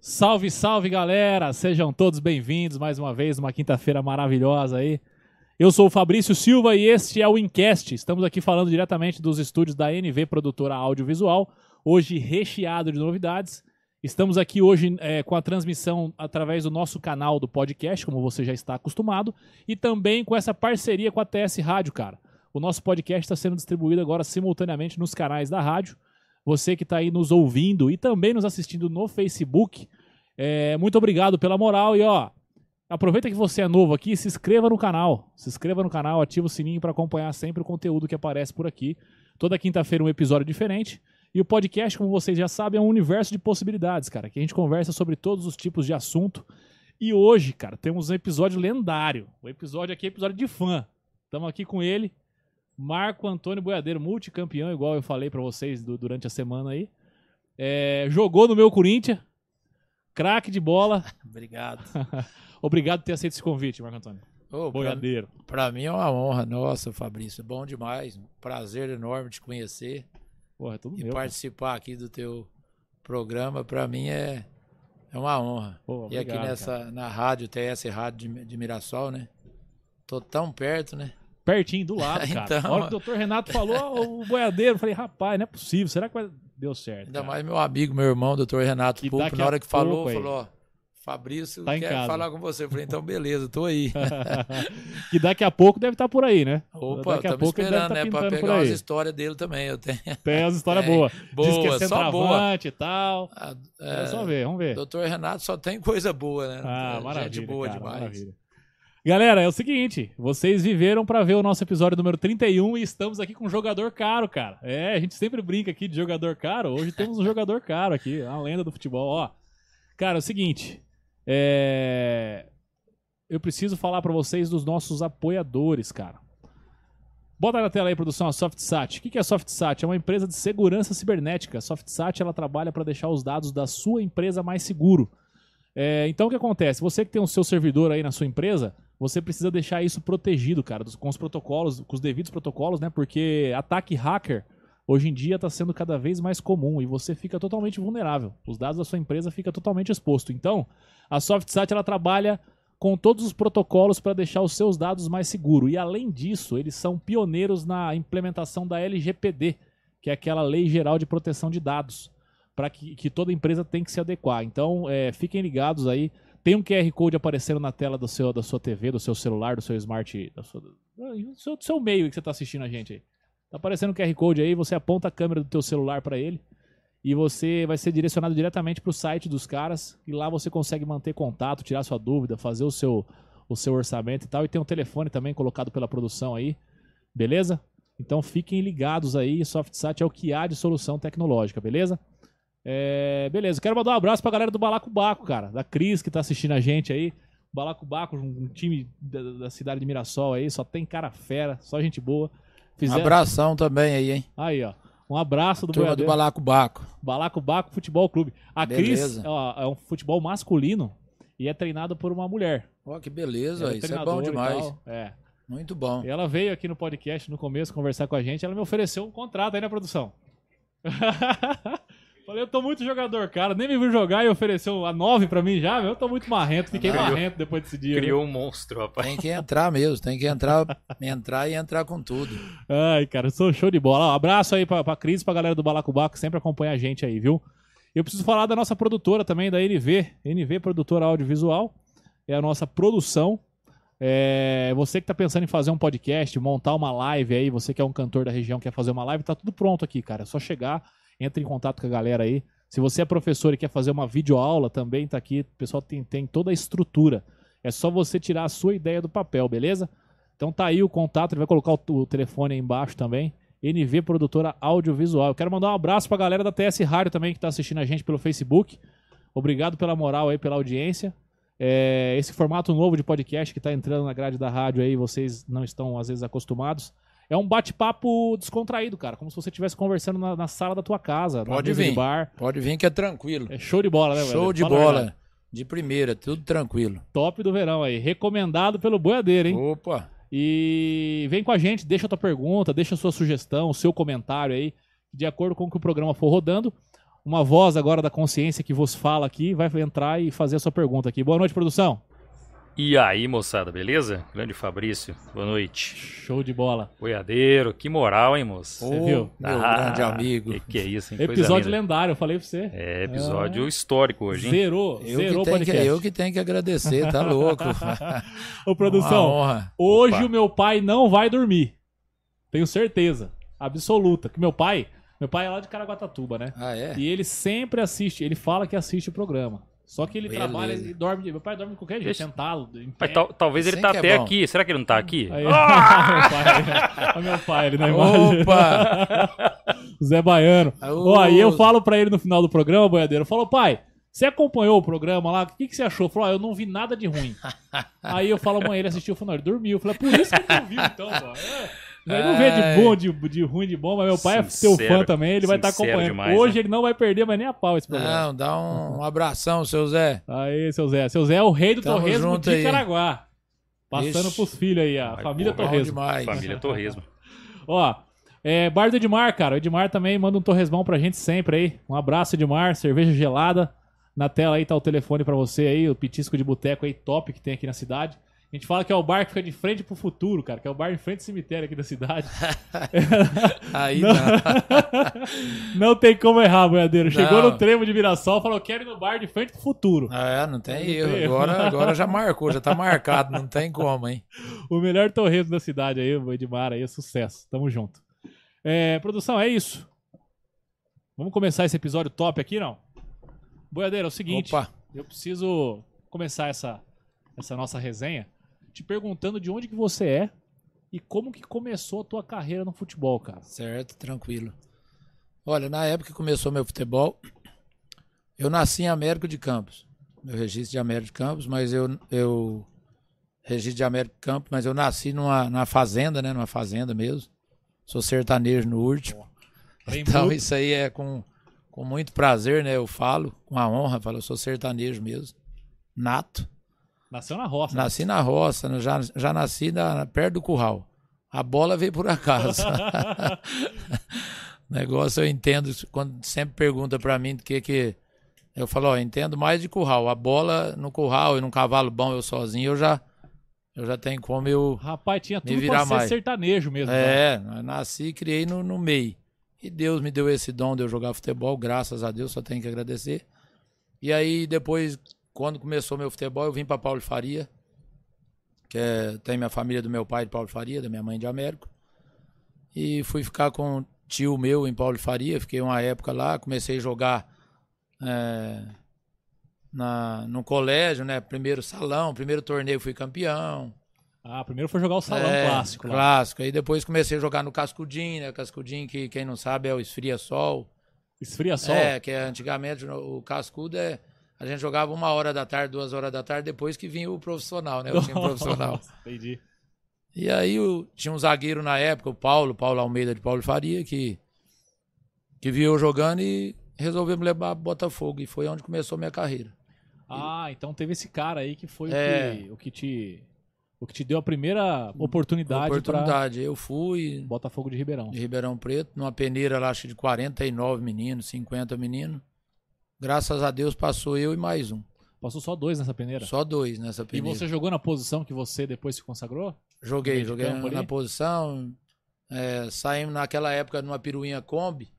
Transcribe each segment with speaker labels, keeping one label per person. Speaker 1: Salve, salve galera! Sejam todos bem-vindos mais uma vez, uma quinta-feira maravilhosa aí. Eu sou o Fabrício Silva e este é o Incast. Estamos aqui falando diretamente dos estúdios da NV Produtora Audiovisual, hoje recheado de novidades. Estamos aqui hoje eh, com a transmissão através do nosso canal do podcast, como você já está acostumado, e também com essa parceria com a TS Rádio, cara. O nosso podcast está sendo distribuído agora simultaneamente nos canais da rádio. Você que está aí nos ouvindo e também nos assistindo no Facebook, eh, muito obrigado pela moral e ó, aproveita que você é novo aqui, se inscreva no canal, se inscreva no canal, ativa o sininho para acompanhar sempre o conteúdo que aparece por aqui. Toda quinta-feira um episódio diferente. E o podcast, como vocês já sabem, é um universo de possibilidades, cara, que a gente conversa sobre todos os tipos de assunto. E hoje, cara, temos um episódio lendário. O episódio aqui é episódio de fã. Estamos aqui com ele, Marco Antônio Boiadeiro, multicampeão, igual eu falei pra vocês du- durante a semana aí. É, jogou no meu Corinthians, craque de bola.
Speaker 2: Obrigado.
Speaker 1: Obrigado por ter aceito esse convite, Marco Antônio.
Speaker 2: Ô, pra,
Speaker 1: Boiadeiro.
Speaker 2: pra mim é uma honra nossa, Fabrício. Bom demais. Um Prazer enorme te conhecer
Speaker 1: Porra, é tudo
Speaker 2: e
Speaker 1: meu. cara.
Speaker 2: participar aqui do teu programa. Pra mim é, é uma honra.
Speaker 1: Pô,
Speaker 2: e aqui
Speaker 1: obrigado,
Speaker 2: nessa,
Speaker 1: cara.
Speaker 2: na rádio, TS Rádio de, de Mirassol, né? Tô tão perto, né?
Speaker 1: Pertinho, do lado, cara.
Speaker 2: Então-
Speaker 1: A hora que o doutor Renato falou, o boiadeiro, eu falei, rapaz, não é possível, será que vai... deu certo?
Speaker 2: Ainda
Speaker 1: cara?
Speaker 2: mais meu amigo, meu irmão, doutor Renato
Speaker 1: Que
Speaker 2: Pulpo,
Speaker 1: daqui
Speaker 2: na
Speaker 1: a
Speaker 2: hora que falou,
Speaker 1: tá pouco aí.
Speaker 2: falou, ó, Fabrício,
Speaker 1: Tá em
Speaker 2: quer
Speaker 1: casa.
Speaker 2: falar com você. Eu falei, então beleza, tô aí.
Speaker 1: que daqui a pouco deve estar por aí, né?
Speaker 2: Opa,
Speaker 1: daqui a
Speaker 2: estamos
Speaker 1: pouco ele deve estar
Speaker 2: esperando, né? Pra
Speaker 1: pintando por
Speaker 2: pegar umas
Speaker 1: aí.
Speaker 2: histórias dele também. Eu tenho.
Speaker 1: Tem as histórias
Speaker 2: Tem.
Speaker 1: boas. Diz que é
Speaker 2: Boa, só boa.
Speaker 1: centroavante e tal.
Speaker 2: Ah,
Speaker 1: É,
Speaker 2: é,
Speaker 1: só ver, vamos ver.
Speaker 2: Doutor Renato só tem coisa boa, né?
Speaker 1: Ah,
Speaker 2: Gente
Speaker 1: maravilha.
Speaker 2: boa
Speaker 1: cara,
Speaker 2: demais.
Speaker 1: maravilha. Galera, é o seguinte, vocês viveram pra ver o nosso episódio número 31 e estamos aqui com um jogador caro, cara. É, a gente sempre brinca aqui de jogador caro, hoje temos um jogador caro aqui, é uma lenda do futebol, ó. Cara, é o seguinte, é... eu preciso falar pra vocês dos nossos apoiadores, cara. Bota na tela aí, produção, a SoftSat. O que que é a SoftSat? É uma empresa de segurança cibernética. A SoftSat ela trabalha pra deixar os dados da sua empresa mais seguro. É, então o que acontece? Você que tem o seu servidor aí na sua empresa, você precisa deixar isso protegido, cara, dos- com os protocolos, com os devidos protocolos, né? Porque ataque hacker hoje em dia está sendo cada vez mais comum e você fica totalmente vulnerável. Os dados da sua empresa ficam totalmente exposto. Então, a SoftSat ela trabalha com todos os protocolos para deixar os seus dados mais seguros. E além disso, eles são pioneiros na implementação da LGPD, que é aquela Lei Geral de Proteção de Dados para que, que toda empresa tem que se adequar. Então, é, fiquem ligados aí. Tem um QR Code aparecendo na tela do seu, da sua TV, do seu celular, do seu smart, da sua- do, seu, do seu meio que você está assistindo a gente aí. Tá aparecendo um QR Code aí, você aponta a câmera do teu celular para ele e você vai ser direcionado diretamente para o site dos caras e lá você consegue manter contato, tirar sua dúvida, fazer o seu, o seu orçamento e tal. E tem um telefone também colocado pela produção aí, beleza? Então fiquem ligados aí, SoftSat é o que há de solução tecnológica, beleza? É, beleza, quero mandar um abraço pra galera do Balacobaco, cara. Da Cris, que tá assistindo a gente aí. Balacobaco, um um time da, da cidade de Mirassol aí. Só tem cara fera, só gente boa.
Speaker 2: Um
Speaker 1: Fizeram...
Speaker 2: abração também aí, hein?
Speaker 1: Aí, ó. Um abraço do
Speaker 2: Turma do
Speaker 1: Boiadeiro.
Speaker 2: Balacobaco.
Speaker 1: Balacobaco Futebol Clube. A Cris
Speaker 2: Beleza.
Speaker 1: ó, é um futebol masculino e é treinado por uma mulher.
Speaker 2: Ó, que beleza,
Speaker 1: Ela
Speaker 2: isso é
Speaker 1: treinadora
Speaker 2: bom
Speaker 1: e
Speaker 2: demais.
Speaker 1: tal, É.
Speaker 2: Muito bom.
Speaker 1: E ela veio aqui no podcast no começo conversar com a gente. Ela me ofereceu um contrato aí na produção. Falei, eu tô muito jogador, cara. Nem me viu jogar e ofereceu a 9 pra mim já. meu. Eu tô muito marrento, fiquei
Speaker 3: Criou.
Speaker 1: marrento depois desse dia.
Speaker 3: Criou um monstro, rapaz.
Speaker 2: Tem que entrar mesmo, tem que entrar, entrar e entrar com tudo.
Speaker 1: Ai, cara, sou show de bola. Ó, abraço aí pra, pra Cris, pra galera do Balacobaco, que sempre acompanha a gente aí, viu? Eu preciso falar da nossa produtora também, da NV, NV Produtora Audiovisual. É a nossa produção. É, você que tá pensando em fazer um podcast, montar uma live aí, você que é um cantor da região, quer fazer uma live, tá tudo pronto aqui, cara. É só chegar, entra em contato com a galera aí. Se você é professor e quer fazer uma videoaula também, tá aqui. O pessoal tem, tem toda a estrutura. É só você tirar a sua ideia do papel, beleza? Então tá aí o contato, ele vai colocar o, o telefone aí embaixo também. NV Produtora Audiovisual. Eu quero mandar um abraço pra galera da TS Rádio também que tá assistindo a gente pelo Facebook. Obrigado pela moral aí, pela audiência. É, esse formato novo de podcast que tá entrando na grade da rádio aí, vocês não estão às vezes acostumados. É um bate-papo descontraído, cara, como se você estivesse conversando na, na sala da tua casa, na
Speaker 2: Pode
Speaker 1: mesa de
Speaker 2: vir.
Speaker 1: bar.
Speaker 2: Pode vir que é tranquilo.
Speaker 1: É show de bola, né, velho?
Speaker 2: Show de
Speaker 1: Fala a verdade.
Speaker 2: bola. De primeira, tudo tranquilo.
Speaker 1: Top do verão aí. Recomendado pelo boiadeiro, hein?
Speaker 2: Opa,
Speaker 1: E vem com a gente, deixa a tua pergunta, deixa a sua sugestão, o seu comentário aí, de acordo com o que o programa for rodando. uma voz agora da consciência que vos fala aqui vai entrar e fazer a sua pergunta aqui. Boa noite, produção.
Speaker 3: E aí, moçada, beleza? Grande Fabrício, boa noite.
Speaker 1: Show de bola.
Speaker 3: Boiadeiro, que moral, hein, moço?
Speaker 1: Você viu?
Speaker 2: Meu
Speaker 3: Ah,
Speaker 2: grande amigo.
Speaker 3: Que, que é isso, hein? Coisa
Speaker 1: Episódio
Speaker 3: linda.
Speaker 1: lendário, eu falei pra você.
Speaker 3: É, episódio histórico hoje, hein?
Speaker 1: Zerou,
Speaker 2: Eu
Speaker 1: zerou
Speaker 2: que,
Speaker 1: o
Speaker 2: tenho que,
Speaker 1: podcast.
Speaker 2: eu que tenho que agradecer, tá louco.
Speaker 1: Ô, produção,
Speaker 2: Uma honra.
Speaker 1: Hoje
Speaker 3: Opa.
Speaker 1: o meu pai não vai dormir. Tenho certeza. Absoluta. Que meu pai. Meu pai é lá de Caraguatatuba, né?
Speaker 2: Ah, é?
Speaker 1: E ele sempre assiste. Ele fala que assiste o programa. Só que ele
Speaker 2: Beleza.
Speaker 1: trabalha e dorme. de- Meu pai dorme de qualquer jeito,
Speaker 3: Deixa-
Speaker 1: sentado. em pé.
Speaker 3: Mas tal- talvez ele
Speaker 2: Sim
Speaker 3: tá
Speaker 2: que é
Speaker 3: até
Speaker 2: bom.
Speaker 3: aqui. Será que ele não tá aqui?
Speaker 1: Aí,
Speaker 3: Ah!
Speaker 1: meu pai, meu pai, ele na imagem.
Speaker 2: Opa!
Speaker 1: Zé Baiano.
Speaker 2: Aô!
Speaker 1: Ó, e eu falo pra ele no final do programa, boiadeiro, eu falo, pai, você acompanhou o programa lá? O que, que você achou? Ele Falou, ó, eu não vi nada de ruim. Aí eu falo, mãe, ele assistiu, eu falo, não, ele dormiu. Eu falei, "É por isso que ele não viu, então, pô. É, ele não vê de
Speaker 2: Ai.
Speaker 1: bom, de, de ruim, de bom, mas meu pai é teu
Speaker 3: Sincero,
Speaker 1: fã também, ele vai estar
Speaker 3: sincero
Speaker 1: acompanhando.
Speaker 3: demais,
Speaker 1: Hoje
Speaker 3: né?
Speaker 1: ele não vai perder mais nem a pau esse programa.
Speaker 2: Não, dá
Speaker 1: Uhum.
Speaker 2: um, um abração, seu Zé.
Speaker 1: Aí, seu Zé. Seu Zé é o rei do
Speaker 2: Tamo
Speaker 1: Torresmo
Speaker 2: junto
Speaker 1: de
Speaker 2: aí.
Speaker 1: Caraguá. Passando
Speaker 2: Ixi.
Speaker 1: pros filhos aí, a
Speaker 3: Vai,
Speaker 1: Tá família
Speaker 3: porra,
Speaker 2: Bom
Speaker 1: Torresmo.
Speaker 2: demais.
Speaker 3: Família Torresmo.
Speaker 1: Ó, é, bar do Edmar, cara. O Edmar também manda um torresmão pra gente sempre aí. Um abraço, Edmar. Cerveja gelada. Na tela aí tá o telefone pra você aí, o petisco de boteco aí top que tem aqui na cidade. A gente fala que é o bar que fica de frente pro futuro, cara, que é o bar em frente ao cemitério aqui da cidade.
Speaker 2: Aí tá.
Speaker 1: Não.
Speaker 2: dá.
Speaker 1: Não tem como errar, boiadeiro. Chegou
Speaker 2: Não.
Speaker 1: no trevo de Mirassol, falou: quero ir no bar de frente pro futuro.
Speaker 2: Ah, é, não tem
Speaker 1: Não tem
Speaker 2: erro.
Speaker 1: erro.
Speaker 2: Agora, agora já marcou, já tá marcado, não tem como, hein?
Speaker 1: O melhor torresmo da cidade aí, o Edmar aí, é sucesso. Tamo junto. É, produção, é isso. Vamos começar esse episódio top aqui, não? Boiadeiro, é o seguinte.
Speaker 2: Opa,
Speaker 1: Eu preciso começar essa, essa nossa resenha te perguntando de onde que você é e como que começou a tua carreira no futebol, cara.
Speaker 2: certo, tranquilo. Olha, na época que começou meu futebol, eu nasci em Américo de Campos. Meu registro de Américo de Campos, mas eu, eu registro de Américo de Campos, mas eu nasci numa, numa fazenda, né? Numa fazenda mesmo. Sou sertanejo no último.
Speaker 1: Bem
Speaker 2: Então
Speaker 1: bruto.
Speaker 2: isso aí é com, com muito prazer, né? Eu falo, com a honra, falo, eu sou sertanejo mesmo, nato.
Speaker 1: Nasceu na roça.
Speaker 2: Nasci na roça, né? já, já nasci na, perto do curral. A bola veio por acaso. Negócio eu entendo, quando sempre pergunta pra mim do que que... Eu falo, ó, eu entendo mais de curral. A bola no curral e num cavalo bom eu sozinho, eu já, eu já tenho como eu...
Speaker 1: Rapaz, tinha
Speaker 2: Me
Speaker 1: tudo pra
Speaker 2: virar
Speaker 1: ser
Speaker 2: mais.
Speaker 1: sertanejo mesmo. né?
Speaker 2: É, eu nasci e criei no, no meio. E Deus me deu esse dom de eu jogar futebol, graças a Deus, só tenho que agradecer. E aí depois, quando começou meu futebol, eu vim para Paulo de Faria, que é, tem minha família do meu pai de Paulo de Faria, da minha mãe de Américo. E fui ficar com um tio meu em Paulo de Faria, fiquei uma época lá, comecei a jogar é, na, no colégio, né? Primeiro salão, primeiro torneio fui campeão.
Speaker 1: Ah, primeiro foi jogar o salão
Speaker 2: É,
Speaker 1: clássico. lá.
Speaker 2: Clássico. Aí depois comecei a jogar no Cascudim, né? Cascudim, que quem não sabe é o Esfria Sol.
Speaker 1: Esfria sol.
Speaker 2: É, que é, antigamente o o Cascudo é. A gente jogava uma hora da tarde, duas horas da tarde, depois que vinha o profissional, né? O time profissional.
Speaker 1: Nossa, Entendi.
Speaker 2: E aí o- tinha um zagueiro na época, o Paulo, Paulo Almeida de Paulo Faria, que, que viu eu jogando e resolveu me levar pro Botafogo. E foi onde começou a minha carreira.
Speaker 1: Ah, então teve esse cara aí que foi o
Speaker 2: É.
Speaker 1: que- o, que, te o que te deu a primeira oportunidade, pra
Speaker 2: Oportunidade. Eu fui,
Speaker 1: Botafogo de Ribeirão.
Speaker 2: de Ribeirão Preto, numa peneira lá, acho de 49 meninos, 50 meninos. Graças a Deus passou eu e mais um.
Speaker 1: Passou só dois nessa peneira.
Speaker 2: Só dois nessa
Speaker 1: e
Speaker 2: peneira.
Speaker 1: você jogou na posição que você depois se consagrou?
Speaker 2: Joguei,
Speaker 1: meio de
Speaker 2: joguei
Speaker 1: campo
Speaker 2: na
Speaker 1: ali?
Speaker 2: posição. É, saímos naquela época numa piruinha Kombi.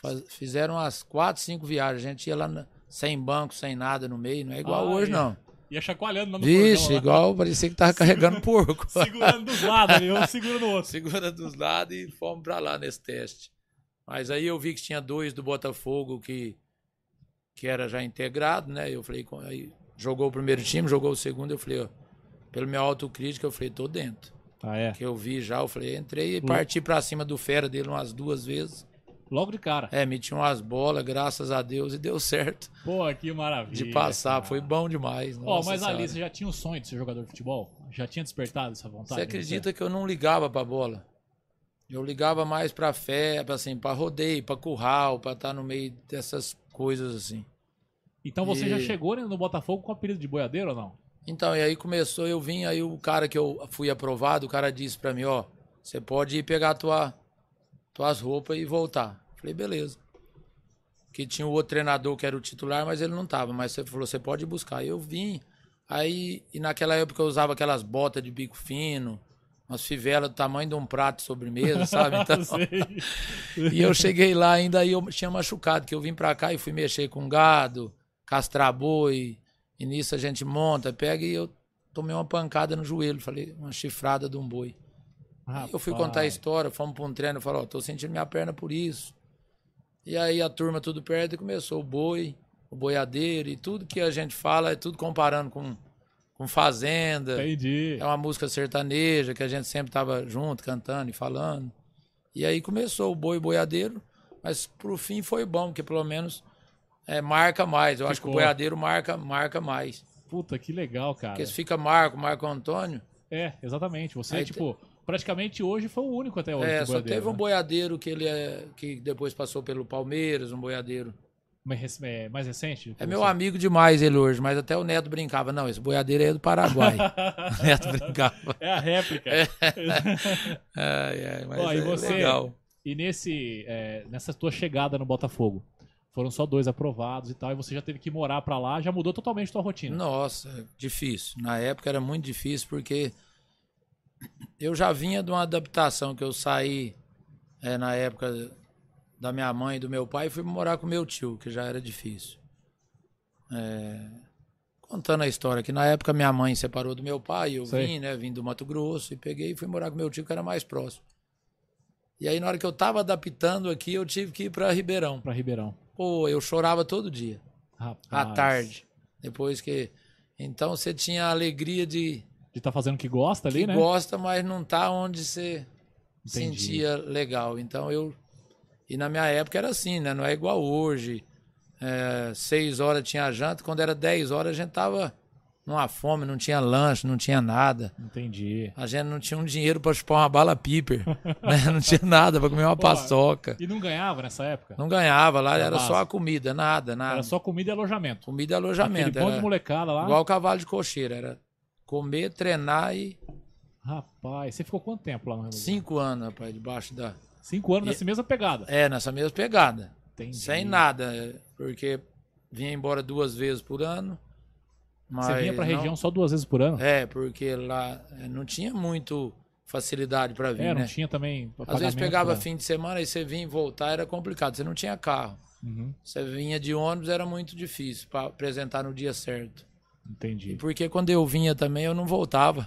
Speaker 2: faz- fizeram umas 4, 5 viagens. A gente ia lá na- sem banco, sem nada no meio. Não é igual
Speaker 1: Ah,
Speaker 2: hoje,
Speaker 1: é.
Speaker 2: não.
Speaker 1: Ia chacoalhando lá no
Speaker 2: Vixe,
Speaker 1: portão, lá.
Speaker 2: igual parecia que tava carregando porco.
Speaker 1: Segurando dos lados ali, um segurando o outro.
Speaker 2: segura dos lados e fomos pra lá nesse teste. Mas aí eu vi que tinha dois do Botafogo que que era já integrado, né? Eu falei, com- aí jogou o primeiro time, jogou o segundo, eu falei, ó, pelo minha autocrítica, eu falei, tô dentro.
Speaker 1: Ah, é.
Speaker 2: Que eu vi já, eu falei, entrei e
Speaker 1: Hum.
Speaker 2: parti pra cima do fera dele umas duas vezes.
Speaker 1: Logo de cara.
Speaker 2: É, meti umas bolas, graças a Deus, e deu certo
Speaker 1: Pô, que maravilha.
Speaker 2: de passar.
Speaker 1: cara.
Speaker 2: Foi bom demais.
Speaker 1: Ó,
Speaker 2: nossa
Speaker 1: mas ali,
Speaker 2: senhora.
Speaker 1: você já tinha um sonho de ser jogador de futebol? Já tinha despertado essa vontade? né?
Speaker 2: Você acredita que eu não ligava pra bola? Eu ligava mais pra fé, pra assim, para rodeio, pra curral, pra estar no meio dessas coisas assim.
Speaker 1: Então você já
Speaker 2: E-
Speaker 1: chegou no Botafogo com apelido de boiadeiro ou não?
Speaker 2: Então, e aí começou, eu vim, aí o cara que eu fui aprovado, o cara disse pra mim, ó, você pode ir pegar tua tuas roupas e voltar. Falei, beleza. que tinha o outro treinador que era o titular, mas ele não tava. Mas você falou, você pode ir buscar. E eu vim. Aí, e naquela época eu usava aquelas botas de bico fino, umas fivelas do tamanho de um prato de sobremesa, sabe? Então,
Speaker 1: Sei.
Speaker 2: e eu cheguei lá ainda aí eu tinha machucado, que eu vim pra cá e fui mexer com gado, castrar boi, e nisso a gente monta, pega e eu tomei uma pancada no joelho, falei, uma chifrada de um boi. Aí eu fui
Speaker 1: Rapaz.
Speaker 2: contar a história, fomos pra um treino, eu falei, ó, tô sentindo minha perna por isso. E aí a turma tudo perto e começou o boi, o boiadeiro e tudo que a gente fala é tudo comparando com, com fazenda.
Speaker 1: Entendi.
Speaker 2: É uma música sertaneja que a gente sempre tava junto, cantando e falando. E aí começou o boi boiadeiro, mas pro fim foi bom, porque pelo menos é, marca mais. Eu acho que o
Speaker 1: Ficou. Ah,
Speaker 2: boiadeiro marca, marca mais.
Speaker 1: Puta, que legal, cara.
Speaker 2: Porque se fica Marco, Marco Antônio,
Speaker 1: É, exatamente. Você,
Speaker 2: Aí
Speaker 1: tipo, praticamente hoje foi o único até hoje.
Speaker 2: é,
Speaker 1: que
Speaker 2: só
Speaker 1: boiadeiro,
Speaker 2: teve um
Speaker 1: né?
Speaker 2: boiadeiro que ele é, que depois passou pelo Palmeiras, um boiadeiro.
Speaker 1: mais, rec- é, mais recente?
Speaker 2: É meu amigo demais ele hoje, mas até o Neto brincava, não, esse boiadeiro aí é do Paraguai. o Neto brincava.
Speaker 1: É a réplica.
Speaker 2: Ai, ai, mas
Speaker 1: Ó, e
Speaker 2: é
Speaker 1: você?
Speaker 2: legal.
Speaker 1: E nesse, é, nessa tua chegada no Botafogo, foram só dois aprovados e tal, e você já teve que morar pra lá, já mudou totalmente tua rotina.
Speaker 2: Nossa, é difícil. Na época era muito difícil porque eu já vinha de uma adaptação que eu saí eh, na época da minha mãe e do meu pai e fui morar com meu tio, que já era difícil. Eh, contando a história, que na época minha mãe separou do meu pai, eu
Speaker 1: Sei.
Speaker 2: vim, né? Vim do Mato Grosso e peguei e fui morar com meu tio, que era mais próximo. E aí, na hora que eu estava adaptando aqui, eu tive que ir para Ribeirão.
Speaker 1: Pra Ribeirão.
Speaker 2: Pô, eu chorava todo dia
Speaker 1: Rapaz,
Speaker 2: à tarde. Depois que. Então você tinha a alegria de
Speaker 1: De estar fazendo o que gosta ali,
Speaker 2: que
Speaker 1: né?
Speaker 2: gosta, mas não tá onde você
Speaker 1: Entendi.
Speaker 2: sentia legal. Então eu. E na minha época era assim, né? Não é igual hoje. É, seis horas tinha janta, quando era dez horas a gente tava numa fome, não tinha lanche, não tinha nada.
Speaker 1: Entendi.
Speaker 2: A gente não tinha um dinheiro pra chupar uma bala piper, né? não tinha nada pra comer uma
Speaker 1: Pô,
Speaker 2: paçoca.
Speaker 1: E não ganhava nessa época?
Speaker 2: Não ganhava lá, era só a
Speaker 1: básico.
Speaker 2: comida, nada, nada.
Speaker 1: Era só comida e alojamento.
Speaker 2: comida e
Speaker 1: Aquele
Speaker 2: alojamento.
Speaker 1: bando
Speaker 2: era-
Speaker 1: de molecada lá.
Speaker 2: Igual cavalo de cocheira, era comer, treinar e
Speaker 1: Rapaz, você ficou quanto tempo lá no Rio de Janeiro?
Speaker 2: cinco anos, rapaz, debaixo da.
Speaker 1: Cinco anos nessa mesma pegada.
Speaker 2: É, nessa mesma pegada.
Speaker 1: Entendi.
Speaker 2: Sem nada, é, porque vinha embora duas vezes por ano. Mas
Speaker 1: Você vinha pra
Speaker 2: não-
Speaker 1: região só duas vezes por ano?
Speaker 2: É, porque lá é, não tinha muito facilidade pra vir,
Speaker 1: É, não
Speaker 2: né?
Speaker 1: tinha é. também.
Speaker 2: Às vezes
Speaker 1: pagamento né?
Speaker 2: pegava
Speaker 1: pra-
Speaker 2: fim de semana e você vinha e voltar era complicado, você não tinha carro.
Speaker 1: Uhum,
Speaker 2: Você vinha de ônibus era muito difícil pra apresentar no dia certo.
Speaker 1: entendi.
Speaker 2: Porque quando eu vinha também, eu não voltava.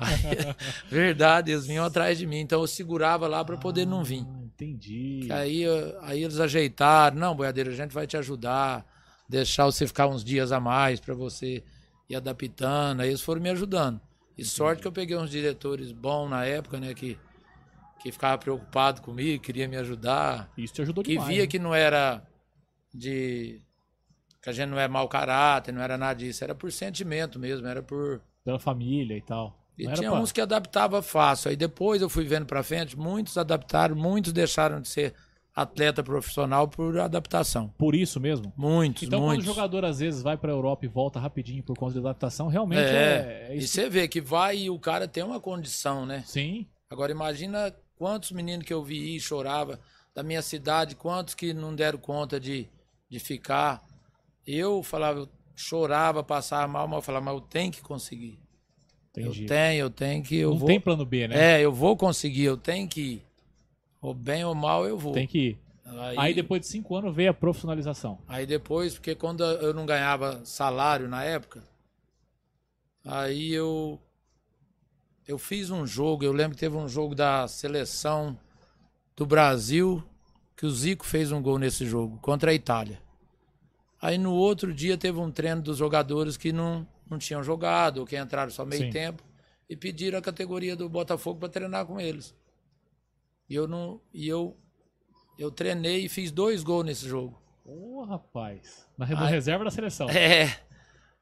Speaker 2: Aí, Verdade, eles vinham atrás de mim. Então eu segurava lá para poder não vir.
Speaker 1: Ah, entendi.
Speaker 2: Que Aí, eu- aí eles ajeitaram: não, boiadeiro, a gente vai te ajudar, deixar você ficar uns dias a mais para você ir adaptando. Aí eles foram me ajudando. E sorte que eu peguei uns diretores bons na época, né, que, que ficava preocupado comigo, queria me ajudar
Speaker 1: Isso te ajudou
Speaker 2: que
Speaker 1: demais.
Speaker 2: via
Speaker 1: né?
Speaker 2: que não era de que a gente não é mau caráter, não era nada disso, era por sentimento mesmo, era por
Speaker 1: Pela família e tal.
Speaker 2: e
Speaker 1: Não era
Speaker 2: tinha
Speaker 1: pra-
Speaker 2: uns que adaptava fácil. Aí depois eu fui vendo pra frente, muitos adaptaram, muitos deixaram de ser atleta profissional por adaptação.
Speaker 1: Por isso mesmo.
Speaker 2: Muitos,
Speaker 1: Então,
Speaker 2: muitos.
Speaker 1: quando o jogador às vezes vai pra Europa e volta rapidinho por conta de adaptação, realmente é,
Speaker 2: é,
Speaker 1: é
Speaker 2: e
Speaker 1: isso.
Speaker 2: você vê que vai e o cara tem uma condição, né?
Speaker 1: Sim,
Speaker 2: Agora imagina quantos meninos que eu vi ir, chorava da minha cidade, quantos que não deram conta de, de ficar. Eu falava, eu chorava, passava mal, mas eu falava, mas eu tenho que conseguir.
Speaker 1: entendi.
Speaker 2: Eu tenho, eu tenho que, eu
Speaker 1: não
Speaker 2: vou.
Speaker 1: tem plano B, né?
Speaker 2: É, eu vou conseguir, eu tenho que ir. Ou bem ou mal, eu vou.
Speaker 1: Tem que ir.
Speaker 2: Aí,
Speaker 1: Aí... depois de cinco anos veio a profissionalização.
Speaker 2: Aí depois, porque quando eu não ganhava salário na época, aí eu eu fiz um jogo, eu lembro que teve um jogo da seleção do Brasil que o Zico fez um gol nesse jogo contra a Itália. Aí no outro dia teve um treino dos jogadores que não, não tinham jogado, ou que entraram só meio
Speaker 1: Sim.
Speaker 2: tempo e pediram a categoria do Botafogo para treinar com eles. E eu não e eu eu treinei e fiz dois gols nesse jogo.
Speaker 1: Ô, rapaz. Na no
Speaker 2: Aí-
Speaker 1: reserva da seleção.
Speaker 2: É.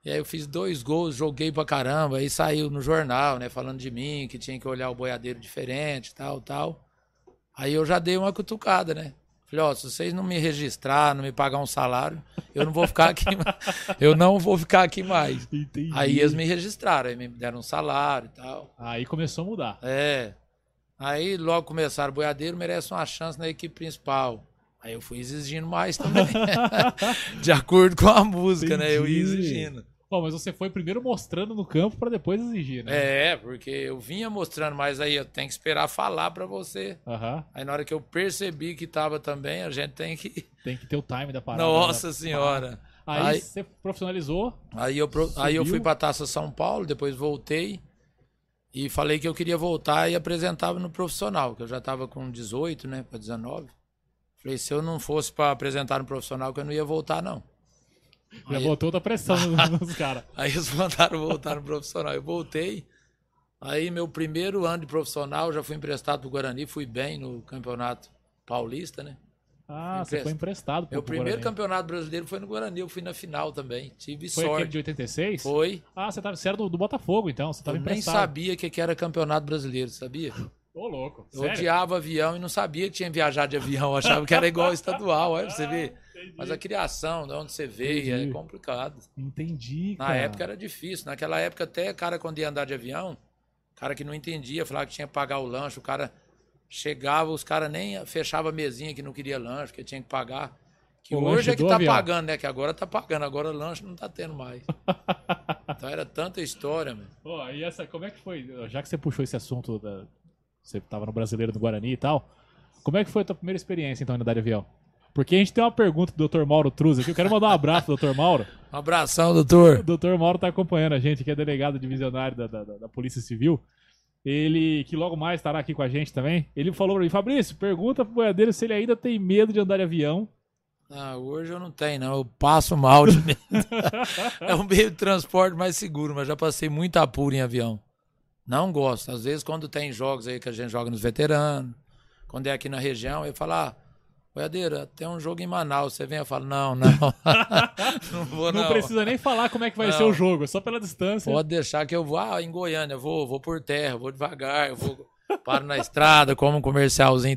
Speaker 2: E aí eu fiz dois gols, joguei pra caramba, aí saiu no jornal, né, falando de mim, que tinha que olhar o boiadeiro diferente, tal, tal. Aí eu já dei uma cutucada, né? Falei, ó, se vocês não me registrar, não me pagar um salário, eu não vou ficar aqui, eu não vou ficar aqui mais.
Speaker 1: Entendi.
Speaker 2: Aí eles me registraram, aí me deram um salário e tal.
Speaker 1: Aí começou a mudar.
Speaker 2: É. Aí logo começaram, boiadeiro merece uma chance na equipe principal. Aí eu fui exigindo mais também. de acordo com a música, né? Eu ia
Speaker 1: Entendi.
Speaker 2: exigindo.
Speaker 1: Pô, mas você foi primeiro mostrando no campo pra depois exigir, né?
Speaker 2: É, porque eu vinha mostrando, mas aí eu tenho que esperar falar pra você.
Speaker 1: Aham.
Speaker 2: Aí na hora que eu percebi que tava também, a gente tem que.
Speaker 1: Tem que ter o time da parada.
Speaker 2: Nossa
Speaker 1: né?
Speaker 2: senhora!
Speaker 1: Aí
Speaker 2: Aí-
Speaker 1: você profissionalizou.
Speaker 2: Aí eu, pro- aí eu
Speaker 1: Subiu.
Speaker 2: fui pra Taça São Paulo, depois voltei e falei que eu queria voltar e apresentava no profissional, que eu já tava com 18, né, para 19. Falei, se eu não fosse pra apresentar no profissional, que eu não ia voltar, não.
Speaker 1: Já
Speaker 2: Aí-
Speaker 1: botou outra pressão nos, nos caras.
Speaker 2: Aí eles mandaram voltar no profissional. Eu voltei. Aí meu primeiro ano de profissional, já fui emprestado pro Guarani, fui bem no campeonato paulista, né?
Speaker 1: Ah, você foi emprestado. pro-
Speaker 2: Meu
Speaker 1: pro
Speaker 2: É primeiro
Speaker 1: Guarani.
Speaker 2: campeonato brasileiro foi no Guarani, eu fui na final também. Tive
Speaker 1: Foi aquele
Speaker 2: sorte.
Speaker 1: de 86?
Speaker 2: Foi.
Speaker 1: Ah, você, tava, você era do, do Botafogo, então. Você tava
Speaker 2: eu nem
Speaker 1: emprestado.
Speaker 2: sabia que que era campeonato brasileiro, sabia?
Speaker 1: Ô, louco.
Speaker 2: Eu
Speaker 1: sério?
Speaker 2: odiava avião e não sabia que tinha viajado de avião, eu achava que era igual ao estadual, olha pra você ver.
Speaker 1: Ah, Entendi.
Speaker 2: Mas a criação, de onde você veio,
Speaker 1: Entendi.
Speaker 2: é complicado.
Speaker 1: Entendi,
Speaker 2: Na
Speaker 1: cara.
Speaker 2: época era difícil. Naquela época, até cara, quando ia andar de avião, cara que não entendia, falava que tinha que pagar o lanche, o cara chegava, os caras nem fechava a mesinha que não queria lanche, que tinha que pagar. Que
Speaker 1: O lanche
Speaker 2: hoje é que
Speaker 1: do
Speaker 2: tá
Speaker 1: avião.
Speaker 2: pagando, né? Que agora tá pagando, agora lanche não tá tendo mais. então era tanta história, meu.
Speaker 1: Ó, e essa, como é que foi? Já que você puxou esse assunto, da, você tava no Brasileiro do Guarani e tal, como é que foi a tua primeira experiência, então, em andar de avião? Porque a gente tem uma pergunta do Dr. Mauro Truz aqui. Eu quero mandar um abraço pro Dr. Mauro.
Speaker 2: Um abração, doutor.
Speaker 1: O Dr. Mauro tá acompanhando a gente, que é delegado divisionário da, da, da- da Polícia Civil. Ele, que logo mais estará aqui com a gente também. Ele falou pra mim, Fabrício, pergunta pro boiadeiro se ele ainda tem medo de andar de avião.
Speaker 2: Ah, hoje eu não tenho, não. Eu passo mal de medo. é um meio de transporte mais seguro, mas já passei muito apuro em avião. Não gosto. Às vezes, quando tem jogos aí que a gente joga nos veteranos, quando é aqui na região, eu falo, ah, boiadeira, tem um jogo em Manaus. Você vem, eu falo, não, não. não vou,
Speaker 1: Não,
Speaker 2: não.
Speaker 1: precisa nem falar como é que vai
Speaker 2: Não.
Speaker 1: ser o jogo, é só pela distância.
Speaker 2: Pode deixar que eu vou, ah, em Goiânia, eu vou, vou por terra, vou devagar, eu vou. Paro na estrada, como um comercialzinho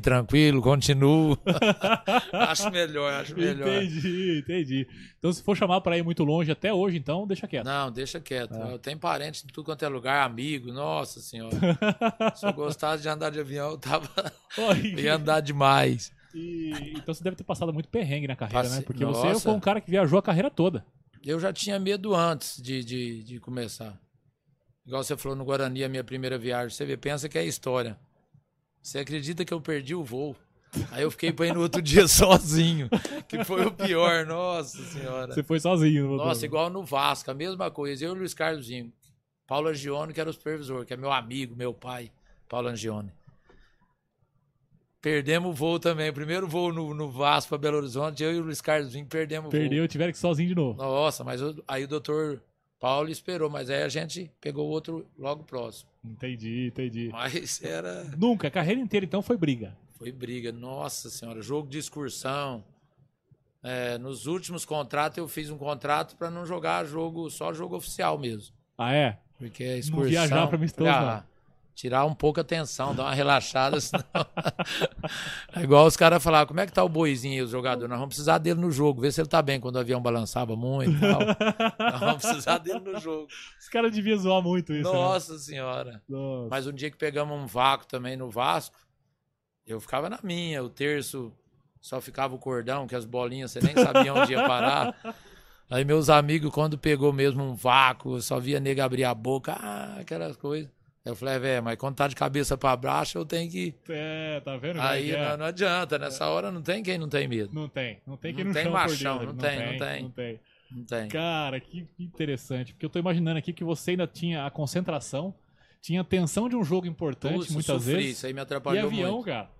Speaker 2: tranquilo, continuo. acho melhor, acho melhor.
Speaker 1: Entendi, entendi. Então, se for chamar pra ir muito longe até hoje, então, deixa quieto.
Speaker 2: Não, deixa quieto. Eu tenho parente de tudo quanto é lugar, amigo, nossa senhora. Se eu gostasse de andar de avião, eu tava.
Speaker 1: Ó, e-
Speaker 2: ia andar demais.
Speaker 1: e- então, você deve ter passado muito perrengue na carreira,
Speaker 2: Passei-
Speaker 1: né? Porque você
Speaker 2: Nossa.
Speaker 1: foi um cara que viajou a carreira toda.
Speaker 2: Eu já tinha medo antes de, de, de começar. Igual você falou no Guarani, a minha primeira viagem. Você vê, pensa que é história. Você acredita que eu perdi o voo? Aí eu fiquei pra ir no outro dia sozinho, que foi o pior, nossa senhora.
Speaker 1: Você foi sozinho. no-
Speaker 2: Nossa, igual no Vasco, a mesma coisa. Eu e o Luiz Carlosinho. Paulo Angione, que era o supervisor, que é meu amigo, meu pai, Paulo Angione. Perdemos o voo também. Primeiro voo no, no Vasco para Belo Horizonte, eu e o Luiz Carlosinho perdemos o
Speaker 1: Perdeu, tiveram que ir sozinho de novo.
Speaker 2: voo. Nossa, mas o- aí o doutor Paulo esperou, mas aí a gente pegou outro logo próximo.
Speaker 1: Entendi, entendi.
Speaker 2: Mas era.
Speaker 1: Nunca, a carreira inteira, então, foi briga.
Speaker 2: Foi briga, nossa senhora, jogo de excursão. É, nos últimos contratos eu fiz um contrato para não jogar jogo, só jogo oficial mesmo.
Speaker 1: Ah, é?
Speaker 2: Porque a excursão. ah,
Speaker 1: viajar pra né? amistoso, não.
Speaker 2: Tirar um pouco a tensão, dar uma relaxada, senão. é igual os caras falavam, como é que tá o boizinho aí, o jogador? Nós vamos precisar dele no jogo, ver se ele tá bem quando o avião balançava muito e tal. Nós vamos precisar dele no jogo.
Speaker 1: Os caras deviam zoar muito isso, né?
Speaker 2: Nossa senhora.
Speaker 1: Nossa.
Speaker 2: Mas um dia que pegamos um vácuo também no Vasco, eu ficava na minha, o terço só ficava o cordão, que as bolinhas você nem sabia onde ia parar. Aí meus amigos, quando pegou mesmo um vácuo, eu só via nego abrir a boca, ah, aquelas coisas. Eu falei, velho, mas quando tá de cabeça pra baixo, eu tenho que.
Speaker 1: É, tá vendo? como é
Speaker 2: Aí
Speaker 1: que é?
Speaker 2: não, não adianta, nessa hora não tem quem não tem medo.
Speaker 1: Não tem, não tem quem
Speaker 2: Não
Speaker 1: não
Speaker 2: tem
Speaker 1: chama por
Speaker 2: machão,
Speaker 1: dentro.
Speaker 2: não tem, não tem.
Speaker 1: Não tem.
Speaker 2: Não tem.
Speaker 1: Cara, que que interessante. Porque eu tô imaginando aqui que você ainda tinha a concentração, tinha a tensão de um jogo importante,
Speaker 2: Putz, eu
Speaker 1: muitas
Speaker 2: sofri,
Speaker 1: vezes.
Speaker 2: Isso aí me
Speaker 1: E
Speaker 2: atrapalhou
Speaker 1: avião,
Speaker 2: muito.
Speaker 1: cara.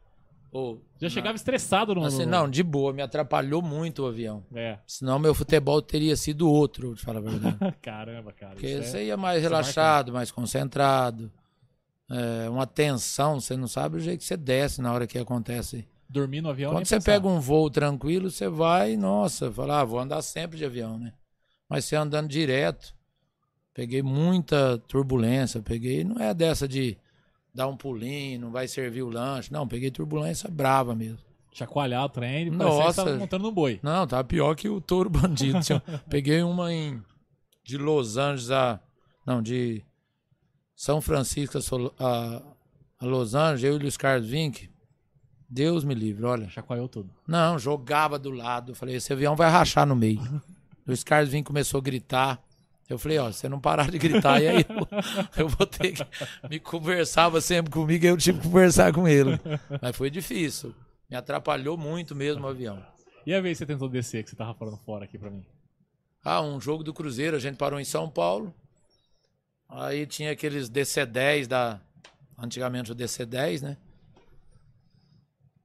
Speaker 2: Ô,
Speaker 1: Já chegava estressado no.
Speaker 2: não, assim, não, de boa, me atrapalhou muito o avião.
Speaker 1: É,
Speaker 2: Senão meu futebol teria sido outro, de falar a verdade.
Speaker 1: caramba, cara.
Speaker 2: Porque
Speaker 1: isso
Speaker 2: você
Speaker 1: é-
Speaker 2: ia
Speaker 1: marca,
Speaker 2: mais
Speaker 1: né?
Speaker 2: relaxado, mais concentrado. É, uma tensão, você não sabe o jeito que você desce na hora que acontece.
Speaker 1: Dormir no avião.
Speaker 2: Quando você pega um voo tranquilo, você vai, nossa, fala, ah, vou andar sempre de avião, né? Mas você andando direto, peguei muita turbulência, peguei, não é dessa de dar um pulinho, não vai servir o lanche, não, peguei turbulência brava mesmo.
Speaker 1: Chacoalhar o trem, parecia que
Speaker 2: um- Nossa.
Speaker 1: tava montando um boi.
Speaker 2: Não, tá pior que o touro bandido. senhor. Peguei uma em de Los Angeles a não de São Francisco a, Sol- a- a Los Angeles, eu e o Luiz Carlos Vink. Deus me livre, olha.
Speaker 1: Chacoalhou tudo.
Speaker 2: Não, jogava do lado. Eu falei, esse avião vai rachar no meio. o Scarsvin começou a gritar. Eu falei, ó, se você não parar de gritar, e aí eu, eu vou ter que. Me conversava sempre comigo e eu tive que conversar com ele. Mas foi difícil. Me atrapalhou muito mesmo o avião.
Speaker 1: E a vez que você tentou descer, que você tava falando fora aqui pra mim?
Speaker 2: Ah, um jogo do Cruzeiro, a gente parou em São Paulo. Aí tinha aqueles DC-10 da. Antigamente o DC-10, né?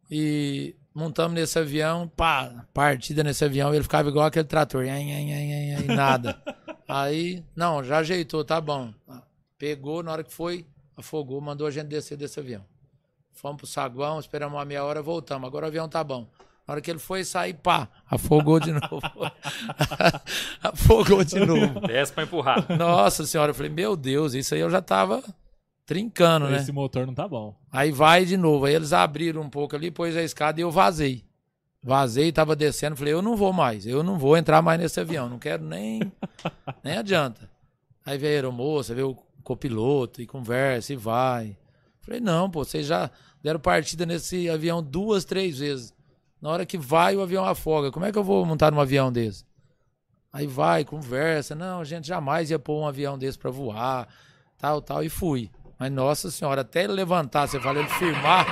Speaker 2: E montamos nesse avião, pá, partida nesse avião, ele ficava igual aquele trator, ai, ai, ai, ai, ai, nada. Aí, não, já ajeitou, tá bom. Pegou, na hora que foi, afogou, mandou a gente descer desse avião. Fomos pro saguão, esperamos uma meia hora, voltamos. Agora o avião tá bom. Na hora que ele foi sair, pá, afogou de novo. afogou de novo.
Speaker 3: Desce pra empurrar.
Speaker 2: Nossa senhora, eu falei, meu Deus, isso aí eu já tava trincando, né?
Speaker 1: Esse motor não tá bom.
Speaker 2: Aí vai de novo. Aí eles abriram um pouco ali, pôs a escada e eu vazei. Vazei, tava descendo, falei, eu não vou mais, eu não vou entrar mais nesse avião, não quero nem. nem adianta. Aí veio a aeromoça, veio o copiloto e conversa e vai. Falei, não, pô, vocês já deram partida nesse avião duas, três vezes. Na hora que vai, o avião afoga. Como é que eu vou montar num avião desse? Aí vai, conversa. Não, a gente jamais ia pôr um avião desse pra voar, tal, tal, e fui. Mas, nossa senhora, até ele levantar, você fala, ele firmar.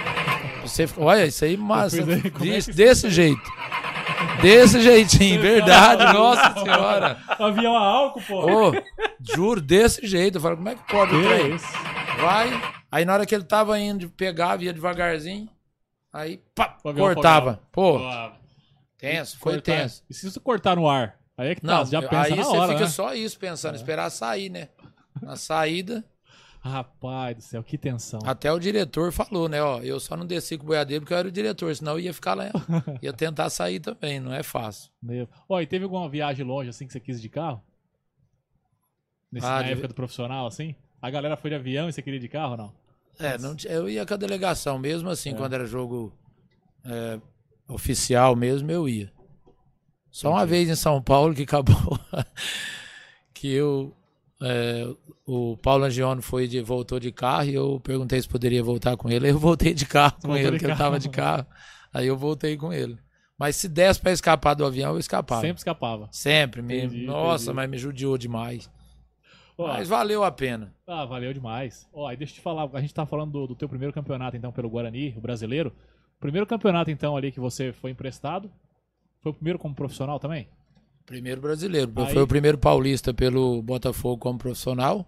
Speaker 2: Você, fica- olha, isso aí, massa.
Speaker 1: Eu fiz aí, como é que
Speaker 2: Diz- desse jeito. Desse jeitinho, verdade, nossa senhora.
Speaker 1: O avião a álcool, pô.
Speaker 2: Ô, juro, desse jeito. Eu falo, como é que pode o trem?
Speaker 1: que isso?
Speaker 2: Vai. Aí na hora que ele tava indo, pegava, ia devagarzinho. Aí, pá,
Speaker 1: O avião
Speaker 2: cortava. Pô,
Speaker 1: Ah,
Speaker 2: tenso, foi
Speaker 1: cortar-
Speaker 2: tenso.
Speaker 1: E se isso cortar no ar? Aí é que tá,
Speaker 2: Não,
Speaker 1: você já pensa
Speaker 2: aí
Speaker 1: na
Speaker 2: você
Speaker 1: hora,
Speaker 2: fica
Speaker 1: né?
Speaker 2: só isso pensando, esperar sair, né? Na saída,
Speaker 1: Rapaz do céu, que tensão.
Speaker 2: até o diretor falou, né? Ó, eu só não desci com o boiadeiro porque eu era o diretor, senão eu ia ficar lá, ia tentar sair também, não é fácil.
Speaker 1: Meu. Ó, e teve alguma viagem longe assim que você quis de carro? Nesse,
Speaker 2: Ah,
Speaker 1: na
Speaker 2: de-
Speaker 1: época do profissional, assim? A galera foi de avião e você queria de carro ou não?
Speaker 2: É, não ti- eu ia com a delegação, mesmo assim, quando era jogo é, oficial mesmo, eu ia. Só uma vez em São Paulo que acabou que eu. é, o Paulo Angiono foi de, voltou de carro e eu perguntei se poderia voltar com ele. Eu voltei de carro com
Speaker 1: Voltou
Speaker 2: ele,
Speaker 1: de
Speaker 2: porque eu
Speaker 1: carro.
Speaker 2: tava de carro. Aí eu voltei com ele. Mas se desse pra escapar do avião, eu escapava.
Speaker 1: Sempre escapava.
Speaker 2: Sempre me-
Speaker 1: Entendi,
Speaker 2: Nossa,
Speaker 1: entendi.
Speaker 2: mas me judiou demais.
Speaker 1: Ó,
Speaker 2: Mas valeu a pena.
Speaker 1: Ah, valeu demais. Ó, e deixa eu te falar, a gente tá falando do, do teu primeiro campeonato, então, pelo Guarani, o brasileiro. Primeiro campeonato, então, ali que você foi emprestado. Foi o primeiro como profissional também?
Speaker 2: Primeiro brasileiro.
Speaker 1: Aí-
Speaker 2: Foi o primeiro paulista pelo Botafogo como profissional.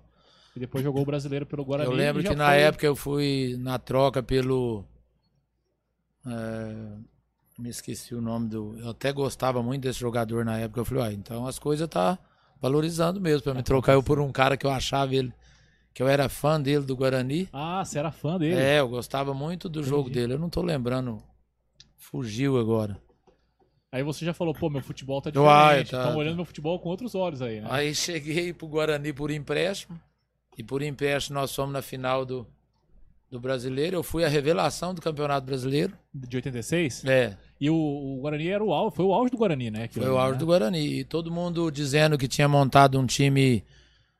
Speaker 1: E depois jogou o brasileiro pelo Guarani.
Speaker 2: eu lembro
Speaker 1: e já
Speaker 2: que na
Speaker 1: foi-
Speaker 2: época eu fui na troca pelo. eh, me esqueci o nome do. Eu até gostava muito desse jogador na época. Eu falei, ah, então as coisas tá valorizando mesmo. Pra me trocar eu por um cara que eu achava ele. Que eu era fã dele do Guarani.
Speaker 1: Ah, você era fã dele.
Speaker 2: É, eu gostava muito do jogo dele. Eu não tô lembrando. Fugiu agora.
Speaker 1: Aí você já falou, pô, meu futebol tá
Speaker 2: Uai,
Speaker 1: diferente.
Speaker 2: tá,
Speaker 1: Estão
Speaker 2: tá.
Speaker 1: olhando meu futebol com outros olhos aí, né?
Speaker 2: Aí cheguei pro Guarani por empréstimo. E por empréstimo nós fomos na final do, do brasileiro. Eu fui a revelação do Campeonato Brasileiro.
Speaker 1: De 86.
Speaker 2: É,
Speaker 1: E o, o Guarani era o auge, foi o auge do Guarani, né? Aquilo
Speaker 2: foi o
Speaker 1: ali,
Speaker 2: auge
Speaker 1: né?
Speaker 2: do Guarani. E todo mundo dizendo que tinha montado um time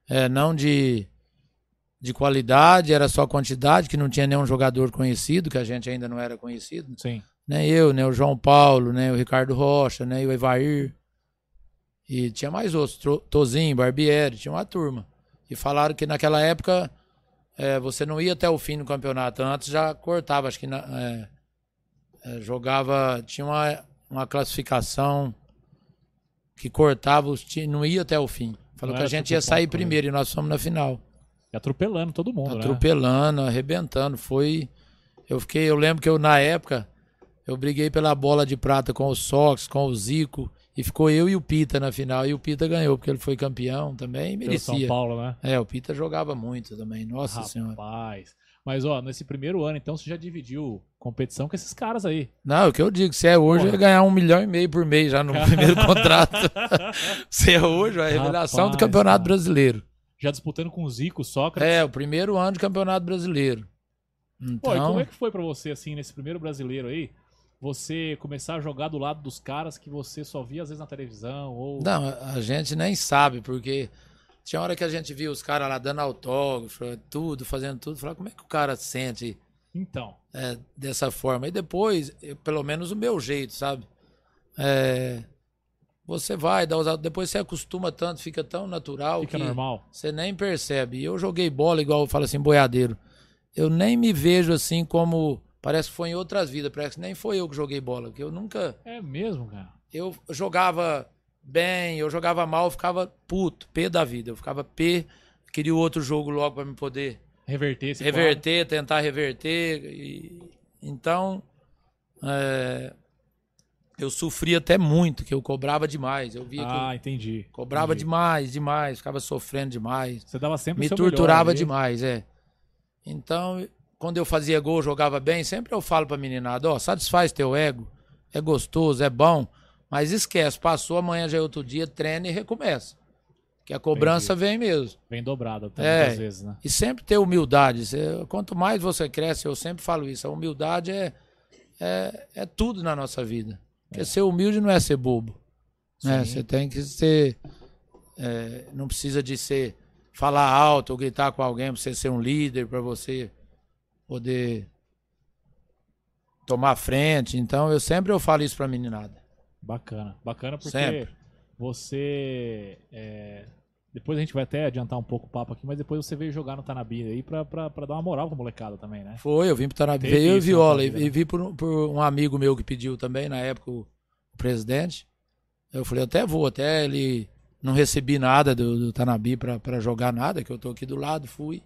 Speaker 2: é, não de, de qualidade, era só quantidade, que não tinha nenhum jogador conhecido, que a gente ainda não era conhecido.
Speaker 1: Sim.
Speaker 2: Nem né? eu, nem o João Paulo, nem o Ricardo Rocha, nem o Evair. E tinha mais outros, Tro- Tozinho, Barbieri, tinha uma turma. E falaram que naquela época é, você não ia até o fim do campeonato. Antes já cortava, acho que na- é, é, jogava. Tinha uma, uma classificação que cortava os times, não ia até o fim. Falou
Speaker 1: Não
Speaker 2: que a
Speaker 1: era
Speaker 2: gente
Speaker 1: tipo
Speaker 2: ia sair
Speaker 1: ponto corrido.
Speaker 2: primeiro e nós fomos na final.
Speaker 1: E atropelando todo mundo, né?
Speaker 2: Atropelando, arrebentando. Foi. Eu fiquei, eu lembro que eu, na época, eu briguei pela bola de prata com o Sox, com o Zico. E ficou eu e o Pita na final. E o Pita ganhou, porque ele foi campeão também e
Speaker 1: Pelo São
Speaker 2: merecia.
Speaker 1: Paulo, né?
Speaker 2: É, o Pita jogava muito também. Nossa senhora.
Speaker 1: Rapaz. Mas, ó, nesse primeiro ano, então, você já dividiu competição com esses caras aí.
Speaker 2: Não, o que eu digo, se é hoje,
Speaker 1: Porra.
Speaker 2: eu ia ganhar um milhão e meio por mês já no primeiro contrato. se é hoje, a revelação do
Speaker 1: Rapaz,
Speaker 2: Campeonato
Speaker 1: cara.
Speaker 2: Brasileiro.
Speaker 1: Já disputando com o Zico, Sócrates.
Speaker 2: É, o primeiro ano do Campeonato Brasileiro.
Speaker 1: Pô, e
Speaker 2: Então,
Speaker 1: como é que foi pra você, assim, nesse primeiro brasileiro aí, você começar a jogar do lado dos caras que você só via, às vezes, na televisão, ou...
Speaker 2: Não, a gente nem sabe, porque tinha hora que a gente via os caras lá dando autógrafo, tudo, fazendo tudo. Falava, como é que o cara sente
Speaker 1: Então.
Speaker 2: é, dessa forma. E depois, eu- pelo menos o meu jeito, sabe? É, você vai, dá usado, depois você acostuma tanto, fica tão natural
Speaker 1: Fica
Speaker 2: É que
Speaker 1: normal.
Speaker 2: você nem percebe. E eu joguei bola igual eu falo assim, boiadeiro. Eu nem me vejo assim como. Parece que foi em outras vidas, parece que nem foi eu que joguei bola, porque eu nunca
Speaker 1: É mesmo, cara.
Speaker 2: eu jogava bem, eu jogava mal, eu ficava puto, P da vida. Eu ficava P, queria o outro jogo logo pra me poder
Speaker 1: Reverter esse quadro.
Speaker 2: reverter, tentar reverter. e- Então, é, eu sofri até muito, que eu cobrava demais. Eu via que
Speaker 1: Ah, entendi.
Speaker 2: eu cobrava
Speaker 1: entendi.
Speaker 2: demais, demais, ficava sofrendo demais.
Speaker 1: Você dava sempre o
Speaker 2: Me
Speaker 1: seu melhor
Speaker 2: torturava
Speaker 1: ali.
Speaker 2: demais, é. Então, quando eu fazia gol, jogava bem, sempre eu falo pra meninada, ó, satisfaz teu ego, é gostoso, é bom, mas esquece, passou, amanhã já é outro dia, treina e recomeça. Que a cobrança vem mesmo.
Speaker 1: Vem dobrado até
Speaker 2: É.
Speaker 1: muitas vezes, né?
Speaker 2: E sempre ter humildade. Você- Quanto mais você cresce, eu sempre falo isso, a humildade é, é, é tudo na nossa vida. Porque ser humilde não é ser bobo. Né?
Speaker 1: Sim.
Speaker 2: Você tem que ser. é, não precisa de ser falar alto ou gritar com alguém para você ser um líder, para você poder tomar a frente. Então, eu sempre eu falo isso para meninada.
Speaker 1: Bacana. Bacana porque
Speaker 2: Sempre.
Speaker 1: você. é, Depois a gente vai até adiantar um pouco o papo aqui, mas depois você veio jogar no Tanabi aí pra, pra, pra dar uma moral pra molecada também, né?
Speaker 2: Foi, eu vim pro Tarabí,
Speaker 1: Teve
Speaker 2: veio eu e
Speaker 1: isso na
Speaker 2: Viola,
Speaker 1: tua
Speaker 2: e,
Speaker 1: vida, né?
Speaker 2: e vi por, um- por um amigo meu que pediu também, na época, o, o presidente. Eu falei, até vou, até ele não recebi nada do, do Tanabi pra pra jogar nada, que eu tô aqui do lado, fui.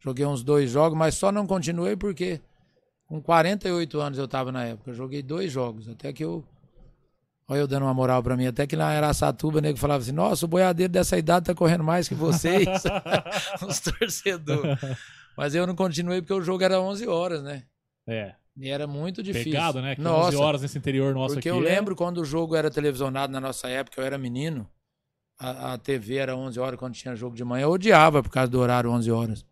Speaker 2: Joguei uns dois jogos, mas só não continuei porque com 48 anos eu tava na época, eu joguei dois jogos, até que eu... Olha eu dando uma moral pra mim, até que lá em Araçatuba, o nego falava assim, nossa, o boiadeiro dessa idade tá correndo mais que vocês, os torcedores. Mas eu não continuei porque o jogo era 11 horas, né?
Speaker 1: É.
Speaker 2: E era muito difícil.
Speaker 1: Pegado, né? Que 11
Speaker 2: Nossa,
Speaker 1: horas nesse interior nosso
Speaker 2: porque
Speaker 1: aqui.
Speaker 2: eu
Speaker 1: é-
Speaker 2: lembro quando o jogo era televisionado na nossa época, eu era menino, a, a TV era 11 horas quando tinha jogo de manhã, eu odiava por causa do horário 11 horas.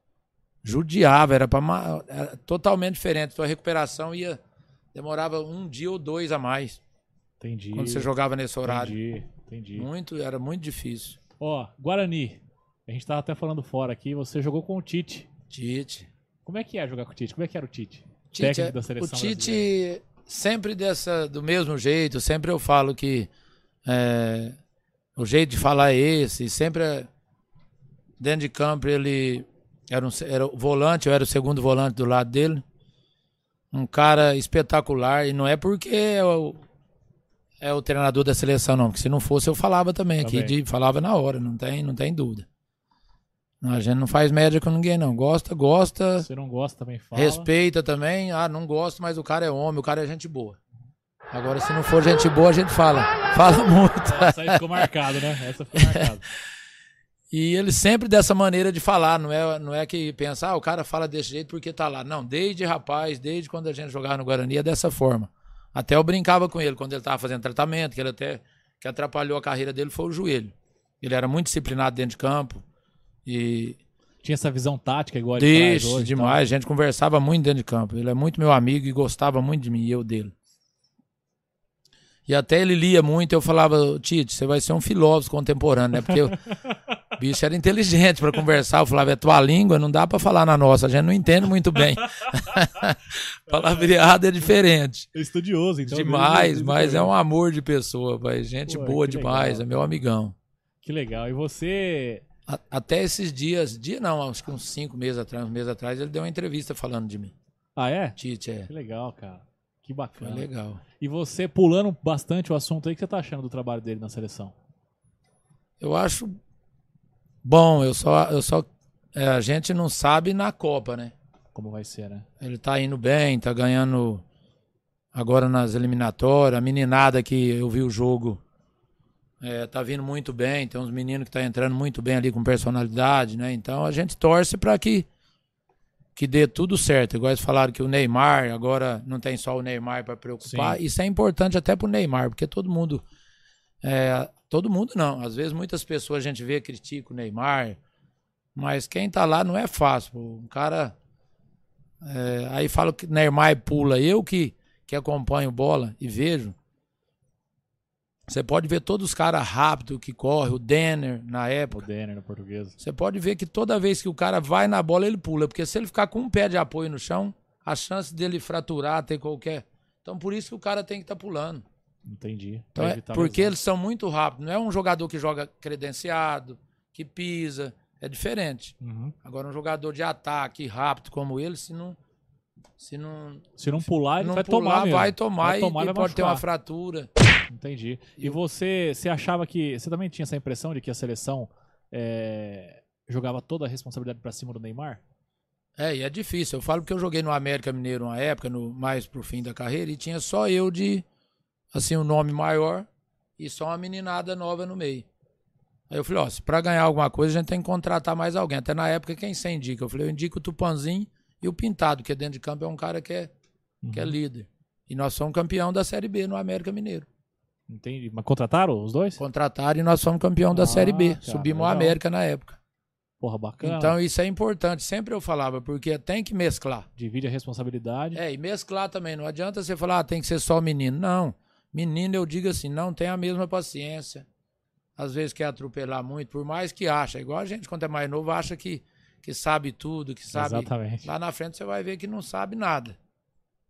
Speaker 2: Judiava, era, pra, ma- era totalmente diferente. Sua recuperação ia demorava um dia ou dois a mais
Speaker 1: Entendi.
Speaker 2: quando você jogava nesse horário. Hum.
Speaker 1: Entendi, entendi.
Speaker 2: Muito, era muito difícil.
Speaker 1: Ó, Guarani. A gente tava até falando fora aqui, você jogou com o Tite.
Speaker 2: Tite.
Speaker 1: Como é que é jogar com o Tite? Como é que era o Tite?
Speaker 2: Tite,
Speaker 1: Técnico
Speaker 2: é-
Speaker 1: da seleção
Speaker 2: o Tite sempre dessa do mesmo jeito, sempre eu falo que é, o jeito de falar é esse, sempre é- dentro de campo ele era um se- era o volante, eu era o segundo volante do lado dele. Um cara espetacular e não é porque é o, é o treinador da seleção não, porque se não fosse eu falava também aqui,
Speaker 1: Também.
Speaker 2: de- falava na hora, não tem, não tem dúvida. A gente não faz média com ninguém não, gosta, gosta.
Speaker 1: Você não gosta também fala.
Speaker 2: Respeita também. Ah, não gosto, mas o cara é homem, o cara é gente boa. Agora, se não for gente boa, a gente fala. Fala muito.
Speaker 1: Essa aí ficou marcado, né? Essa ficou marcada.
Speaker 2: E ele sempre dessa maneira de falar, não é, não é que pensar, ah, o cara fala desse jeito porque tá lá. Não, desde rapaz, desde quando a gente jogava no Guarani, é dessa forma. Até eu brincava com ele quando ele tava fazendo tratamento, que ele até que atrapalhou a carreira dele foi o joelho. Ele era muito disciplinado dentro de campo e
Speaker 1: Tinha essa visão tática igual ele traz
Speaker 2: Deixa,
Speaker 1: hoje, e tal.
Speaker 2: demais. A gente conversava muito dentro de campo. Ele é muito meu amigo e gostava muito de mim e eu dele. E até ele lia muito, eu falava, Tite, você vai ser um filósofo contemporâneo, né? Porque eu- o bicho era inteligente para conversar. Eu falava, é tua língua, não dá para falar na nossa, a gente não entende muito bem. Palavreado é diferente.
Speaker 1: Estudioso, então.
Speaker 2: demais,
Speaker 1: mesmo-
Speaker 2: mas é um amor de pessoa, pai. Gente
Speaker 1: Pô,
Speaker 2: boa
Speaker 1: que
Speaker 2: demais,
Speaker 1: legal.
Speaker 2: é meu amigão.
Speaker 1: Que legal. E você.
Speaker 2: A- até esses dias, dia não, acho que uns cinco meses atrás, um mês atrás, ele deu uma entrevista falando de mim.
Speaker 1: Ah, é?
Speaker 2: Tite, é.
Speaker 1: Que legal, cara. Que
Speaker 2: Foi
Speaker 1: bacana.
Speaker 2: legal.
Speaker 1: E você pulando bastante o assunto aí, o que você tá achando do trabalho dele na seleção?
Speaker 2: Eu acho bom, eu só. Eu só é, a gente não sabe na Copa, né?
Speaker 1: Como vai ser, né?
Speaker 2: Ele tá indo bem, tá ganhando agora nas eliminatórias. A meninada que eu vi o jogo é, tá vindo muito bem. Tem uns meninos que tá entrando muito bem ali com personalidade, né? Então a gente torce pra que que dê tudo certo. Igual eles falaram que o Neymar, agora não tem só o Neymar pra preocupar.
Speaker 1: Sim.
Speaker 2: Isso é importante até pro Neymar, porque todo mundo é, todo mundo não. Às vezes muitas pessoas a gente vê critica o Neymar, mas quem tá lá não é fácil. pô. Um cara é, aí fala que Neymar pula. Eu que, que acompanho bola e vejo. Você pode ver todos os caras rápidos que correm, o Denner na
Speaker 1: O
Speaker 2: época.
Speaker 1: Denner no português.
Speaker 2: Você pode ver que toda vez que o cara vai na bola, ele pula. Porque se ele ficar com um pé de apoio no chão, a chance dele fraturar, ter qualquer. Então por isso que o cara tem que estar pulando.
Speaker 1: Entendi.
Speaker 2: Então,
Speaker 1: Pra
Speaker 2: é-
Speaker 1: evitar
Speaker 2: porque
Speaker 1: lesão.
Speaker 2: eles são muito rápidos. Não é um jogador que joga credenciado, que pisa. É diferente.
Speaker 1: Uhum.
Speaker 2: Agora, um jogador de ataque rápido como ele, se não. Se não,
Speaker 1: Se não pular, Ah, ele
Speaker 2: não
Speaker 1: vai
Speaker 2: pular,
Speaker 1: tomar mesmo.
Speaker 2: vai tomar
Speaker 1: Vai
Speaker 2: e,
Speaker 1: tomar,
Speaker 2: e
Speaker 1: vai
Speaker 2: pode ter uma
Speaker 1: machucar.
Speaker 2: fratura.
Speaker 1: Entendi. E você, você achava que. Você também tinha essa impressão de que a seleção é, jogava toda a responsabilidade pra cima do Neymar?
Speaker 2: É, e é difícil. Eu falo porque eu joguei no América Mineiro uma época, no, mais pro fim da carreira, e tinha só eu de, assim, um nome maior e só uma meninada nova no meio. Aí eu falei, ó, se pra ganhar alguma coisa, a gente tem que contratar mais alguém. Até na época, quem você indica? Eu falei, eu indico o Tupanzinho e o Pintado, que dentro de campo é um cara que é, que
Speaker 1: Uhum.
Speaker 2: é líder. E nós somos campeão da Série B no América Mineiro.
Speaker 1: Entendi. Mas contrataram os dois?
Speaker 2: Contrataram e nós somos campeão da
Speaker 1: Ah,
Speaker 2: Série B.
Speaker 1: cara,
Speaker 2: Subimos o
Speaker 1: legal.
Speaker 2: América na época.
Speaker 1: Porra, bacana.
Speaker 2: Então isso é importante. Sempre eu falava, porque tem que mesclar.
Speaker 1: Divide a responsabilidade.
Speaker 2: É, e mesclar também. Não adianta você falar, ah, tem que ser só menino. Não. Menino, eu digo assim, não tem a mesma paciência. Às vezes quer atropelar muito, por mais que acha. Igual a gente, quando é mais novo, acha que, que sabe tudo, que sabe.
Speaker 1: Exatamente.
Speaker 2: Lá na frente você vai ver que não sabe nada.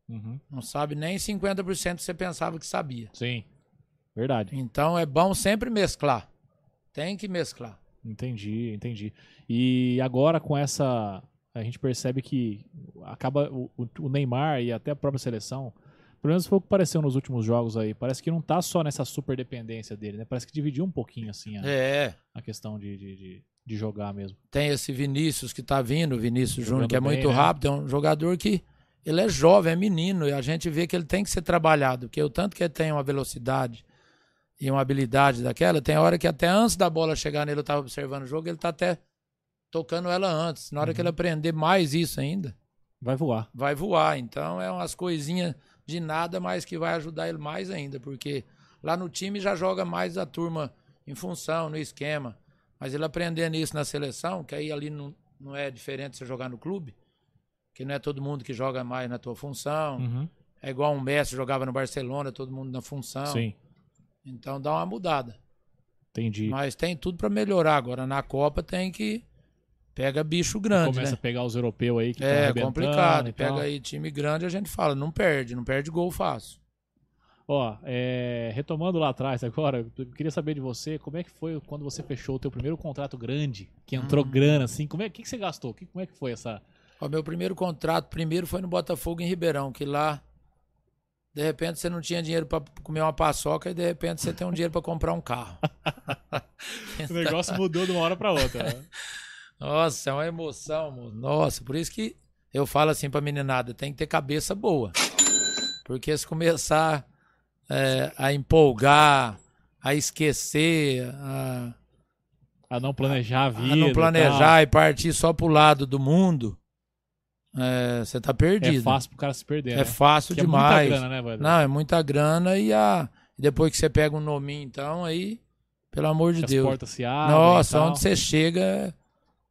Speaker 1: Uhum.
Speaker 2: Não sabe nem 50% que você pensava que sabia.
Speaker 1: Sim. Verdade.
Speaker 2: Então é bom sempre mesclar. Tem que mesclar.
Speaker 1: Entendi, entendi. E agora com essa. A gente percebe que acaba o, o- o Neymar e até a própria seleção. Pelo menos foi o que pareceu nos últimos jogos aí. Parece que não tá só nessa super dependência dele, né? Parece que dividiu um pouquinho, assim, a,
Speaker 2: É.
Speaker 1: a questão de, de, de- de jogar mesmo.
Speaker 2: Tem esse Vinícius que tá vindo, o Vinícius
Speaker 1: Jogando
Speaker 2: Júnior, que é
Speaker 1: bem,
Speaker 2: muito
Speaker 1: né?
Speaker 2: rápido, é um jogador que ele é jovem, é menino, e a gente vê que ele tem que ser trabalhado, porque o tanto que ele tem uma velocidade e uma habilidade daquela, tem hora que até antes da bola chegar nele, eu tava observando o jogo, ele tá até tocando ela antes. Na hora que ele
Speaker 1: Uhum.
Speaker 2: aprender mais isso ainda,
Speaker 1: Vai voar.
Speaker 2: vai voar. Então é umas coisinhas de nada, mas que vai ajudar ele mais ainda, porque lá no time já joga mais a turma em função, no esquema. Mas ele aprendendo isso na seleção, que aí ali não, não é diferente você jogar no clube, que não é todo mundo que joga mais na tua função.
Speaker 1: Uhum.
Speaker 2: É igual um Messi jogava no Barcelona, todo mundo na função.
Speaker 1: Sim,
Speaker 2: Então dá uma mudada.
Speaker 1: entendi.
Speaker 2: Mas tem tudo pra melhorar agora. Na Copa tem que pega bicho grande,
Speaker 1: Começa
Speaker 2: né?
Speaker 1: a pegar os europeus aí que tão
Speaker 2: É
Speaker 1: arrebentando
Speaker 2: complicado.
Speaker 1: e tal.
Speaker 2: Pega aí time grande, a gente fala, não perde, não perde gol fácil.
Speaker 1: Ó, é, retomando lá atrás agora, eu queria saber de você, como é que foi quando você fechou o teu primeiro contrato grande, que
Speaker 2: Uhum.
Speaker 1: entrou grana, assim, como é que, que você gastou? Que, como é que foi essa...
Speaker 2: O meu primeiro contrato, primeiro foi no Botafogo em Ribeirão, que lá de repente você não tinha dinheiro pra comer uma paçoca e de repente você tem um dinheiro pra comprar um carro.
Speaker 1: O negócio mudou de uma hora pra outra. né?
Speaker 2: Nossa, é uma emoção, moço. Nossa, por isso que eu falo assim pra meninada, tem que ter cabeça boa. Porque se começar é, a empolgar, a esquecer, a,
Speaker 1: A não planejar a vida.
Speaker 2: a Ah, não
Speaker 1: e
Speaker 2: planejar e partir só pro lado do mundo, é, você tá
Speaker 1: tal.
Speaker 2: perdido.
Speaker 1: É fácil pro cara se perder, né?
Speaker 2: É fácil
Speaker 1: Que
Speaker 2: demais.
Speaker 1: É muita grana, né, velho?
Speaker 2: Não, é muita grana e a depois que você pega um nominho, então, aí, pelo amor de
Speaker 1: As
Speaker 2: Deus.
Speaker 1: portas se abrem e
Speaker 2: Nossa,
Speaker 1: tal.
Speaker 2: onde você chega,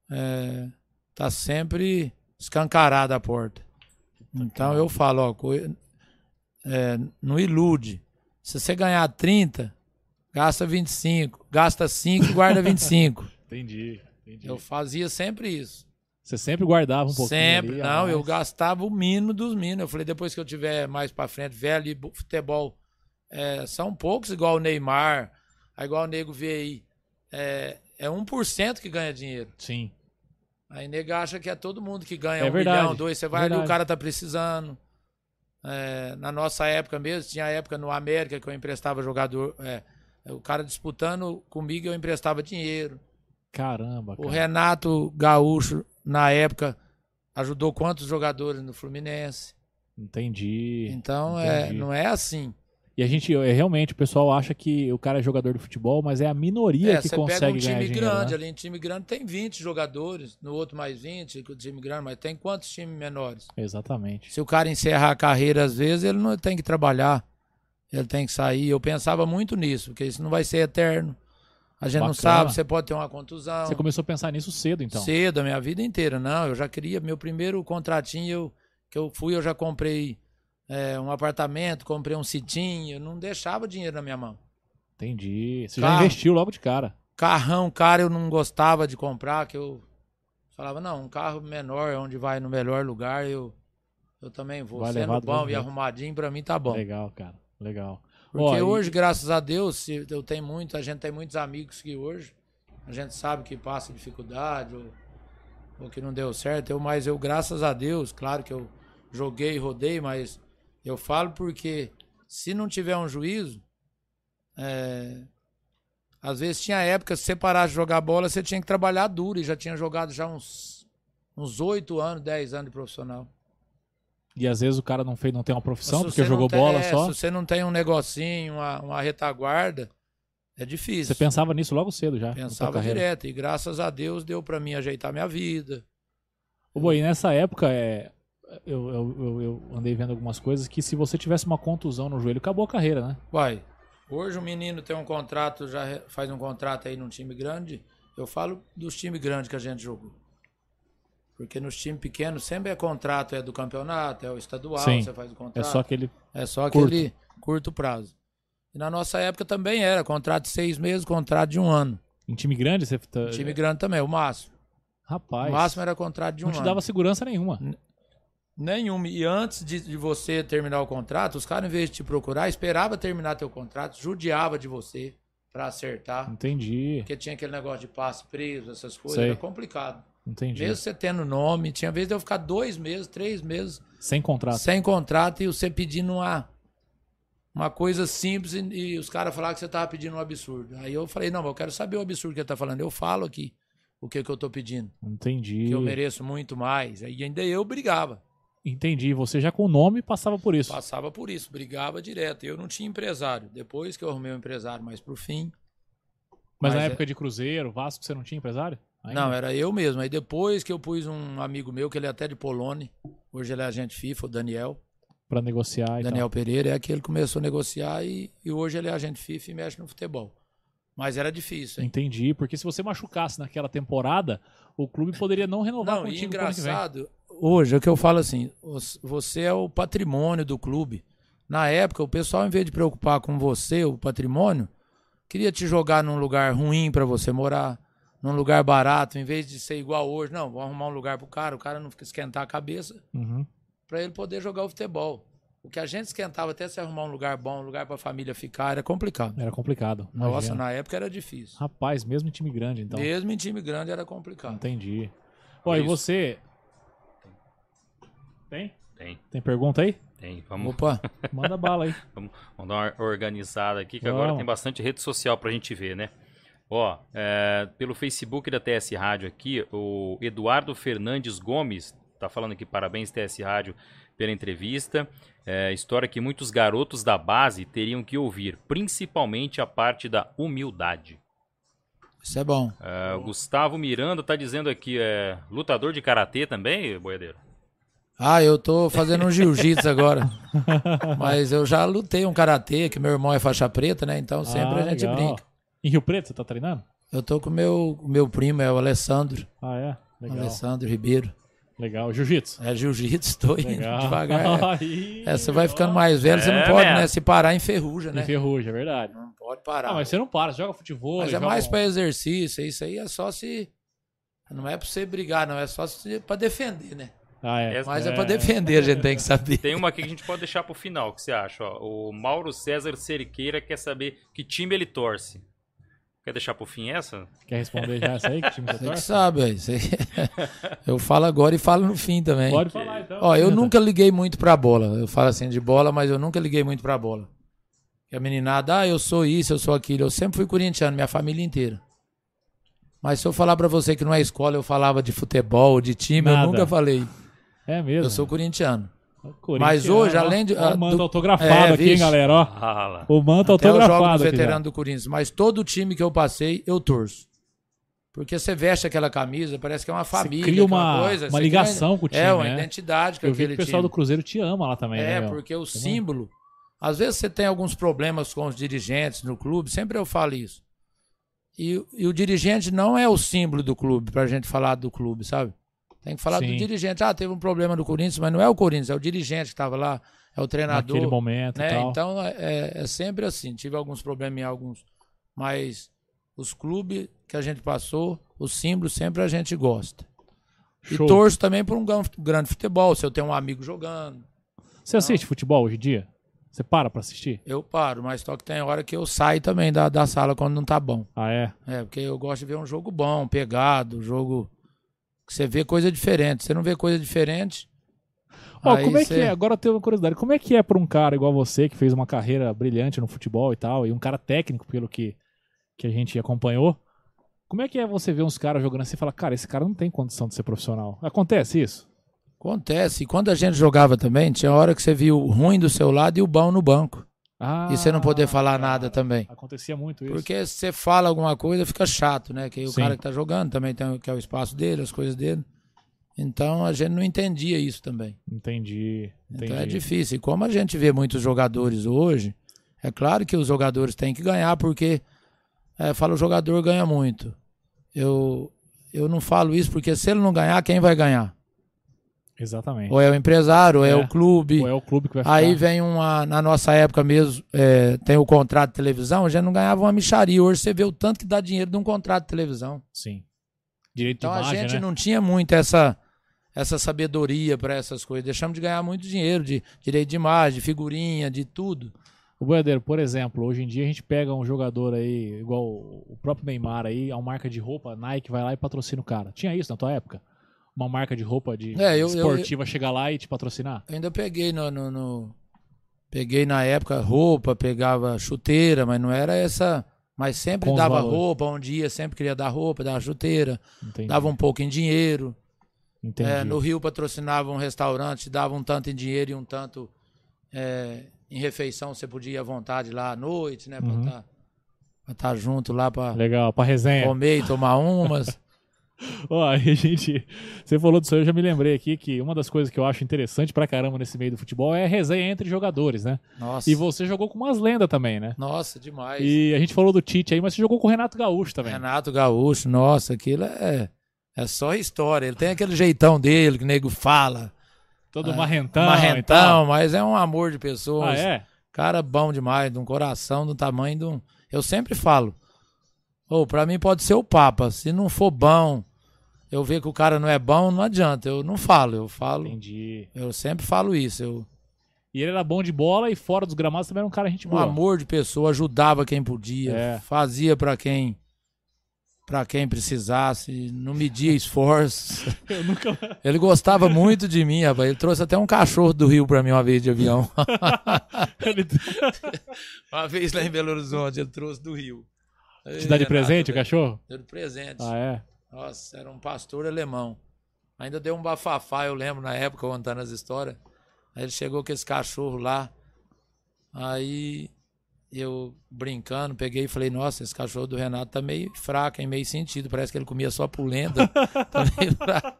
Speaker 2: é, tá sempre escancarada a porta. Então,
Speaker 1: Tá
Speaker 2: eu falo, ó, co- é, não ilude. Se você ganhar 30, gasta 25. Gasta 5 e guarda 25.
Speaker 1: Entendi, entendi.
Speaker 2: eu fazia sempre isso.
Speaker 1: Você sempre guardava um pouquinho
Speaker 2: Sempre,
Speaker 1: ali, a
Speaker 2: não, eu
Speaker 1: mais.
Speaker 2: gastava o mínimo dos mínimos. Eu falei, depois que eu tiver mais pra frente, velho, e bu- futebol é, são poucos, igual o Neymar, aí igual o Nego vê aí. É, é 1% que ganha dinheiro.
Speaker 1: Sim,
Speaker 2: Aí nego acha que é todo mundo que ganha
Speaker 1: É
Speaker 2: um
Speaker 1: verdade,
Speaker 2: milhão, dois. Você vai ali,
Speaker 1: verdade.
Speaker 2: o cara tá precisando. É, na nossa época mesmo, tinha época no América que eu emprestava jogador. é, o cara disputando comigo, eu emprestava dinheiro.
Speaker 1: caramba,
Speaker 2: O
Speaker 1: cara.
Speaker 2: Renato Gaúcho, na época, ajudou quantos jogadores no Fluminense?
Speaker 1: Entendi.
Speaker 2: Então, é,
Speaker 1: entendi.
Speaker 2: não é assim.
Speaker 1: E a gente, é, realmente, o pessoal acha que o cara é jogador de futebol, mas é a minoria
Speaker 2: É,
Speaker 1: que
Speaker 2: você pega um
Speaker 1: consegue ganhar
Speaker 2: time
Speaker 1: dinheiro,
Speaker 2: grande,
Speaker 1: né?
Speaker 2: ali em time grande tem 20 jogadores, no outro mais 20, que o time grande, mas tem quantos times menores?
Speaker 1: Exatamente.
Speaker 2: Se o cara encerrar a carreira, às vezes, ele não tem que trabalhar, ele tem que sair. Eu pensava muito nisso, porque isso não vai ser eterno. A gente não
Speaker 1: Bacana.
Speaker 2: sabe, você pode ter uma contusão.
Speaker 1: Você começou a pensar nisso cedo, então.
Speaker 2: Cedo, a minha vida inteira. Não, eu já queria. Meu primeiro contratinho eu, que eu fui, eu já comprei é, um apartamento, comprei um citinho. Não deixava dinheiro na minha mão.
Speaker 1: Entendi. Você já
Speaker 2: Carro.
Speaker 1: investiu logo de cara.
Speaker 2: Carrão, cara, eu não gostava de comprar, que eu falava, não, um carro menor é onde vai no melhor lugar. Eu, Eu também vou.
Speaker 1: Vai
Speaker 2: Sendo
Speaker 1: levar do
Speaker 2: bom
Speaker 1: mesmo
Speaker 2: e
Speaker 1: jeito.
Speaker 2: arrumadinho, pra mim tá bom.
Speaker 1: Legal, cara. Legal. Ó,
Speaker 2: Porque
Speaker 1: e-
Speaker 2: hoje, graças a Deus, se- eu tenho muito, a gente tem muitos amigos que hoje a gente sabe que passa dificuldade ou, ou que não deu certo. Eu, mas eu, graças a Deus, claro que eu joguei, rodei, mas eu falo porque se não tiver um juízo, é, às vezes tinha época, se você parasse de jogar bola, você tinha que trabalhar duro e já tinha jogado já uns uns 8 anos, 10 anos de profissional.
Speaker 1: E às vezes o cara não, fez, não tem uma profissão
Speaker 2: Se
Speaker 1: porque
Speaker 2: você não
Speaker 1: jogou
Speaker 2: tem-
Speaker 1: bola
Speaker 2: é,
Speaker 1: só.
Speaker 2: Se você não tem um negocinho, uma, uma retaguarda, é difícil.
Speaker 1: Você pensava nisso logo cedo já. na tua
Speaker 2: Pensava
Speaker 1: carreira.
Speaker 2: direto. E graças a Deus deu pra mim ajeitar minha vida.
Speaker 1: Ô, Boi, e nessa época, é, eu, eu- eu- eu andei vendo algumas coisas que se você tivesse uma contusão no joelho, acabou a carreira, né?
Speaker 2: Uai, hoje o menino tem um contrato, já re- faz um contrato aí num time grande. Eu falo dos times grandes que a gente jogou. Porque nos times pequenos sempre é contrato, é do campeonato, é o estadual,
Speaker 1: Sim.
Speaker 2: você faz o
Speaker 1: É
Speaker 2: contrato.
Speaker 1: só aquele.
Speaker 2: É só
Speaker 1: Curto.
Speaker 2: aquele curto prazo. E na nossa época também era contrato de seis meses, contrato de um ano.
Speaker 1: Em time grande, você. tá-
Speaker 2: Time grande também, o máximo.
Speaker 1: Rapaz.
Speaker 2: O máximo era contrato de um
Speaker 1: não te
Speaker 2: ano.
Speaker 1: dava segurança nenhuma.
Speaker 2: Nenhum. E antes de, de você terminar o contrato, os caras, em vez de te procurar, esperava terminar teu contrato, judiava de você pra acertar.
Speaker 1: Entendi,
Speaker 2: Porque tinha aquele negócio de passe preso, essas coisas.
Speaker 1: Sei.
Speaker 2: Era complicado.
Speaker 1: entendi.
Speaker 2: Mesmo você tendo nome, tinha vez de eu ficar dois meses, três meses
Speaker 1: Sem contrato.
Speaker 2: sem contrato e você pedindo uma, uma coisa simples e, e os caras falaram que você tava pedindo um absurdo. Aí eu falei, não, mas eu quero saber o absurdo que ele tá falando. Eu falo aqui o que, que eu tô pedindo.
Speaker 1: Entendi.
Speaker 2: Que eu mereço muito mais. Aí ainda eu brigava.
Speaker 1: Entendi. Você já com o nome passava por isso.
Speaker 2: Passava por isso, brigava direto. Eu não tinha empresário. Depois que eu arrumei um empresário, mas pro fim.
Speaker 1: Mas, na
Speaker 2: mas é-
Speaker 1: época de Cruzeiro, Vasco, você não tinha empresário? Ainda?
Speaker 2: Não, é. era eu mesmo. Aí depois que eu pus um amigo meu, que ele é até de Polônia, hoje ele é agente FIFA, o Daniel.
Speaker 1: Pra negociar e
Speaker 2: Daniel Pereira é aquele que começou a negociar e, e hoje ele é agente FIFA e mexe no futebol. Mas era difícil,
Speaker 1: tal.
Speaker 2: hein?
Speaker 1: Entendi. Porque se você machucasse naquela temporada, o clube poderia não renovar
Speaker 2: Não, e
Speaker 1: contigo pro ano que vem.
Speaker 2: engraçado, hoje é que eu falo assim: os- você é o patrimônio do clube. Na época, o pessoal, em vez de preocupar com você, o patrimônio, queria te jogar num lugar ruim pra você morar, num lugar barato, em vez de ser igual hoje. Não, vou arrumar um lugar pro cara, o cara não fica esquentar a cabeça
Speaker 1: Uhum.
Speaker 2: pra ele poder jogar o futebol. O que a gente esquentava até se arrumar um lugar bom, um lugar pra família ficar, era complicado.
Speaker 1: Era complicado.
Speaker 2: Nossa,
Speaker 1: imagino.
Speaker 2: na época era difícil.
Speaker 1: Rapaz, mesmo em time grande, então.
Speaker 2: Mesmo em time grande era complicado.
Speaker 1: Entendi.
Speaker 2: É
Speaker 1: Ó,
Speaker 3: Por
Speaker 1: e
Speaker 3: isso.
Speaker 1: você. Tem?
Speaker 3: Tem,
Speaker 1: Tem pergunta aí?
Speaker 3: tem. Vamos
Speaker 2: Opa,
Speaker 1: Manda bala aí.
Speaker 3: vamos dar uma organizada aqui, que agora
Speaker 1: Vamos.
Speaker 3: tem bastante rede social pra gente ver, né? Ó, é, pelo Facebook da TS Rádio aqui, o Eduardo Fernandes Gomes tá falando aqui, parabéns TS Rádio pela entrevista. É, história que muitos garotos da base teriam que ouvir, principalmente a parte da humildade.
Speaker 2: isso é bom.
Speaker 3: É, o Gustavo Miranda tá dizendo aqui, é lutador de karatê também, boiadeiro?
Speaker 2: Ah, eu tô fazendo um jiu-jitsu agora. Mas eu já lutei um karatê, que meu irmão é faixa preta, né? Então sempre
Speaker 1: Ah,
Speaker 2: a gente
Speaker 1: legal.
Speaker 2: brinca.
Speaker 1: Em Rio Preto, você tá treinando?
Speaker 2: Eu tô com meu o meu primo, é o Alessandro,
Speaker 1: Ah, é? Legal.
Speaker 2: Alessandro Ribeiro.
Speaker 1: Legal. Jiu-jitsu.
Speaker 2: É jiu-jitsu, tô indo
Speaker 1: Legal.
Speaker 2: devagar.
Speaker 1: Aí,
Speaker 2: É, você vai
Speaker 1: legal.
Speaker 2: ficando mais velho, você
Speaker 3: É,
Speaker 2: não pode,
Speaker 3: mesmo.
Speaker 2: né? Se parar, enferruja, né?
Speaker 1: Enferruja, é verdade.
Speaker 2: Não pode parar.
Speaker 1: Ah, mas
Speaker 2: mas,
Speaker 1: você não para, você joga futebol.
Speaker 2: é
Speaker 1: joga
Speaker 2: mais
Speaker 1: um-
Speaker 2: pra exercício, isso aí é só se não é pra você brigar, não, é só se, pra defender, né?
Speaker 1: Ah, é.
Speaker 3: É-
Speaker 2: Mas é, pra defender, a gente tem que saber.
Speaker 3: Tem uma aqui que a gente pode deixar pro final, o que você acha? ó? o Mauro César Seriqueira quer saber que time ele torce. Quer deixar pro fim essa?
Speaker 1: Quer responder já essa aí? Que time você
Speaker 2: Você que
Speaker 1: torce?
Speaker 2: sabe, aí. você- Eu falo agora e falo no fim também.
Speaker 1: Pode falar então.
Speaker 2: Ó, eu
Speaker 1: Tenta.
Speaker 2: nunca liguei muito pra bola. Eu falo assim de bola, mas eu nunca liguei muito pra bola. E a meninada, ah, eu sou isso, eu sou aquilo. Eu sempre fui corintiano, minha família inteira. Mas se eu falar pra você que não é escola, eu falava de futebol, de time,
Speaker 1: Nada.
Speaker 2: eu nunca falei.
Speaker 1: É mesmo.
Speaker 2: Eu sou corintiano.
Speaker 1: Corinthians,
Speaker 2: mas hoje,
Speaker 1: ó,
Speaker 2: além de- ah,
Speaker 1: Ó, o manto
Speaker 2: do-
Speaker 1: autografado
Speaker 2: É,
Speaker 1: aqui, hein,
Speaker 2: vixe.
Speaker 1: galera. Ó,
Speaker 3: Ah, lá.
Speaker 1: o manto
Speaker 2: Até eu jogo no
Speaker 1: autografado aqui. já.
Speaker 2: veterano do Corinthians, mas todo time que eu passei, eu torço. Porque você veste aquela camisa, parece que é uma família,
Speaker 1: cria
Speaker 2: que é
Speaker 1: uma-
Speaker 2: coisa,
Speaker 1: uma
Speaker 2: você
Speaker 1: ligação
Speaker 2: cria-
Speaker 1: com o time,
Speaker 2: É, uma
Speaker 1: né?
Speaker 2: identidade com
Speaker 1: Eu vi que
Speaker 2: aquele
Speaker 1: o pessoal
Speaker 2: time.
Speaker 1: do Cruzeiro te ama lá também, né?
Speaker 2: É,
Speaker 1: meu?
Speaker 2: porque o símbolo. Às vezes você tem alguns problemas com os dirigentes no clube, sempre eu falo isso. E, e o dirigente não é o símbolo do clube, pra gente falar do clube, sabe? Tem que falar
Speaker 1: Sim.
Speaker 2: do dirigente. Ah, teve um problema no Corinthians, mas não é o Corinthians, é o dirigente que estava lá, é o treinador.
Speaker 1: Naquele momento e
Speaker 2: né?
Speaker 1: tal.
Speaker 2: Então é, é sempre assim. Tive alguns problemas em alguns, mas os clubes que a gente passou, os símbolos sempre a gente gosta.
Speaker 1: Show.
Speaker 2: E torço também por um gran- grande futebol. Se eu tenho um amigo jogando,
Speaker 1: Você assiste futebol hoje em dia? Você para pra assistir?
Speaker 2: eu paro. Mas só que tem hora que eu saio também da, da sala quando não tá bom.
Speaker 1: Ah, é?
Speaker 2: É, porque eu gosto de ver um jogo bom, pegado, jogo que você vê coisa diferente. Você não vê coisa diferente.
Speaker 1: Ó,
Speaker 2: aí
Speaker 1: como é
Speaker 2: você-
Speaker 1: que é? Agora eu tenho uma curiosidade. Como é que é pra um cara igual você, que fez uma carreira brilhante no futebol e tal, e um cara técnico, pelo que, que a gente acompanhou, como é que é você ver uns caras jogando assim e falar, cara, esse cara não tem condição de ser profissional? Acontece isso?
Speaker 2: Acontece. E quando a gente jogava também, tinha hora que você viu o ruim do seu lado e o bom no banco.
Speaker 1: Ah,
Speaker 2: e você não poder falar nada também.
Speaker 1: Acontecia muito isso.
Speaker 2: Porque se você fala alguma coisa, fica chato, né? Que aí o
Speaker 1: Sim.
Speaker 2: cara que tá jogando também tem, quer o espaço dele, as coisas dele. Então a gente não entendia isso também.
Speaker 1: Entendi, entendi.
Speaker 2: Então é difícil. E como a gente vê muitos jogadores hoje, é claro que os jogadores têm que ganhar, porque é, fala o jogador ganha muito. Eu, eu não falo isso porque se ele não ganhar, quem vai ganhar?
Speaker 1: Exatamente.
Speaker 2: Ou é o empresário, ou é,
Speaker 1: É.
Speaker 2: o clube.
Speaker 1: Ou é o clube que vai ficar.
Speaker 2: Aí vem uma. Na nossa época mesmo, é, tem o contrato de televisão, a gente não ganhava uma micharia. Hoje você vê o tanto que dá dinheiro de um contrato de televisão.
Speaker 1: Sim. Direito
Speaker 2: Então
Speaker 1: de imagem,
Speaker 2: a gente
Speaker 1: né?
Speaker 2: não tinha muito essa, essa sabedoria para essas coisas. Deixamos de ganhar muito dinheiro de direito de imagem, de figurinha, de tudo.
Speaker 1: O Boiadeiro, por exemplo, hoje em dia a gente pega um jogador aí, igual o próprio Neymar aí, é uma marca de roupa, a Nike vai lá e patrocina o cara. Tinha isso na tua época? Uma marca de roupa de
Speaker 2: É, eu- eu-
Speaker 1: esportiva chegar lá e te patrocinar?
Speaker 2: Eu ainda peguei no, no- no- Peguei na época roupa, pegava chuteira, mas não era essa. Mas sempre
Speaker 1: Com os
Speaker 2: dava
Speaker 1: valores.
Speaker 2: roupa, um dia sempre queria dar roupa, dava chuteira,
Speaker 1: Entendi.
Speaker 2: dava um pouco em dinheiro.
Speaker 1: Entendi.
Speaker 2: É, no Rio patrocinava um restaurante, dava um tanto em dinheiro e um tanto é, em refeição, você podia ir à vontade lá à noite, né?
Speaker 1: Uhum.
Speaker 2: Pra estar junto lá pra
Speaker 1: Legal, pra resenha.
Speaker 2: comer e tomar umas.
Speaker 1: Ó, a gente, você falou disso aí, eu já me lembrei aqui que uma das coisas que eu acho interessante pra caramba nesse meio do futebol é a resenha entre jogadores, né?
Speaker 2: Nossa,
Speaker 1: E você jogou com umas lendas também, né?
Speaker 2: nossa, demais.
Speaker 1: E a gente falou do Tite aí, mas você jogou com o Renato Gaúcho também.
Speaker 2: É Renato Gaúcho, nossa, aquilo é, é só história. Ele tem aquele jeitão dele que o nego fala,
Speaker 1: Todo
Speaker 2: É,
Speaker 1: marrentão. e tal.
Speaker 2: marrentão, mas é um amor de
Speaker 1: Ah,
Speaker 2: pessoas.
Speaker 1: é?
Speaker 2: Cara bom demais, de um coração do tamanho de um. Eu sempre falo. Ou pra mim pode ser o Papa. Se não for bom, eu ver que o cara não é bom, não adianta. Eu não falo, eu falo.
Speaker 1: Entendi.
Speaker 2: Eu sempre falo isso. Eu,
Speaker 1: E ele era bom de bola e fora dos gramados também era um cara gente
Speaker 2: um
Speaker 1: boa.
Speaker 2: amor de pessoa, ajudava quem podia,
Speaker 1: É.
Speaker 2: fazia pra quem para quem precisasse, não media esforço.
Speaker 1: Eu nunca...
Speaker 2: Ele gostava muito de mim, rapaz. Ele trouxe até um cachorro do Rio pra mim uma vez de avião.
Speaker 1: ele te
Speaker 2: uma vez lá em Belo Horizonte, ele trouxe do Rio.
Speaker 1: dá de
Speaker 2: Renato, né?
Speaker 1: presente o
Speaker 2: velho.
Speaker 1: cachorro?
Speaker 2: Deu de presente.
Speaker 1: Ah, é?
Speaker 2: Nossa, era um pastor alemão. Ainda deu um bafafá, eu lembro, na época, contando as histórias. Aí ele chegou com esse cachorro lá. Aí eu, brincando, peguei e falei, nossa, esse cachorro do Renato tá meio fraco, em meio sentido. Parece que ele comia só polenta. Tá meio fraco.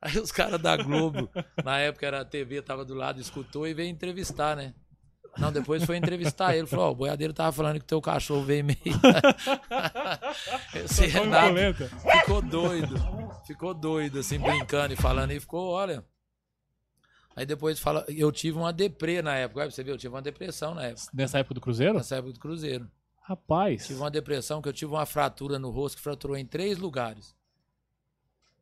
Speaker 2: Aí os caras da Globo, na época era a TV, tava do lado, escutou e veio entrevistar, né? Não, depois foi entrevistar ele. Falou, ó, o boiadeiro tava falando que o teu cachorro veio meio... esse
Speaker 1: Foi um
Speaker 2: Renato
Speaker 1: violenta.
Speaker 2: ficou doido. Ficou doido, assim, brincando e falando. E ficou, olha. Aí depois fala. Eu tive uma deprê na época. Olha, pra você vê, eu tive uma depressão na época.
Speaker 1: Nessa época do Cruzeiro?
Speaker 2: Nessa época do Cruzeiro.
Speaker 1: Rapaz.
Speaker 2: Tive uma depressão que eu tive uma fratura no rosto que fraturou em três lugares.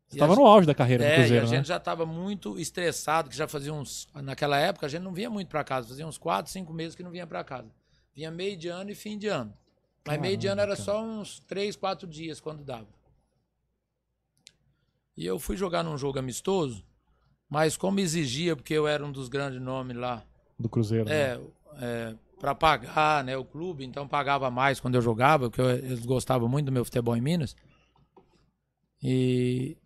Speaker 1: Você tava no auge da carreira do
Speaker 2: É, e a
Speaker 1: Cruzeiro, né?
Speaker 2: gente já tava muito estressado, que já fazia uns. Naquela época a gente não vinha muito pra casa, fazia uns 4, 5 meses que não vinha pra casa. Vinha meio de ano e fim de ano. Mas meio de ano
Speaker 1: Caramba,
Speaker 2: era só uns 3, 4 dias quando dava. E eu fui jogar num jogo amistoso, mas como exigia, porque eu era um dos grandes nomes lá,
Speaker 1: Do Cruzeiro. né?
Speaker 2: é, é para pagar, né, o clube, então pagava mais quando eu jogava, porque eu- eles gostavam muito do meu futebol em Minas. E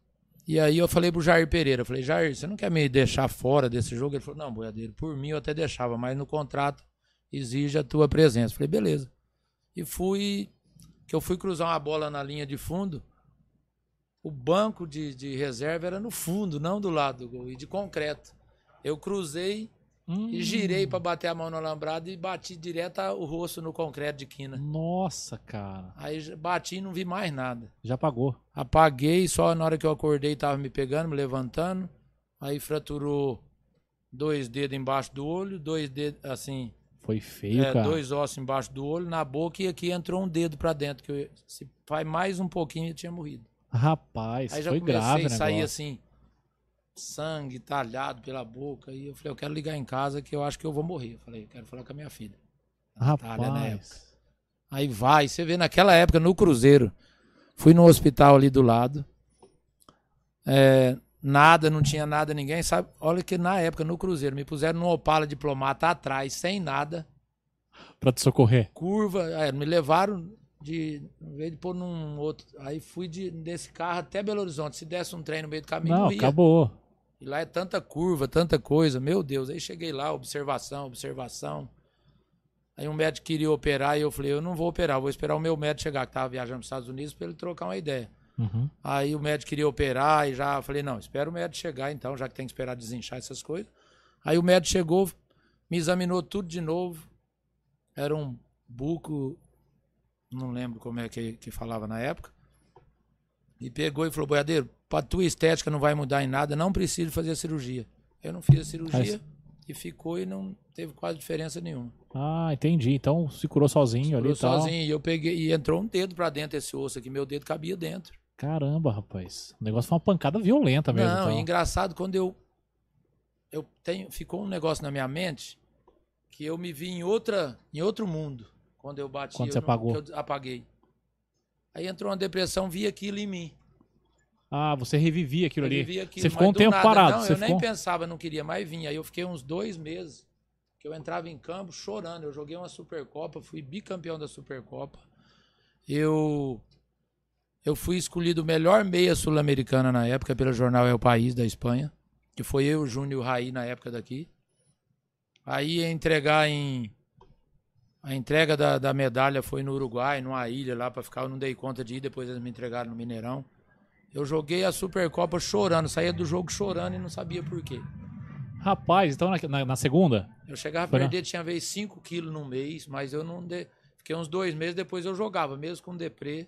Speaker 2: e aí eu falei pro Jair Pereira, eu falei: "Jair, você não quer me deixar fora desse jogo?" Ele falou: "Não, boiadeiro, por mim eu até deixava, mas no contrato exige a tua presença". Eu falei: "Beleza". E fui que eu fui cruzar uma bola na linha de fundo. O banco de, de reserva era no fundo, não do lado do gol, e de concreto. Eu cruzei
Speaker 1: Hum,
Speaker 2: e girei pra bater a mão no alambrado e bati direto a- o rosto no concreto de quina.
Speaker 1: Nossa, cara.
Speaker 2: Aí j- bati e não vi mais nada.
Speaker 1: Já pagou.
Speaker 2: Apaguei, só na hora que eu acordei tava me pegando, me levantando. Aí fraturou dois dedos embaixo do olho, dois dedos, assim,
Speaker 1: Foi feio,
Speaker 2: é,
Speaker 1: cara.
Speaker 2: dois ossos embaixo do olho, na boca e aqui entrou um dedo pra dentro, que eu- se faz mais um pouquinho eu tinha morrido.
Speaker 1: Rapaz,
Speaker 2: Aí já
Speaker 1: foi
Speaker 2: comecei
Speaker 1: grave,
Speaker 2: a
Speaker 1: né?
Speaker 2: sair assim, sangue talhado pela boca. E eu falei, eu quero ligar em casa que eu acho que eu vou morrer. Eu falei, eu quero falar com a minha filha. a Natália, na né, época.
Speaker 1: Rapaz.
Speaker 2: Aí vai, você vê naquela época no Cruzeiro. Fui no hospital ali do lado. É, nada, não tinha nada, ninguém sabe. Olha que na época no Cruzeiro me puseram num Opala diplomata atrás, sem nada,
Speaker 1: Pra te socorrer.
Speaker 2: curva, é, me levaram de em vez de pôr num outro. Aí fui de- desse carro até Belo Horizonte. Se desse um trem no meio do caminho,
Speaker 1: Não,
Speaker 2: ia.
Speaker 1: acabou.
Speaker 2: E lá é tanta curva, tanta coisa. Meu Deus, aí cheguei lá, observação, observação. Aí um médico queria operar e eu falei, eu não vou operar, vou esperar o meu médico chegar, que tava viajando para os Estados Unidos, para ele trocar uma ideia.
Speaker 1: Uhum.
Speaker 2: Aí o médico queria operar e já falei, não, espera o médico chegar então, já que tem que esperar desinchar essas coisas. Aí o médico chegou, me examinou tudo de novo. Era um buco, não lembro como é que, que falava na época. E pegou e falou, boiadeiro, pra tua estética não vai mudar em nada, não precisa fazer a cirurgia. Eu não fiz a cirurgia e ficou e não teve quase diferença nenhuma.
Speaker 1: Ah, entendi. Então se curou sozinho ali tá.
Speaker 2: Ficou
Speaker 1: e tal.
Speaker 2: sozinho e eu peguei e entrou um dedo pra dentro esse osso aqui, meu dedo cabia dentro.
Speaker 1: Caramba, rapaz. O negócio foi uma pancada violenta mesmo.
Speaker 2: Não,
Speaker 1: então.
Speaker 2: e engraçado quando eu eu tenho ficou um negócio na minha mente que eu me vi em outra em outro mundo quando eu bati
Speaker 1: Quando
Speaker 2: eu
Speaker 1: você
Speaker 2: não-
Speaker 1: apagou.
Speaker 2: que eu apaguei. Aí entrou uma depressão, vi aquilo em mim.
Speaker 1: Ah, você revivia aquilo
Speaker 2: Eu
Speaker 1: ali.
Speaker 2: vivi aquilo,
Speaker 1: você ficou
Speaker 2: mas
Speaker 1: um
Speaker 2: do
Speaker 1: tempo
Speaker 2: nada.
Speaker 1: parado.
Speaker 2: Não,
Speaker 1: você
Speaker 2: eu
Speaker 1: ficou... um
Speaker 2: nem pensava, não queria mais vir. Aí eu fiquei uns dois meses que eu entrava em campo chorando. Eu joguei uma Supercopa, fui bicampeão da Supercopa. Eu eu fui escolhido o melhor meia sul-americana na época pelo jornal É o País da Espanha, que foi eu, Júnior e o Raí na época daqui. Aí ia entregar em a entrega da, da medalha foi no Uruguai, numa ilha lá pra ficar. Eu não dei conta de ir, depois eles me entregaram no Mineirão. Eu joguei a Supercopa chorando, saía do jogo chorando e não sabia por quê.
Speaker 1: Rapaz, então na, na- na segunda?
Speaker 2: Eu chegava a
Speaker 1: Chorando.
Speaker 2: perder, tinha vez 5 quilos no mês, mas eu não. De... Fiquei uns dois meses, depois eu jogava, mesmo com deprê.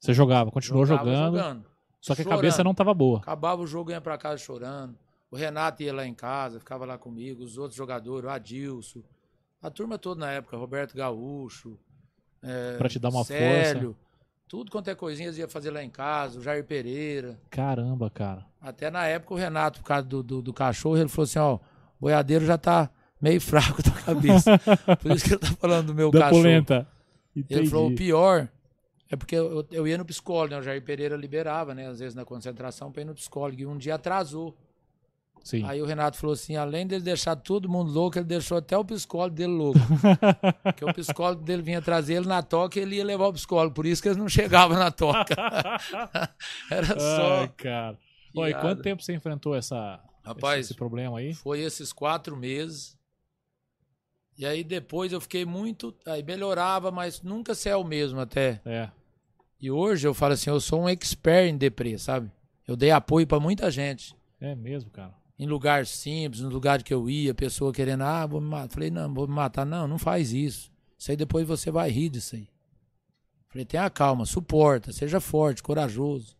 Speaker 1: Você jogava, continuou
Speaker 2: jogava,
Speaker 1: jogando, Só que a cabeça
Speaker 2: Chorando.
Speaker 1: não tava boa.
Speaker 2: Acabava o jogo, ia pra casa chorando. O Renato ia lá em casa, ficava lá comigo, os outros jogadores, o Adilson, a turma toda na época, Roberto Gaúcho, É,
Speaker 1: pra te dar uma força.
Speaker 2: Célio, tudo quanto é coisinha eles iam fazer lá em casa, o Jair Pereira.
Speaker 1: Caramba, cara.
Speaker 2: Até na época o Renato, por causa do, do, do cachorro, ele falou assim, ó, o boiadeiro já tá meio fraco da cabeça. por isso que ele tá falando do meu
Speaker 1: da
Speaker 2: cachorro.
Speaker 1: polenta.
Speaker 2: Ele
Speaker 1: Entendi.
Speaker 2: falou, o pior é porque eu, eu ia no psicólogo, né? O Jair Pereira liberava, né? Às vezes na concentração pra ir no psicólogo. E um dia atrasou.
Speaker 1: Sim.
Speaker 2: Aí o Renato falou assim: além dele deixar todo mundo louco, ele deixou até o psicólogo dele louco. Porque o psicólogo dele vinha trazer ele na toca e ele ia levar o psicólogo. Por isso que eles não chegavam na toca. Era
Speaker 1: Ai,
Speaker 2: só.
Speaker 1: cara. Ó, e
Speaker 2: piada.
Speaker 1: quanto tempo você enfrentou essa,
Speaker 2: Rapaz,
Speaker 1: esse, esse problema aí?
Speaker 2: Foi esses quatro meses. E aí depois eu fiquei muito. Aí melhorava, mas nunca você é o mesmo até.
Speaker 1: É.
Speaker 2: E hoje eu falo assim: eu sou um expert em deprê, sabe? Eu dei apoio pra muita gente.
Speaker 1: É mesmo, cara.
Speaker 2: em lugar simples, no lugar que eu ia, pessoa querendo, ah, vou me matar. Falei, não, vou me matar. Não, não faz isso. Isso aí depois você vai rir disso aí. Falei, tenha calma, suporta, seja forte, corajoso.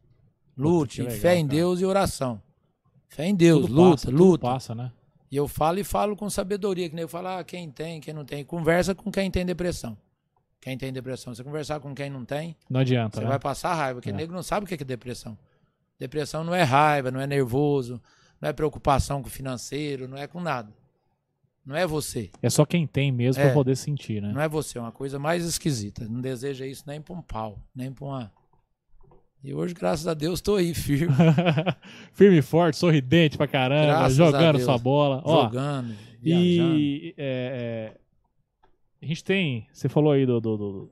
Speaker 2: Lute,
Speaker 1: que legal,
Speaker 2: fé em
Speaker 1: cara.
Speaker 2: Deus e oração. Fé em Deus,
Speaker 1: Tudo
Speaker 2: luta,
Speaker 1: passa, tudo
Speaker 2: luta.
Speaker 1: passa, né?
Speaker 2: E eu falo e falo com sabedoria, que nem eu falo, ah, quem tem, quem não tem. Conversa com quem tem depressão. Quem tem depressão. Você conversar com quem não tem,
Speaker 1: Não adianta,
Speaker 2: você
Speaker 1: né?
Speaker 2: vai passar raiva, porque
Speaker 1: É.
Speaker 2: o nego não sabe o que é que é depressão. Depressão não é raiva, não é nervoso, não é preocupação com o financeiro, não é com nada. Não é você.
Speaker 1: É só quem tem mesmo pra
Speaker 2: É.
Speaker 1: poder sentir, né?
Speaker 2: Não é você. É uma coisa mais esquisita. Não deseja isso nem pra um pau, nem pra uma. E hoje, graças a Deus, tô aí firme,
Speaker 1: Firme e forte, sorridente pra caramba,
Speaker 2: Graças a
Speaker 1: jogando
Speaker 2: Deus.
Speaker 1: sua bola. Ó,
Speaker 2: jogando, viajando.
Speaker 1: E é, é, a gente tem. Você falou aí do, do, do,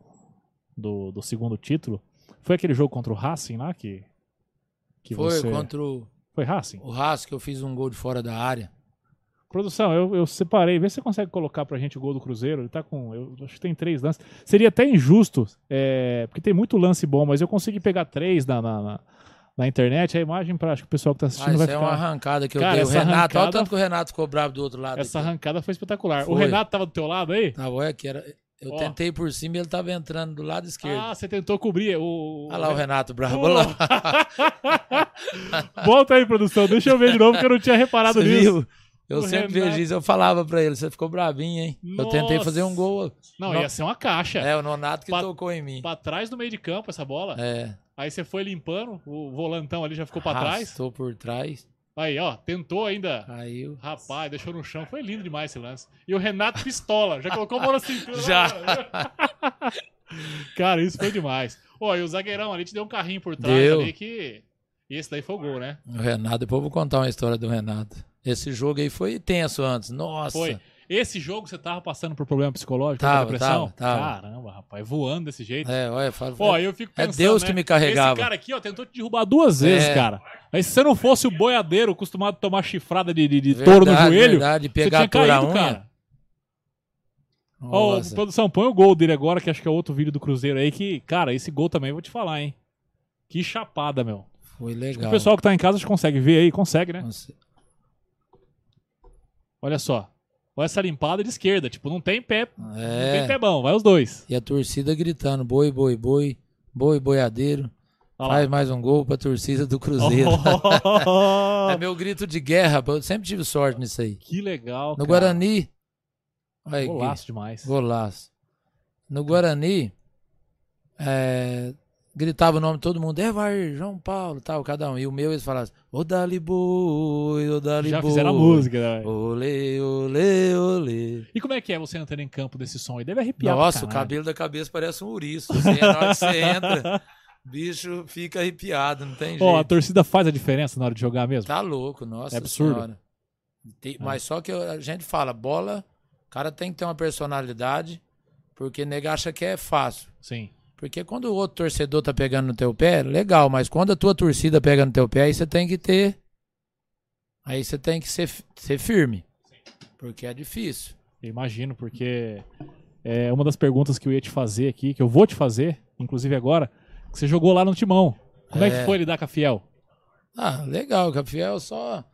Speaker 1: do- do segundo título. Foi aquele jogo contra o Racing lá que. que
Speaker 2: Foi
Speaker 1: você...
Speaker 2: contra o,
Speaker 1: Foi Racing?
Speaker 2: o Haas que eu fiz um gol de fora da área.
Speaker 1: Produção, eu, eu separei. Vê se você consegue colocar pra gente o gol do Cruzeiro. Ele tá com. Eu acho que tem três lances. Seria até injusto, é, porque tem muito lance bom, mas eu consegui pegar três na, na, na- na internet. A imagem pra. Acho que o pessoal que tá
Speaker 2: Ah,
Speaker 1: assistindo
Speaker 2: isso
Speaker 1: vai
Speaker 2: é uma
Speaker 1: ficar.
Speaker 2: arrancada que eu
Speaker 1: Cara,
Speaker 2: dei. O
Speaker 1: essa
Speaker 2: Renato, olha o
Speaker 1: arrancada-
Speaker 2: tanto que o Renato ficou bravo do outro lado.
Speaker 1: Essa
Speaker 2: aqui.
Speaker 1: arrancada foi espetacular. O
Speaker 2: Foi.
Speaker 1: Renato tava do teu lado aí?
Speaker 2: Tá, olha aqui, era, eu
Speaker 1: Ó.
Speaker 2: tentei por cima e ele tava entrando do lado esquerdo.
Speaker 1: Ah, você tentou cobrir. O,
Speaker 2: Olha lá o Renato Brabo.
Speaker 1: Pô.
Speaker 2: olha lá.
Speaker 1: Volta aí, produção. Deixa eu ver de novo que eu não tinha reparado
Speaker 2: Você
Speaker 1: nisso.
Speaker 2: viu? Eu
Speaker 1: O
Speaker 2: sempre
Speaker 1: Renato.
Speaker 2: vejo isso. Eu falava pra ele, você ficou bravinho, hein? Eu tentei
Speaker 1: Nossa.
Speaker 2: fazer um gol.
Speaker 1: Não,
Speaker 2: Não.
Speaker 1: ia ser uma caixa.
Speaker 2: É, o Nonato que
Speaker 1: Pat-
Speaker 2: tocou em mim.
Speaker 1: Pra trás do meio de campo essa bola.
Speaker 2: É.
Speaker 1: Aí você foi limpando, o volantão ali já ficou pra trás.
Speaker 2: Estou por trás.
Speaker 1: Aí, ó, tentou ainda.
Speaker 2: Caiu.
Speaker 1: Rapaz, deixou no chão. Foi lindo demais esse lance. E o Renato Pistola, já colocou a mão na cintura.
Speaker 2: Já.
Speaker 1: Cara, isso foi demais. Ó, e o zagueirão ali te deu um carrinho por trás
Speaker 2: Deu.
Speaker 1: ali que. E esse daí foi o gol, né?
Speaker 2: O Renato, depois eu vou contar uma história do Renato. Esse jogo aí foi tenso antes. Nossa.
Speaker 1: Foi. Esse jogo você tava passando por problema psicológico,
Speaker 2: Tava,
Speaker 1: depressão?
Speaker 2: tava, tava.
Speaker 1: Caramba, rapaz, voando desse jeito.
Speaker 2: É, olha, fala.
Speaker 1: Pô, aí eu fico
Speaker 2: É
Speaker 1: pensando,
Speaker 2: Deus
Speaker 1: né?
Speaker 2: que me carregava.
Speaker 1: Esse cara aqui, ó, tentou te derrubar duas vezes,
Speaker 2: É.
Speaker 1: cara. Aí se você não fosse o boiadeiro acostumado a tomar chifrada de, de- de touro no joelho,
Speaker 2: é Verdade, pegar
Speaker 1: você tinha
Speaker 2: a tua
Speaker 1: caído,
Speaker 2: unha.
Speaker 1: cara. Ó,
Speaker 2: Nossa.
Speaker 1: produção, põe o gol dele agora, que acho que é outro vídeo do Cruzeiro aí, que, cara, esse gol também eu vou te falar, hein. Que chapada, meu.
Speaker 2: Foi
Speaker 1: Acho que
Speaker 2: legal.
Speaker 1: o pessoal que tá em casa acho que consegue ver aí, consegue, né?
Speaker 2: Nossa.
Speaker 1: Olha só. Olha essa limpada de esquerda, tipo, não tem pé, não tem
Speaker 2: É.
Speaker 1: pé bom, vai os dois.
Speaker 2: E a torcida gritando: boi, boi, boi, boi, boiadeiro.
Speaker 1: Olha lá.
Speaker 2: Faz mais um gol pra torcida do Cruzeiro. É meu grito de guerra, pô, eu sempre tive sorte nisso aí.
Speaker 1: que legal,
Speaker 2: No
Speaker 1: cara.
Speaker 2: Guarani. Olha aí,
Speaker 1: Golaço demais.
Speaker 2: Gui, golaço. No Guarani, é, gritava o nome de todo mundo, Evair, João Paulo, tal, cada um. E o meu, eles falavam, ô Dali Boi, ô Dali
Speaker 1: Já
Speaker 2: Boi.
Speaker 1: fizeram a música, né? velho?
Speaker 2: Olê, olê, olê.
Speaker 1: E como é que é você entrando em campo desse som aí? Deve arrepiar pra
Speaker 2: Nossa, o
Speaker 1: caralho.
Speaker 2: cabelo da cabeça parece um ouriço. Assim, na hora que você entra, o bicho fica arrepiado, não tem jeito.
Speaker 1: Ó, a torcida faz a diferença na hora de jogar mesmo?
Speaker 2: Tá louco, nossa
Speaker 1: É absurdo. É.
Speaker 2: senhora. Tem- mas só que a gente fala, bola, o cara tem que ter uma personalidade, porque nego acha que é fácil.
Speaker 1: Sim.
Speaker 2: Porque quando o outro torcedor tá pegando no teu pé, legal, mas quando a tua torcida pega no teu pé, aí você tem que ter. Aí você tem que ser, fi- ser firme. Porque é difícil.
Speaker 1: Eu imagino, porque é uma das perguntas que eu ia te fazer aqui, que eu vou te fazer, inclusive agora, que você jogou lá no Timão. Como é, que
Speaker 2: É.
Speaker 1: foi lidar com a Fiel?
Speaker 2: Ah, legal, o Cafiel só.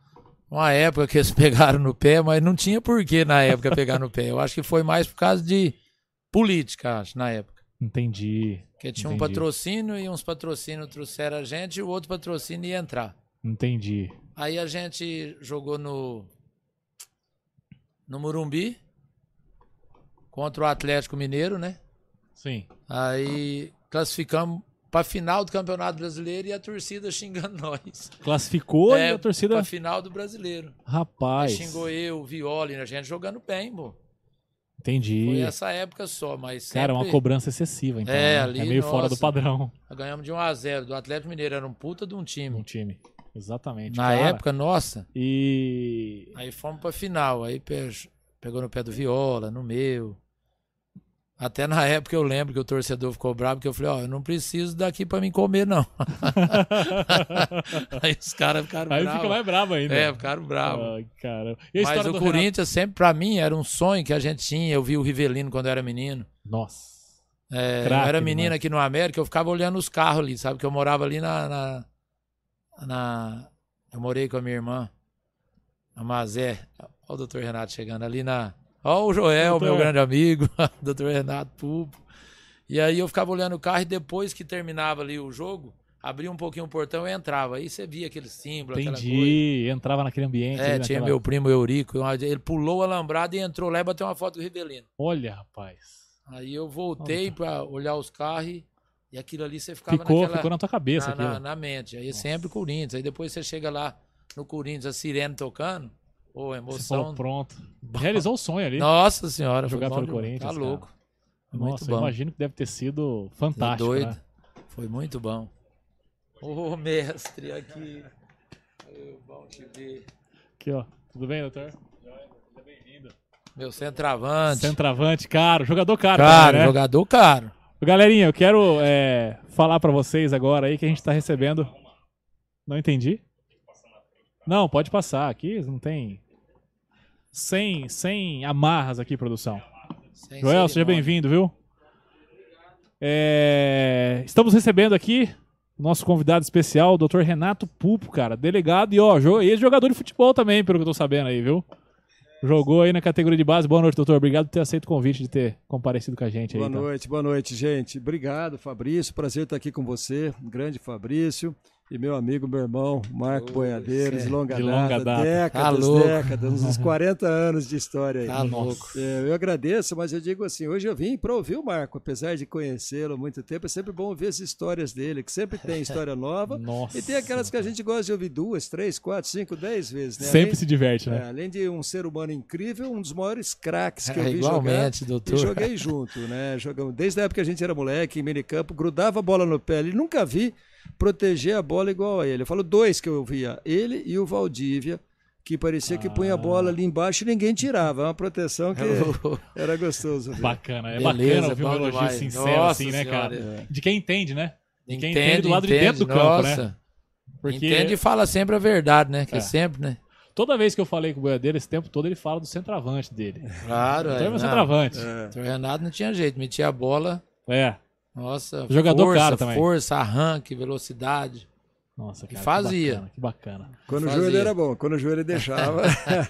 Speaker 2: Uma época que eles pegaram no pé, mas não tinha porquê na época pegar no pé. Eu acho que foi mais por causa de política, acho, na época.
Speaker 1: Entendi,
Speaker 2: Porque tinha um
Speaker 1: Entendi.
Speaker 2: patrocínio e uns patrocínios trouxeram a gente e o outro patrocínio ia entrar.
Speaker 1: entendi.
Speaker 2: Aí a gente jogou no no Murumbi contra o Atlético Mineiro, né?
Speaker 1: Sim.
Speaker 2: Aí classificamos para final do Campeonato Brasileiro e a torcida xingando nós.
Speaker 1: Classificou e
Speaker 2: É,
Speaker 1: a torcida.
Speaker 2: Pra final do Brasileiro.
Speaker 1: Rapaz.
Speaker 2: Xingou eu, o Violi, a gente jogando bem, pô. Foi
Speaker 1: Entendi.
Speaker 2: essa época só, mas sempre...
Speaker 1: Cara, é uma cobrança excessiva, então.
Speaker 2: É,
Speaker 1: né?
Speaker 2: ali,
Speaker 1: é meio fora do
Speaker 2: nossa.
Speaker 1: padrão
Speaker 2: Ganhamos de 1 a 0 do Atlético Mineiro, era um puta de um
Speaker 1: no
Speaker 2: time.
Speaker 1: time. Exatamente.
Speaker 2: Na
Speaker 1: cara.
Speaker 2: época, nossa.
Speaker 1: E.
Speaker 2: Aí fomos pra final. Aí pe- pegou no pé do Viola, no meu. Até na época eu lembro que o torcedor ficou bravo, porque eu falei, ó, eu não preciso daqui pra me comer, não. aí os caras ficaram
Speaker 1: Aí
Speaker 2: bravos.
Speaker 1: fica mais brabo ainda.
Speaker 2: É, ficaram bravos.
Speaker 1: Ai, cara. né? Ah, E a
Speaker 2: Mas
Speaker 1: história
Speaker 2: o
Speaker 1: do
Speaker 2: Corinthians
Speaker 1: Renato?
Speaker 2: sempre, pra mim, era um sonho que a gente tinha. Eu vi o Rivelino quando eu era menino.
Speaker 1: Nossa.
Speaker 2: É, eu
Speaker 1: Craque né?
Speaker 2: era menino
Speaker 1: demais.
Speaker 2: aqui no América, eu ficava olhando os carros ali, sabe? Que eu morava ali na. na, na- eu morei com a minha irmã, a Mazé. Olha o doutor Renato chegando ali na. Olha o Joel,
Speaker 1: Doutor.
Speaker 2: meu grande amigo, doutor Renato Pupo. E aí eu ficava olhando o carro e depois que terminava ali o jogo, abria um pouquinho o portão e entrava. Aí você via aquele símbolo, aquela coisa.
Speaker 1: Entendi. Entrava naquele ambiente.
Speaker 2: É,
Speaker 1: ali
Speaker 2: tinha
Speaker 1: naquela-
Speaker 2: meu primo Eurico, ele pulou o alambrado e entrou lá e bateu uma foto do Rivelino.
Speaker 1: Olha, rapaz.
Speaker 2: Aí eu voltei pra olhar os carros e- e aquilo ali você ficava
Speaker 1: Ficou,
Speaker 2: naquela,
Speaker 1: ficou na tua cabeça
Speaker 2: na,
Speaker 1: aqui.
Speaker 2: na- na mente. Aí é sempre Corinthians. Aí depois você chega lá no Corinthians, a sirene tocando. Ô,
Speaker 1: Você falou,
Speaker 2: emoção.
Speaker 1: pronto. Realizou o sonho ali.
Speaker 2: Nossa senhora, foi
Speaker 1: Jogar
Speaker 2: bom
Speaker 1: pelo
Speaker 2: demais.
Speaker 1: Corinthians,
Speaker 2: Tá
Speaker 1: cara.
Speaker 2: louco. Foi muito
Speaker 1: Nossa, eu
Speaker 2: bom.
Speaker 1: imagino que deve ter sido
Speaker 2: Tá
Speaker 1: fantástico.
Speaker 2: doido.
Speaker 1: né?
Speaker 2: Foi muito bom. Ô, mestre, aqui. Ô, Bom te ver.
Speaker 1: Aqui, ó. Tudo bem, doutor? Seja bem-vindo.
Speaker 2: Meu centroavante.
Speaker 1: Centravante, caro. Jogador caro.
Speaker 2: Caro,
Speaker 1: também, né?
Speaker 2: jogador caro.
Speaker 1: Galerinha, eu quero é, falar pra vocês agora aí que a gente tá recebendo. Não entendi? Não, pode passar. Aqui não tem. Sem, sem amarras aqui, produção.
Speaker 2: Sem
Speaker 1: Joel, seja
Speaker 2: cerimônia.
Speaker 1: bem-vindo, viu? É, estamos recebendo aqui o nosso convidado especial, o Dr. Renato Pupo, cara, delegado e ó, jo- ex-jogador de futebol também, pelo que eu tô sabendo aí, viu? Jogou aí na categoria de base. Boa noite, doutor. Obrigado por ter aceito o convite de ter comparecido com a gente aí.
Speaker 4: Boa
Speaker 1: então.
Speaker 4: noite, boa noite, gente. Obrigado, Fabrício. Prazer estar aqui com você, grande Fabrício. E meu amigo, meu irmão, Marco Boiadeiros,
Speaker 2: é.
Speaker 4: longa,
Speaker 1: De longa data.
Speaker 2: Tá
Speaker 4: data, décadas,
Speaker 2: louco.
Speaker 4: décadas, uns 40 anos de história aí.
Speaker 2: Tá louco.
Speaker 4: É, eu agradeço, mas eu digo assim, hoje eu vim para ouvir o Marco, apesar de conhecê-lo há muito tempo, é sempre bom ouvir as histórias dele, que sempre tem história nova
Speaker 1: Nossa.
Speaker 4: e tem aquelas que a gente gosta de ouvir duas, três, quatro, cinco, dez vezes, né?
Speaker 1: Sempre
Speaker 4: Além-
Speaker 1: se diverte,
Speaker 4: é,
Speaker 1: né?
Speaker 4: além de um ser humano incrível, um dos maiores craques que eu
Speaker 2: É,
Speaker 4: vi jogar.
Speaker 2: igualmente,
Speaker 4: E
Speaker 2: doutor.
Speaker 4: joguei junto, né? Jogamos desde a época que a gente era moleque, em minicampo, grudava a bola no pé. Ele nunca vi proteger a bola igual a ele. Eu falo dois que eu via, ele e o Valdívia, que parecia que punha a bola ali embaixo e ninguém tirava. É uma proteção que era gostoso. ver.
Speaker 1: Bacana, é bacana
Speaker 2: Beleza,
Speaker 1: ouvir um
Speaker 2: bom
Speaker 1: elogio
Speaker 2: demais.
Speaker 1: sincero
Speaker 2: Nossa
Speaker 1: assim, né,
Speaker 2: Senhora.
Speaker 1: cara? De quem entende, né? De quem entende,
Speaker 2: Entende,
Speaker 1: do lado de
Speaker 2: entende,
Speaker 1: dentro do campo, né?
Speaker 2: nossa.
Speaker 1: Porque
Speaker 2: Entende e fala sempre a verdade, né? Que
Speaker 1: É.
Speaker 2: sempre, né?
Speaker 1: toda vez que eu falei com o Boiadeiro, esse tempo todo ele fala do centroavante dele.
Speaker 2: Claro,
Speaker 1: Então é
Speaker 2: é.
Speaker 1: meu
Speaker 2: Não,
Speaker 1: centroavante.
Speaker 4: É.
Speaker 2: o Renato não tinha jeito, metia a bola,
Speaker 1: É.
Speaker 2: nossa,
Speaker 1: Jogador
Speaker 2: força,
Speaker 1: caro também.
Speaker 2: força, arranque, velocidade.
Speaker 1: Nossa, cara. que
Speaker 2: fazia.
Speaker 1: bacana, Que bacana,
Speaker 4: Quando o
Speaker 2: Fazia.
Speaker 4: joelho era bom, quando o joelho deixava.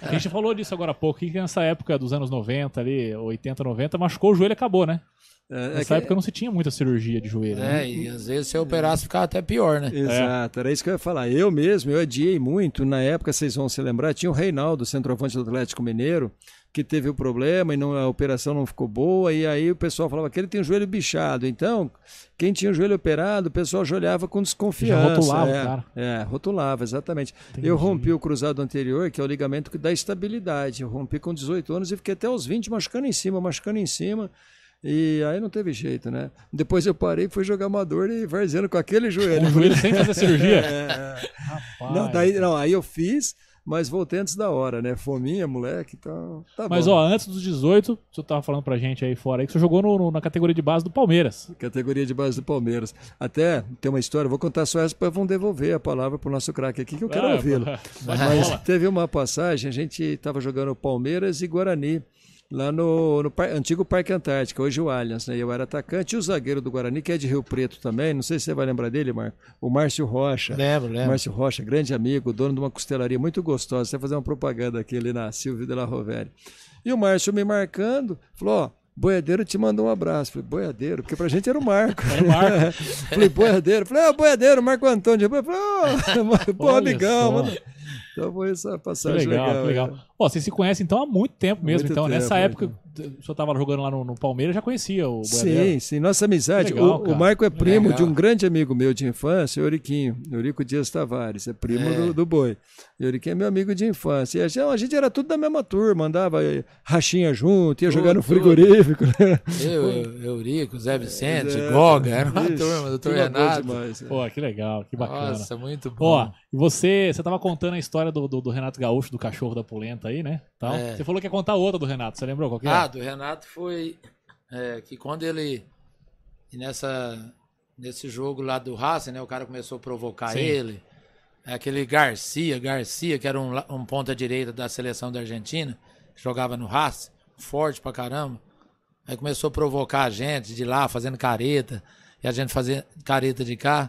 Speaker 1: A gente falou disso agora há pouco, que nessa época dos anos 90 ali, 80, 90, machucou o joelho e acabou, né?
Speaker 4: É, é
Speaker 1: Nessa
Speaker 4: que-
Speaker 1: época não se tinha muita cirurgia de joelho, né?
Speaker 2: É, e às vezes se eu operasse ficava até pior,
Speaker 1: É.
Speaker 2: né?
Speaker 4: Exato, era isso que eu ia falar. Eu mesmo, eu adiei muito. Na época, vocês vão se lembrar, tinha o Reinaldo, centroavante do Atlético Mineiro, que teve o problema e não, a operação não ficou boa. E aí o pessoal falava que ele tem o joelho bichado. Então, quem tinha o joelho operado, o pessoal já olhava com desconfiança.
Speaker 1: Já rotulava o
Speaker 4: é,
Speaker 1: cara.
Speaker 4: É, rotulava, exatamente.
Speaker 1: Entendi.
Speaker 4: Eu rompi o cruzado anterior, que é o ligamento que dá estabilidade. Eu rompi com 18 anos e fiquei até os 20 machucando em cima, machucando em cima. E aí não teve jeito, né? Depois eu parei, fui jogar amador e varzeando com aquele joelho.
Speaker 1: Com o joelho sem fazer cirurgia?
Speaker 4: É, é.
Speaker 1: Rapaz.
Speaker 4: não, daí, não, aí eu fiz, mas voltei antes da hora, né? Fominha, moleque, então tá
Speaker 1: Mas
Speaker 4: bom.
Speaker 1: ó, antes dos 18, você tava falando pra gente aí fora aí que você jogou no- no- na categoria de base do Palmeiras.
Speaker 4: Categoria de base do Palmeiras. Até tem uma história, vou contar só essa, depois vão devolver a palavra pro nosso craque aqui, que eu quero
Speaker 1: Ah,
Speaker 4: ouvi-lo.
Speaker 1: bate
Speaker 4: Mas
Speaker 1: bola.
Speaker 4: teve uma passagem, a gente estava jogando Palmeiras e Guarani, lá no, no par- antigo Parque Antártica, hoje o Allianz, né? E Eu era atacante e o zagueiro do Guarani, que é de Rio Preto também, não sei se você vai lembrar dele, Marco, o Márcio Rocha.
Speaker 2: Lembro, lembro.
Speaker 4: Márcio Rocha, grande amigo, dono de uma costelaria muito gostosa. Você vai fazer uma propaganda aqui ali na Silvio de la Rovere. E o Márcio me marcando, falou: ó, boiadeiro te mandou um abraço. Falei, boiadeiro, porque pra gente era o Marco.
Speaker 1: Era o Marco.
Speaker 4: falei, boiadeiro. Falei, ó, boiadeiro, Marco Antônio. Falei, pô, pô
Speaker 1: Olha
Speaker 4: amigão.
Speaker 1: só.
Speaker 4: mano. Então foi essa
Speaker 1: Que
Speaker 4: passagem
Speaker 1: legal,
Speaker 4: legal.
Speaker 1: que legal. Ó, vocês se conhecem então há muito tempo mesmo.
Speaker 4: Muito
Speaker 1: então,
Speaker 4: tempo,
Speaker 1: nessa
Speaker 4: muito
Speaker 1: época, o senhor tava jogando lá no, no Palmeiras, já conhecia o Boiadeiro.
Speaker 4: Sim, sim, nossa
Speaker 1: Que
Speaker 4: amizade.
Speaker 1: legal,
Speaker 4: o, o
Speaker 1: cara.
Speaker 4: Marco é primo
Speaker 2: Legal.
Speaker 4: de um grande amigo meu de infância, o Euriquinho, Eurico Dias Tavares, é primo
Speaker 2: É.
Speaker 4: Do, do Boi. Euriquinho é meu amigo de infância. E a gente, a gente era tudo da mesma turma, andava eh, rachinha junto, ia jogar no
Speaker 2: Tudo, tudo.
Speaker 4: frigorífico. Né?
Speaker 2: Eu, eu- Eurico, Zé Vicente,
Speaker 4: É,
Speaker 2: Goga, era uma
Speaker 4: isso,
Speaker 2: turma, doutor
Speaker 4: tudo é bom
Speaker 2: Renato.
Speaker 4: demais, é.
Speaker 1: Pô, que legal, que bacana.
Speaker 2: Nossa, muito bom.
Speaker 1: Ó, e você, você tava contando a história do, do, do Renato Gaúcho, do cachorro da polenta aí, né? Tal.
Speaker 2: É.
Speaker 1: Você falou que ia contar outra do Renato, você lembrou qual que é?
Speaker 2: Ah, do Renato foi é, que quando ele e nessa nesse jogo lá do Racing, né, o cara começou a provocar
Speaker 1: Sim.
Speaker 2: ele. É Aquele Garcia, Garcia, que era um, la- um ponta direita da seleção da Argentina, que jogava no Racing, forte pra caramba. Aí começou a provocar a gente de lá, fazendo careta, e a gente fazendo careta de cá.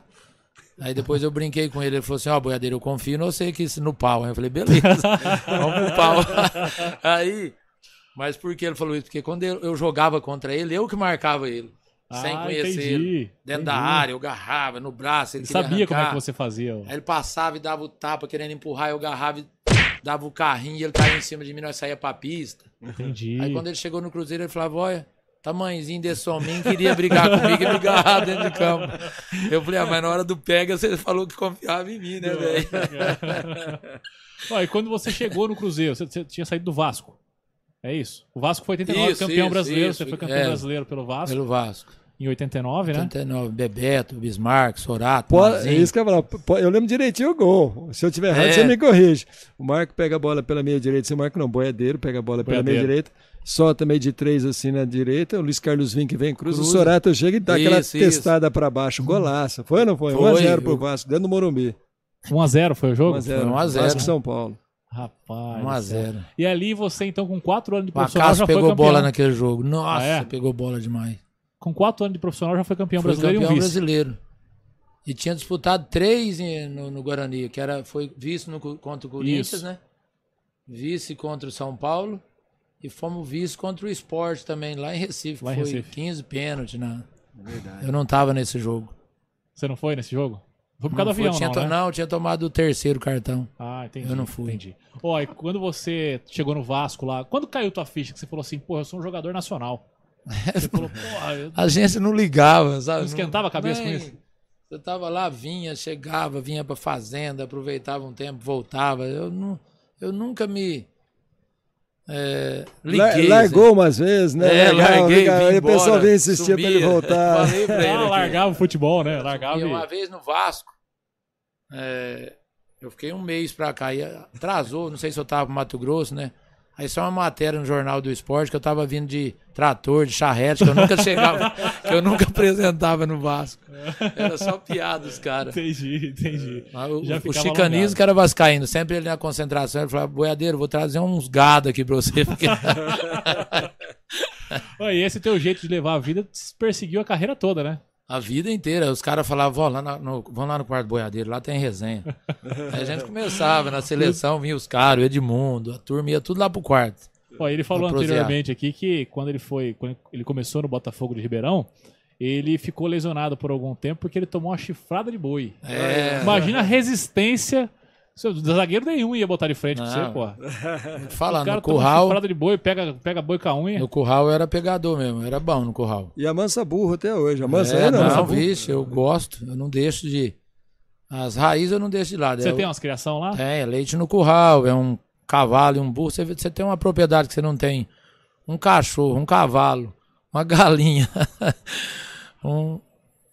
Speaker 2: Aí depois eu brinquei com ele, ele falou assim, ó, boiadeiro, eu confio em você que isso no pau. Aí eu falei, beleza, vamos pro pau. Aí, mas por que ele falou isso? Porque quando eu, eu jogava contra ele, eu que marcava ele, sem
Speaker 1: Ah,
Speaker 2: conhecer ele.
Speaker 1: entendi,
Speaker 2: Dentro
Speaker 1: entendi.
Speaker 2: da área, eu agarrava no braço, ele
Speaker 1: Ele
Speaker 2: queria
Speaker 1: sabia como é que
Speaker 2: arrancar.
Speaker 1: você fazia. ó.
Speaker 2: Aí ele passava e dava o tapa, querendo empurrar, eu agarrava e dava o carrinho, e ele caía em cima de mim, nós saía pra pista.
Speaker 1: Entendi.
Speaker 2: Aí quando ele chegou no Cruzeiro, ele falava, olha, tamanhozinho desse homem queria brigar comigo e me agarrar dentro de campo. Eu falei, ah, mas na hora do pega, você falou que confiava em mim, né, velho?
Speaker 1: Ó, e quando você chegou no Cruzeiro, você, você tinha saído do Vasco. É isso. O Vasco foi 89
Speaker 2: Isso,
Speaker 1: campeão
Speaker 2: isso,
Speaker 1: brasileiro,
Speaker 2: isso.
Speaker 1: você foi campeão
Speaker 2: É.
Speaker 1: brasileiro pelo Vasco
Speaker 2: Pelo Vasco.
Speaker 1: em 89, né?
Speaker 2: 89, Bebeto, Bismarck, Sorato,
Speaker 4: Pô, é
Speaker 2: Mazinho.
Speaker 4: isso que eu ia falar. Pô, Eu lembro direitinho o gol. Se eu tiver errado,
Speaker 2: Ah, É.
Speaker 4: você me corrige. O Marco pega a bola pela meia direita. Esse Marco não, boiadeiro, pega a bola pela meia
Speaker 1: Boiadeiro.
Speaker 4: direita. Solta meio de três assim na direita. O Luiz Carlos Vim que vem, cruza.
Speaker 2: Cruza.
Speaker 4: O Sorato chega e dá aquela
Speaker 2: Isso, isso.
Speaker 4: testada pra baixo. Golaço. Foi ou não foi?
Speaker 2: Foi.
Speaker 4: 1x0 pro Vasco, dentro do Morumbi.
Speaker 1: 1x0 foi o jogo?
Speaker 4: 1x0.
Speaker 2: Foi 1 a 0.
Speaker 4: Vasco e São Paulo.
Speaker 1: Rapaz.
Speaker 2: 1
Speaker 1: do
Speaker 2: a
Speaker 1: céu.
Speaker 2: 0.
Speaker 1: E ali você, então, com 4 anos de profissional,
Speaker 2: Macasso
Speaker 1: já foi
Speaker 2: pegou
Speaker 1: campeão.
Speaker 2: bola naquele jogo. Nossa,
Speaker 1: Ah, é?
Speaker 2: pegou bola demais.
Speaker 1: Com 4 anos de profissional, já foi campeão
Speaker 2: Foi
Speaker 1: brasileiro
Speaker 2: campeão
Speaker 1: e um vice.
Speaker 2: brasileiro. E tinha disputado três em- no, no Guarani, que era, foi vice no, Cu- contra o Corinthians,
Speaker 1: Isso.
Speaker 2: né? Vice contra o São Paulo. E fomos vice contra o esporte também, lá em Recife.
Speaker 1: Lá em
Speaker 2: foi
Speaker 1: Recife.
Speaker 2: 15 pênaltis. Na... Eu não tava nesse jogo.
Speaker 1: Você não foi nesse jogo? Foi por causa do
Speaker 2: Não fui,
Speaker 1: avião,
Speaker 2: tinha
Speaker 1: não,
Speaker 2: to-
Speaker 1: né?
Speaker 2: não, tinha tomado o terceiro cartão.
Speaker 1: Ah, entendi.
Speaker 2: Eu não fui.
Speaker 1: Entendi. Ó, e quando você chegou no Vasco lá, quando caiu tua ficha que você falou assim, porra, eu sou um jogador nacional? Você falou, porra, eu...
Speaker 2: A agência não ligava, sabe?
Speaker 1: Não esquentava a cabeça com
Speaker 2: nem-
Speaker 1: isso?
Speaker 2: Eu tava lá, vinha, chegava, vinha pra fazenda, aproveitava um tempo, voltava. Eu, nu- eu nunca me é,
Speaker 4: La-
Speaker 2: liguei.
Speaker 4: largou umas vezes, né?
Speaker 2: É,
Speaker 4: Legal,
Speaker 2: larguei,
Speaker 4: legal.
Speaker 2: vim
Speaker 4: E o pessoal
Speaker 2: embora,
Speaker 4: veio insistir pra ele
Speaker 2: sumia.
Speaker 4: voltar.
Speaker 2: Falei pra ele
Speaker 1: ah,
Speaker 2: aqui.
Speaker 1: largava o futebol, né? Largava
Speaker 2: E uma
Speaker 1: e...
Speaker 2: vez no Vasco, é, eu fiquei um mês pra cá e atrasou, não sei se eu tava pro Mato Grosso, né? Aí só uma matéria no Jornal do Esporte que eu tava vindo de trator, de charrete, que eu nunca chegava, que eu nunca apresentava no Vasco. Era só piada os caras.
Speaker 1: Entendi, entendi.
Speaker 2: Mas O,
Speaker 1: Já
Speaker 2: o
Speaker 1: ficava
Speaker 2: Chicanismo
Speaker 1: alongado.
Speaker 2: que era vascaíno, sempre ele na concentração, ele falava, boiadeiro, vou trazer uns gado aqui pra você. Porque...
Speaker 1: Ó, e esse teu jeito de levar a vida te perseguiu a carreira toda, né?
Speaker 2: A vida inteira, os caras falavam, "Vó, lá na- no, vão lá no quarto do boiadeiro, lá tem resenha. Aí a gente começava, na seleção vinha os caras, o Edmundo, a turma ia tudo lá pro quarto.
Speaker 1: Ó, ele falou
Speaker 2: Vou prosear.
Speaker 1: anteriormente aqui que quando ele foi, quando ele começou no Botafogo de Ribeirão, ele ficou lesionado por algum tempo porque ele tomou uma chifrada de boi.
Speaker 2: É,
Speaker 1: Imagina a resistência. Seu zagueiro nenhum ia botar de frente pra
Speaker 2: Não.
Speaker 1: você, porra.
Speaker 2: fala,
Speaker 1: O cara
Speaker 2: no
Speaker 1: toma
Speaker 2: curral,
Speaker 1: chifrada de boi, pega, pega boi com a unha.
Speaker 2: no curral eu era pegador mesmo, eu era bom no curral.
Speaker 4: E a mansa burro até hoje. A mansa
Speaker 2: É,
Speaker 4: é, não.
Speaker 2: não,
Speaker 4: Mansa burro.
Speaker 2: vixe, eu gosto, eu não deixo de... As raízes eu não deixo de lado.
Speaker 1: Você
Speaker 2: é,
Speaker 1: tem umas criação lá?
Speaker 2: Tem, é leite no curral, é um cavalo e um burro. Você, vê- você tem uma propriedade que você não tem. Um cachorro, um cavalo, uma galinha, um-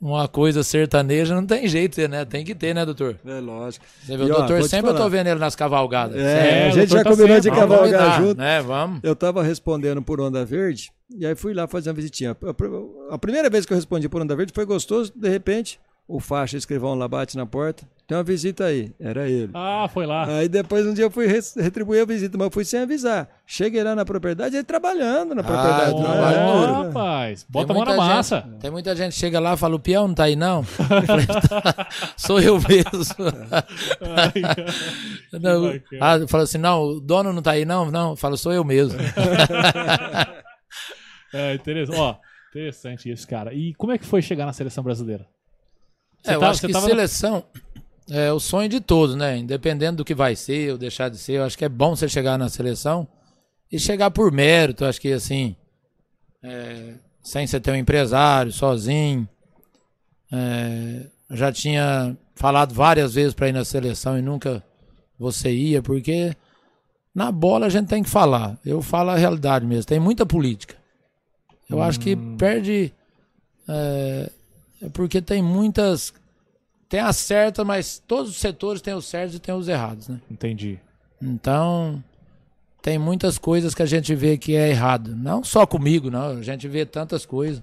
Speaker 2: uma coisa sertaneja, não tem jeito, né? Tem que ter, né, doutor?
Speaker 4: É lógico.
Speaker 2: Você vê,
Speaker 4: E,
Speaker 2: o
Speaker 4: ó,
Speaker 2: doutor
Speaker 4: vou te
Speaker 2: sempre eu tô
Speaker 4: falar.
Speaker 2: vendo ele nas cavalgadas.
Speaker 4: É,
Speaker 1: É,
Speaker 4: a
Speaker 1: o
Speaker 4: gente
Speaker 1: doutor
Speaker 4: já
Speaker 1: tá
Speaker 4: combinou de
Speaker 1: sempre-
Speaker 2: Vamos
Speaker 4: cavalgar
Speaker 2: combinar,
Speaker 4: junto.
Speaker 2: Né? Vamos.
Speaker 4: Eu tava respondendo por Onda Verde e aí fui lá fazer uma visitinha. A pr- A primeira vez que eu respondi por Onda Verde foi gostoso, de repente, o faixa escrivão lá bate na porta. Tem uma visita aí. Era ele.
Speaker 1: Ah, foi lá.
Speaker 4: Aí depois um dia eu fui res- retribuir a visita, mas eu fui sem avisar. Cheguei lá na propriedade, ele trabalhando na propriedade. É.
Speaker 1: Ó,
Speaker 4: não
Speaker 2: É, trabalho
Speaker 4: era?
Speaker 2: duro, né?
Speaker 1: rapaz,
Speaker 2: Tem
Speaker 1: bota a mão na
Speaker 2: muita gente-
Speaker 1: massa.
Speaker 2: tem muita gente que chega lá e fala, o peão não tá aí, não? Eu falei, "Tá, Sou eu mesmo. Não,
Speaker 1: bacana.
Speaker 2: ah, fala assim, não, o dono não tá aí, não? Não, fala, sou eu mesmo.
Speaker 1: é, interessante. Ó, interessante isso, cara. E como é que foi chegar na seleção brasileira? Você
Speaker 2: É, eu
Speaker 1: tava-
Speaker 2: acho
Speaker 1: você
Speaker 2: que
Speaker 1: tava-
Speaker 2: seleção é o sonho de todos, né? Independente do que vai ser ou deixar de ser, eu acho que é bom você chegar na seleção e chegar por mérito, eu acho que assim, é, sem você ter um empresário, sozinho. É, eu já tinha falado várias vezes para ir na seleção e nunca você ia, porque na bola a gente tem que falar. Eu falo a realidade mesmo, tem muita política. Eu acho que
Speaker 1: Hum.
Speaker 2: perde. é, é porque tem muitas. Tem as certas, mas todos os setores têm os certos e têm os errados, né?
Speaker 1: Entendi.
Speaker 2: Então, tem muitas coisas que a gente vê que é errado. Não só comigo, não. A gente vê tantas coisas.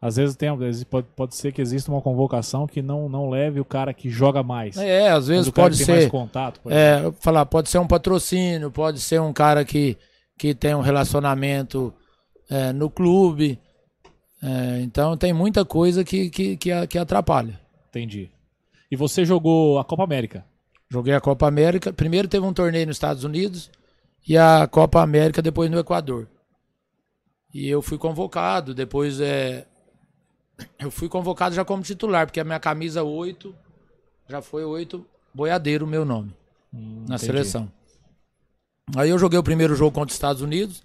Speaker 1: Às vezes tem, às vezes pode, pode ser que exista uma convocação que não, não leve o cara que joga mais.
Speaker 2: É, às
Speaker 1: Mas
Speaker 2: vezes
Speaker 1: o cara
Speaker 2: pode
Speaker 1: que tem mais
Speaker 2: ser.
Speaker 1: contato. por exemplo.
Speaker 2: É, eu vou falar, pode ser um patrocínio, pode ser um cara que, que tem um relacionamento é, no clube. É, então, tem muita coisa que, que, que, a- que atrapalha.
Speaker 1: Entendi. E você jogou a Copa América.
Speaker 2: Joguei a Copa América. Primeiro teve um torneio nos Estados Unidos e a Copa América depois no Equador. E eu fui convocado, depois é eu fui convocado já como titular, porque a minha camisa 8 já foi 8 boiadeiro o meu nome na
Speaker 1: entendi.
Speaker 2: seleção. Aí eu joguei o primeiro jogo contra os Estados Unidos.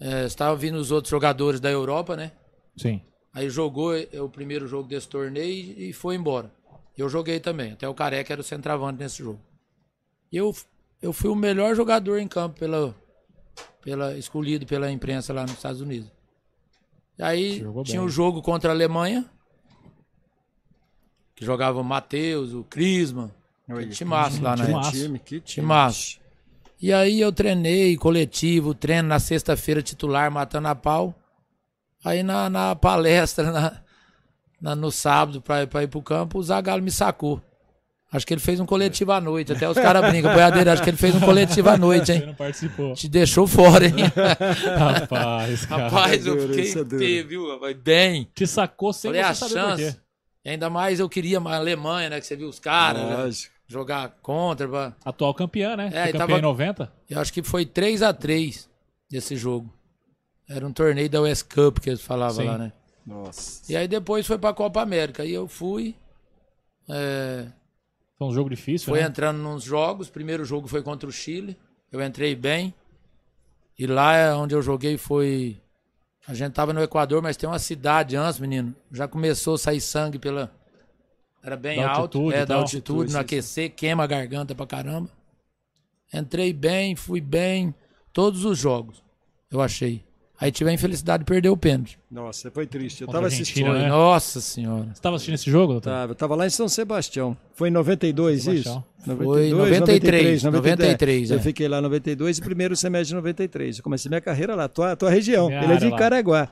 Speaker 2: É, estava vindo os outros jogadores da Europa, né?
Speaker 1: Sim.
Speaker 2: Aí jogou eh, o primeiro jogo desse torneio e e foi embora. Eu joguei também, até o Careca era o centroavante nesse jogo. E Eu, eu fui o melhor jogador em campo pela, pela escolhido pela imprensa lá nos Estados Unidos. E aí
Speaker 1: Jogou
Speaker 2: tinha
Speaker 1: bem. né?
Speaker 2: o jogo contra a Alemanha, que jogava o Matheus, o Crisman,
Speaker 4: Olha,
Speaker 2: timaço lá né? na
Speaker 1: timaço.
Speaker 2: época.
Speaker 4: Que time, que time.
Speaker 2: Timaço. E aí eu treinei coletivo, treino na sexta-feira titular, matando a pau. Aí na, na palestra, na- na- no sábado, pra, pra ir pro campo, o Zagallo me sacou. Acho que ele fez um coletivo à noite. Até os caras brincam, boiadeiro, acho que ele fez um coletivo à noite,
Speaker 1: Você
Speaker 2: hein?
Speaker 1: não participou.
Speaker 2: Te deixou fora, hein?
Speaker 1: Rapaz, cara.
Speaker 2: Rapaz, eu
Speaker 4: duro,
Speaker 2: fiquei
Speaker 4: isso é duro.
Speaker 2: feio, viu? Rapaz? Bem.
Speaker 1: Te sacou sem
Speaker 2: Falei, a
Speaker 1: você saber por
Speaker 2: chance.
Speaker 1: quê.
Speaker 2: E ainda mais eu queria a Alemanha, né? Que você viu os caras né,
Speaker 4: Lógico.
Speaker 2: jogar contra. pra-
Speaker 1: Atual campeã, né?
Speaker 2: É,
Speaker 1: Foi
Speaker 2: e
Speaker 1: campeã
Speaker 2: tava-
Speaker 1: em 90.
Speaker 2: Eu acho que foi 3 a 3 esse jogo. Era um torneio da US Cup que eles falavam
Speaker 1: Sim.
Speaker 2: lá, né?
Speaker 4: Nossa.
Speaker 2: E aí depois foi pra Copa América. E eu fui. é,
Speaker 1: Foi um jogo difícil,
Speaker 2: Foi
Speaker 1: né?
Speaker 2: entrando nos jogos. Primeiro jogo foi contra o Chile. Eu entrei bem. E lá é onde eu joguei foi. A gente tava no Equador, mas tem uma cidade antes, menino. Já começou a sair sangue pela. Era bem
Speaker 1: Da
Speaker 2: alto.
Speaker 1: altitude e
Speaker 2: é, da
Speaker 1: tal.
Speaker 2: altitude,
Speaker 4: Altitude,
Speaker 2: não
Speaker 4: sim,
Speaker 2: aquecer, queima a garganta pra caramba. Entrei bem, fui bem. Todos os jogos, eu achei. Aí tive a infelicidade de perder o pênalti.
Speaker 4: Nossa, foi triste. Eu
Speaker 1: Contra a
Speaker 4: tava
Speaker 1: Argentina, né?
Speaker 4: assistindo.
Speaker 1: É.
Speaker 2: Nossa senhora.
Speaker 1: Você tava assistindo esse jogo,
Speaker 2: Tá.
Speaker 1: doutor?
Speaker 4: Tava, tava lá em São Sebastião. Foi em 92
Speaker 1: Sebastião.
Speaker 4: isso?
Speaker 2: Foi em 93, 93,
Speaker 4: né? Eu
Speaker 2: é.
Speaker 4: fiquei lá em 92 e primeiro semestre de 93. Eu comecei minha carreira lá, tua, tua região.
Speaker 1: Minha
Speaker 4: Ele é de
Speaker 1: área lá.
Speaker 4: Caraguá.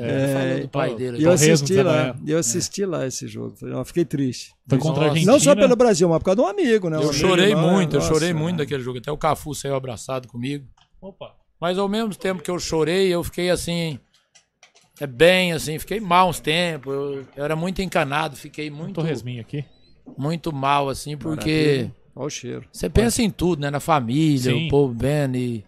Speaker 2: É, falou do pai dele.
Speaker 4: E eu
Speaker 1: Torresmo,
Speaker 4: assisti lá.
Speaker 1: Zanaia.
Speaker 4: E
Speaker 2: É.
Speaker 4: eu assisti lá esse jogo. Falei, não, eu fiquei triste.
Speaker 1: Foi contra a
Speaker 2: Nossa.
Speaker 1: Argentina.
Speaker 4: Não só pelo Brasil, mas por causa de um amigo, né? Um
Speaker 2: Eu
Speaker 4: amigo
Speaker 2: chorei
Speaker 1: é,
Speaker 4: lá,
Speaker 2: muito, eu
Speaker 4: nossa.
Speaker 2: chorei muito daquele jogo. Até o Cafu saiu abraçado comigo.
Speaker 1: Opa.
Speaker 2: Mas ao mesmo tempo que eu chorei, eu fiquei assim. É bem assim, fiquei mal uns tempos. Eu, eu era muito encanado, fiquei muito,
Speaker 1: Torresminho aqui.
Speaker 2: muito mal, assim, porque
Speaker 4: Olha o cheiro.
Speaker 2: você pensa em tudo, né? Na família,
Speaker 1: Sim.
Speaker 2: o povo vendo e.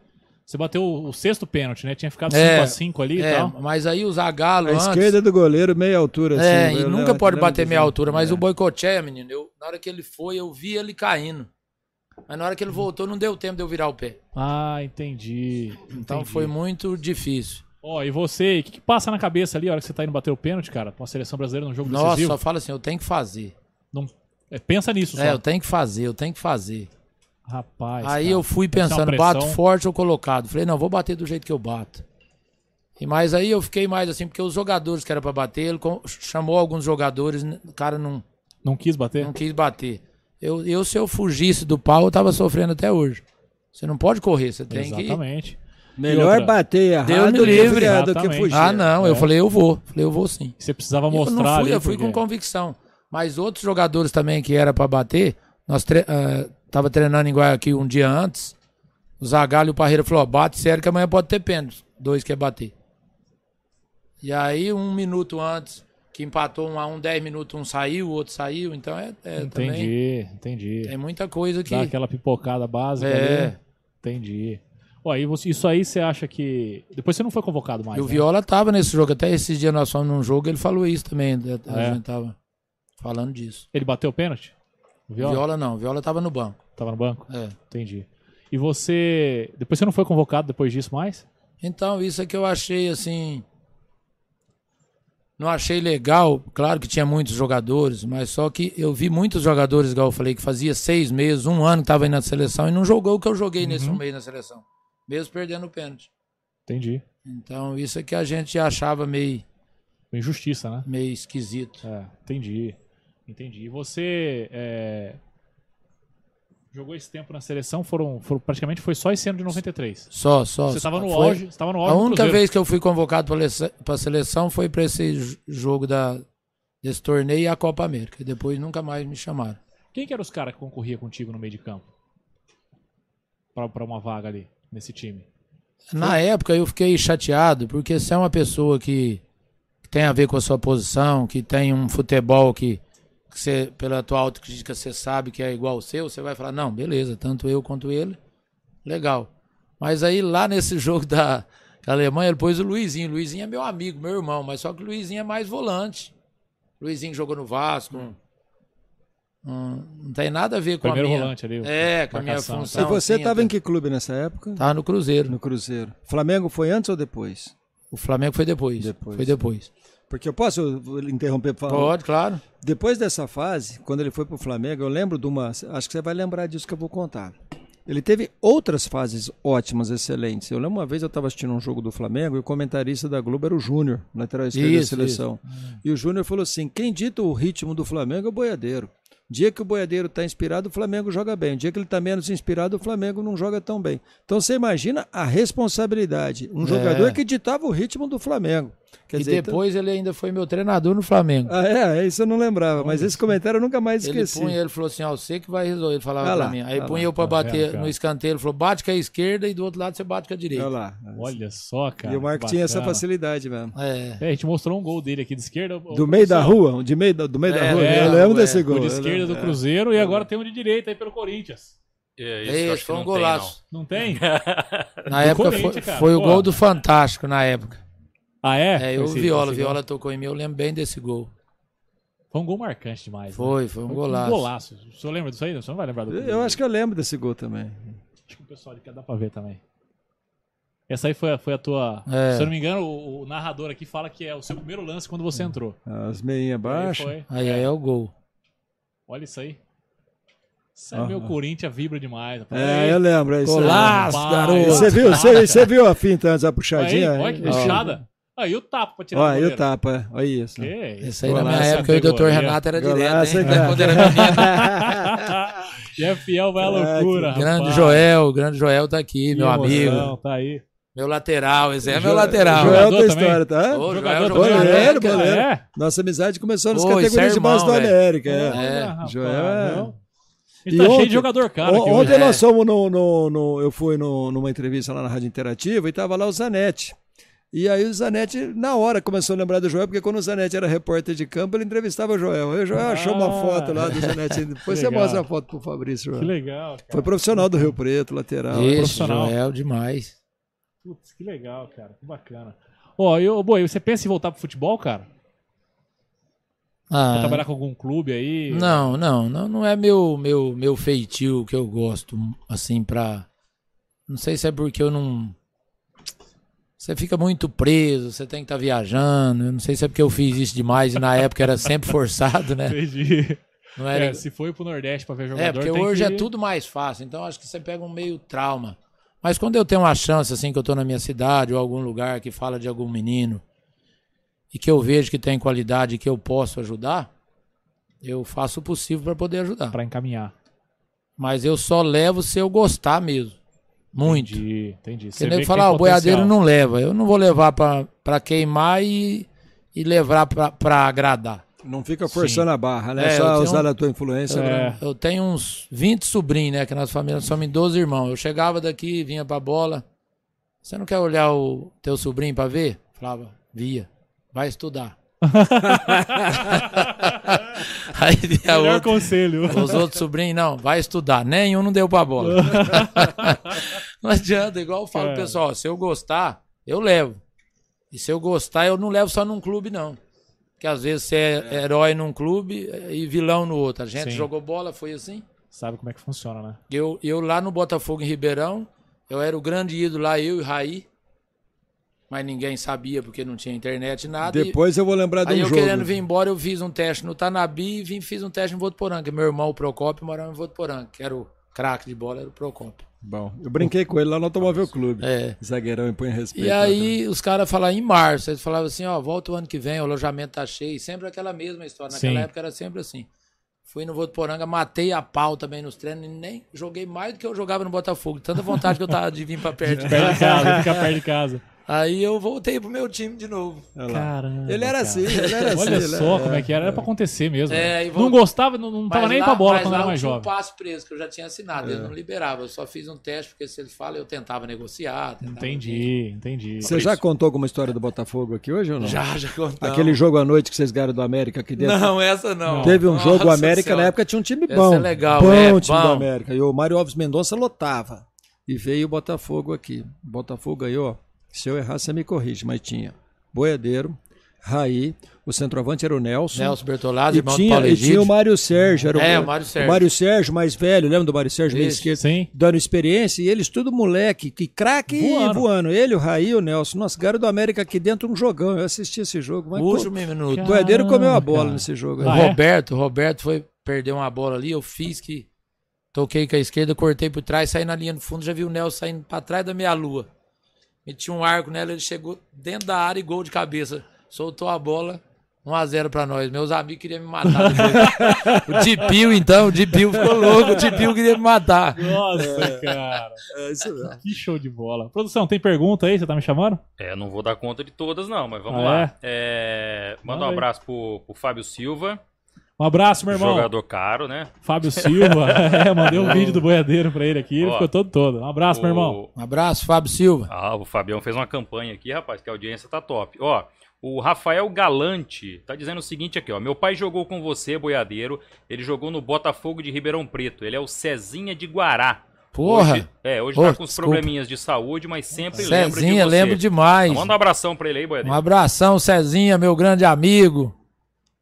Speaker 1: Você bateu o o sexto pênalti, né? Tinha ficado 5x5
Speaker 2: É,
Speaker 1: ali e
Speaker 2: É,
Speaker 1: tal.
Speaker 2: mas aí o Zagalo
Speaker 4: A
Speaker 2: antes.
Speaker 4: esquerda do goleiro, meia altura.
Speaker 2: é,
Speaker 4: assim,
Speaker 2: e
Speaker 4: eu
Speaker 2: nunca
Speaker 4: lembro-
Speaker 2: pode
Speaker 4: lembro
Speaker 2: bater
Speaker 4: do
Speaker 2: meia
Speaker 4: jogo. É.
Speaker 2: altura, mas o Boicoteia, menino, eu, na hora que ele foi, eu vi ele caindo. Mas na hora
Speaker 1: Hum.
Speaker 2: que ele voltou, não deu tempo de eu virar o pé.
Speaker 1: Ah, entendi.
Speaker 2: Então
Speaker 1: entendi.
Speaker 2: foi muito difícil.
Speaker 1: Ó, e você, o que, que passa na cabeça ali a hora que você tá indo bater o pênalti, cara? Com a seleção brasileira num jogo
Speaker 2: Nossa,
Speaker 1: decisivo?
Speaker 2: só fala assim, eu tenho que fazer.
Speaker 1: Não... É, pensa nisso só.
Speaker 2: É, eu tenho que fazer, eu tenho que fazer.
Speaker 1: Rapaz.
Speaker 2: Aí
Speaker 1: cara.
Speaker 2: eu fui
Speaker 1: Deve ser uma
Speaker 2: pensando,
Speaker 1: pressão.
Speaker 2: bato forte ou colocado? Falei, não, vou bater do jeito que eu bato. E mas aí eu fiquei mais assim, porque os jogadores que era pra bater, ele com- chamou alguns jogadores, né, o cara não,
Speaker 1: Não quis bater?
Speaker 2: não quis bater. Eu, eu, se eu fugisse do pau, eu tava sofrendo até hoje. Você não pode correr, você tem que.
Speaker 1: Exatamente. E
Speaker 4: Melhor
Speaker 1: outra,
Speaker 4: bater errado
Speaker 2: me
Speaker 4: do que,
Speaker 2: livre.
Speaker 4: fugir, do que
Speaker 1: Exatamente.
Speaker 4: fugir.
Speaker 2: Ah, não, eu
Speaker 1: É.
Speaker 2: falei, eu vou. Falei, eu vou sim.
Speaker 1: Você precisava
Speaker 2: Eu não
Speaker 1: mostrar
Speaker 2: fui,
Speaker 1: ali.
Speaker 2: eu fui com
Speaker 1: porque-
Speaker 2: convicção. Mas outros jogadores também que era pra bater, nós tre ah, tava treinando em Guayaquil um dia antes. O Zagallo e o Parreira falou: ó, bate sério que amanhã pode ter pênalti. Dois quer bater. E aí, um minuto antes, que empatou um a um, dez minutos, um saiu, o outro saiu. Então é, é também.
Speaker 1: Entendi, entendi.
Speaker 2: Tem muita coisa que.
Speaker 1: Dá aquela pipocada básica
Speaker 2: É.
Speaker 1: ali. Entendi. Ó, e você- isso aí você acha que. Depois você não foi convocado mais.
Speaker 2: E o
Speaker 1: né?
Speaker 2: Viola tava nesse jogo. Até esses dias nós fomos num jogo, ele falou isso também. A
Speaker 1: É.
Speaker 2: gente tava falando disso.
Speaker 1: Ele bateu o pênalti? O Viola?
Speaker 2: Viola, não, Viola tava no banco.
Speaker 1: Tava no banco?
Speaker 2: É.
Speaker 1: Entendi. E você. Depois você não foi convocado depois disso mais?
Speaker 2: Então, isso é que eu achei assim. Não achei legal, claro que tinha muitos jogadores, mas só que eu vi muitos jogadores, igual eu falei, que fazia seis meses, um ano que estava indo na seleção e não jogou o que eu
Speaker 1: Uhum.
Speaker 2: joguei nesse um mês na seleção, mesmo perdendo o pênalti.
Speaker 1: Entendi.
Speaker 2: Então, isso é que a gente achava meio,
Speaker 1: Injustiça, né?
Speaker 2: meio esquisito.
Speaker 1: É, entendi. Entendi. E você é, jogou esse tempo na seleção, foram, foram- praticamente foi só esse ano de 93.
Speaker 2: Só, só.
Speaker 1: Você estava no
Speaker 2: foi-
Speaker 1: auge, você tava no auge
Speaker 2: A
Speaker 1: do
Speaker 2: única
Speaker 1: Cruzeiro.
Speaker 2: vez que eu fui convocado para a seleção foi para esse j- jogo da, desse torneio e a Copa América. Depois nunca mais me chamaram.
Speaker 1: Quem que eram os caras que concorria contigo no meio de campo? Pra, pra uma vaga ali, nesse time.
Speaker 2: Na época eu fiquei chateado, porque se é uma pessoa que, que tem a ver com a sua posição, que tem um futebol que, que você, pela tua autocrítica você sabe que é igual ao seu, você vai falar, não, beleza, tanto eu quanto ele, legal. Mas aí lá nesse jogo da, da Alemanha, ele pôs o Luizinho. O Luizinho é meu amigo, meu irmão, mas só que o Luizinho é mais volante. O Luizinho jogou no Vasco. Hum, não tem nada a ver com
Speaker 1: Primeiro
Speaker 2: a minha...
Speaker 1: volante ali, o-
Speaker 2: É, com a minha
Speaker 1: marcação e tal.
Speaker 2: função.
Speaker 4: E você
Speaker 2: assim,
Speaker 4: estava
Speaker 2: até-
Speaker 4: em que clube nessa época?
Speaker 2: Tava no Cruzeiro.
Speaker 4: No Cruzeiro. Flamengo foi antes ou depois?
Speaker 2: O Flamengo foi depois.
Speaker 4: Depois.
Speaker 2: Foi depois.
Speaker 4: Porque eu posso interromper para falar?
Speaker 2: Pode, claro.
Speaker 4: Depois dessa fase, quando ele foi pro Flamengo, eu lembro de uma. Acho que você vai lembrar disso que eu vou contar. Ele teve outras fases ótimas, excelentes. Eu lembro uma vez eu estava assistindo um jogo do Flamengo e o comentarista da Globo era o Júnior, lateral esquerdo da
Speaker 2: Isso, Hum.
Speaker 4: seleção. E o Júnior falou assim: quem dita o ritmo do Flamengo é o boiadeiro. Dia que o boiadeiro está inspirado, o Flamengo joga bem. Dia que ele está menos inspirado, o Flamengo não joga tão bem. Então você imagina a responsabilidade. Um jogador que ditava o ritmo do Flamengo. Quer
Speaker 2: É. e
Speaker 4: dizer, então-
Speaker 2: depois ele ainda foi meu treinador no Flamengo.
Speaker 4: ah, é, é, isso eu não lembrava, mas esse comentário eu nunca mais
Speaker 2: ele
Speaker 4: esqueci.
Speaker 2: punha, ele falou assim, ó, você que vai resolver, ele falava
Speaker 4: Ah lá,
Speaker 2: pra mim. Aí
Speaker 4: ah
Speaker 2: punha
Speaker 4: lá,
Speaker 2: eu pra bater
Speaker 1: vendo, cara?
Speaker 2: no escanteio, ele falou, bate com a esquerda e do outro lado você bate com a direita.
Speaker 4: Olha lá.
Speaker 1: Olha só, cara.
Speaker 4: e o Marco
Speaker 1: que
Speaker 4: tinha essa
Speaker 1: bacana.
Speaker 4: facilidade mesmo.
Speaker 2: É.
Speaker 1: É, a gente mostrou um gol dele aqui de esquerda. o-
Speaker 4: Do
Speaker 1: o-
Speaker 4: meio da
Speaker 1: só,
Speaker 4: rua, de meio, da- do meio
Speaker 2: É,
Speaker 4: da rua.
Speaker 1: é,
Speaker 4: eu lembro
Speaker 2: é.
Speaker 4: desse gol.
Speaker 1: O de
Speaker 4: eu
Speaker 1: esquerda
Speaker 4: lembro.
Speaker 1: do Cruzeiro e agora tem um de direita aí pelo Corinthians.
Speaker 3: É, isso, eu acho
Speaker 2: Esse
Speaker 3: que
Speaker 2: foi um
Speaker 3: não tem,
Speaker 2: golaço.
Speaker 1: Não tem?
Speaker 2: na
Speaker 1: Do
Speaker 2: época foi,
Speaker 1: Corinthians, cara,
Speaker 2: foi o
Speaker 1: pô.
Speaker 2: gol do Fantástico na época.
Speaker 1: Ah, é?
Speaker 2: É, eu
Speaker 1: Esse-
Speaker 2: Viola,
Speaker 1: esse
Speaker 2: Viola tocou em mim, eu lembro bem desse gol.
Speaker 1: Foi um gol marcante demais. né?
Speaker 2: Foi, foi um golaço.
Speaker 1: Um golaço. O senhor lembra disso aí? O senhor não vai lembrar do
Speaker 4: Eu eu acho que eu lembro desse gol também.
Speaker 1: Acho que o pessoal ali quer dar pra ver também. Essa aí foi a, foi a tua.
Speaker 2: É.
Speaker 1: Se eu não me engano, o, o narrador aqui fala que é o seu primeiro lance quando
Speaker 2: Hum.
Speaker 1: você entrou.
Speaker 4: As meinhas
Speaker 1: Aí
Speaker 4: baixas.
Speaker 1: foi.
Speaker 2: Aí, aí é o gol.
Speaker 1: Olha isso aí. Isso é
Speaker 4: Aham.
Speaker 1: meu Corinthians vibra demais. rapaz.
Speaker 4: É, eu lembro. é isso aí.
Speaker 2: Golaço,
Speaker 1: Rapaz,
Speaker 2: garoto.
Speaker 1: eu-
Speaker 4: Você viu, você,
Speaker 1: Caraca.
Speaker 4: você viu a finta antes da
Speaker 1: Aí,
Speaker 4: puxadinha?
Speaker 1: olha que
Speaker 4: Ó,
Speaker 1: deixada. Aí o tapa pra tirar
Speaker 4: Ó,
Speaker 1: do
Speaker 4: aí
Speaker 1: goleiro.
Speaker 4: o tapa. Olha isso.
Speaker 1: Que isso?
Speaker 2: Esse aí na minha
Speaker 1: Golaço,
Speaker 2: época eu e o Dr.
Speaker 1: categoria.
Speaker 2: Renato era
Speaker 4: Golaço,
Speaker 2: direto, hein?
Speaker 4: hein, cara?
Speaker 2: Quando era menino.
Speaker 1: e é fiel, vai à loucura.
Speaker 2: Grande
Speaker 1: rapaz.
Speaker 2: Joel, grande Joel tá aqui,
Speaker 1: Que
Speaker 2: meu
Speaker 1: emoção,
Speaker 2: amigo.
Speaker 1: Tá aí.
Speaker 2: Meu lateral, esse é
Speaker 4: Jo-
Speaker 2: meu lateral.
Speaker 4: Joel
Speaker 1: Jogador
Speaker 4: da
Speaker 1: também?
Speaker 4: história, tá?
Speaker 2: Ô,
Speaker 1: Jogador
Speaker 2: jogou
Speaker 1: também,
Speaker 2: na
Speaker 1: né?
Speaker 4: Goleiro,
Speaker 1: Cara,
Speaker 4: goleiro.
Speaker 1: É?
Speaker 4: Nossa amizade começou nas
Speaker 2: Ô, isso é
Speaker 4: categorias de
Speaker 2: irmão,
Speaker 4: base do
Speaker 2: velho.
Speaker 4: América. é.
Speaker 1: Olha, rapaz,
Speaker 4: Joel é-
Speaker 1: não. A
Speaker 4: E
Speaker 1: gente tá cheio
Speaker 4: ontem-
Speaker 1: de jogador caro aqui
Speaker 4: O-
Speaker 1: hoje.
Speaker 4: ontem nós
Speaker 2: É.
Speaker 4: fomos no, no- no- Eu fui no- numa entrevista lá na Rádio Interativa e tava lá o Zanetti. E aí o Zanetti, na hora, começou a lembrar do Joel, porque quando o Zanetti era repórter de campo, ele entrevistava o Joel. Aí o Joel achou uma
Speaker 1: Ah.
Speaker 4: foto lá do Zanetti. Depois você
Speaker 1: legal.
Speaker 4: mostra a foto pro Fabrício.
Speaker 1: Que
Speaker 4: Joel.
Speaker 1: legal, cara.
Speaker 4: Foi profissional do Rio Preto, lateral.
Speaker 2: Esse
Speaker 1: profissional.
Speaker 2: Joel demais.
Speaker 1: Putz, que legal, cara. Que bacana. Ó, eu, boi, você pensa em voltar pro futebol, cara? Pra
Speaker 2: Ah,
Speaker 1: trabalhar com algum clube aí?
Speaker 2: não, não, não, não é meu, meu, meu feitio que eu gosto, assim, pra. Não sei se é porque eu não. Você fica muito preso, você tem que estar viajando. Eu não sei se é porque eu fiz isso demais e na época era sempre forçado, né?
Speaker 1: Entendi.
Speaker 2: Não
Speaker 1: É,
Speaker 2: era,
Speaker 1: se foi pro Nordeste pra ver jogador,
Speaker 2: É, porque
Speaker 1: tem
Speaker 2: hoje
Speaker 1: que-
Speaker 2: é tudo mais fácil, então acho que você pega um meio trauma. Mas quando eu tenho uma chance, assim, que eu tô na minha cidade ou algum lugar que fala de algum menino e que eu vejo que tem qualidade e que eu posso ajudar, eu faço o possível para poder ajudar.
Speaker 1: Pra encaminhar.
Speaker 2: Mas eu só levo se eu gostar mesmo. Muito.
Speaker 1: Entendi, entendi.
Speaker 2: Você
Speaker 1: vê
Speaker 2: nem
Speaker 1: que
Speaker 2: falar,
Speaker 1: tem
Speaker 2: ah, o boiadeiro
Speaker 1: potencial."
Speaker 2: não leva. Eu não vou levar pra, pra queimar e, e levar pra, pra agradar.
Speaker 4: Não fica forçando a barra, né?
Speaker 2: É, eu
Speaker 4: Só
Speaker 2: tenho
Speaker 4: usar
Speaker 2: um-
Speaker 4: a tua influência. né?
Speaker 1: É.
Speaker 4: pra-
Speaker 2: Eu tenho uns 20 sobrinhos, né? Que na nossa família somos em 12 irmãos. Eu chegava daqui, vinha pra bola. Você não quer olhar o teu sobrinho pra ver? Falava, via. Vai estudar. Aí vinha
Speaker 1: Melhor
Speaker 2: É outro,
Speaker 1: conselho.
Speaker 2: os outros sobrinhos, não, vai estudar. Nenhum não deu pra bola. não adianta, igual eu falo pro
Speaker 1: Cara.
Speaker 2: pessoal, se eu gostar, eu levo. E se eu gostar, eu não levo só num clube, não. Porque às vezes você é, herói num clube e vilão no outro. A gente
Speaker 1: Sim.
Speaker 2: jogou bola, foi assim.
Speaker 1: Sabe como é que funciona, né?
Speaker 2: Eu, eu lá no Botafogo em Ribeirão, eu era o grande ídolo lá, eu e Raí. Mas ninguém sabia porque não tinha internet e nada. e-
Speaker 4: Depois eu vou lembrar de um
Speaker 2: Aí eu
Speaker 4: jogo.
Speaker 2: querendo vir embora, eu fiz um teste no Tanabi e vim, fiz um teste em Votuporanga. Meu irmão, o Procópio, morava em Votuporanga, que era o craque de bola, era o Procópio.
Speaker 4: Bom, eu brinquei com ele lá no Automóvel Clube.
Speaker 2: É.
Speaker 4: Zagueirão impõe respeito.
Speaker 2: E
Speaker 4: lá
Speaker 2: aí os caras falaram em março, eles falavam assim, ó, volta o ano que vem, o alojamento tá cheio, sempre aquela mesma história. Naquela
Speaker 1: Sim.
Speaker 2: época era sempre assim. Fui no Votuporanga, matei a pau também nos treinos, e nem joguei mais do que eu jogava no Botafogo, tanta vontade que eu tava de vir pra perto. de
Speaker 1: Perto de
Speaker 2: casa.
Speaker 1: casa, fica perto de casa.
Speaker 2: Aí eu voltei pro meu time de novo.
Speaker 4: também. Olha lá.
Speaker 1: Caramba.
Speaker 4: Ele era
Speaker 1: cara.
Speaker 4: assim, ele era assim.
Speaker 1: Olha
Speaker 4: ele
Speaker 1: só
Speaker 4: era-
Speaker 1: como é que era, era pra acontecer mesmo. né?
Speaker 2: É, e
Speaker 1: Não
Speaker 2: vou-
Speaker 1: gostava, não, não tava
Speaker 2: Mas
Speaker 1: nem
Speaker 2: lá-
Speaker 1: pra bola
Speaker 2: mas
Speaker 1: quando
Speaker 2: lá
Speaker 1: era
Speaker 2: eu
Speaker 1: mais
Speaker 2: tinha um
Speaker 1: jovem. É.
Speaker 2: passo preso que eu já tinha assinado, eles não liberavam. Eu só fiz um teste, porque se eles falam, eu tentava negociar. tentava-
Speaker 1: Entendi,
Speaker 2: né?
Speaker 1: entendi.
Speaker 4: Você já contou alguma história do Botafogo aqui hoje ou não?
Speaker 2: Já, já contava.
Speaker 4: Aquele jogo à noite que vocês ganharam do América aqui dentro.
Speaker 2: Não, essa não.
Speaker 4: Teve um jogo, o
Speaker 2: Nossa
Speaker 4: América
Speaker 2: Senhora.
Speaker 4: na época tinha um time
Speaker 2: Essa
Speaker 4: bom.
Speaker 2: é legal,
Speaker 4: bom
Speaker 2: é,
Speaker 4: time
Speaker 2: bom.
Speaker 4: do América. E o Mário Alves Mendonça lotava. E veio o Botafogo aqui. O Botafogo ganhou. Se eu errar, você me corrige, mas tinha Boiadeiro, Raí, o centroavante era o Nelson.
Speaker 2: Nelson Bertolazzi,
Speaker 4: E
Speaker 2: irmão do
Speaker 4: tinha,
Speaker 2: Paulo
Speaker 4: e tinha
Speaker 2: Egídio.
Speaker 4: o Mário Sérgio. Era
Speaker 2: É, o Mário Sérgio.
Speaker 4: O Mário Sérgio, mais velho, lembra do Mário Sérgio, meio
Speaker 2: Isso.
Speaker 4: esquerdo?
Speaker 1: Sim.
Speaker 4: Dando experiência, e eles tudo moleque, que craque e
Speaker 1: Voando.
Speaker 4: voando. Ele, o Raí, o Nelson. Nossa, ganharam do América aqui dentro um jogão. Eu assisti esse jogo. Mas,
Speaker 2: O último minuto.
Speaker 4: pô, o Boiadeiro
Speaker 1: Caramba,
Speaker 4: comeu a bola
Speaker 1: cara.
Speaker 4: nesse jogo.
Speaker 2: O
Speaker 4: aí.
Speaker 1: Ah, é?
Speaker 2: Roberto, o Roberto foi perder uma bola ali, eu fiz que toquei com a esquerda, cortei por trás, saí na linha do fundo, já vi o Nelson saindo pra trás da meia lua. Meti um arco nela, ele chegou dentro da área e gol de cabeça. Soltou a bola, 1x0 pra nós. Meus amigos queriam me matar. depois. o Dipio, então, o Dipio ficou louco, o Dipio queria me matar.
Speaker 1: Nossa, cara.
Speaker 4: É isso mesmo.
Speaker 1: Que show de bola. Produção, tem pergunta aí? Você tá me chamando?
Speaker 3: É, não vou dar conta de todas, não, mas vamos
Speaker 1: Ah,
Speaker 3: lá. É, manda
Speaker 1: Manda
Speaker 3: um
Speaker 1: aí.
Speaker 3: abraço pro, pro Fábio Silva,
Speaker 1: Um abraço, meu irmão.
Speaker 3: jogador caro, né?
Speaker 1: Fábio Silva. é, mandei um vídeo do boiadeiro pra ele aqui. Ele
Speaker 3: Ó.
Speaker 1: ficou todo todo. Um abraço, meu irmão.
Speaker 2: Um abraço, Fábio Silva.
Speaker 3: Ah, o Fabião fez uma campanha aqui, rapaz, que a audiência tá top. Ó, o Rafael Galante tá dizendo o seguinte aqui, ó. Meu pai jogou com você, boiadeiro. Ele jogou no Botafogo de Ribeirão Preto. Ele é o Cezinha de Guará.
Speaker 2: Porra,
Speaker 3: Hoje, é, hoje
Speaker 2: Ô,
Speaker 3: tá com uns
Speaker 2: desculpa.
Speaker 3: probleminhas de saúde, mas sempre lembra de você. Tá
Speaker 2: Cezinha, lembro demais.
Speaker 3: Então, manda um abração pra ele aí,
Speaker 2: Um
Speaker 3: boiadeiro.
Speaker 2: abração, Cezinha, meu grande amigo.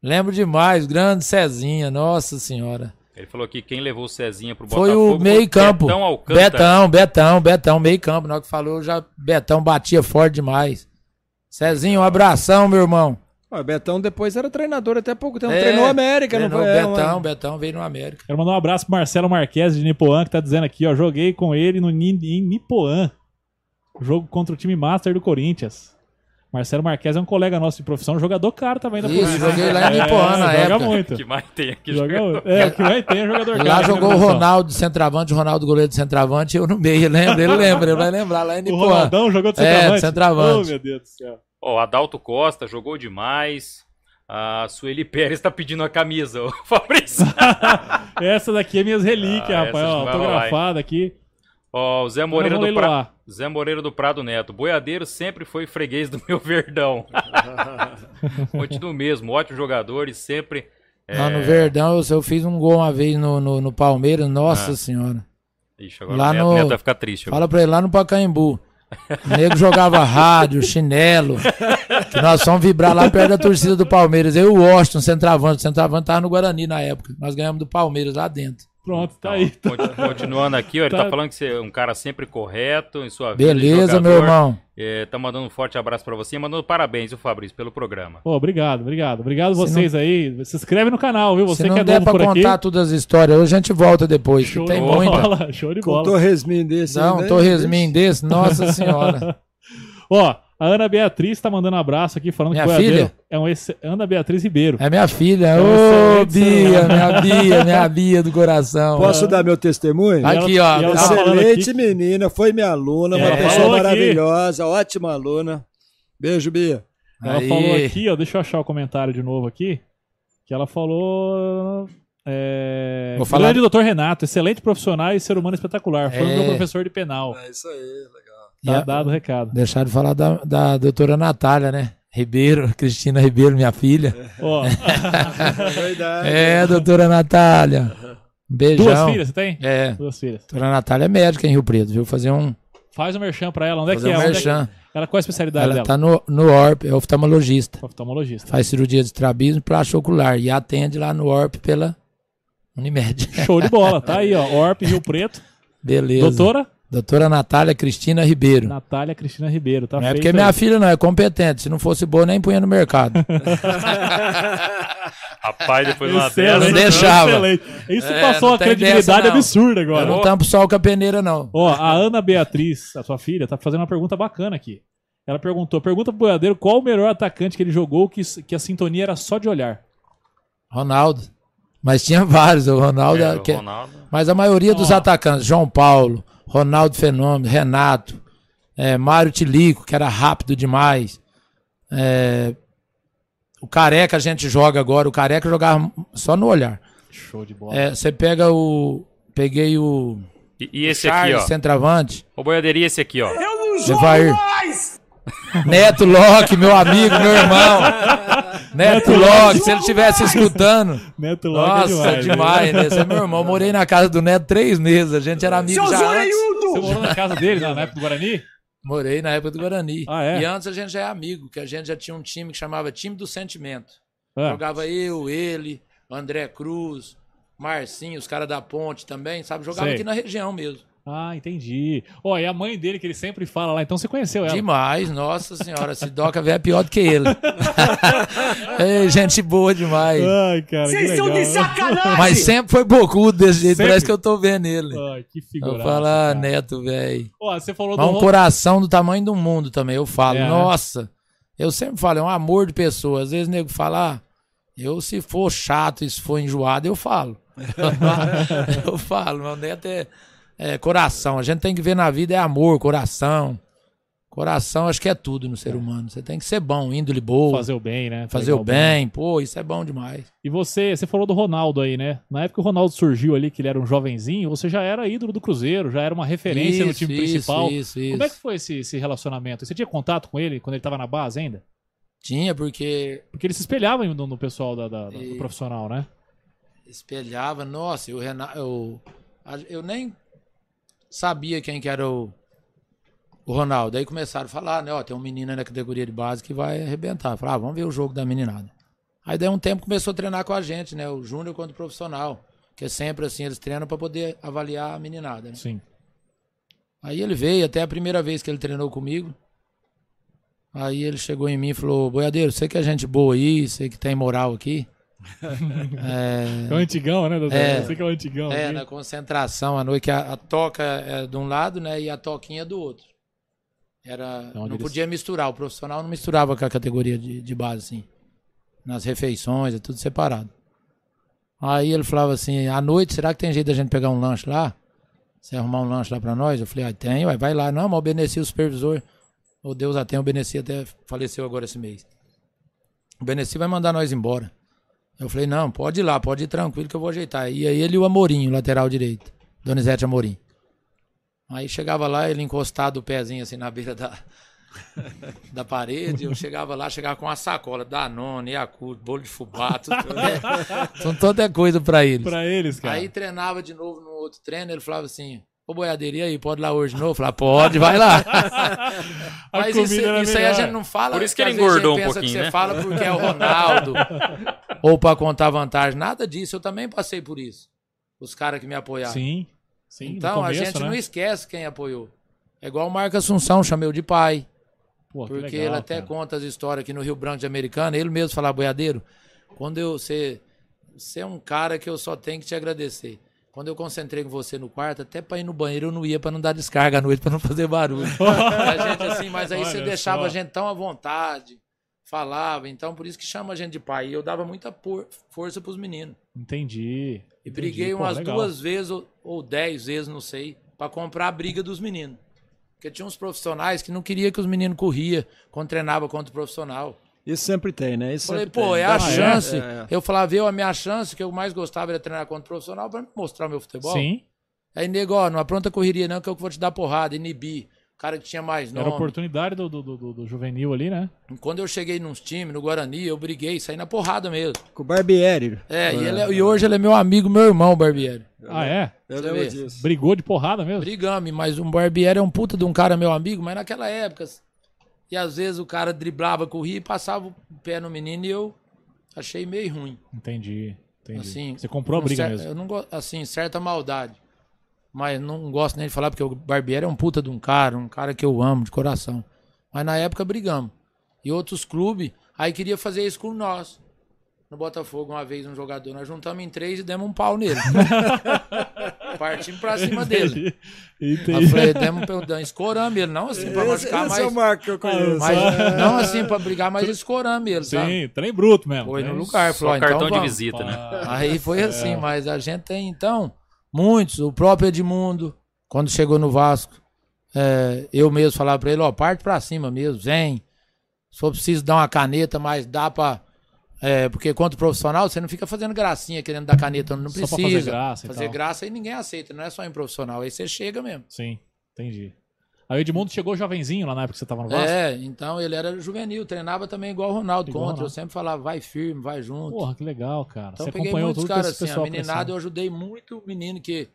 Speaker 2: Lembro demais, grande Cezinha, nossa senhora.
Speaker 3: Ele falou aqui quem levou o Cezinha pro
Speaker 2: Foi
Speaker 3: Botafogo
Speaker 2: o meio-campo.
Speaker 3: Betão Alcântara.
Speaker 2: Betão, Betão, Betão, meio-campo. Na hora que falou, já Betão batia forte demais. Cezinho, um abração, meu irmão.
Speaker 4: Ó, Betão depois era treinador até pouco tempo.
Speaker 2: É,
Speaker 4: treinou a América,
Speaker 2: Treinou
Speaker 4: não foi? É,
Speaker 2: Betão,
Speaker 4: uma-
Speaker 2: Betão veio no América.
Speaker 1: Quero mandar um abraço pro Marcelo Marques de Nipoã, que tá dizendo aqui, ó. Joguei com ele no Ni- em Nipoã. Jogo contra o time Master do Corinthians. Marcelo Marques é um colega nosso de profissão, jogador caro também da
Speaker 2: Isso,
Speaker 1: profissão. É,
Speaker 2: joguei lá em Nipoã na
Speaker 1: joga
Speaker 2: época.
Speaker 1: Muito.
Speaker 3: Que mais tem aqui
Speaker 1: joga
Speaker 3: jogando?
Speaker 1: muito. É, o que vai ter é jogador caro.
Speaker 2: Lá
Speaker 1: da
Speaker 2: jogou o
Speaker 1: profissão.
Speaker 2: Ronaldo de centroavante, o Ronaldo goleiro de centroavante, eu no meio, lembra? Ele lembra, ele vai lembrar lá em
Speaker 1: O
Speaker 2: Nipoã.
Speaker 1: Ronaldão jogou de
Speaker 2: É,
Speaker 1: centroavante.
Speaker 2: de centroavante.
Speaker 1: Oh, meu Deus do céu.
Speaker 3: Ó, o Adalto Costa jogou demais. A Sueli Pérez tá pedindo a camisa, ô Fabrício.
Speaker 1: Essa daqui é minhas relíquias,
Speaker 3: Ah,
Speaker 1: rapaz.
Speaker 3: essa
Speaker 1: Ó,
Speaker 3: não vai rolar,
Speaker 1: autografada aqui.
Speaker 3: Ó, o Zé
Speaker 1: Moreira
Speaker 3: Moreira,
Speaker 1: vou
Speaker 3: do Pra...
Speaker 1: leiloar.
Speaker 3: Zé Moreira do Prado Neto. Boiadeiro sempre foi freguês do meu verdão. Continua o mesmo, ótimo jogador e sempre.
Speaker 2: Lá
Speaker 3: É.
Speaker 2: no Verdão, eu, eu fiz um gol uma vez no, no, no Palmeiras,
Speaker 3: É.
Speaker 2: nossa senhora.
Speaker 3: Ixi, agora
Speaker 2: Lá
Speaker 3: o Neto,
Speaker 2: no-
Speaker 3: Neto vai ficar triste. agora.
Speaker 2: Fala pra ele lá no Pacaembu. O nego jogava rádio, chinelo. Que nós fomos vibrar lá perto da torcida do Palmeiras. Eu e o Washington, centroavante. O centroavante tava no Guarani na época. Nós ganhamos do Palmeiras lá dentro.
Speaker 1: Pronto, tá
Speaker 3: Então,
Speaker 1: aí.
Speaker 3: conti- Continuando aqui, ó, ele tá.
Speaker 1: Tá.
Speaker 3: falando que você é um cara sempre correto em sua vida.
Speaker 2: Beleza,
Speaker 3: jogador.
Speaker 2: meu irmão.
Speaker 3: É, tá mandando um forte abraço pra você e mandando parabéns, o Fabrício, pelo programa.
Speaker 1: Pô, obrigado, obrigado. Obrigado
Speaker 2: Se
Speaker 1: vocês aí. Se inscreve no canal, viu? Você
Speaker 2: Se não
Speaker 1: que é
Speaker 2: der
Speaker 1: novo
Speaker 2: pra
Speaker 1: por
Speaker 2: contar
Speaker 1: aqui.
Speaker 2: todas as histórias, hoje a gente volta depois. que
Speaker 1: Show
Speaker 2: tem
Speaker 1: de
Speaker 2: muita.
Speaker 1: bola, show de
Speaker 4: Com um
Speaker 1: bola.
Speaker 4: torresminho desse.
Speaker 2: Não, um
Speaker 4: né?
Speaker 2: torresminho desse, nossa senhora.
Speaker 1: Ó, a Ana Beatriz tá mandando um abraço aqui, falando
Speaker 2: Minha
Speaker 1: que o Boiadeiro
Speaker 2: filha?
Speaker 1: é um ex... Ana Beatriz Ribeiro.
Speaker 2: É minha filha.
Speaker 1: É um
Speaker 2: Ô,
Speaker 1: excelente
Speaker 2: Bia,
Speaker 1: celular.
Speaker 2: minha Bia, minha Bia do coração.
Speaker 4: Posso dar meu testemunho?
Speaker 2: Vai aqui, ó,
Speaker 1: e ela tá falando aqui
Speaker 4: Excelente menina, foi minha aluna, uma
Speaker 2: É,
Speaker 1: Ela
Speaker 4: pessoa
Speaker 1: falou aqui.
Speaker 4: maravilhosa, ótima aluna. Beijo, Bia.
Speaker 1: Ela
Speaker 2: Aí.
Speaker 1: falou aqui, ó, deixa eu achar o comentário de novo aqui, que ela falou... É...
Speaker 2: Vou falar-
Speaker 1: Grande doutor Renato, excelente profissional e ser humano espetacular. Foi o
Speaker 2: É.
Speaker 1: meu professor de penal. Tá
Speaker 4: É isso aí, legal.
Speaker 2: E a-
Speaker 1: dado o recado.
Speaker 2: Deixaram de falar da, da doutora Natália, né? Ribeiro, Cristina Ribeiro, minha filha.
Speaker 1: Ó,
Speaker 4: É verdade.
Speaker 2: É, doutora Natália. Um Beijão.
Speaker 1: duas filhas, você tem?
Speaker 2: É.
Speaker 1: Duas filhas.
Speaker 2: Doutora Natália é médica em Rio Preto, viu? Fazer um,
Speaker 1: Faz o merchan pra ela. Onde é que
Speaker 2: fazer
Speaker 1: é?
Speaker 2: um
Speaker 1: Onde é que-
Speaker 2: merchan.
Speaker 1: Ela, qual a especialidade
Speaker 2: Ela
Speaker 1: dela?
Speaker 2: tá no, no ORP, é oftalmologista.
Speaker 1: Oftalmologista.
Speaker 2: Faz cirurgia de estrabismo e plástico ocular. E atende lá no ORP pela Unimed.
Speaker 1: Show de bola, tá aí, ó. Orp, Rio Preto.
Speaker 2: Beleza.
Speaker 1: Doutora
Speaker 2: Doutora Natália Cristina Ribeiro.
Speaker 1: Natália Cristina Ribeiro, tá
Speaker 2: não é
Speaker 1: feito
Speaker 2: porque
Speaker 1: aí.
Speaker 2: minha filha não é competente. Se não fosse boa, nem punha no mercado.
Speaker 3: Rapaz, depois de uma
Speaker 1: Excelente,
Speaker 2: Não
Speaker 3: dessa.
Speaker 2: deixava.
Speaker 1: excelente. Isso
Speaker 2: É,
Speaker 1: passou
Speaker 2: não
Speaker 1: uma
Speaker 2: tem
Speaker 1: credibilidade
Speaker 2: dessa, não.
Speaker 1: absurda
Speaker 2: Eu
Speaker 1: agora.
Speaker 2: não tampo sol com a peneira, não.
Speaker 1: Ó, a Ana Beatriz, a sua filha, tá fazendo uma pergunta bacana aqui. Ela perguntou: pergunta pro boiadeiro qual o melhor atacante que ele jogou que, que a sintonia era só de olhar.
Speaker 2: Ronaldo. Mas tinha vários. O Ronaldo,
Speaker 3: É, o
Speaker 2: que-
Speaker 3: Ronaldo.
Speaker 2: Mas a maioria dos atacantes, João Paulo, Ronaldo Fenômeno, Renato, eh, Mário Tilico, que era rápido demais. eh, o Careca a gente joga agora. O Careca jogava só no olhar.
Speaker 1: Show de bola.
Speaker 2: Eh, Você pega o. Peguei o.
Speaker 3: E, e esse aqui,
Speaker 2: Charles,
Speaker 3: ó.
Speaker 2: centroavante.
Speaker 3: Ô, boiadeiro, e esse aqui, ó.
Speaker 2: Devair. Neto Locke, meu amigo, meu irmão. Neto Locke, se ele estivesse escutando.
Speaker 1: Neto Locke
Speaker 2: Nossa,
Speaker 1: é demais.
Speaker 2: demais, né? Esse é meu irmão. Eu Morei na casa do Neto três meses. A gente era amigo É, já antes.
Speaker 1: né? Você morou na casa dele, na na época do Guarani?
Speaker 2: Morei na época do Guarani.
Speaker 1: Ah, é?
Speaker 2: E antes a gente já é amigo, que a gente já tinha um time que chamava Time do Sentimento.
Speaker 1: Ah,
Speaker 2: Jogava eu, ele, André Cruz, Marcinho, os caras da ponte também, sabe? Jogava
Speaker 1: Sei.
Speaker 2: aqui na região mesmo.
Speaker 1: Ah, entendi. Ó, e a mãe dele que ele sempre fala lá, então você conheceu ela.
Speaker 2: Demais, nossa senhora, se Doca vier é pior do que ele. Ei, gente boa demais.
Speaker 1: Ai, cara. Vocês são de
Speaker 2: Mas sempre foi bocudo desse jeito,
Speaker 1: Sempre.
Speaker 2: parece que eu tô vendo ele.
Speaker 1: Ai, que
Speaker 2: Eu
Speaker 1: figura.
Speaker 2: falo, ah, Neto, velho.
Speaker 1: Ó, você falou
Speaker 2: Mas
Speaker 1: do
Speaker 2: um
Speaker 1: Ronaldo.
Speaker 2: coração do tamanho do mundo também, eu falo.
Speaker 1: É, né?
Speaker 2: Nossa, eu sempre falo, é um amor de pessoa. Às vezes o nego fala, ah, eu se for chato e se for enjoado, eu falo. eu falo, meu neto é, é coração. A gente tem que ver na vida é amor, coração. Coração acho que é tudo no ser humano. Você tem que ser bom, índole boa,
Speaker 1: Fazer
Speaker 2: fazer,
Speaker 1: o bem, né?
Speaker 2: o bem. Pô, isso é bom demais.
Speaker 1: E você, você falou do Ronaldo aí, né? Na época que o Ronaldo surgiu ali, que ele era um jovenzinho, você já era ídolo do Cruzeiro, já era uma referência no
Speaker 2: Isso,
Speaker 1: time
Speaker 2: isso,
Speaker 1: principal.
Speaker 2: Isso, isso,
Speaker 1: Como é que foi esse, esse relacionamento? Você tinha contato com ele quando ele tava na base ainda?
Speaker 2: Tinha, porque
Speaker 1: Porque ele se espelhava no, no pessoal da, da- do
Speaker 2: E-
Speaker 1: profissional, né?
Speaker 2: espelhava, nossa, e o Renato, eu, eu nem sabia quem que era o, o Ronaldo. Aí começaram a falar, né, ó, tem um menino aí na categoria de base que vai arrebentar. Eu Falei, ah, vamos ver o jogo da meninada. Aí daí um tempo começou a treinar com a gente, né? O júnior quanto o profissional. Que é sempre assim, eles treinam para poder avaliar a meninada, né?
Speaker 1: Sim.
Speaker 2: Aí ele veio, até a primeira vez que ele treinou comigo. Aí ele chegou em mim e falou: Boiadeiro, sei que é gente boa aí, sei que tem moral aqui.
Speaker 1: É o antigão, né, doutor?
Speaker 2: É.
Speaker 1: Eu sei que é o antigão.
Speaker 2: É,
Speaker 1: aqui.
Speaker 2: na concentração à noite, que a, a toca é de um lado, né, e a toquinha do outro. Era,
Speaker 1: onde
Speaker 2: não
Speaker 1: eles-
Speaker 2: podia misturar, o profissional não misturava com a categoria de, de base, assim. Nas refeições, é tudo separado. Aí ele falava assim, à noite, será que tem jeito da gente pegar um lanche lá? Você arrumar um lanche lá pra nós? Eu falei, ah, tem, ué, vai lá. Não, mas eu beneci o supervisor. Ô Deus, ah, até o Beneci até faleceu agora esse mês. O Beneci vai mandar nós embora. Eu falei, não, pode ir lá, pode ir tranquilo que eu vou ajeitar. E aí ele e o Amorim, o lateral direito. Donizete Amorim. Aí chegava lá, ele encostado o pezinho assim na beira da, da parede. Eu chegava lá, chegava com uma sacola, Danone, Yakult, bolo de fubá, tudo. São toda coisa pra eles.
Speaker 1: Pra eles, cara.
Speaker 2: Aí treinava de novo no outro treino, ele falava assim, ô boiadeiro, e aí, pode ir lá hoje de novo? Eu falava, pode, vai lá.
Speaker 1: A
Speaker 2: Mas
Speaker 1: comida
Speaker 2: isso,
Speaker 1: era
Speaker 2: isso aí a
Speaker 1: melhor.
Speaker 2: gente não fala.
Speaker 3: Por isso que
Speaker 2: porque
Speaker 3: ele
Speaker 2: às vezes
Speaker 3: engordou
Speaker 2: a
Speaker 3: um
Speaker 2: gente pensa
Speaker 3: pouquinho,
Speaker 2: que
Speaker 3: né?
Speaker 2: Você fala porque é o Ronaldo, ou pra contar vantagem, nada disso. Eu também passei por isso. Os caras que me apoiaram.
Speaker 1: Sim. Sim, no
Speaker 2: tá. então a
Speaker 1: começo,
Speaker 2: gente
Speaker 1: né?
Speaker 2: não esquece quem apoiou. É igual o Marco Assunção, chamei de pai.
Speaker 1: Pô, que
Speaker 2: Porque
Speaker 1: legal,
Speaker 2: ele até
Speaker 1: cara.
Speaker 2: conta as histórias aqui no Rio Branco de Americana, ele mesmo fala, boiadeiro, quando eu. Você, você é um cara que eu só tenho que te agradecer. Quando eu concentrei com você no quarto, até pra ir no banheiro eu não ia pra não dar descarga à noite, pra não fazer barulho. a gente, assim, mas aí você
Speaker 1: Olha
Speaker 2: deixava
Speaker 1: só.
Speaker 2: a gente tão à vontade, falava, então por isso que chama a gente de pai. E eu dava muita por- força pros meninos.
Speaker 1: Entendi.
Speaker 2: E
Speaker 1: Entendi.
Speaker 2: briguei
Speaker 1: Pô,
Speaker 2: umas
Speaker 1: legal.
Speaker 2: duas vezes ou, ou dez vezes, não sei, pra comprar a briga dos meninos. Porque tinha uns profissionais que não queria que os meninos corria quando treinava contra o profissional.
Speaker 4: Isso sempre tem, né? Isso
Speaker 2: Falei,
Speaker 4: sempre
Speaker 2: pô,
Speaker 4: tem.
Speaker 2: é a
Speaker 4: Dá-
Speaker 1: é?
Speaker 2: chance.
Speaker 4: É, é.
Speaker 2: Eu falava, viu, a minha chance, que eu mais gostava era treinar contra o profissional pra mostrar o meu futebol.
Speaker 1: Sim,
Speaker 2: Aí, nego, ó, não apronta correria não, que eu vou te dar porrada, inibir. O cara que tinha mais
Speaker 1: era a
Speaker 2: nome.
Speaker 1: oportunidade do, do, do- do- do juvenil ali, né?
Speaker 2: Quando eu cheguei nos times, no Guarani, eu briguei, saí na porrada mesmo.
Speaker 4: Com o Barbieri.
Speaker 2: É, e, ele é- e hoje ele é meu amigo, meu irmão, Barbieri.
Speaker 1: Ah, é?
Speaker 4: Eu
Speaker 2: Você
Speaker 4: lembro
Speaker 2: vê.
Speaker 4: disso.
Speaker 1: Brigou de porrada mesmo?
Speaker 2: Brigame, mas um Barbieri é um puta de um cara, meu amigo, mas naquela época. assim, E às vezes o cara driblava, corria e passava o pé no menino e eu achei meio ruim.
Speaker 1: Entendi. Entendi.
Speaker 2: Assim,
Speaker 1: Você comprou a briga
Speaker 2: Um cer-
Speaker 1: mesmo.
Speaker 2: Eu não gosto, assim, certa maldade. Mas não gosto nem de falar, porque o Barbieri é um puta de um cara, um cara que eu amo de coração. Mas na época brigamos. E outros clubes, aí queria fazer isso com nós. No Botafogo, uma vez, um jogador, nós juntamos em três e demos um pau nele. Partimos pra cima dele.
Speaker 1: Entendi.
Speaker 2: Aí eu
Speaker 1: Entendi.
Speaker 2: falei, demos pra- dá um escorame ele, não assim pra
Speaker 4: Esse,
Speaker 2: machucar,
Speaker 4: esse é o
Speaker 2: mas,
Speaker 4: Marco que eu conheço.
Speaker 2: mas não assim pra brigar, mas escorame ele, Ah, sabe?
Speaker 1: Ah. Sim, trem bruto mesmo.
Speaker 2: Foi no
Speaker 1: Trem
Speaker 2: lugar,
Speaker 3: Só
Speaker 2: falou, então
Speaker 3: cartão de
Speaker 2: vamos.
Speaker 3: visita, né?
Speaker 1: Ah,
Speaker 2: Aí foi assim, mas a gente tem então muitos, o próprio Edmundo, quando chegou no Vasco, é, eu mesmo falava pra ele, ó, parte pra cima mesmo, vem. Só preciso dar uma caneta, mas dá pra. é, porque quanto profissional, você não fica fazendo gracinha querendo dar caneta, não
Speaker 1: Só pra
Speaker 2: precisa.
Speaker 1: fazer graça e
Speaker 2: Fazer
Speaker 1: tal.
Speaker 2: graça aí ninguém aceita, não é só em profissional, aí você chega mesmo.
Speaker 1: Sim, entendi. Aí o Edmundo chegou jovenzinho lá na época que você tava no Vasco.
Speaker 2: É, então ele era juvenil, treinava também igual o Ronaldo
Speaker 1: Igual o
Speaker 2: contra. Eu
Speaker 1: Ronaldo.
Speaker 2: sempre falava, vai firme, vai junto.
Speaker 1: Porra, que legal, cara.
Speaker 2: Então
Speaker 1: você
Speaker 2: eu peguei
Speaker 1: acompanhou
Speaker 2: muitos
Speaker 1: tudo
Speaker 2: caras
Speaker 1: que esse
Speaker 2: assim,
Speaker 1: pessoal né?
Speaker 2: a meninada
Speaker 1: crescendo.
Speaker 2: eu ajudei muito menino que.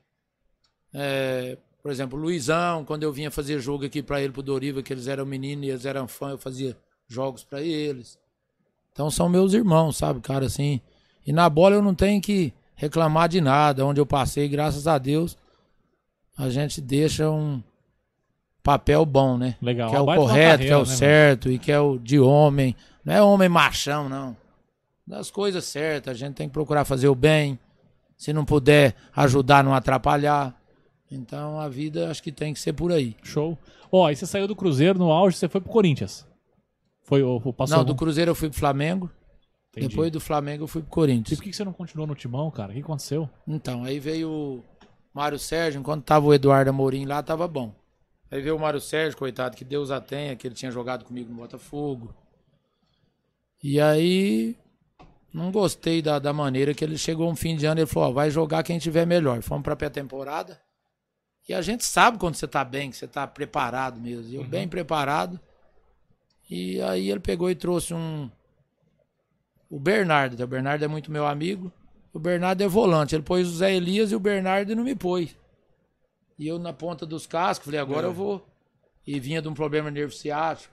Speaker 2: é, por exemplo, o Luizão, quando eu vinha fazer jogo aqui pra ele, pro Doriva, que eles eram menino e eles eram fã, eu fazia jogos pra eles. Então são meus irmãos, sabe, cara, assim. E na bola eu não tenho que reclamar de nada. Onde eu passei, graças a Deus, a gente deixa um papel bom, né?
Speaker 1: Legal.
Speaker 2: que é
Speaker 1: uma
Speaker 2: o
Speaker 1: baita de uma
Speaker 2: correto, que é
Speaker 1: carreira,
Speaker 2: o
Speaker 1: né, mano?
Speaker 2: certo e que é o de homem. Não é homem machão, não. Das coisas certas, a gente tem que procurar fazer o bem. Se não puder ajudar, não atrapalhar. Então a vida acho que tem que ser por aí.
Speaker 1: Show. Ó, aí você saiu do Cruzeiro no auge, você foi pro Corinthians. Foi, ou ou passou
Speaker 2: não,
Speaker 1: algum-
Speaker 2: do Cruzeiro eu fui pro Flamengo,
Speaker 1: Entendi.
Speaker 2: depois do Flamengo eu fui pro
Speaker 1: E
Speaker 2: Corinthians.
Speaker 1: por que que você não continuou no timão, cara? O que aconteceu?
Speaker 2: Então, aí veio o Mário Sérgio, enquanto tava o Eduardo Amorim lá, tava bom. Aí veio o Mário Sérgio, coitado, que Deus a tenha, que ele tinha jogado comigo no Botafogo. E aí, não gostei da, da maneira que ele chegou um fim de ano, ele falou, ó, vai jogar quem tiver melhor. Fomos pra pré-temporada. E a gente sabe quando você tá bem, que você tá preparado mesmo.
Speaker 4: Uhum.
Speaker 2: E Eu bem preparado. E aí ele pegou e trouxe um... O Bernardo, o Bernardo é muito meu amigo. O Bernardo é volante. Ele pôs o Zé Elias e o Bernardo não me pôs.
Speaker 4: É.
Speaker 2: E eu na ponta dos cascos, falei, agora eu vou. E vinha de um problema nervo ciático.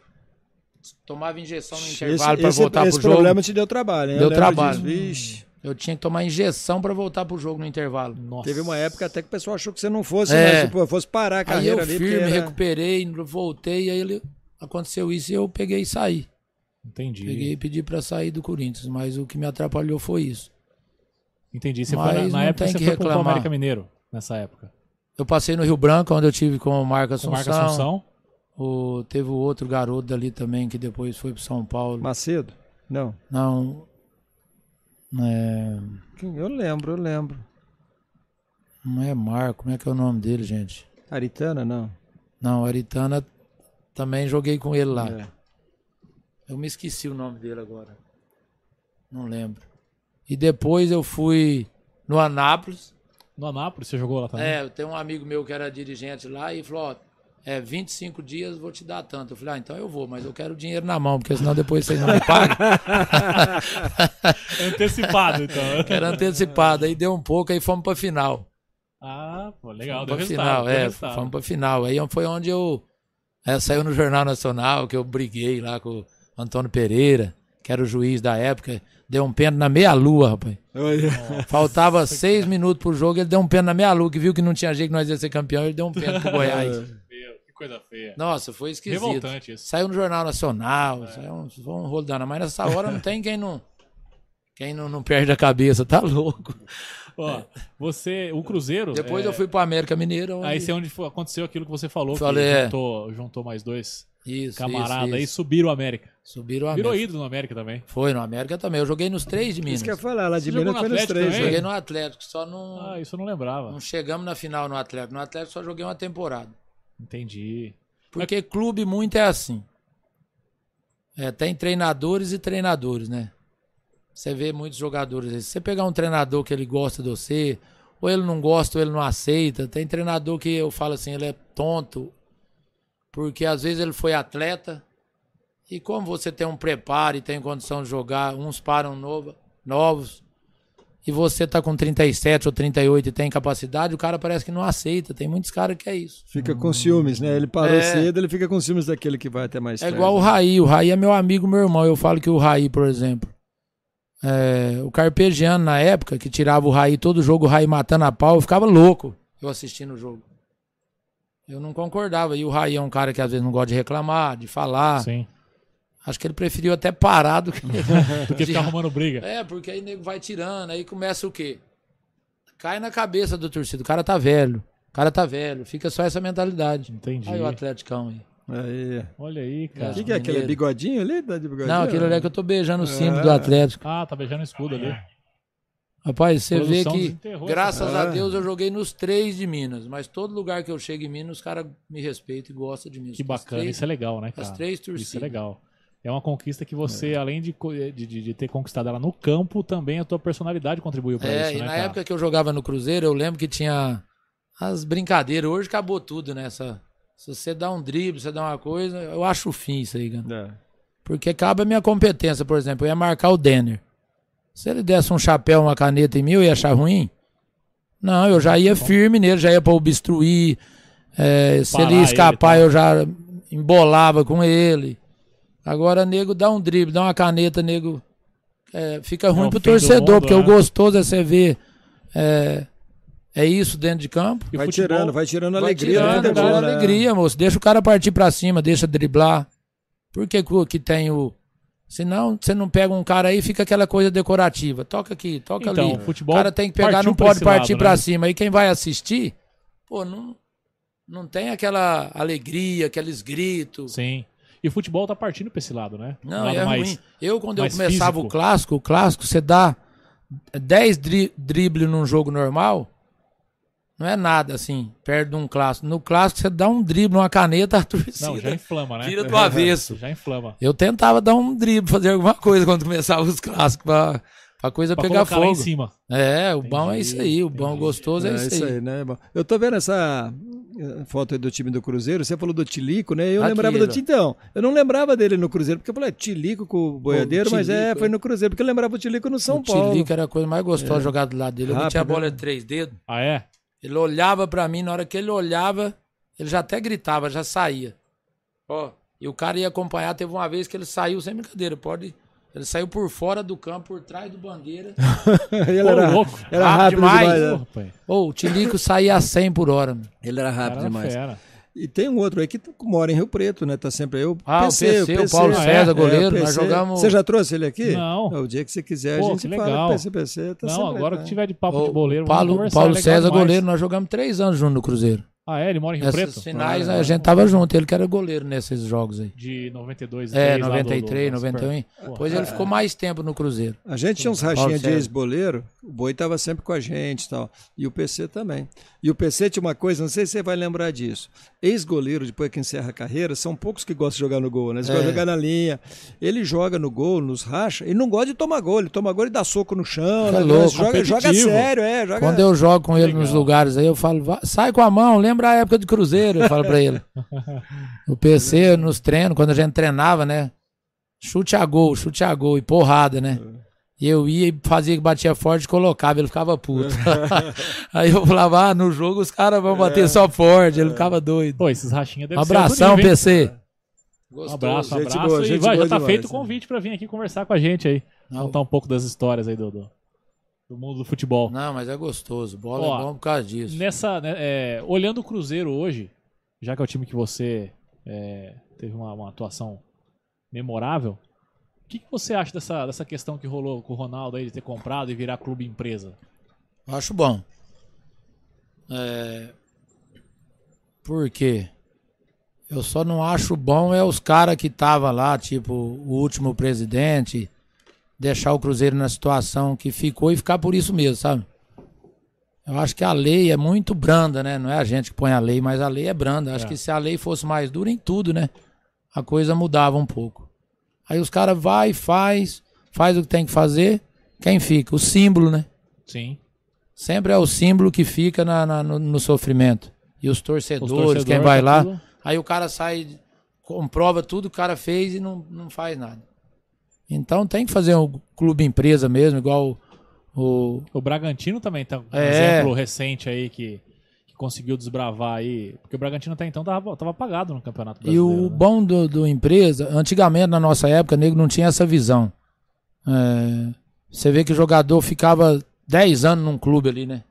Speaker 2: tomava injeção no
Speaker 4: Esse,
Speaker 2: intervalo para
Speaker 4: esse-
Speaker 2: voltar
Speaker 4: esse
Speaker 2: pro jogo.
Speaker 4: problema te deu trabalho, hein?
Speaker 2: Deu
Speaker 4: Eu lembro
Speaker 2: trabalho.
Speaker 4: disso. Vixe,
Speaker 2: Eu tinha que tomar injeção para voltar pro jogo no intervalo.
Speaker 1: Nossa.
Speaker 4: teve uma época até que o pessoal achou que você não
Speaker 2: É.
Speaker 4: fosse, né? Tipo, fosse parar a
Speaker 2: Aí eu
Speaker 4: carreira ali. né? porque
Speaker 2: firme,
Speaker 4: era-
Speaker 2: recuperei, voltei, aí ele- aconteceu isso e eu peguei e saí.
Speaker 1: Entendi.
Speaker 2: Peguei e pedi para sair do Corinthians, mas o que me atrapalhou foi isso.
Speaker 1: Entendi. Você
Speaker 2: Mas
Speaker 1: foi na,
Speaker 2: não
Speaker 1: na época
Speaker 2: tem
Speaker 1: você
Speaker 2: que
Speaker 1: foi pro
Speaker 2: reclamar.
Speaker 1: América Mineiro, nessa época.
Speaker 2: Eu passei no Rio Branco, onde eu tive com o Marco
Speaker 1: Com
Speaker 2: Assunção.
Speaker 1: Marca Assunção.
Speaker 2: O, teve o outro garoto dali também, que depois foi pro São Paulo.
Speaker 4: Macedo? Não.
Speaker 2: Não. É,
Speaker 4: Quem- Eu lembro, eu lembro.
Speaker 2: não é Marco, como é que é o nome dele, gente?
Speaker 4: Aritana, não.
Speaker 2: Não, Aritana também joguei com ele lá.
Speaker 4: É.
Speaker 2: Eu me esqueci o nome dele agora. Não lembro. E depois eu fui no Anápolis.
Speaker 1: No Anápolis, você jogou lá também?
Speaker 2: É, eu tenho um amigo meu que era dirigente lá e falou, ó, é 25 dias, vou te dar tanto. Eu falei, ah, então eu vou, mas eu quero dinheiro na mão, porque senão depois vocês não me pagam.
Speaker 1: Antecipado, então.
Speaker 2: Era antecipado. Aí deu um pouco, aí fomos pra final.
Speaker 1: ah, pô, legal. Deu
Speaker 2: Fomos pra
Speaker 1: resultado.
Speaker 2: final,
Speaker 1: deu
Speaker 2: é,
Speaker 1: resultado.
Speaker 2: fomos pra final. Aí foi onde eu é, saiu no Jornal Nacional, que eu briguei lá com o Antônio Pereira, que era o juiz da época. Deu um pênalti na meia-lua, rapaz. Faltava seis minutos pro jogo, ele deu um pênalti na meia-lua, que viu que não tinha jeito que nós ia ser campeão, ele deu um pênalti pro Goiás.
Speaker 1: Meu, que coisa feia.
Speaker 2: Nossa, foi esquisito.
Speaker 1: É. Revoltante É. isso.
Speaker 2: Saiu no Jornal Nacional, saiu um, foi um rolo danado. Mas nessa hora não tem quem não. Quem não, não perde a cabeça, tá louco.
Speaker 1: Ó, você, o Cruzeiro.
Speaker 2: É. Depois
Speaker 1: é,
Speaker 2: eu fui pro América Mineiro. onde-
Speaker 1: Aí você é onde foi- aconteceu aquilo que você falou,
Speaker 2: Falei,
Speaker 1: que
Speaker 2: é.
Speaker 1: juntou, juntou mais dois
Speaker 2: Isso,
Speaker 1: camaradas
Speaker 2: isso,
Speaker 1: aí,
Speaker 2: isso.
Speaker 1: subiram o América.
Speaker 2: Subiram a
Speaker 1: Virou ídolo no América também.
Speaker 2: Foi no América também. Eu joguei nos três de Minas.
Speaker 4: Isso que eu ia falar, lá de
Speaker 1: Você
Speaker 4: Minas
Speaker 1: jogou
Speaker 4: foi
Speaker 1: no
Speaker 4: nos
Speaker 1: Atlético
Speaker 4: três,
Speaker 1: também?
Speaker 4: né?
Speaker 2: Joguei no Atlético, só não,
Speaker 1: Ah, isso eu não lembrava.
Speaker 2: não chegamos na final no Atlético. No Atlético só joguei uma temporada.
Speaker 1: Entendi.
Speaker 2: Porque clube muito é assim. É, tem treinadores e treinadores, né? Você vê muitos jogadores. aí. Se você pegar um treinador que ele gosta de você, ou ele não gosta, ou ele não aceita. Tem treinador que eu falo assim, ele é tonto, porque às vezes ele foi atleta. E como você tem um preparo e tem condição de jogar, uns param nova, novos, e você tá com 37 ou 38 e tem capacidade, o cara parece que não aceita. Tem muitos caras que é isso.
Speaker 4: Fica com ciúmes, né? Ele parou
Speaker 2: É.
Speaker 4: cedo, ele fica com ciúmes daquele que vai até mais
Speaker 2: É
Speaker 4: tarde.
Speaker 2: igual o Raí. O Raí é meu amigo, meu irmão. Eu falo que o Raí, por exemplo. é, o Carpegiano, na época, que tirava o Raí todo jogo, o Raí matando a pau, eu ficava louco eu assistindo o jogo. Eu não concordava. E o Raí é um cara que às vezes não gosta de reclamar, de falar.
Speaker 1: Sim.
Speaker 2: Acho que ele preferiu até parar do que.
Speaker 1: Do que ficar arrumando briga.
Speaker 2: É, porque aí o nego vai tirando, aí começa o quê? Cai na cabeça do torcido. O cara tá velho. O cara tá velho. Fica só essa mentalidade.
Speaker 1: Entendi.
Speaker 2: Aí o Atleticão aí.
Speaker 4: Aí.
Speaker 1: Olha aí,
Speaker 4: O
Speaker 1: cara.
Speaker 4: que, que é aquele? É
Speaker 2: Mineiro.
Speaker 4: bigodinho ali? Tá de bigodinho?
Speaker 2: Não, aquele ali é que eu tô beijando o símbolo do Atlético.
Speaker 1: Ah, tá beijando o escudo ali.
Speaker 2: Rapaz, você vê
Speaker 1: Produção É.
Speaker 2: que,
Speaker 1: desenterrou essa
Speaker 2: graças a
Speaker 4: parada.
Speaker 2: Deus, eu joguei nos três de Minas. Mas todo lugar que eu chego em Minas, os caras me respeitam e gostam de mim.
Speaker 1: Que
Speaker 2: Os
Speaker 1: bacana,
Speaker 2: três-
Speaker 1: isso é legal, né, cara?
Speaker 2: As três
Speaker 1: Isso é
Speaker 2: torcidas.
Speaker 1: legal. É uma conquista que
Speaker 2: É.
Speaker 1: você, além de, co- é, de, de- de ter conquistado ela no campo, também a tua personalidade contribuiu pra
Speaker 2: É,
Speaker 1: isso,
Speaker 2: e
Speaker 1: né,
Speaker 2: na
Speaker 1: cara?
Speaker 2: época que eu jogava no Cruzeiro, eu lembro que tinha as brincadeiras. Hoje acabou tudo, né? Essa- se você dá um drible, se você dá uma coisa, eu acho o fim isso aí, cara.
Speaker 4: É.
Speaker 2: Porque acaba a minha competência, por exemplo, eu ia marcar o Denner. Se ele desse um chapéu, uma caneta em mim, eu ia achar ruim? Não, eu já ia firme nele, já ia pra obstruir. É, se
Speaker 1: Parar
Speaker 2: ele
Speaker 1: ele, tá?
Speaker 2: ia escapar, eu já embolava com ele. Agora, nego, dá um drible, dá uma caneta, nego. É, fica ruim
Speaker 1: o
Speaker 2: pro
Speaker 1: fim do
Speaker 2: torcedor,
Speaker 1: mundo,
Speaker 2: porque
Speaker 1: né?
Speaker 2: o gostoso é você ver. É, é isso dentro de campo.
Speaker 1: E
Speaker 4: Vai
Speaker 1: futebol-
Speaker 4: tirando, vai tirando a alegria
Speaker 2: Tirando,
Speaker 4: do futebol,
Speaker 2: dá
Speaker 4: né?
Speaker 2: alegria, moço. Deixa o cara partir pra cima, deixa driblar. Por que, que o- que tem o. Senão, você não pega um cara aí e fica aquela coisa decorativa. Toca aqui, toca
Speaker 1: Então,
Speaker 2: ali.
Speaker 1: o futebol
Speaker 2: o cara tem que pegar,
Speaker 1: partiu
Speaker 2: não
Speaker 1: pra
Speaker 2: pode
Speaker 1: esse
Speaker 2: partir
Speaker 1: lado,
Speaker 2: pra
Speaker 1: né?
Speaker 2: cima. Aí quem vai assistir, pô, não, não tem aquela alegria, aqueles gritos.
Speaker 1: Sim. E o futebol tá partindo pra esse lado, né?
Speaker 2: Não,
Speaker 1: lado
Speaker 2: é
Speaker 1: mais-
Speaker 2: ruim. Eu, quando eu
Speaker 1: mais
Speaker 2: começava
Speaker 1: físico.
Speaker 2: o clássico, o clássico, você dá 10 dri dribles num jogo normal, não é nada assim, perto de um clássico. No clássico, você dá um drible, uma caneta, a torcida
Speaker 1: Não, já inflama, né?
Speaker 2: vira do avesso.
Speaker 1: Já inflama.
Speaker 2: Eu tentava dar um drible, fazer alguma coisa quando começava os clássicos, pra, pra coisa
Speaker 1: Pra
Speaker 2: pegar
Speaker 1: colocar lá em
Speaker 2: fogo.
Speaker 1: cima.
Speaker 2: É, o bom é
Speaker 1: Entendi,
Speaker 2: isso aí, o bom
Speaker 1: entendi.
Speaker 2: gostoso é,
Speaker 4: É
Speaker 2: isso aí.
Speaker 4: né? Bom, Eu tô vendo essa eh, foto aí do time do Cruzeiro. Você falou do Tilico, né? Eu
Speaker 2: Aqui,
Speaker 4: lembrava do
Speaker 2: ó.
Speaker 4: Tilico. Então, eu não lembrava dele no Cruzeiro, porque eu falei é Tilico com o boiadeiro, mas é,
Speaker 2: Tilico,
Speaker 4: foi no Cruzeiro, porque eu lembrava o Tilico no São
Speaker 2: o
Speaker 4: Paulo.
Speaker 2: Tilico era a coisa mais gostosa jogar do lado dele. Eu metia a
Speaker 4: Rápido,
Speaker 2: bola
Speaker 4: né?
Speaker 2: de três dedos,
Speaker 1: Ah, é?
Speaker 2: ele olhava pra mim, na hora que ele olhava, ele já até gritava, já saía. Ó, E o cara ia acompanhar. Teve uma vez que ele saiu sem brincadeira. Pode. Ele saiu por fora do campo, por trás do bandeira.
Speaker 4: ele
Speaker 1: Ô,
Speaker 4: era,
Speaker 1: louco.
Speaker 4: era
Speaker 2: Rápido
Speaker 4: rápido
Speaker 2: demais.
Speaker 4: demais.
Speaker 1: Pô,
Speaker 4: né?
Speaker 1: rapaz,
Speaker 2: Ô, o Tilico saía a 100 por hora. Mano.
Speaker 4: Ele era
Speaker 1: o
Speaker 4: rápido
Speaker 1: cara era
Speaker 4: demais.
Speaker 1: fera.
Speaker 4: E tem um outro aí que mora em Rio Preto, né? Tá sempre aí. O
Speaker 2: Ah, o
Speaker 4: PC,
Speaker 2: PC, o Paulo
Speaker 4: é,
Speaker 1: César,
Speaker 2: goleiro,
Speaker 4: o
Speaker 2: nós jogamos-
Speaker 4: Você já trouxe ele aqui?
Speaker 1: Não.
Speaker 4: É, o dia que você quiser,
Speaker 1: Pô,
Speaker 4: a
Speaker 1: que
Speaker 4: gente fala
Speaker 1: legal.
Speaker 4: que PC, PC tá
Speaker 1: Não,
Speaker 4: sempre
Speaker 1: agora
Speaker 4: aí,
Speaker 1: que
Speaker 4: tá?
Speaker 1: tiver de papo de boleiro, vamos
Speaker 2: Paulo,
Speaker 1: conversar. é
Speaker 2: Paulo
Speaker 1: legal
Speaker 2: César,
Speaker 1: demais.
Speaker 2: goleiro, nós jogamos três anos juntos no Cruzeiro.
Speaker 1: Ah, é? Ele mora em Rio
Speaker 2: Nessas
Speaker 1: Preto? Ah, é.
Speaker 2: finais a gente tava junto, ele que era goleiro nesses jogos aí.
Speaker 1: De 92 3
Speaker 2: É,
Speaker 1: lá do- do-
Speaker 2: 93,
Speaker 1: da Super-
Speaker 2: 91.
Speaker 1: Pô, é.
Speaker 2: Pois um, ele ficou mais tempo no Cruzeiro.
Speaker 4: A gente tinha uns
Speaker 2: Paulo
Speaker 4: rachinhas de
Speaker 2: César.
Speaker 4: ex-boleiro, o Boi tava sempre com a gente e tal. E o PC também. E o PC tinha uma coisa, não sei se você vai lembrar disso. Ex-goleiro, depois que encerra a carreira, são poucos que gostam de jogar no gol, né? Eles
Speaker 2: É.
Speaker 4: gostam de jogar na linha. Ele joga no gol, nos racha, e não gosta de tomar gol. Ele toma gol e dá soco no chão.
Speaker 2: Tá
Speaker 4: né?
Speaker 2: louco,
Speaker 4: joga, joga
Speaker 1: competitivo.
Speaker 4: sério, é. Joga...
Speaker 2: Quando eu jogo com ele nos lugares aí, eu falo, "Vai- sai com a mão, lembra a época do Cruzeiro, eu falo pra ele. O PC nos treinos, quando a gente treinava, né? Chute a gol, chute a gol e porrada, né? E eu ia e fazia que batia forte e colocava, ele ficava puto. aí eu falava, ah, no jogo os caras vão bater só forte, ele ficava doido.
Speaker 1: Pô, esses rachinhas
Speaker 2: Um
Speaker 1: devem ser
Speaker 2: abração,
Speaker 1: outro nível, hein?
Speaker 2: PC.
Speaker 1: Um abraço, um
Speaker 4: Gente
Speaker 1: abraço.
Speaker 4: boa,
Speaker 1: e
Speaker 4: gente
Speaker 1: vai, já
Speaker 4: boa
Speaker 1: tá
Speaker 4: demais,
Speaker 1: feito o
Speaker 4: né?
Speaker 1: convite pra vir aqui conversar com a gente aí.
Speaker 2: Não.
Speaker 1: Contar um pouco das histórias aí do, do, do mundo do futebol.
Speaker 2: Não, mas é gostoso. Bola
Speaker 1: Ó,
Speaker 2: é bom por causa disso.
Speaker 1: Nessa, né, é, olhando o Cruzeiro hoje, já que é o time que você é, teve uma, uma atuação memorável, o que, que você acha dessa, dessa questão que rolou com o Ronaldo aí de ter comprado e virar clube empresa?
Speaker 2: Eu Acho bom. É... Por quê? Eu só não acho bom é os caras que tava lá, tipo, o último presidente, deixar o Cruzeiro na situação que ficou e ficar por isso mesmo, sabe? Eu acho que a lei é muito branda, né? Não é a gente que põe a lei, mas a lei é branda. Acho
Speaker 1: É.
Speaker 2: que se a lei fosse mais dura em tudo, né? A coisa mudava um pouco. Aí os caras vai, faz, faz o que tem que fazer. Quem fica? O símbolo, né?
Speaker 1: Sim.
Speaker 2: Sempre é o símbolo que fica na- na- no, no sofrimento. E os torcedores, quem
Speaker 1: torcedores,
Speaker 2: vai
Speaker 1: tá
Speaker 2: lá.
Speaker 1: tudo-
Speaker 2: Aí o cara sai, comprova tudo que o cara fez e não, não faz nada. Então tem que fazer um clube empresa mesmo, igual o, o-
Speaker 1: O Bragantino também tá um
Speaker 2: É.
Speaker 1: exemplo recente aí que, que conseguiu desbravar aí. Porque o Bragantino até então tava, tava apagado no Campeonato
Speaker 2: E
Speaker 1: Brasileiro.
Speaker 2: o
Speaker 1: né?
Speaker 2: bom do, do empresa, antigamente na nossa época, nego não tinha essa visão. É, você vê que o jogador ficava 10 anos num clube ali, né?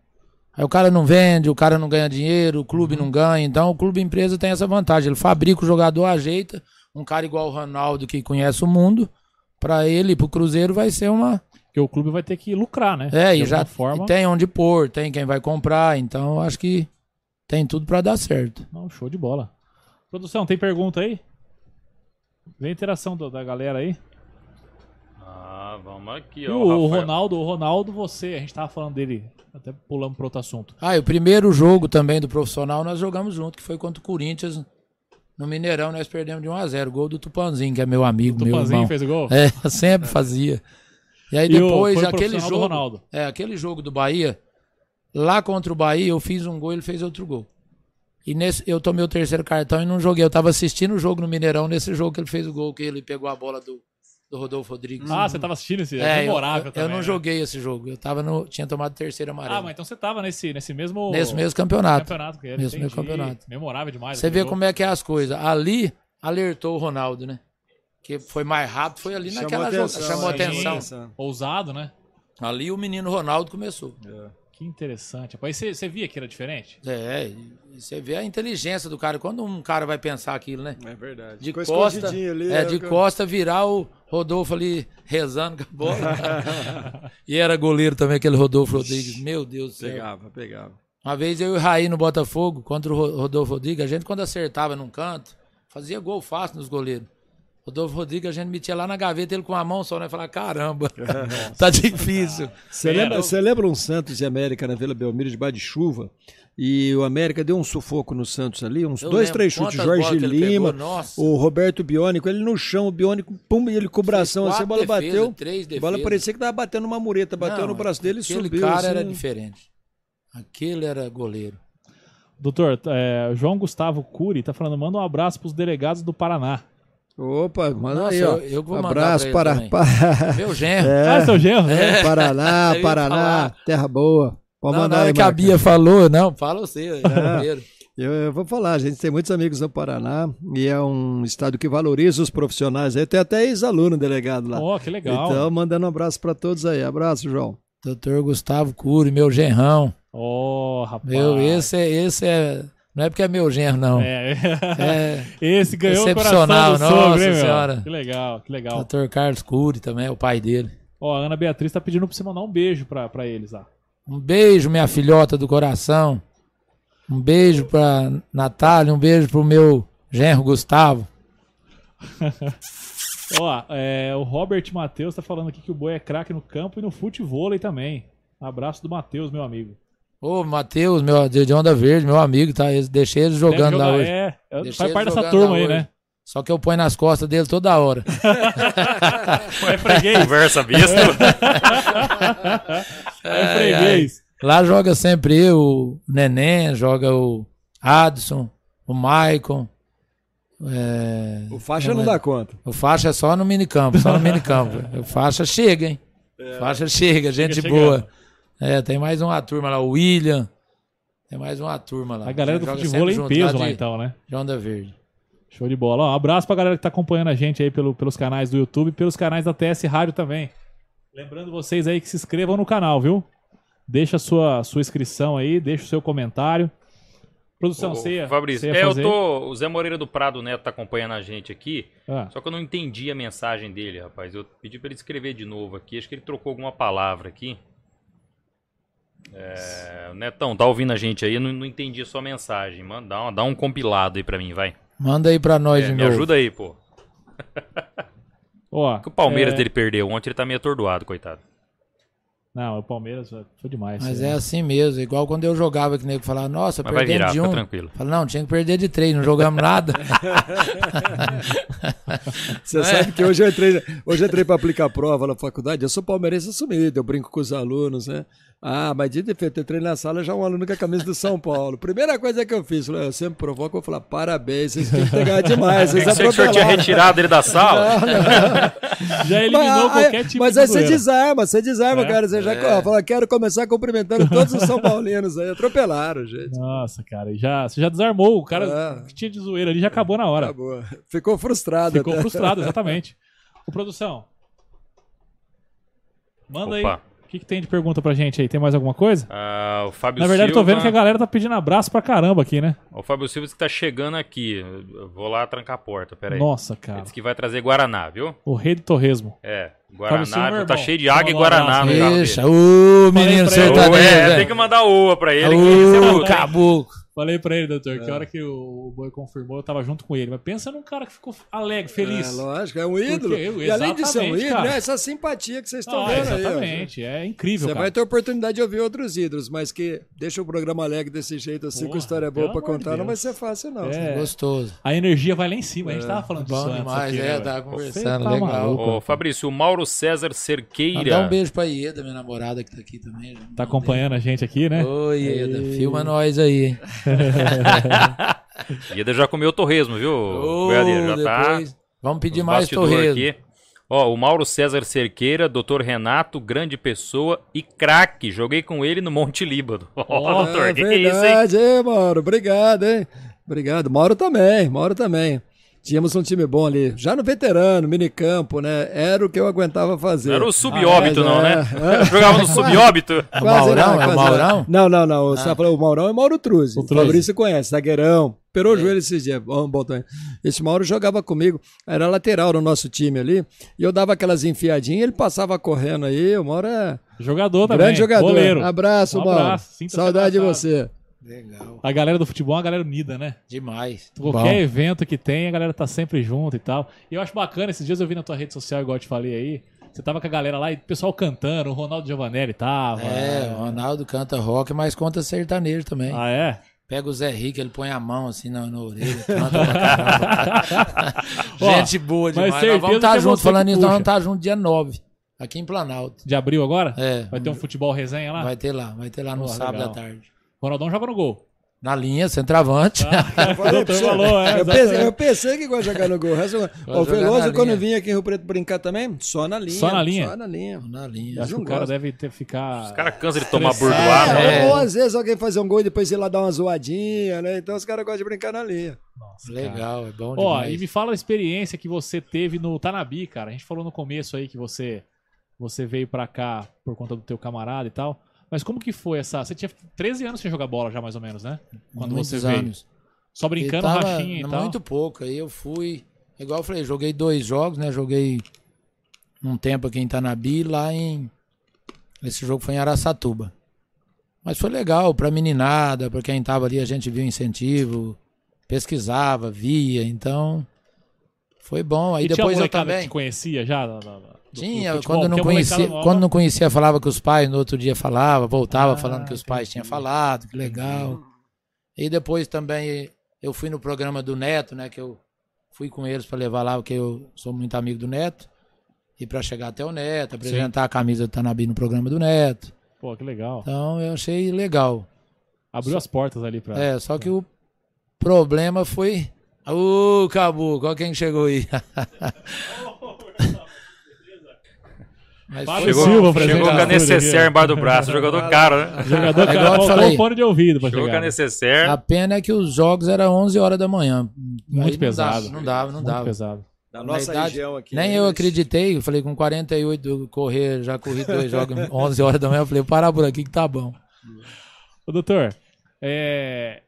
Speaker 2: Aí o cara não vende, o cara não ganha dinheiro, o clube
Speaker 1: Uhum.
Speaker 2: não ganha. Então o clube empresa tem essa vantagem. Ele fabrica o jogador, ajeita. Um cara igual o Ronaldo, que conhece o mundo, pra ele, e pro Cruzeiro, vai ser uma.
Speaker 1: Porque o clube vai ter que lucrar, né?
Speaker 2: É,
Speaker 1: De
Speaker 2: e já
Speaker 1: alguma forma.
Speaker 2: e tem onde pôr, tem quem vai comprar. Então eu acho que tem tudo pra dar certo.
Speaker 1: Não, show de bola. Produção, tem pergunta aí? Vem a interação do- da galera aí.
Speaker 3: Ah, vamos aqui,
Speaker 1: E o,
Speaker 3: ó. o
Speaker 1: o
Speaker 3: Rafael.
Speaker 1: Ronaldo, o Ronaldo, você, a gente tava falando dele, até pulamos para outro assunto.
Speaker 2: Ah, e o primeiro jogo também do profissional nós jogamos junto, que foi contra o Corinthians. No Mineirão nós perdemos de 1 a 0 Gol do Tupanzinho, que é meu amigo,
Speaker 1: O
Speaker 2: meu irmão.
Speaker 1: Tupanzinho fez o gol?
Speaker 2: É, sempre fazia. E aí
Speaker 1: E o-
Speaker 2: depois,
Speaker 1: foi o
Speaker 2: aquele
Speaker 1: profissional do
Speaker 2: jogo.
Speaker 1: Ronaldo.
Speaker 2: É, aquele jogo do Bahia, lá contra o Bahia, eu fiz um gol, ele fez outro gol. E nesse, eu tomei o terceiro cartão e não joguei. Eu tava assistindo o jogo no Mineirão, nesse jogo que ele fez o gol, que ele pegou a bola do, do Rodolfo Rodrigues.
Speaker 1: Ah, você tava assistindo esse?
Speaker 2: é,
Speaker 1: É,
Speaker 2: eu-
Speaker 1: memorável
Speaker 2: eu, eu
Speaker 1: também.
Speaker 2: não
Speaker 1: né?
Speaker 2: joguei esse jogo. Eu tava no, tinha tomado o terceiro amarelo.
Speaker 1: Ah, mas então você tava nesse, nesse mesmo.
Speaker 2: nesse mesmo campeonato.
Speaker 1: campeonato que ele
Speaker 2: Nesse mesmo
Speaker 1: entendi.
Speaker 2: campeonato.
Speaker 1: Memorável demais.
Speaker 2: Você vê como é que é as coisas. Ali alertou o Ronaldo, né? Que foi mais rápido, foi ali naquela jogada. Chamou
Speaker 4: é,
Speaker 1: sim.
Speaker 2: atenção.
Speaker 1: Ousado, né?
Speaker 2: Ali o menino Ronaldo começou.
Speaker 1: Que interessante. rapaz. E você, você via que era diferente?
Speaker 2: É, e você vê a inteligência do cara. Quando um cara vai pensar aquilo, né?
Speaker 4: É verdade.
Speaker 2: De
Speaker 4: Ficou
Speaker 2: costa,
Speaker 4: escondidinho ali,
Speaker 2: é,
Speaker 4: né?
Speaker 2: de costa virar o Rodolfo ali rezando com a bola. e era goleiro também, aquele Rodolfo Rodrigues. Meu Deus do céu.
Speaker 4: Pegava, pegava.
Speaker 2: Uma vez eu e o Raí no Botafogo, contra o Ro- Rodolfo Rodrigues, a gente quando acertava num canto, fazia gol fácil nos goleiros. Rodolfo Rodrigues, a gente metia lá na gaveta, ele com a mão só, né? Falava, caramba, tá difícil.
Speaker 4: Você
Speaker 1: Era.
Speaker 4: lembra, você lembra um Santos e América na Vila Belmiro debaixo de chuva? E o América deu um sufoco no Santos ali, uns
Speaker 2: Eu
Speaker 4: dois,
Speaker 2: lembro
Speaker 4: três chutes.
Speaker 2: quantas
Speaker 4: Jorge
Speaker 2: bolas que ele pegou,
Speaker 4: Lima,
Speaker 2: nossa.
Speaker 4: o Roberto Bionico, ele no chão, o Bionico, pum, e ele com o bração assim, a
Speaker 2: quatro
Speaker 4: bola
Speaker 2: defesas,
Speaker 4: bateu.
Speaker 2: três
Speaker 4: a bola
Speaker 2: defesas.
Speaker 4: parecia que tava batendo uma mureta, bateu
Speaker 2: Não,
Speaker 4: no braço dele e
Speaker 2: aquele
Speaker 4: subiu.
Speaker 2: cara
Speaker 4: assim.
Speaker 2: era diferente. Aquele era goleiro.
Speaker 1: Doutor, é, João Gustavo Cury tá falando, manda um abraço pros delegados do Paraná.
Speaker 4: Opa, manda
Speaker 2: Nossa,
Speaker 4: aí, ó.
Speaker 2: eu- eu vou mandar
Speaker 4: Abraço
Speaker 2: pra
Speaker 4: para,
Speaker 2: ele Meu genro.
Speaker 4: É,
Speaker 1: Ah, seu genro?
Speaker 2: É.
Speaker 1: né?
Speaker 4: Paraná,
Speaker 2: Eu ia
Speaker 4: Paraná,
Speaker 2: falar.
Speaker 4: terra boa. Pode
Speaker 2: Não, na
Speaker 4: mandar
Speaker 2: hora
Speaker 4: aí,
Speaker 2: que a
Speaker 4: Marcão. É.
Speaker 2: Bia falou, não, fala você, ele era goleiro.
Speaker 4: Eu, eu vou falar, a gente tem muitos amigos no Paraná e é um estado que valoriza os profissionais. Aí tem até ex-aluno delegado lá.
Speaker 1: Ó, que legal.
Speaker 4: Então, mandando um abraço para todos aí. Abraço, João.
Speaker 2: Doutor Gustavo Cury, meu genrão.
Speaker 1: Ó, rapaz.
Speaker 2: Meu, esse é, esse é. Não é porque é meu genro, não.
Speaker 1: É.
Speaker 2: É,
Speaker 1: Esse ganhou o coração
Speaker 2: Excepcional,
Speaker 1: do sogro,
Speaker 2: nossa
Speaker 1: hein, meu?
Speaker 2: senhora. Tá.
Speaker 1: Que legal, que legal.
Speaker 2: Doutor Carlos Cury também, é o pai dele.
Speaker 1: Ó, a Ana Beatriz tá pedindo pra você mandar um beijo pra, pra eles lá.
Speaker 2: Um beijo, minha filhota do coração. Um beijo pra Natália, um beijo pro meu genro Gustavo.
Speaker 1: Ó, é, o Robert Matheus tá falando aqui que o boi é craque no campo e no futevôlei também. Abraço do Matheus, meu amigo.
Speaker 2: Ô, Matheus, meu de de onda verde, meu amigo, tá? Eu deixei eles
Speaker 1: Deve
Speaker 2: jogando lá
Speaker 1: jogar-
Speaker 2: hoje.
Speaker 1: É, é,
Speaker 2: Deixei
Speaker 1: faz
Speaker 2: ele
Speaker 1: parte dessa
Speaker 2: jogando
Speaker 1: turma
Speaker 2: lá
Speaker 1: aí,
Speaker 2: hoje.
Speaker 1: né?
Speaker 2: Só que eu ponho nas costas dele toda hora.
Speaker 1: É freguês.
Speaker 3: Conversa besta.
Speaker 1: É freguês.
Speaker 2: Lá joga sempre eu, o Neném, joga o Adson, o Maicon. é,
Speaker 4: O faixa não dá conta.
Speaker 2: O faixa é só no minicampo, só no minicampo. O faixa chega, hein? Faixa chega, gente
Speaker 1: chegando.
Speaker 2: boa. É, tem mais uma turma lá, o William. Tem mais uma turma lá.
Speaker 1: A galera do
Speaker 2: Joga
Speaker 1: futebol é
Speaker 2: sempre
Speaker 1: em
Speaker 2: junto, Tá
Speaker 1: peso
Speaker 2: de-
Speaker 1: lá então, né?
Speaker 2: de Onda Verde.
Speaker 1: Show de bola. Ó, um abraço pra galera que tá acompanhando a gente aí pelo, pelos canais do YouTube e pelos canais da TS Rádio também. Lembrando vocês aí que se inscrevam no canal, viu? Deixa a sua, sua inscrição aí, deixa o seu comentário. Produção,
Speaker 3: Ô,
Speaker 1: você ia,
Speaker 3: Fabrício,
Speaker 1: você ia
Speaker 3: é, eu
Speaker 1: fazer?
Speaker 3: tô. O Zé Moreira do Prado Neto tá acompanhando a gente aqui.
Speaker 1: Ah,
Speaker 3: Só que eu não entendi a mensagem dele, rapaz. Eu pedi pra ele escrever de novo aqui. Acho que ele trocou alguma palavra aqui. É, Netão, tá ouvindo a gente aí? Eu não, não entendi a sua mensagem. Mano, dá, uma- dá um compilado aí pra mim, vai.
Speaker 2: Manda aí pra nós
Speaker 3: É,
Speaker 2: de
Speaker 3: me
Speaker 2: novo.
Speaker 3: ajuda aí, pô.
Speaker 1: ó,
Speaker 3: Que o Palmeiras
Speaker 1: é,
Speaker 3: dele perdeu ontem, ele tá meio atordoado, coitado.
Speaker 1: Não, o Palmeiras foi demais.
Speaker 2: Mas
Speaker 1: né?
Speaker 2: é assim mesmo, igual quando eu jogava que nego falava, nossa,
Speaker 3: Mas vai
Speaker 2: perdemos
Speaker 3: virar,
Speaker 2: de
Speaker 3: fica
Speaker 2: um.
Speaker 3: tranquilo.
Speaker 2: Fala, não, tinha que perder de três, não jogamos nada.
Speaker 4: Você sabe que hoje eu entrei, hoje eu entrei para aplicar prova na faculdade. Eu sou palmeirense assumido, eu brinco com os alunos, né? Ah, mas de defeito, eu entrei na sala já um aluno com a camisa do São Paulo. Primeira coisa que eu fiz, falei, eu sempre provoco, eu falar, parabéns, vocês tinham que pegar demais, vocês
Speaker 3: Pensei É que o senhor tinha
Speaker 4: atropelaram.
Speaker 3: retirado ele da sala.
Speaker 1: Já eliminou
Speaker 2: é
Speaker 4: mas,
Speaker 1: qualquer
Speaker 4: aí-
Speaker 1: tipo
Speaker 4: mas
Speaker 1: de
Speaker 4: aí você
Speaker 1: zoeira.
Speaker 4: desarma, você desarma,
Speaker 1: É.
Speaker 4: cara. Você já ó, fala, quero começar cumprimentando todos os São Paulinos aí. Atropelaram, gente.
Speaker 1: Nossa, cara, já, você já desarmou. O cara
Speaker 4: É.
Speaker 1: que tinha de zoeira ali já acabou na hora.
Speaker 4: Acabou. Ficou frustrado.
Speaker 1: Ficou
Speaker 4: até.
Speaker 1: frustrado, exatamente. Ô, produção. Manda
Speaker 3: Opa.
Speaker 1: aí. O que, que tem de pergunta pra gente aí? Tem mais alguma coisa?
Speaker 3: Ah, o Fábio
Speaker 1: Na verdade, eu tô
Speaker 3: Silva-
Speaker 1: vendo que a galera tá pedindo abraço pra caramba aqui, né?
Speaker 3: O Fábio Silva que tá chegando aqui. Eu vou lá trancar a porta, peraí.
Speaker 1: Nossa,
Speaker 3: Ele
Speaker 1: cara.
Speaker 3: disse que vai trazer Guaraná, viu?
Speaker 1: O rei do torresmo.
Speaker 3: É,
Speaker 1: Fábio Silva,
Speaker 3: Guaraná,
Speaker 1: meu
Speaker 3: tá
Speaker 1: irmão.
Speaker 3: cheio de água
Speaker 1: Vamos
Speaker 3: e
Speaker 1: lá, um
Speaker 3: Guaraná no carro dele.
Speaker 2: Deixa, ô menino
Speaker 1: pra ele.
Speaker 3: Ô,
Speaker 2: sertanejo.
Speaker 3: é,
Speaker 2: Tá velho.
Speaker 3: tem que mandar oa pra ele. que ele é se
Speaker 2: né? Ô,
Speaker 3: arruma, hein?
Speaker 2: caboclo.
Speaker 1: Falei pra ele, doutor,
Speaker 4: É.
Speaker 1: que a hora que o o boi confirmou, eu tava junto com ele. Mas pensa num cara que ficou alegre, feliz.
Speaker 4: É, lógico, é um ídolo.
Speaker 1: Porque eu-
Speaker 4: e além de ser um
Speaker 1: exatamente,
Speaker 4: ídolo,
Speaker 1: cara.
Speaker 4: é essa simpatia que vocês estão
Speaker 1: ah,
Speaker 4: vendo aí. ó.
Speaker 1: exatamente. é incrível,
Speaker 4: Você
Speaker 1: cara.
Speaker 4: vai ter oportunidade de ouvir outros ídolos, mas que deixa o programa alegre desse jeito, assim,
Speaker 1: Porra,
Speaker 4: com história
Speaker 1: pelo
Speaker 4: boa pra
Speaker 1: amor de
Speaker 4: contar, não vai
Speaker 1: Deus.
Speaker 4: ser fácil, não.
Speaker 1: É.
Speaker 2: Gostoso.
Speaker 1: A energia vai lá em cima. A
Speaker 4: É,
Speaker 1: gente tava falando disso
Speaker 2: Bom
Speaker 1: antes
Speaker 2: demais,
Speaker 1: aqui, né,
Speaker 2: é,
Speaker 1: velho?
Speaker 2: tava conversando,
Speaker 1: Você tá
Speaker 2: legal.
Speaker 1: maluco,
Speaker 3: Ô,
Speaker 1: cara.
Speaker 3: Fabrício, o Mauro César Cerqueira.
Speaker 2: Dá um beijo pra Ieda, minha namorada que tá aqui também.
Speaker 1: Tá acompanhando a gente aqui, né?
Speaker 2: Ô, Ieda, filma nós aí, hein?
Speaker 3: Ieda já comeu torresmo, viu?
Speaker 2: Ô,
Speaker 3: Goiadeiro, já tá.
Speaker 2: depois- Vamos
Speaker 3: Os
Speaker 2: pedir mais
Speaker 3: bastidores
Speaker 2: torresmo.
Speaker 3: aqui. Ó, o Mauro César Cerqueira, doutor Renato, grande pessoa e craque. Joguei com ele no Monte Líbano. Ó,
Speaker 1: Ó,
Speaker 3: doutor,
Speaker 4: é
Speaker 3: que, que é isso, hein?
Speaker 4: verdade, hein, Mauro? Obrigado, hein? Obrigado. Mauro também, Mauro também. Tínhamos um time bom ali, já no veterano, minicampo, né? Era o que eu aguentava fazer.
Speaker 3: Não era o subóbito,
Speaker 4: Ah, é,
Speaker 3: não, né?
Speaker 4: é.
Speaker 3: Jogava no subóbito.
Speaker 2: O Maurão, é o Maurão? Ah.
Speaker 4: Não, não, não. Você tá falando, o Maurão é o Mauro Truzzi.
Speaker 1: O
Speaker 4: O,
Speaker 1: Truzzi.
Speaker 4: Fabrício conhece, zagueirão. Perou
Speaker 3: É.
Speaker 4: o joelho esses dias. Bom, bom também. Esse Mauro jogava comigo. Era lateral no nosso time ali. E eu dava aquelas enfiadinhas ele passava correndo aí. O Mauro é
Speaker 1: Jogador também.
Speaker 4: grande jogador. Ah,
Speaker 1: Goleiro.
Speaker 4: Abraço,
Speaker 1: Um
Speaker 4: Mauro.
Speaker 1: abraço, sinta-se
Speaker 4: Saudade de
Speaker 1: abraçado.
Speaker 4: você.
Speaker 2: Legal.
Speaker 1: A galera do futebol é uma galera unida, né?
Speaker 2: Demais.
Speaker 1: Qualquer evento que tem, a galera tá sempre junto e tal. E eu acho bacana, esses dias eu vi na tua rede social, igual eu te falei aí, você tava com a galera lá e o pessoal cantando, o Ronaldo Giovanelli tava.
Speaker 2: É, o Ronaldo canta rock, mas conta sertanejo também.
Speaker 1: Ah, é?
Speaker 2: Pega o Zé Rico, ele põe a mão assim na, na orelha, canta pra caramba.
Speaker 1: Ó,
Speaker 2: Gente boa
Speaker 1: mas
Speaker 2: demais.
Speaker 1: certeza
Speaker 2: Nós vamos
Speaker 1: que
Speaker 2: estar
Speaker 1: é
Speaker 2: junto,
Speaker 1: você
Speaker 2: falando
Speaker 1: que
Speaker 2: nisso, nós
Speaker 1: puxa.
Speaker 2: vamos estar junto dia 9, aqui em Planalto.
Speaker 1: De abril agora?
Speaker 2: É,
Speaker 1: Vai ter um futebol resenha lá?
Speaker 2: vai ter lá, vai ter lá no
Speaker 1: Ó,
Speaker 2: sábado
Speaker 1: legal.
Speaker 2: à tarde.
Speaker 1: Ronaldão joga no gol.
Speaker 2: Na linha, centroavante.
Speaker 4: Eu
Speaker 1: O
Speaker 4: falei pra
Speaker 1: doutor
Speaker 4: você.
Speaker 1: falou, é,
Speaker 4: eu, pensei,
Speaker 1: exatamente.
Speaker 4: eu pensei que igual jogar no gol. o
Speaker 2: jogar na
Speaker 4: Veloso, quando
Speaker 2: linha.
Speaker 4: vinha aqui em Rio Preto brincar também, só na linha.
Speaker 1: Só na linha?
Speaker 4: Só na linha.
Speaker 2: Na linha.
Speaker 1: Acho que
Speaker 4: não
Speaker 1: o cara
Speaker 4: gostam.
Speaker 1: deve ter ficar.
Speaker 3: Os caras cansam de tomar
Speaker 1: Estressado.
Speaker 3: burdoada. né?
Speaker 4: É, Ou às vezes alguém fazer um gol e depois ir lá dar uma zoadinha, né? Então os caras gostam de brincar na linha.
Speaker 1: Nossa, cara.
Speaker 2: Legal, é bom
Speaker 1: Ó,
Speaker 2: demais.
Speaker 1: e me fala a experiência que você teve no Tanabi, cara. A gente falou no começo aí que você você veio pra cá por conta do teu camarada e tal. Mas como que foi essa? Você tinha 13 anos sem jogar bola já mais ou menos, né? Quando
Speaker 2: Muitos
Speaker 1: você veio.
Speaker 2: anos.
Speaker 1: Só brincando
Speaker 2: Eu tava
Speaker 1: rachinha e tal.
Speaker 2: Muito pouco. Aí eu fui. Igual eu falei, joguei dois jogos, né? Joguei um tempo aqui em Tanabi, lá em. Esse jogo foi em Araçatuba. Mas foi legal pra meninada, pra quem tava ali, a gente viu incentivo, pesquisava, via, então. Foi bom. Aí
Speaker 1: e
Speaker 2: depois
Speaker 1: tinha
Speaker 2: eu
Speaker 1: molecada
Speaker 2: também.
Speaker 1: que te conhecia já? da- da- da- do- do
Speaker 2: Tinha,
Speaker 1: futebol?
Speaker 2: quando, não
Speaker 1: Porque a molecada
Speaker 2: conhecia,
Speaker 1: nova-
Speaker 2: quando não conhecia, falava que os pais, no outro dia falava, voltava
Speaker 1: Ah,
Speaker 2: falando que os pais
Speaker 1: entendi.
Speaker 2: tinham falado, que legal. E depois também eu fui no programa do Neto, né, que eu fui com eles para levar lá, porque eu sou muito amigo do Neto, e para chegar até o Neto, apresentar a camisa do Tanabi no programa do Neto.
Speaker 1: Pô, que legal.
Speaker 2: Então eu achei legal.
Speaker 1: Abriu as portas ali pra.
Speaker 2: É, só que o problema foi. Ô, Cabu, qual quem chegou aí? Mas
Speaker 1: Fábio Silva,
Speaker 2: foi bom,
Speaker 1: Silva,
Speaker 2: foi
Speaker 1: presente
Speaker 3: Chegou
Speaker 2: legal.
Speaker 3: com a
Speaker 1: Brasil,
Speaker 3: necessaire
Speaker 1: aqui.
Speaker 3: embaixo do braço, jogador caro, né?
Speaker 1: Jogador,
Speaker 2: É
Speaker 1: cara,
Speaker 2: igual eu te
Speaker 1: faltou
Speaker 2: falei.
Speaker 1: o fone de ouvido pra
Speaker 3: Chegou com
Speaker 1: chegar.
Speaker 3: a necessaire.
Speaker 2: A pena é que os jogos eram 11 horas da manhã.
Speaker 1: Muito
Speaker 2: Aí não
Speaker 1: pesado.
Speaker 2: dava, Não dava, não
Speaker 1: Muito
Speaker 2: dava.
Speaker 1: pesado.
Speaker 4: Da
Speaker 2: Na
Speaker 4: nossa
Speaker 2: idade,
Speaker 4: região aqui.
Speaker 2: Nem
Speaker 4: né?
Speaker 2: eu acreditei. Eu falei, com 48 eu correr, já corri dois jogos, 11 horas da manhã. Eu falei, parar por aqui que tá bom.
Speaker 1: Ô, doutor, é,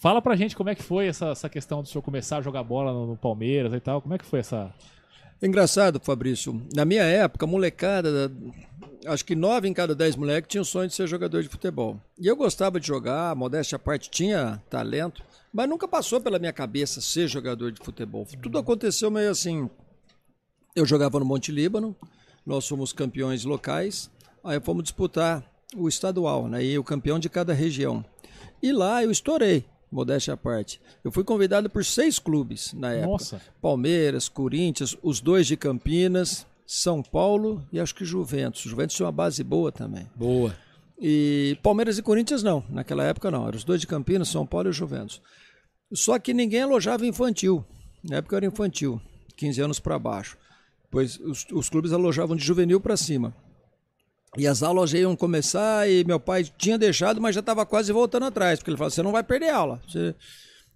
Speaker 1: fala pra gente como é que foi essa, essa questão do senhor começar a jogar bola no, no Palmeiras e tal. Como é que foi essa.
Speaker 4: Engraçado, Fabrício. Na minha época, a molecada, acho que nove em cada dez moleques tinham o sonho de ser jogador de futebol. E eu gostava de jogar, modéstia à parte, tinha talento, mas nunca passou pela minha cabeça ser jogador de futebol. Tudo aconteceu meio assim. Eu jogava no Monte Líbano, nós fomos campeões locais, aí fomos disputar o estadual, né? E o campeão de cada região. E lá eu estourei, modéstia à parte. Eu fui convidado por seis clubes na época.
Speaker 1: Nossa.
Speaker 4: Palmeiras, Corinthians, os dois de Campinas, São Paulo e acho que Juventus. Juventus tinha uma base boa também.
Speaker 2: Boa.
Speaker 4: E Palmeiras e Corinthians não, naquela época não. Eram os dois de Campinas, São Paulo e Juventus. Só que ninguém alojava infantil. Na época eu era infantil, 15 anos para baixo. Pois os, os clubes alojavam de juvenil para cima. E as aulas já iam começar e meu pai tinha deixado, mas já estava quase voltando atrás, porque ele falou: você não vai perder aula. Você-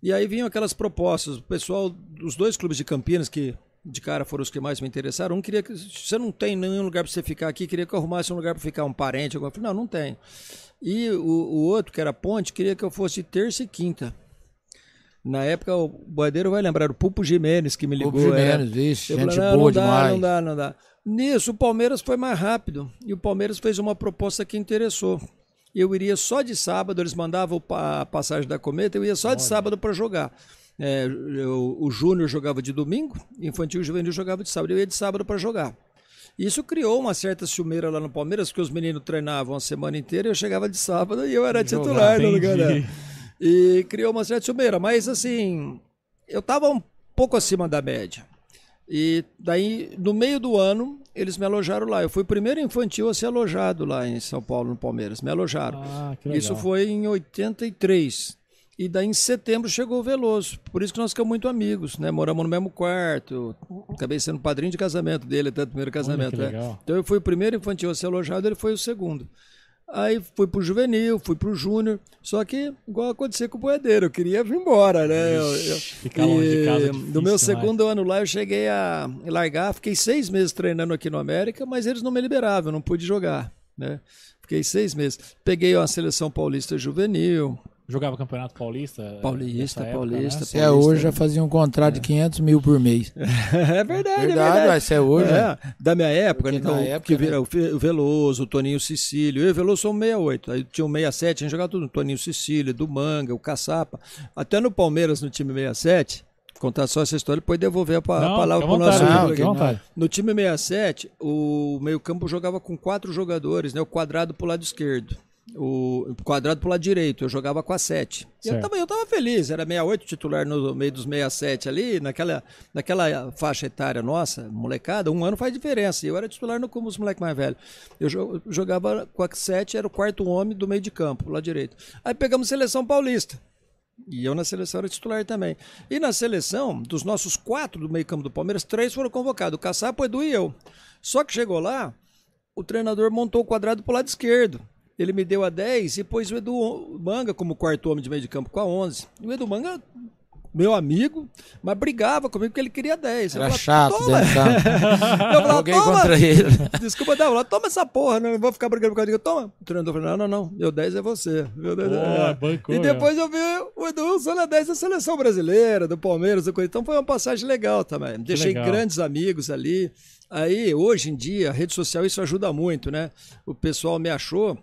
Speaker 4: E aí vinham aquelas propostas. O pessoal dos dois clubes de Campinas, que de cara foram os que mais me interessaram, um queria que. Você não tem nenhum lugar para você ficar aqui, queria que eu arrumasse um lugar para ficar, um parente. alguma coisa." Eu falei: não, não tem. E o, o outro, que era Ponte, queria que eu fosse terça e quinta. Na época, o Boadeiro vai lembrar, o Pupo Jimenez que me ligou.
Speaker 2: Hugo
Speaker 4: era-
Speaker 2: Jimenez, vixe,
Speaker 4: eu
Speaker 2: gente
Speaker 4: falei, não,
Speaker 2: boa
Speaker 4: não dá,
Speaker 2: demais.
Speaker 4: Não dá, não dá. Nisso, o Palmeiras foi mais rápido. E o Palmeiras fez uma proposta que interessou. Eu iria só de sábado, eles mandavam pa- a passagem da Cometa, eu ia só de sábado para jogar. É, eu- o Júnior jogava de domingo, infantil e juvenil jogava de sábado. Eu ia de sábado para jogar. Isso criou uma certa ciumeira lá no Palmeiras, porque os meninos treinavam a semana inteira e eu chegava de sábado e eu era titular no lugar dela.
Speaker 1: Entendi.
Speaker 4: E criou uma certa ciumeira, mas assim, eu estava um pouco acima da média. E daí, no meio do ano, eles me alojaram lá. Eu fui o primeiro infantil a ser alojado lá em São Paulo, no Palmeiras. Me alojaram.
Speaker 1: Ah, que legal.
Speaker 4: Isso foi em 83. E daí em setembro chegou o Veloso. Por isso que nós ficamos muito amigos, né? Moramos no mesmo quarto. Acabei sendo padrinho de casamento dele, até o primeiro casamento.
Speaker 1: que
Speaker 4: né?
Speaker 1: legal.
Speaker 4: Então eu fui o primeiro infantil a ser alojado, ele foi o segundo. Aí fui pro juvenil, fui pro júnior. Só que, igual aconteceu com o boedeiro, eu queria vir embora, né? Eu- eu-
Speaker 1: ficar longe de casa é
Speaker 4: e
Speaker 1: difícil
Speaker 4: No meu
Speaker 1: demais.
Speaker 4: segundo ano lá, eu cheguei a largar. Fiquei seis meses treinando aqui no América, mas eles não me liberavam, eu não pude jogar, né? Fiquei seis meses. Peguei a seleção paulista juvenil,
Speaker 1: Jogava Campeonato Paulista? eh,
Speaker 4: paulista,
Speaker 1: nessa época, né?
Speaker 4: paulista,
Speaker 2: Se é hoje, já fazia um contrato de 500 mil por mês.
Speaker 4: É verdade, é
Speaker 2: Verdade,
Speaker 4: verdade.
Speaker 2: vai ser hoje. né?
Speaker 4: É, da minha época,
Speaker 2: Porque
Speaker 4: então,
Speaker 2: na época,
Speaker 4: que
Speaker 2: né?
Speaker 4: vira o Fe- o Veloso, o Toninho Sicílio. Eu e o Veloso somos 68. Aí tinha o 67, a gente jogava tudo. O Toninho Sicílio, do Manga, o Caçapa. Até no Palmeiras, no time 67, contar só essa história e depois devolver a, pa-
Speaker 1: Não,
Speaker 4: a palavra
Speaker 1: fica
Speaker 4: pro
Speaker 1: à
Speaker 4: nosso
Speaker 1: vontade,
Speaker 4: amigo
Speaker 1: não,
Speaker 4: aqui.
Speaker 1: fica à vontade.
Speaker 4: No time 67, o meio-campo jogava com quatro jogadores, né? O quadrado pro lado esquerdo. o quadrado pro lado direito, eu jogava com a 7. E Eu
Speaker 1: Certo.
Speaker 4: tava, eu tava feliz, era 68 titular no meio dos 67 ali, naquela, naquela faixa etária nossa, molecada, um ano faz diferença. e Eu era titular no como os moleques mais velhos. Eu jo- jogava com a 7, era o quarto homem do meio de campo, pro lado direito. Aí pegamos seleção paulista. E eu na seleção era titular também. E na seleção, dos nossos quatro do meio-campo do Palmeiras, três foram convocados: o Caçapo, o Edu e eu. Só que chegou lá, o treinador montou o quadrado pro lado esquerdo. Ele me deu a 10 e pôs o Edu Manga como quarto homem de meio de campo com a 11. E o Edu Manga, meu amigo, mas brigava comigo porque ele queria 10. Eu
Speaker 2: Era
Speaker 4: falava,
Speaker 2: chato
Speaker 4: "Toma,
Speaker 2: dentro do campo.
Speaker 4: Eu falava,
Speaker 2: Joguei
Speaker 4: "Toma!"
Speaker 2: contra ele.
Speaker 4: Desculpa, não, lá, toma essa porra, não vou ficar brigando por causa disso. Toma. O treinador falou: não, não, não, meu 10 é você. Meu 10
Speaker 1: Boa,
Speaker 4: é.
Speaker 1: bancou, né?
Speaker 4: e depois eu vi o Edu usando a 10 da seleção brasileira, do Palmeiras, do Corinthians. Então foi uma passagem legal também. Deixei
Speaker 1: legal.
Speaker 4: grandes amigos ali. Aí, hoje em dia, a rede social, isso ajuda muito, né? O pessoal me achou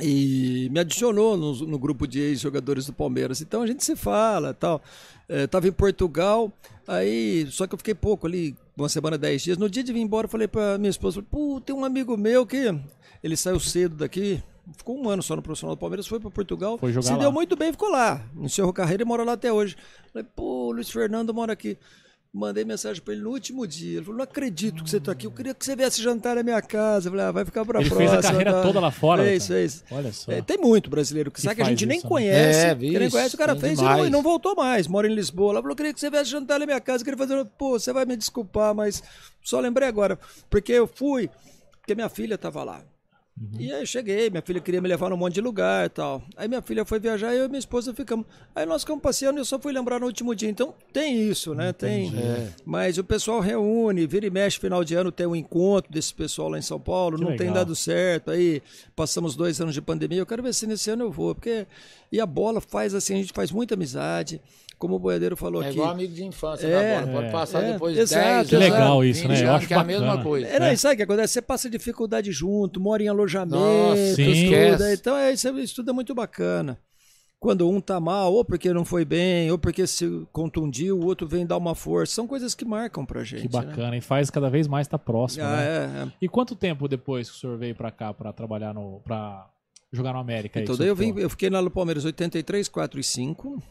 Speaker 4: e me adicionou no, no grupo de ex-jogadores do Palmeiras. Então a gente se fala tal. É, tava em Portugal, aí só que eu fiquei pouco ali, uma semana, dez dias. No dia de vir embora, eu falei pra minha esposa: Pô, tem um amigo meu que ele saiu cedo daqui. Ficou um ano só no profissional do Palmeiras, foi para Portugal,
Speaker 1: Foi jogar
Speaker 4: se
Speaker 1: lá.
Speaker 4: deu muito bem, ficou lá. Encerrou carreira e mora lá até hoje. Falei, pô, o Luiz Fernando mora aqui. Mandei mensagem pra ele no último dia. Ele falou: não acredito que você tá aqui, eu queria que você viesse jantar na minha casa. Eu falei, ah, vai ficar pra
Speaker 1: Ele fez a
Speaker 4: próxima.
Speaker 1: carreira
Speaker 4: tá?
Speaker 1: toda lá fora,
Speaker 4: Fez,
Speaker 1: cara.
Speaker 4: fez.
Speaker 1: Olha só.
Speaker 4: É, tem muito brasileiro que sabe que a
Speaker 1: faz
Speaker 4: gente nem
Speaker 1: isso, né?
Speaker 4: conhece.
Speaker 2: É,
Speaker 4: que nem
Speaker 2: vixe,
Speaker 4: conhece, o cara
Speaker 2: tem
Speaker 4: fez e
Speaker 2: demais.
Speaker 4: não, e não voltou mais. Mora em Lisboa. Ela falou: queria que você viesse jantar na minha casa. Eu queria fazer. Pô, você vai me desculpar, mas só lembrei agora. Porque eu fui, porque minha filha tava lá. E aí eu cheguei, minha filha queria me levar num monte de lugar e tal. Aí minha filha foi viajar e eu e minha esposa ficamos. Aí nós ficamos passeando e eu só fui lembrar no último dia. Então tem isso, né? Tem.
Speaker 2: É.
Speaker 4: Mas o pessoal reúne, vira e mexe, final de ano tem um encontro desse pessoal lá em São Paulo.
Speaker 1: Que
Speaker 4: não tem
Speaker 1: legal.
Speaker 4: dado certo. Aí passamos dois anos de pandemia. Eu quero ver se nesse ano eu vou. Porque. E a bola faz assim, a gente faz muita amizade. Como o boiadeiro falou
Speaker 2: É
Speaker 4: aqui.
Speaker 2: igual amigo de infância da
Speaker 4: É,
Speaker 2: bola. Pode
Speaker 1: é,
Speaker 2: passar
Speaker 4: é.
Speaker 2: depois de 10
Speaker 4: Exato,
Speaker 2: anos.
Speaker 4: Que
Speaker 1: legal isso,
Speaker 2: 20
Speaker 1: né? Eu
Speaker 2: anos,
Speaker 1: acho
Speaker 2: que é a mesma
Speaker 1: bacana.
Speaker 2: coisa.
Speaker 4: É, não, e sabe o que acontece? Você passa dificuldade junto, mora em alojamento,
Speaker 2: Nossa,
Speaker 1: sim.
Speaker 4: tudo.
Speaker 2: Esquece.
Speaker 4: Então, é, isso, isso tudo é muito bacana. Quando um tá mal, ou porque não foi bem, ou porque se contundiu, o outro vem dar uma força. São coisas que marcam pra gente.
Speaker 1: Que
Speaker 4: né?
Speaker 1: bacana, e faz cada vez mais estar próximo,
Speaker 4: Ah,
Speaker 1: né?
Speaker 4: é, é.
Speaker 1: E quanto tempo depois que o senhor veio pra cá pra trabalhar no. pra jogar no América? aí
Speaker 4: Então,
Speaker 1: que o
Speaker 4: daí eu,
Speaker 1: senhor
Speaker 4: vim,
Speaker 1: ficou?
Speaker 4: eu fiquei lá no Palmeiras 83, 4 e 5.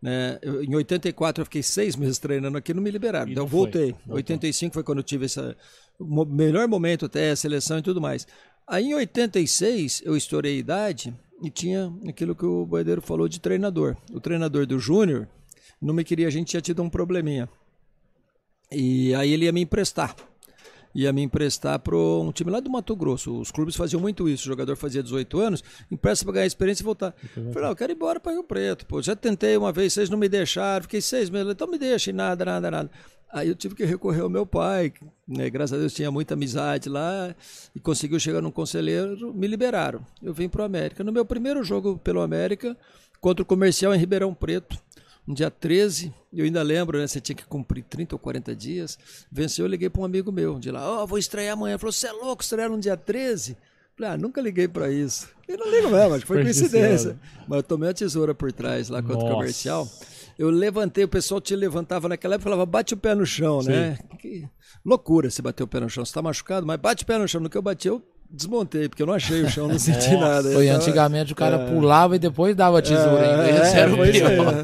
Speaker 4: Né? Eu- em 84 eu fiquei seis meses treinando aqui, não me liberaram.
Speaker 1: E
Speaker 4: Então eu
Speaker 1: não foi.
Speaker 4: voltei.
Speaker 1: Voltou.
Speaker 4: 85 foi quando eu tive esse melhor momento até, a seleção e tudo mais. Aí em 86 eu estourei a idade e tinha aquilo que o Boedeiro falou de treinador. O treinador do Júnior não me queria, a gente tinha tido um probleminha. E aí ele ia me emprestar. Ia me emprestar para um time lá do Mato Grosso. Os clubes faziam muito isso. O jogador fazia 18 anos, empresta para ganhar experiência e voltar. Eu falei, não, eu quero ir embora para Rio Preto. Pô, já tentei uma vez, vocês não me deixaram. Fiquei seis meses. lá, Então me deixem, nada, nada, nada. Aí eu tive que recorrer ao meu pai. Né? Graças a Deus tinha muita amizade lá. E conseguiu chegar num conselheiro. Me liberaram. Eu vim para o América. No meu primeiro jogo pelo América, contra o Comercial em Ribeirão Preto. No dia 13, eu ainda lembro, né? Você tinha que cumprir 30 ou 40 dias. Venceu, eu liguei para um amigo meu de lá, ó, vou estrear amanhã. Ele falou, você é louco, estrear no dia 13? Falei, ah, nunca liguei para isso. E não ligo mesmo, acho que foi
Speaker 1: Supersticioso.
Speaker 4: coincidência. Mas eu tomei a tesoura por trás lá contra o
Speaker 1: Nossa.
Speaker 4: comercial. Eu levantei, o pessoal te levantava naquela época e falava, bate o pé no chão, né? Que loucura você bater o pé no chão. Você tá machucado, mas bate o pé no chão. No que eu bati, eu desmontei, porque eu não achei o chão, não senti nada. Então,
Speaker 2: Foi
Speaker 4: Eu tava-
Speaker 2: antigamente o cara pulava e depois dava tesoura. ainda. Esse
Speaker 4: é,
Speaker 2: era o
Speaker 4: foi isso aí.
Speaker 2: pior.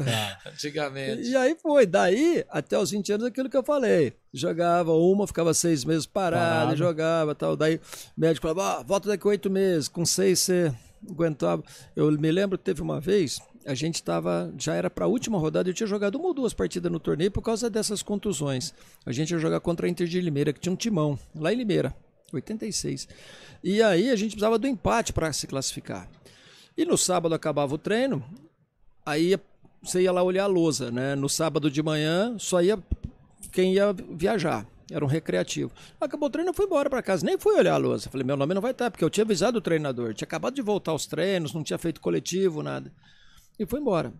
Speaker 2: Antigamente.
Speaker 4: E aí foi, daí até os 20 anos aquilo que eu falei. Jogava uma, ficava seis meses parado,
Speaker 1: Parado.
Speaker 4: e jogava tal. Daí o médico falava, ah, volta daqui oito meses, com seis você aguentava. Eu me lembro, teve uma vez, a gente tava, já era pra última rodada, eu tinha jogado uma ou duas partidas no torneio por causa dessas contusões. A gente ia jogar contra a Inter de Limeira, que tinha um timão, lá em Limeira, 86. E aí a gente precisava do empate pra se classificar. E no sábado acabava o treino, aí você ia lá olhar a lousa, né? No sábado de manhã só ia quem ia viajar. Era um recreativo. Acabou o treino, eu fui embora para casa. Nem fui olhar a lousa. Falei, meu nome não vai estar, porque eu tinha avisado o treinador. Tinha acabado de voltar aos treinos, não tinha feito coletivo, nada. E fui embora.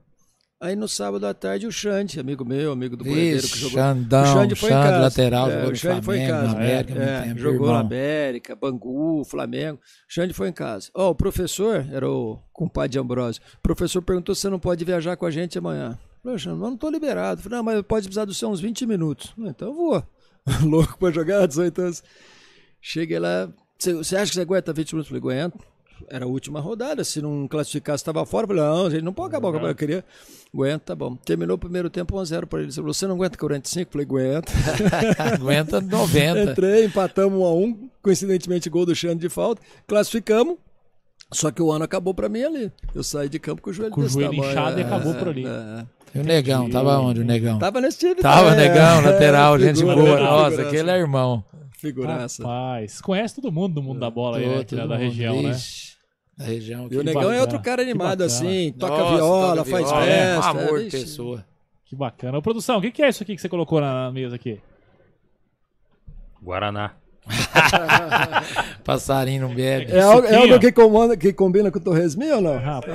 Speaker 4: Aí no sábado à tarde o Xande, amigo meu, amigo do boiadeiro que
Speaker 2: Vixe,
Speaker 4: jogou.
Speaker 2: Xandão,
Speaker 4: o Xande foi em casa.
Speaker 2: lateral,
Speaker 4: É,
Speaker 2: jogou
Speaker 4: o
Speaker 2: no
Speaker 4: Xande
Speaker 2: Flamengo,
Speaker 4: foi em casa.
Speaker 2: na América,
Speaker 4: É,
Speaker 2: muito
Speaker 4: é,
Speaker 2: tempo,
Speaker 4: jogou
Speaker 2: irmão.
Speaker 4: na América, Bangu, Flamengo. Xande foi em casa. Ó, o professor, era o compadre de Ambrosio, o professor perguntou se você não pode viajar com a gente amanhã. Falei, Xande, mas não tô liberado. Falei, não, mas pode precisar do seu uns 20 minutos. "Não, Então eu vou. Louco pra jogar, 18 anos. Cheguei lá. Você acha que você aguenta 20 minutos? Falei, aguento. era a última rodada. Se não classificasse, estava fora. Eu falei, não, gente, não pode acabar o campeonato. Eu queria. Aguenta, tá bom. Terminou o primeiro tempo 1x0 para ele. Ele falou, você não aguenta 45? Eu falei, aguenta. é.
Speaker 2: Aguenta 90.
Speaker 4: Entrei, empatamos 1x1. Coincidentemente, gol do Xande de falta. Classificamos. Só que o ano acabou para mim ali. Eu saí de campo com o joelho
Speaker 1: Com o
Speaker 4: desse
Speaker 1: joelho
Speaker 4: tamanho.
Speaker 1: inchado e
Speaker 4: É,
Speaker 1: acabou por ali.
Speaker 4: é.
Speaker 2: E o Negão, tava onde o Negão?
Speaker 4: Tava nesse time.
Speaker 2: Tava
Speaker 4: né?
Speaker 2: Negão, lateral,
Speaker 4: É,
Speaker 2: gente
Speaker 4: figura,
Speaker 2: boa.
Speaker 1: lateral,
Speaker 2: Nossa,
Speaker 4: figuraça.
Speaker 2: aquele é irmão.
Speaker 4: Figuraça.
Speaker 1: Rapaz, conhece todo mundo do mundo
Speaker 4: É,
Speaker 1: da bola aí, né?
Speaker 2: Todo
Speaker 1: Da
Speaker 2: mundo,
Speaker 1: região, né?
Speaker 2: vixe. Da região.
Speaker 4: E
Speaker 2: aqui.
Speaker 4: o Negão
Speaker 1: bacana,
Speaker 4: é outro cara
Speaker 1: que
Speaker 4: animado
Speaker 1: bacana.
Speaker 4: assim, toca
Speaker 2: Nossa,
Speaker 4: viola,
Speaker 2: toca
Speaker 4: faz
Speaker 2: viola, é um
Speaker 4: festa.
Speaker 2: amor de
Speaker 4: vixe.
Speaker 2: pessoa.
Speaker 1: Que bacana. Ô, produção, o que que é isso aqui que você colocou na mesa aqui?
Speaker 3: Guaraná.
Speaker 2: Passarinho não bebe.
Speaker 4: É algo, é
Speaker 1: Suquinho.
Speaker 4: algo que, comanda, que combina com o Torresmin ou não?
Speaker 1: Rapaz.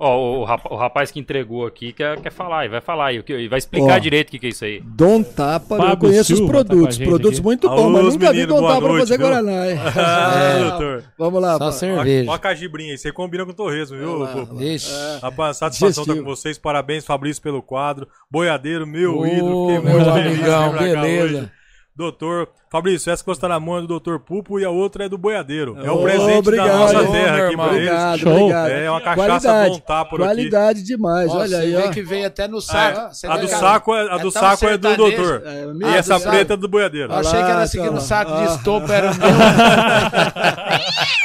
Speaker 3: Ó, o, rapa- o rapaz que entregou aqui quer, quer falar, e vai falar, e o que- e vai explicar
Speaker 4: Ó.
Speaker 3: direito o que, que é isso aí.
Speaker 4: Dom Tapa, eu
Speaker 1: Fábio
Speaker 4: conheço os
Speaker 1: Silva tá com a
Speaker 4: produtos.
Speaker 1: gente
Speaker 4: produtos
Speaker 1: aqui.
Speaker 4: muito bons, mas
Speaker 5: Alô,
Speaker 4: nunca vi
Speaker 5: menino,
Speaker 4: Dom
Speaker 5: boa
Speaker 4: Tapa pra
Speaker 5: noite,
Speaker 4: fazer
Speaker 5: viu?
Speaker 4: Guaraná, hein? É.
Speaker 5: Ah, doutor.
Speaker 4: Vamos lá,
Speaker 2: Só
Speaker 4: pá.
Speaker 5: Ó, ó a
Speaker 2: cerveja.
Speaker 5: cajibrinha aí, você combina com o Torresmo, viu? Pô?
Speaker 2: Vixe.
Speaker 5: Rapaz, satisfação estar
Speaker 4: Digestivo.
Speaker 5: com vocês, parabéns Fabrício pelo quadro, boiadeiro, meu
Speaker 2: Ô,
Speaker 5: ídolo, fiquei
Speaker 2: meu
Speaker 5: muito feliz de
Speaker 2: amigão,
Speaker 5: vir pra cá
Speaker 2: beleza.
Speaker 5: hoje. Doutor, Fabrício, essa que você tá na mão é do Doutor Pupo e a outra é do boiadeiro. É
Speaker 4: Ô,
Speaker 5: um presente
Speaker 4: obrigado,
Speaker 5: da nossa
Speaker 2: ô, meu
Speaker 5: terra aqui pra
Speaker 2: irmão.
Speaker 5: eles.
Speaker 4: Obrigado,
Speaker 1: Show.
Speaker 4: obrigado.
Speaker 5: É uma cachaça
Speaker 4: qualidade,
Speaker 5: Dom Tapa aqui.
Speaker 4: Qualidade demais,
Speaker 2: Ó,
Speaker 4: olha
Speaker 2: você
Speaker 4: aí,
Speaker 2: vê
Speaker 4: ó.
Speaker 2: que veio até no saco.
Speaker 5: Ah,
Speaker 2: Você
Speaker 5: a
Speaker 2: vê,
Speaker 5: do
Speaker 2: cara?
Speaker 5: saco é, a do
Speaker 2: tão
Speaker 5: saco é do
Speaker 2: sertanejo.
Speaker 5: doutor.
Speaker 4: É,
Speaker 5: E
Speaker 4: meu
Speaker 5: essa
Speaker 4: Deus.
Speaker 2: saco.
Speaker 5: preta é do boiadeiro.
Speaker 2: Eu achei que
Speaker 4: Olha lá,
Speaker 2: era seguindo
Speaker 4: cara.
Speaker 2: o saco de
Speaker 4: Ah.
Speaker 2: estopa, era o meu.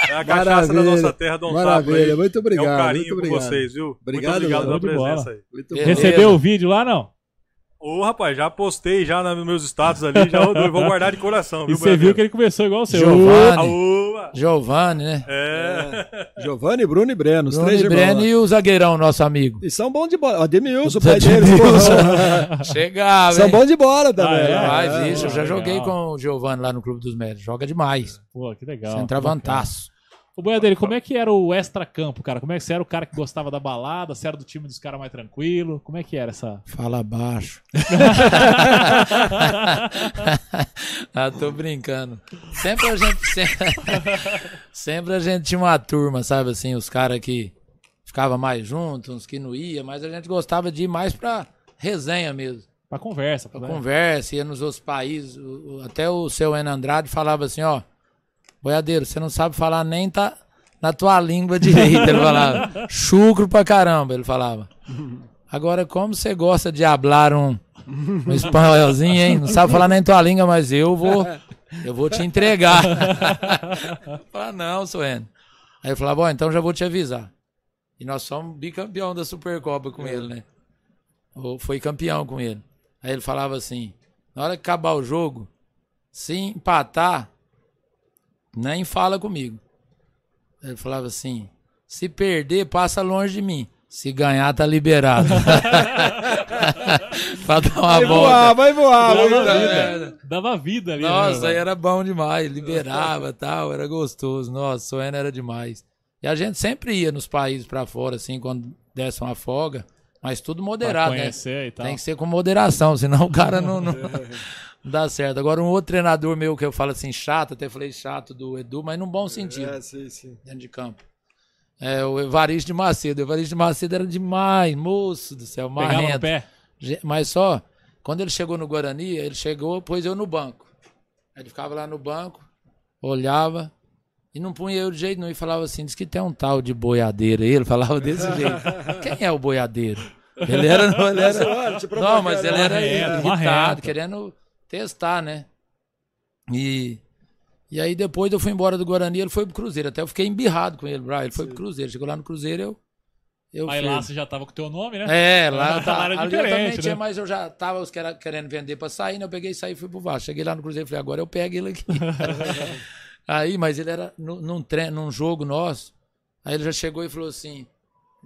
Speaker 5: É a cachaça da nossa terra, Dom Tapa.
Speaker 4: Maravilha,
Speaker 5: aí.
Speaker 4: muito obrigado,
Speaker 5: É um carinho
Speaker 4: muito
Speaker 5: com
Speaker 4: obrigado.
Speaker 5: vocês, viu?
Speaker 4: Obrigado,
Speaker 5: muito obrigado
Speaker 4: galera,
Speaker 5: pela
Speaker 1: de bola.
Speaker 5: presença aí.
Speaker 4: Muito
Speaker 2: Beleza.
Speaker 4: bom.
Speaker 1: Recebeu o vídeo lá, não?
Speaker 5: Ô, rapaz, já postei já nos meus status ali, já rodou. Eu vou guardar de coração,
Speaker 1: E
Speaker 5: viu,
Speaker 1: você viu que ele tá começou igual o seu.
Speaker 2: Giovanni.
Speaker 5: Aoa!
Speaker 2: Giovanni, né?
Speaker 5: É.
Speaker 4: Giovanni, Bruno e Breno, os
Speaker 2: Bruno
Speaker 4: três
Speaker 2: e
Speaker 4: irmãos.
Speaker 2: Breno
Speaker 4: lá.
Speaker 2: e o zagueirão, nosso amigo.
Speaker 4: E são bons de bola. Ó, Demilson, o pai deles, porra.
Speaker 2: Chegava,
Speaker 4: São
Speaker 2: hein?
Speaker 4: bons de bola também.
Speaker 1: Ah, é?
Speaker 4: né?
Speaker 2: Tá Vai,
Speaker 1: É,
Speaker 2: bicho, eu já
Speaker 1: legal.
Speaker 2: joguei com o Giovanni lá no Clube dos Médios. Joga demais.
Speaker 1: Pô, que legal.
Speaker 2: Centravantaço.
Speaker 1: Ô, Boiadeiro, como é que era o extra-campo, cara? Como é que você era o cara que gostava da balada? Você era do time dos caras mais tranquilo? Como é que era essa.
Speaker 2: Fala baixo. ah, tô brincando. Sempre a gente. Sempre, sempre a gente tinha uma turma, sabe assim? Os caras que ficava mais junto, uns que não ia, mas a gente gostava de ir mais pra resenha mesmo.
Speaker 1: Pra conversa, pra
Speaker 2: Pra conversa, ia nos outros países. o- o- Até o seu Enan Andrade falava assim, ó. Boiadeiro, você não sabe falar nem tá na tua língua direita, ele falava. Chucro pra caramba, ele falava. Agora, como você gosta de hablar um, um espanholzinho, hein? Não sabe falar nem tua língua, mas eu vou, eu vou te entregar. Falar, não, seu Enan. Aí eu falava, ó, então já vou te avisar. E nós somos bicampeão da Supercopa com ele, né? Ou foi campeão com ele. Aí ele falava assim: na hora que acabar o jogo, se empatar, nem fala comigo. Aí Ele falava assim: se perder, passa longe de mim. Se ganhar, tá liberado. pra dar uma
Speaker 4: Vai voar,
Speaker 2: volta.
Speaker 4: vai voar. vai
Speaker 1: Dava
Speaker 4: voar.
Speaker 1: vida. Dava vida ali. né,
Speaker 2: é. Nossa, aí
Speaker 1: velho?
Speaker 2: era bom demais, liberava tal, era gostoso. Nossa, Soena era demais. E a gente sempre ia nos países pra fora, assim, quando desse uma folga, mas tudo
Speaker 1: Pra
Speaker 2: moderado, né?
Speaker 1: conhecer e tal.
Speaker 2: Tem que ser com moderação, senão o cara não, não, não dá certo. Agora, um outro treinador meu que eu falo assim, chato, até falei chato do Edu, mas num bom sentido,
Speaker 4: É, sim, sim.
Speaker 2: dentro de campo. É, o Evaristo de Macedo. O Evaristo de Macedo era demais, moço do céu,
Speaker 1: Pegava no
Speaker 2: marrento.
Speaker 1: pé.
Speaker 2: Ge- Mas só, quando ele chegou no Guarani, ele chegou, pôs eu no banco. Aí Ele ficava lá no banco, olhava e não punha eu de jeito nenhum e falava assim: diz que tem um tal de boiadeiro aí. Ele falava desse jeito. Quem é o boiadeiro? Ele era. Não,
Speaker 4: é
Speaker 2: ele era-
Speaker 4: Olha, te
Speaker 2: não mas ele era
Speaker 4: tipo,
Speaker 1: Marrento,
Speaker 2: irritado,
Speaker 1: marrento.
Speaker 2: querendo testar, né? E, e aí depois eu fui embora do Guarani, ele foi pro Cruzeiro. Até eu fiquei embirrado com ele, Brian. Ele foi pro Cruzeiro. Chegou lá no Cruzeiro, eu. eu
Speaker 1: Aí
Speaker 2: fui.
Speaker 1: lá você já tava com o teu nome, né?
Speaker 2: É, lá,
Speaker 1: Mas lá
Speaker 2: tá,
Speaker 1: era
Speaker 2: ali eu também
Speaker 1: diferente,
Speaker 2: tinha,
Speaker 1: né?
Speaker 2: mas eu já tava os cara- querendo vender pra sair, né? Eu peguei e saí e fui pro Vasco. Cheguei lá no Cruzeiro e falei, agora eu pego ele aqui. aí, mas ele era nu- num, tre- num jogo nosso, aí ele já chegou e falou assim,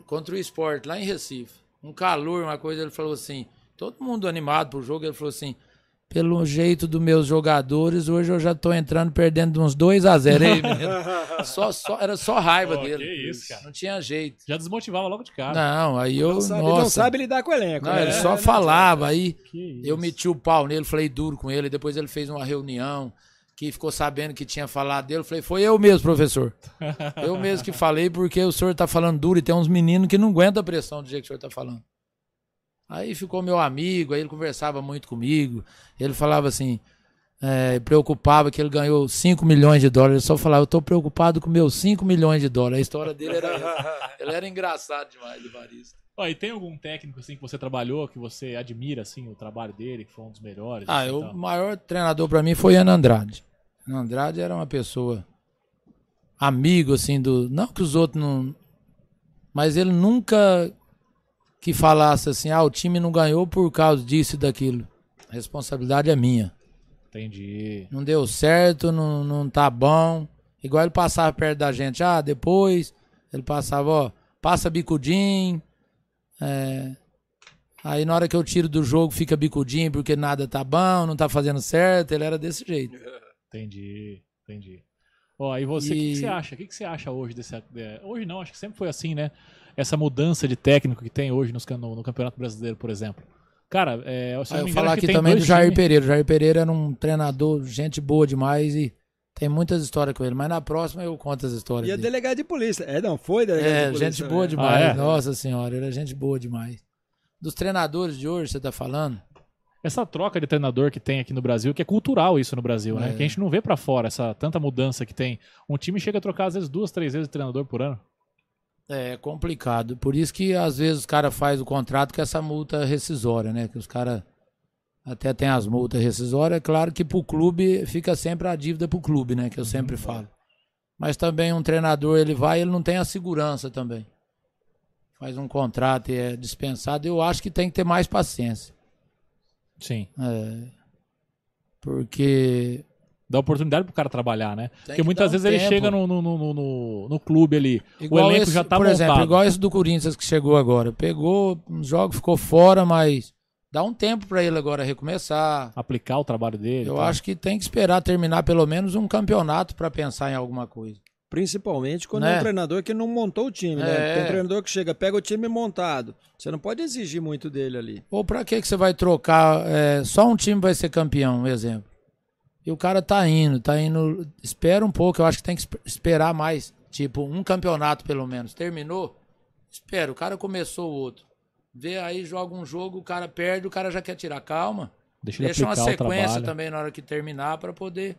Speaker 2: contra o esporte, lá em Recife, um calor, uma coisa, ele falou assim, todo mundo animado pro jogo, ele falou assim, pelo jeito dos meus jogadores, hoje eu já tô entrando perdendo uns 2 a 0 Ei, menino, só, só, Era só raiva
Speaker 1: Pô,
Speaker 2: dele.
Speaker 1: que isso, cara.
Speaker 2: Não tinha jeito.
Speaker 1: Já desmotivava logo de cara.
Speaker 2: Não, aí eu.
Speaker 4: Não sabe,
Speaker 2: é
Speaker 1: Então,
Speaker 2: nossa,
Speaker 4: não sabe lidar com o elenco.
Speaker 2: não,
Speaker 4: né?
Speaker 2: ele só falava. Aí
Speaker 1: Que
Speaker 2: eu
Speaker 1: isso.
Speaker 2: meti o pau nele, falei duro com ele. Depois ele fez uma reunião que ficou sabendo que tinha falado dele. Eu Falei, foi eu mesmo, professor. Eu mesmo que falei, porque o senhor tá falando duro e tem uns meninos que não aguentam a pressão do jeito que o senhor tá falando. Aí ficou meu amigo, aí ele conversava muito comigo. Ele falava assim: é, preocupava que ele ganhou 5 milhões de dólares. Ele só falava, eu estou preocupado com meus 5 milhões de dólares. A história dele era essa. Ele era engraçado demais, o Evaristo.
Speaker 1: Ó, e tem algum técnico assim que você trabalhou, que você admira assim o trabalho dele, que foi um dos melhores?
Speaker 2: Ah,
Speaker 1: assim,
Speaker 2: eu-
Speaker 1: tal?
Speaker 2: o maior treinador para mim foi Ana Andrade. Ana Andrade era uma pessoa amigo, assim, do. Não que os outros não. Mas ele nunca que falasse assim, ah, o time não ganhou por causa disso e daquilo. A responsabilidade é minha.
Speaker 1: Entendi.
Speaker 2: não deu certo, não, não tá bom. Igual ele passava perto da gente, ah, depois ele passava, ó, passa bicudinho. é, Aí na hora que eu tiro do jogo fica bicudinho porque nada tá bom, não tá fazendo certo. Ele era desse jeito.
Speaker 1: Entendi, entendi. Ó, e você, o que,
Speaker 2: E-
Speaker 1: que você acha? O que, que você acha hoje desse. é, hoje não, acho que sempre foi assim, né? Essa mudança de técnico que tem hoje nos can- no, no Campeonato Brasileiro, por exemplo. Cara, é, se não
Speaker 2: Aí Ah, eu
Speaker 1: me engano,
Speaker 2: falar
Speaker 1: acho que
Speaker 2: aqui
Speaker 1: tem
Speaker 2: também do
Speaker 1: dois
Speaker 2: Jair
Speaker 1: times-
Speaker 2: Pereira. O Jair Pereira era um treinador, gente boa demais e tem muitas histórias com ele. Mas na próxima eu conto as histórias
Speaker 4: E é
Speaker 2: dele.
Speaker 4: delegado de polícia. É, não, foi delegado
Speaker 2: É,
Speaker 4: de polícia.
Speaker 2: gente boa
Speaker 4: é.
Speaker 2: demais.
Speaker 1: Ah, é?
Speaker 2: Nossa senhora, ele é gente boa demais. Dos treinadores de hoje, você tá falando?
Speaker 1: Essa troca de treinador que tem aqui no Brasil, que é cultural isso no Brasil, né?
Speaker 2: É.
Speaker 1: Que a gente não vê pra fora essa tanta mudança que tem. Um time chega a trocar às vezes duas, três vezes de treinador por ano.
Speaker 2: É complicado. Por isso que às vezes os caras faz o contrato com essa multa rescisória, né? Que os caras até tem as multas rescisórias. É claro que pro clube fica sempre a dívida pro clube, né? Que eu sempre
Speaker 1: Uhum.
Speaker 2: falo. Mas também um treinador, ele vai, ele não tem a segurança também. Faz um contrato e é dispensado. Eu acho que tem que ter mais paciência.
Speaker 1: Sim.
Speaker 2: É, porque
Speaker 1: Dá oportunidade pro cara trabalhar, né? Porque
Speaker 2: que
Speaker 1: muitas
Speaker 2: dar um
Speaker 1: vezes ele
Speaker 2: tempo.
Speaker 1: chega no, no, no, no- no clube ali,
Speaker 2: Igual
Speaker 1: o elenco
Speaker 2: esse-
Speaker 1: já tá
Speaker 2: Por
Speaker 1: montado.
Speaker 2: exemplo, igual esse do Corinthians que chegou agora. Pegou um jogo, ficou fora, mas dá um tempo pra ele agora recomeçar.
Speaker 1: Aplicar o trabalho dele.
Speaker 2: Eu
Speaker 1: tá?
Speaker 2: acho que tem que esperar terminar pelo menos um campeonato pra pensar em alguma coisa.
Speaker 4: Principalmente quando é
Speaker 2: Né?
Speaker 4: um treinador que não montou o time, né?
Speaker 2: É.
Speaker 4: Tem treinador que chega, pega o time montado. Você não pode exigir muito dele ali.
Speaker 2: Ou pra que que você vai trocar? é, só um time vai ser campeão, um exemplo. E o cara tá indo, tá indo. Espera um pouco, eu acho que tem que esp- esperar mais. Tipo, um campeonato pelo menos. Terminou? Espera, o cara começou o outro. Vê aí, joga um jogo, o cara perde, o cara já quer tirar. Calma.
Speaker 1: Deixa ele
Speaker 2: Deixa uma
Speaker 1: aplicar o
Speaker 2: sequência
Speaker 1: trabalho.
Speaker 2: também na hora que terminar para poder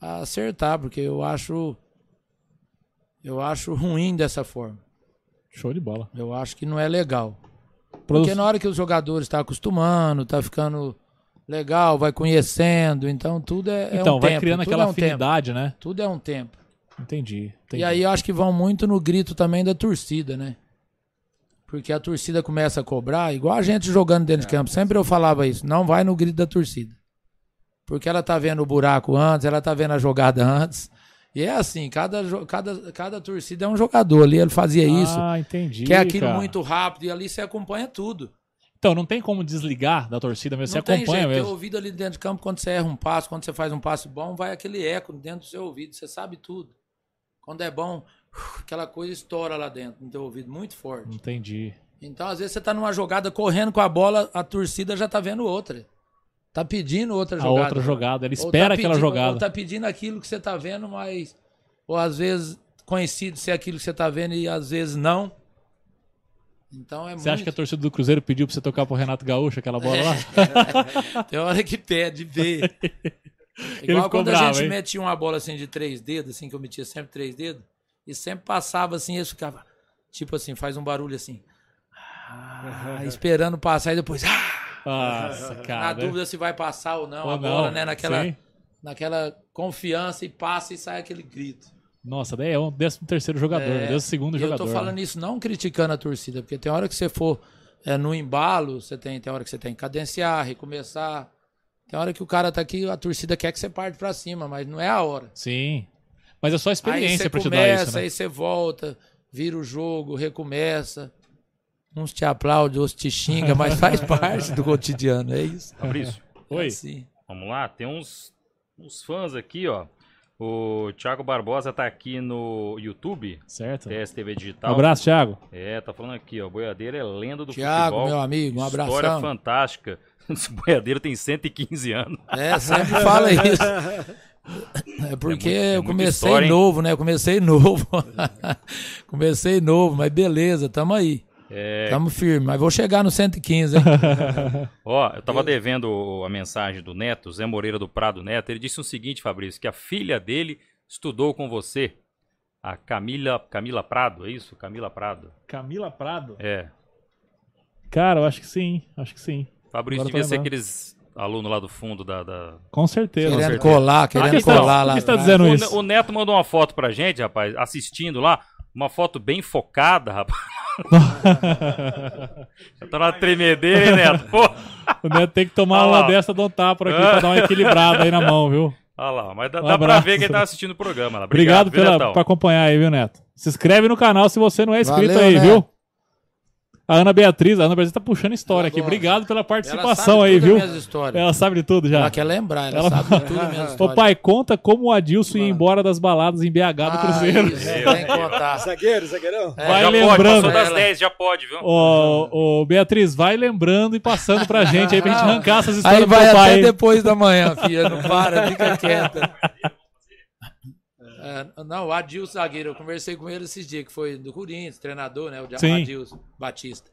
Speaker 2: acertar, porque eu acho eu acho ruim dessa forma.
Speaker 1: Show de bola.
Speaker 2: Eu acho que não é legal.
Speaker 1: Produ-
Speaker 2: Porque na hora que os jogadores estão acostumando, tá ficando legal, vai conhecendo, então tudo é, é
Speaker 1: então,
Speaker 2: um
Speaker 1: vai
Speaker 2: tempo,
Speaker 1: criando
Speaker 2: tudo
Speaker 1: aquela
Speaker 2: é um tempo,
Speaker 1: afinidade, né?
Speaker 2: tudo é um tempo.
Speaker 1: Entendi, entendi.
Speaker 2: E aí eu acho que vão muito no grito também da torcida, né? Porque a torcida começa a cobrar, igual a gente jogando dentro de campo. Sempre eu falava isso, não vai no grito da torcida. Porque ela tá vendo o buraco antes, ela tá vendo a jogada antes. E é assim, cada, jo- cada, cada torcida é um jogador ali, ele fazia isso.
Speaker 1: Ah, entendi.
Speaker 2: Que é aquilo
Speaker 1: cara.
Speaker 2: muito rápido, e ali você acompanha tudo.
Speaker 1: Então, não tem como desligar da torcida mesmo.
Speaker 2: não
Speaker 1: você
Speaker 2: tem
Speaker 1: acompanha
Speaker 2: jeito,
Speaker 1: mesmo.
Speaker 2: tem ouvido ali dentro de campo, quando você erra um passo, quando você faz um passe bom, vai aquele eco dentro do seu ouvido, você sabe tudo. Quando é bom, aquela coisa estoura lá dentro, no teu ouvido, muito forte.
Speaker 1: Entendi.
Speaker 2: Então, às vezes, você tá numa jogada correndo com a bola, a torcida já tá vendo outra. Tá pedindo outra
Speaker 1: A
Speaker 2: jogada.
Speaker 1: outra jogada. Ele
Speaker 2: Ou
Speaker 1: espera
Speaker 2: tá
Speaker 1: aquela
Speaker 2: pedindo-
Speaker 1: jogada.
Speaker 2: Ou tá pedindo aquilo que você tá vendo, mas... Ou, às vezes, conhecido ser aquilo que você tá vendo e, às vezes, não. Então, é
Speaker 1: Você
Speaker 2: muito...
Speaker 1: acha que a torcida do Cruzeiro pediu pra você tocar pro Renato Gaúcho aquela bola lá?
Speaker 2: Tem hora que pede, vê.
Speaker 1: Ele
Speaker 2: Igual
Speaker 1: ficou
Speaker 2: quando a
Speaker 1: bravo,
Speaker 2: gente
Speaker 1: hein?
Speaker 2: metia uma bola assim de três dedos, assim, que eu metia sempre três dedos, e sempre passava assim, eles ficavam, tipo assim, faz um barulho assim. Ah, esperando passar e depois. ah,
Speaker 1: Nossa, cara. né?
Speaker 2: na dúvida se vai passar ou não
Speaker 1: Ou
Speaker 2: a
Speaker 1: não,
Speaker 2: bola, né? Naquela,
Speaker 1: sim.
Speaker 2: naquela confiança e passa e sai aquele grito.
Speaker 1: Nossa, daí é um décimo terceiro jogador,
Speaker 2: É,
Speaker 1: décimo segundo
Speaker 2: e
Speaker 1: jogador.
Speaker 2: Eu tô
Speaker 1: né?
Speaker 2: falando isso não criticando a torcida, porque tem hora que você for é, no embalo, você tem, tem hora que você tem que cadenciar, recomeçar. Tem hora que o cara tá aqui, a torcida quer que você parte pra cima, mas não é a hora.
Speaker 1: Sim. Mas é só
Speaker 2: Aí
Speaker 1: experiência
Speaker 2: você
Speaker 1: pra te dar
Speaker 2: começa,
Speaker 1: isso, né?
Speaker 2: aí você volta, vira o jogo, recomeça. Uns te aplaudem, outros te xingam, mas faz parte do cotidiano, é isso.
Speaker 3: Fabrício,
Speaker 2: É
Speaker 1: Oi.
Speaker 2: assim.
Speaker 3: vamos lá. Tem uns, uns fãs aqui, ó. O Thiago Barbosa tá aqui no YouTube,
Speaker 1: Certo.
Speaker 3: TSTV
Speaker 1: Um
Speaker 3: Digital.
Speaker 1: abraço, Thiago.
Speaker 3: É, tá falando aqui, ó. Boiadeiro é lenda do
Speaker 2: Tiago,
Speaker 3: futebol.
Speaker 2: meu amigo, um
Speaker 3: História
Speaker 2: abração.
Speaker 3: fantástica. Esse boiadeiro tem 115 anos.
Speaker 2: É, sempre fala isso. É porque
Speaker 3: muito- é
Speaker 2: eu
Speaker 3: muita
Speaker 2: comecei
Speaker 3: história, hein?
Speaker 2: novo, né? Comecei novo. comecei novo, mas beleza, tamo aí.
Speaker 1: É.
Speaker 2: Tamo firme, mas vou chegar no 115, hein?
Speaker 3: Ó, eu tava devendo a mensagem do Neto, Zé Moreira do Prado Neto. Ele disse o seguinte, Fabrício, que a filha dele estudou com você. A Camila, Camila Prado, é isso? Camila Prado.
Speaker 1: Camila Prado?
Speaker 3: É.
Speaker 1: Cara, eu acho que sim, acho que sim.
Speaker 3: Fabrício
Speaker 1: Agora eu tô
Speaker 3: devia ser
Speaker 1: lembrando.
Speaker 3: aqueles alunos lá do fundo da. da-
Speaker 1: Com certeza.
Speaker 2: querendo colar,
Speaker 1: Por
Speaker 2: querendo
Speaker 1: que está-
Speaker 2: colar
Speaker 1: por
Speaker 2: lá.
Speaker 1: que está
Speaker 2: atrás.
Speaker 1: dizendo
Speaker 3: O, Ne-
Speaker 1: isso?
Speaker 3: o Neto mandou uma foto pra gente, rapaz, assistindo lá. Uma foto bem focada, rapaz. Já tá na tremedeira, hein, Neto? Pô.
Speaker 1: O Neto tem que tomar
Speaker 3: Ah lá.
Speaker 1: uma dessa, dar um tapa aqui pra dar uma equilibrada aí na mão, viu?
Speaker 3: Olha lá, mas dá,
Speaker 1: Um
Speaker 3: dá pra
Speaker 1: abraço.
Speaker 3: ver quem tá assistindo o programa lá.
Speaker 1: Obrigado,
Speaker 3: viu,
Speaker 1: pela,
Speaker 3: Netão?
Speaker 1: por acompanhar aí, viu, Neto? Se inscreve no canal se você não é inscrito
Speaker 2: Valeu,
Speaker 1: aí,
Speaker 2: Neto.
Speaker 1: viu? A Ana Beatriz, a Ana Beatriz tá puxando história
Speaker 2: Ela
Speaker 1: aqui.
Speaker 2: gosta.
Speaker 1: Obrigado pela
Speaker 2: Ela
Speaker 1: participação
Speaker 2: sabe
Speaker 1: aí,
Speaker 2: tudo
Speaker 1: viu?
Speaker 2: as minhas histórias.
Speaker 1: Ela sabe de tudo já.
Speaker 2: Ela quer lembrar, ela,
Speaker 1: Ela-
Speaker 2: sabe de tudo as minhas
Speaker 1: Ô
Speaker 2: histórias.
Speaker 1: pai, conta como o Adilson ia embora das baladas em BH do Cruzeiro.
Speaker 2: Ah, isso, tem que contar.
Speaker 4: Zagueiro, zagueirão?
Speaker 2: É,
Speaker 1: Vai
Speaker 3: já pode,
Speaker 1: lembrando.
Speaker 3: passou das
Speaker 2: Ela-
Speaker 3: 10, já pode, viu?
Speaker 1: Ô, ô, Beatriz, vai lembrando e passando pra gente aí pra gente arrancar essas histórias
Speaker 2: Aí
Speaker 1: do
Speaker 2: vai
Speaker 1: teu
Speaker 2: até
Speaker 1: pai.
Speaker 2: depois da manhã, filha. Não para, fica quieta. É, não, o Adilson Zagueiro, eu conversei com ele esses dias, que foi do Corinthians, treinador, né? O Di-
Speaker 1: Sim.
Speaker 2: Adilson Batista.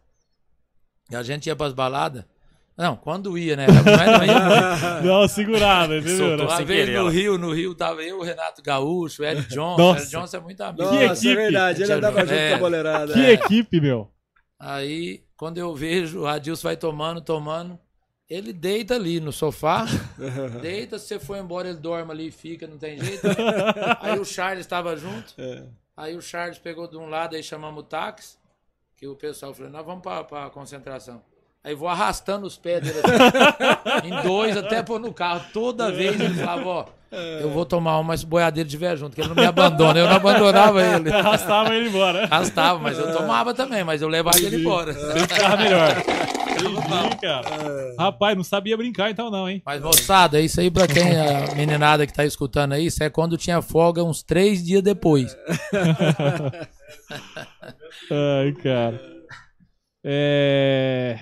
Speaker 2: E a gente ia pras baladas. Não, quando ia, né? Mas não ia.
Speaker 1: Dá uma segurada, entendeu?
Speaker 3: Soltou.
Speaker 2: Uma
Speaker 3: sem
Speaker 2: vez
Speaker 3: querer,
Speaker 2: no
Speaker 3: ela.
Speaker 2: Rio, no Rio tava eu, o Renato Gaúcho, o Eric Johnson. O
Speaker 1: Nossa.
Speaker 2: Eric Johnson é muito amigo.
Speaker 4: Nossa,
Speaker 1: equipe.
Speaker 4: é verdade, ele andava junto
Speaker 2: É.
Speaker 4: com a boleirada.
Speaker 1: Que
Speaker 4: É.
Speaker 1: equipe, meu.
Speaker 2: Aí, quando eu vejo, o Adilson vai tomando, tomando. Ele deita ali no sofá. deita, se você for embora, ele dorme ali e fica, não tem jeito. aí o Charles estava junto. Aí o Charles pegou de um lado, aí chamamos o táxi. Que o pessoal falou, nós vamos pra, pra concentração. Aí vou arrastando os pés dele assim, em dois, até pôr no carro. Toda vez ele falava, ó, eu vou tomar uma se o boiadeiro estiver junto, que ele não me abandona. Eu não abandonava ele.
Speaker 1: Arrastava ele embora.
Speaker 2: Arrastava, mas eu tomava também, mas eu levava ele embora.
Speaker 1: Ficava melhor. Entendi, cara. Rapaz, não sabia brincar então não, hein?
Speaker 2: Mas, moçada, é isso aí pra quem, a meninada que tá escutando aí, isso é quando tinha folga uns três dias depois.
Speaker 1: Ai, cara. É...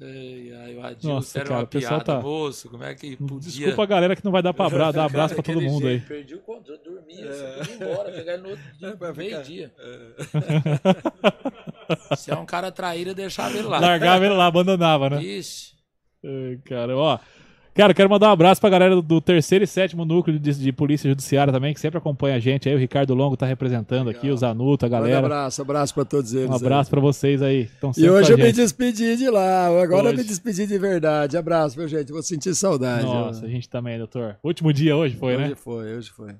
Speaker 2: Ai, ai, o Adilson
Speaker 1: Nossa,
Speaker 2: era
Speaker 1: cara,
Speaker 2: uma
Speaker 1: o pessoal
Speaker 2: piada,
Speaker 1: tá- Hum,
Speaker 2: moço, como é que podia...
Speaker 1: Desculpa a galera que não vai dar pra abra... dar abraço pra todo
Speaker 2: Daquele
Speaker 1: mundo aí.
Speaker 2: jeito, Perdi o controle, dormia, assim, ia embora, pegar ele no outro dia, meio-dia. Se é um cara traíra, deixava ele lá.
Speaker 1: Largava ele lá, abandonava, né?
Speaker 2: Ixi,
Speaker 1: Ai, Cara, ó. Cara, quero mandar um abraço pra galera do- do terceiro e sétimo núcleo de, de polícia judiciária também, que sempre acompanha a gente aí. O Ricardo Longo tá representando aqui, o Zanuto, a
Speaker 4: Um
Speaker 1: galera.
Speaker 4: abraço, abraço pra todos eles.
Speaker 1: Um abraço pra vocês aí. Tão
Speaker 4: E
Speaker 1: sempre
Speaker 4: hoje
Speaker 1: Tá com a
Speaker 4: eu me
Speaker 1: gente.
Speaker 4: despedi de lá, agora eu me
Speaker 1: Hoje.
Speaker 4: despedi de verdade. Abraço, meu gente, vou sentir saudade.
Speaker 1: Nossa, a gente também, doutor. Último dia hoje foi,
Speaker 4: hoje
Speaker 1: né?
Speaker 4: foi, hoje foi.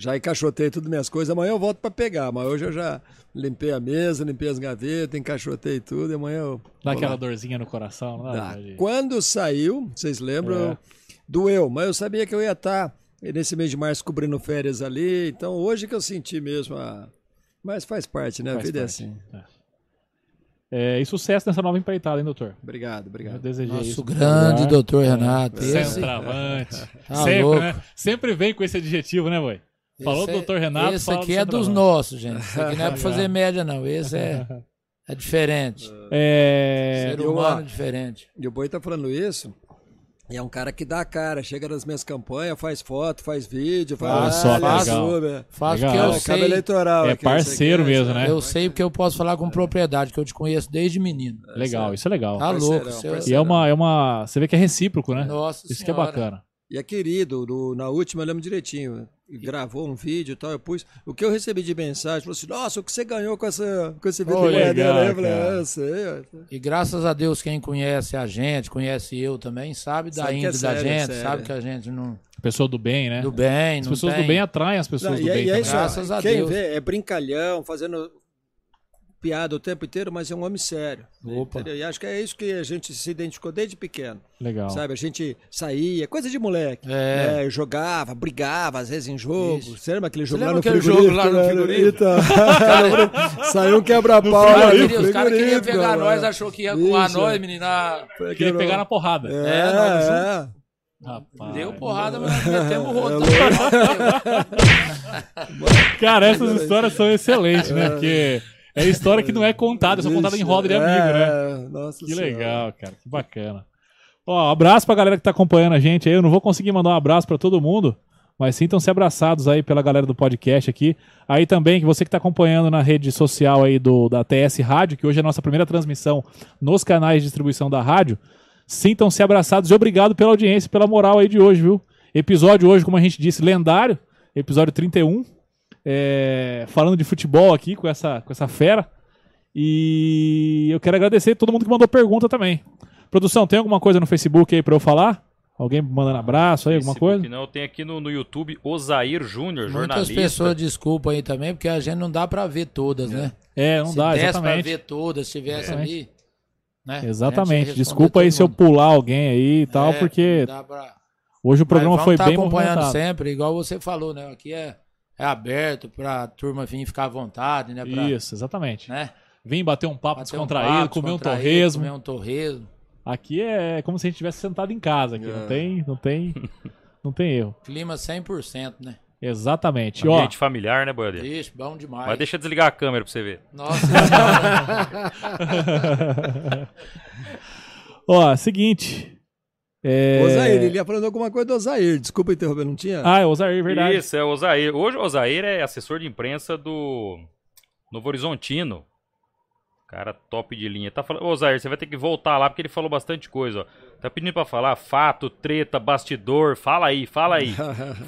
Speaker 4: Já encaixotei tudo minhas coisas, amanhã eu volto pra pegar, mas hoje eu já limpei a mesa, limpei as gavetas, encaixotei tudo, e amanhã eu.
Speaker 1: Dá aquela
Speaker 4: Olá.
Speaker 1: dorzinha no coração. Não,
Speaker 4: Dá.
Speaker 1: de-
Speaker 4: Quando saiu, vocês lembram,
Speaker 1: É.
Speaker 4: doeu, mas eu sabia que eu ia estar nesse mês de março cobrindo férias ali, então hoje que eu senti mesmo a. Mas faz parte, né? A
Speaker 1: Faz
Speaker 4: vida
Speaker 1: parte.
Speaker 4: é assim.
Speaker 1: É, e sucesso nessa nova empreitada, hein, doutor?
Speaker 4: Obrigado, obrigado.
Speaker 1: Eu desejei
Speaker 2: nosso
Speaker 1: isso. É,
Speaker 2: grande
Speaker 1: Lugar.
Speaker 2: doutor Renato. Esse,
Speaker 1: Centravante.
Speaker 2: Tá
Speaker 1: Sempre,
Speaker 2: louco.
Speaker 1: né? Sempre vem com esse adjetivo, né, boy? Falou
Speaker 2: esse
Speaker 1: do
Speaker 2: é-
Speaker 1: doutor Renato.
Speaker 2: Esse
Speaker 1: fala
Speaker 2: aqui
Speaker 1: do
Speaker 2: é dos
Speaker 1: centroavante.
Speaker 2: nossos, gente. Esse aqui não é pra fazer média, não. Esse é, é diferente.
Speaker 1: É...
Speaker 2: Ser
Speaker 4: eu,
Speaker 2: humano
Speaker 4: ó,
Speaker 2: diferente.
Speaker 4: E o Boi tá falando isso. E é um cara que dá a cara, chega nas minhas campanhas, faz foto, faz vídeo,
Speaker 1: Olha Ah,
Speaker 4: faz
Speaker 1: só que
Speaker 4: faz
Speaker 1: legal.
Speaker 4: tudo, né?
Speaker 2: Faço
Speaker 1: Legal.
Speaker 2: que
Speaker 1: Ah,
Speaker 2: eu
Speaker 4: É,
Speaker 2: sei.
Speaker 4: cabo eleitoral.
Speaker 1: É
Speaker 4: aqui, não sei o que, é
Speaker 1: parceiro
Speaker 4: isso,
Speaker 1: mesmo, né?
Speaker 2: Eu sei porque eu posso falar com propriedade, que eu te conheço desde menino.
Speaker 1: Legal, isso é legal.
Speaker 2: Tá
Speaker 4: Parceirão,
Speaker 2: louco. seu-
Speaker 1: E é uma, é uma. Você vê que é recíproco, né?
Speaker 2: Nossa
Speaker 1: Isso que é
Speaker 2: Senhora.
Speaker 1: bacana.
Speaker 4: E é querido, no- na última eu lembro direitinho. né? E Gravou um vídeo e tal, eu pus. O que eu recebi de mensagem, falou assim: nossa, o que você ganhou com, essa, com esse vídeo
Speaker 2: Pô,
Speaker 4: de brincadeira?"
Speaker 1: legal,
Speaker 4: Eu falei,
Speaker 1: cara.
Speaker 4: "Ah, eu sei, eu sei."
Speaker 2: E graças a Deus, quem conhece a gente, conhece eu também, sabe da
Speaker 4: Sabe que é
Speaker 2: índole da
Speaker 4: sério,
Speaker 2: gente,
Speaker 4: sério.
Speaker 2: sabe que a gente não.
Speaker 1: Pessoa do bem, né?
Speaker 2: Do bem,
Speaker 1: As
Speaker 2: não
Speaker 1: pessoas
Speaker 2: tem.
Speaker 1: do bem atraem as pessoas
Speaker 4: Não,
Speaker 1: do
Speaker 4: e, é-
Speaker 1: bem.
Speaker 4: e é
Speaker 1: também.
Speaker 4: isso,
Speaker 2: Graças a
Speaker 4: quem
Speaker 2: Deus.
Speaker 4: vê é brincalhão, fazendo piada o tempo inteiro, mas é um homem sério. né?
Speaker 2: Opa.
Speaker 4: Entendeu? E acho que é isso que a gente se identificou desde pequeno.
Speaker 1: Legal.
Speaker 4: Sabe, a gente saía, coisa de moleque.
Speaker 2: É.
Speaker 4: né? Eu jogava, brigava, às vezes em jogo.
Speaker 2: Isso.
Speaker 4: Você lembra aquele jogo
Speaker 2: lembra
Speaker 4: lá no
Speaker 2: aquele
Speaker 4: frigorífico?
Speaker 2: jogo lá no
Speaker 4: né?
Speaker 2: frigorífico?
Speaker 4: Então, saiu um quebra-pau
Speaker 2: Os
Speaker 4: lá
Speaker 2: caras
Speaker 4: no
Speaker 2: queriam- os caras queriam
Speaker 4: frigorífico,
Speaker 2: pegar
Speaker 4: mano.
Speaker 2: nós, achou que ia coar
Speaker 4: Isso.
Speaker 2: nós, menina.
Speaker 4: Foi
Speaker 1: Queria
Speaker 4: aquele-
Speaker 1: pegar na porrada.
Speaker 4: É,
Speaker 2: É, nós
Speaker 4: é.
Speaker 1: Rapaz.
Speaker 2: Ah, Deu porrada, mas nós metemos o rodo.
Speaker 1: Cara, essas histórias são excelentes, né? Porque é história que não é contada, é só contada em roda de amigo, né?
Speaker 4: né? Nossa
Speaker 1: Que
Speaker 4: Senhora.
Speaker 1: legal, cara. Que bacana. Ó, abraço pra galera que tá acompanhando a gente aí. Eu não vou conseguir mandar um abraço pra todo mundo, Mas sintam-se abraçados aí pela galera do podcast aqui. Aí também, que você que está acompanhando na rede social aí do, da TS Rádio, que hoje é a nossa primeira transmissão nos canais de distribuição da rádio, sintam-se abraçados e obrigado pela audiência, pela moral aí de hoje, viu? Episódio hoje, como a gente disse, lendário, episódio 31. É, falando de futebol aqui com essa, com essa fera. E eu quero agradecer todo mundo que mandou pergunta também. Produção, tem alguma coisa no Facebook aí pra eu falar? Alguém mandando abraço aí, alguma
Speaker 3: Facebook
Speaker 1: coisa?
Speaker 3: Não, tem aqui no, no YouTube Ozair Júnior,
Speaker 2: Muitas
Speaker 3: jornalista.
Speaker 2: pessoas desculpam aí também, porque a gente não dá pra ver todas, né?
Speaker 1: É, não
Speaker 2: se
Speaker 1: dá,
Speaker 2: desse
Speaker 1: exatamente.
Speaker 2: pra ver todas, se tivesse
Speaker 1: Exatamente.
Speaker 2: ali. né? A gente ia
Speaker 1: Exatamente.
Speaker 2: responder
Speaker 1: Desculpa aí
Speaker 2: todo
Speaker 1: se eu
Speaker 2: mundo.
Speaker 1: pular alguém aí e tal,
Speaker 2: É,
Speaker 1: porque
Speaker 2: não dá pra-
Speaker 1: hoje o programa
Speaker 2: Mas
Speaker 1: foi
Speaker 2: vamos tá
Speaker 1: bem
Speaker 2: acompanhando
Speaker 1: movimentado.
Speaker 2: sempre, igual você falou, né? Aqui é, é aberto pra turma vir ficar à vontade, né? Pra,
Speaker 1: Isso, exatamente.
Speaker 2: né?
Speaker 1: Vim bater um papo
Speaker 2: Bater um
Speaker 1: descontraído,
Speaker 2: papo,
Speaker 1: comer um
Speaker 2: descontraído,
Speaker 1: torresmo.
Speaker 2: Comer um torresmo.
Speaker 1: Aqui é como se a gente tivesse sentado em casa aqui, não
Speaker 4: É.
Speaker 1: tem, não tem, não tem erro.
Speaker 2: Clima 100%, né?
Speaker 1: Exatamente. Ó,
Speaker 3: Ambiente familiar, né, Boiadeiro?
Speaker 2: Ixi, bom demais.
Speaker 3: Mas deixa eu desligar a câmera pra você ver.
Speaker 2: Nossa senhora.
Speaker 1: ó, seguinte. É...
Speaker 4: Osair, ele aprendeu alguma coisa do Osair. Desculpa interromper, não tinha?
Speaker 1: Ah, é Osair, verdade.
Speaker 3: Isso, é o Ozair. Hoje o Ozair é assessor de imprensa do Novo Horizontino. Cara top de linha. Tá falando, ô Ozair, você vai ter que voltar lá porque ele falou bastante coisa, ó. Tá pedindo pra falar fato, treta, bastidor. Fala aí, fala aí.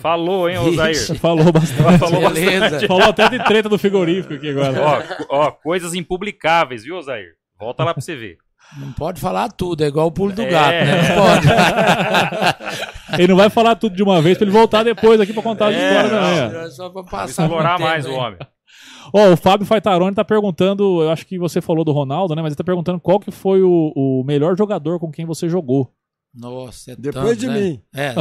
Speaker 3: Falou, hein, Ozair.
Speaker 2: Ixi.
Speaker 1: Falou bastante.
Speaker 3: Falou
Speaker 2: Beleza.
Speaker 1: Falou até de treta do frigorífico aqui agora.
Speaker 3: ó, co- ó, coisas impublicáveis, viu, Ozair? Volta lá pra você ver.
Speaker 2: Não pode falar tudo, é igual o pulo do
Speaker 3: É.
Speaker 2: gato, né? Não pode.
Speaker 1: Ele não vai falar tudo de uma vez pra ele voltar depois aqui pra contar as
Speaker 3: É,
Speaker 1: histórias
Speaker 3: não.
Speaker 1: também. ó.
Speaker 2: Não, Só pra
Speaker 3: Vamos
Speaker 2: passar
Speaker 3: explorar
Speaker 2: muito
Speaker 3: mais um, o
Speaker 2: tempo, hein?
Speaker 3: homem.
Speaker 1: Ó, o Fábio Faitarone tá perguntando, eu acho que você falou do Ronaldo, né? Mas ele tá perguntando qual que foi o, o melhor jogador com quem você jogou.
Speaker 2: Nossa, é
Speaker 4: Depois
Speaker 2: tanto,
Speaker 4: de
Speaker 2: né?
Speaker 4: mim.
Speaker 2: É.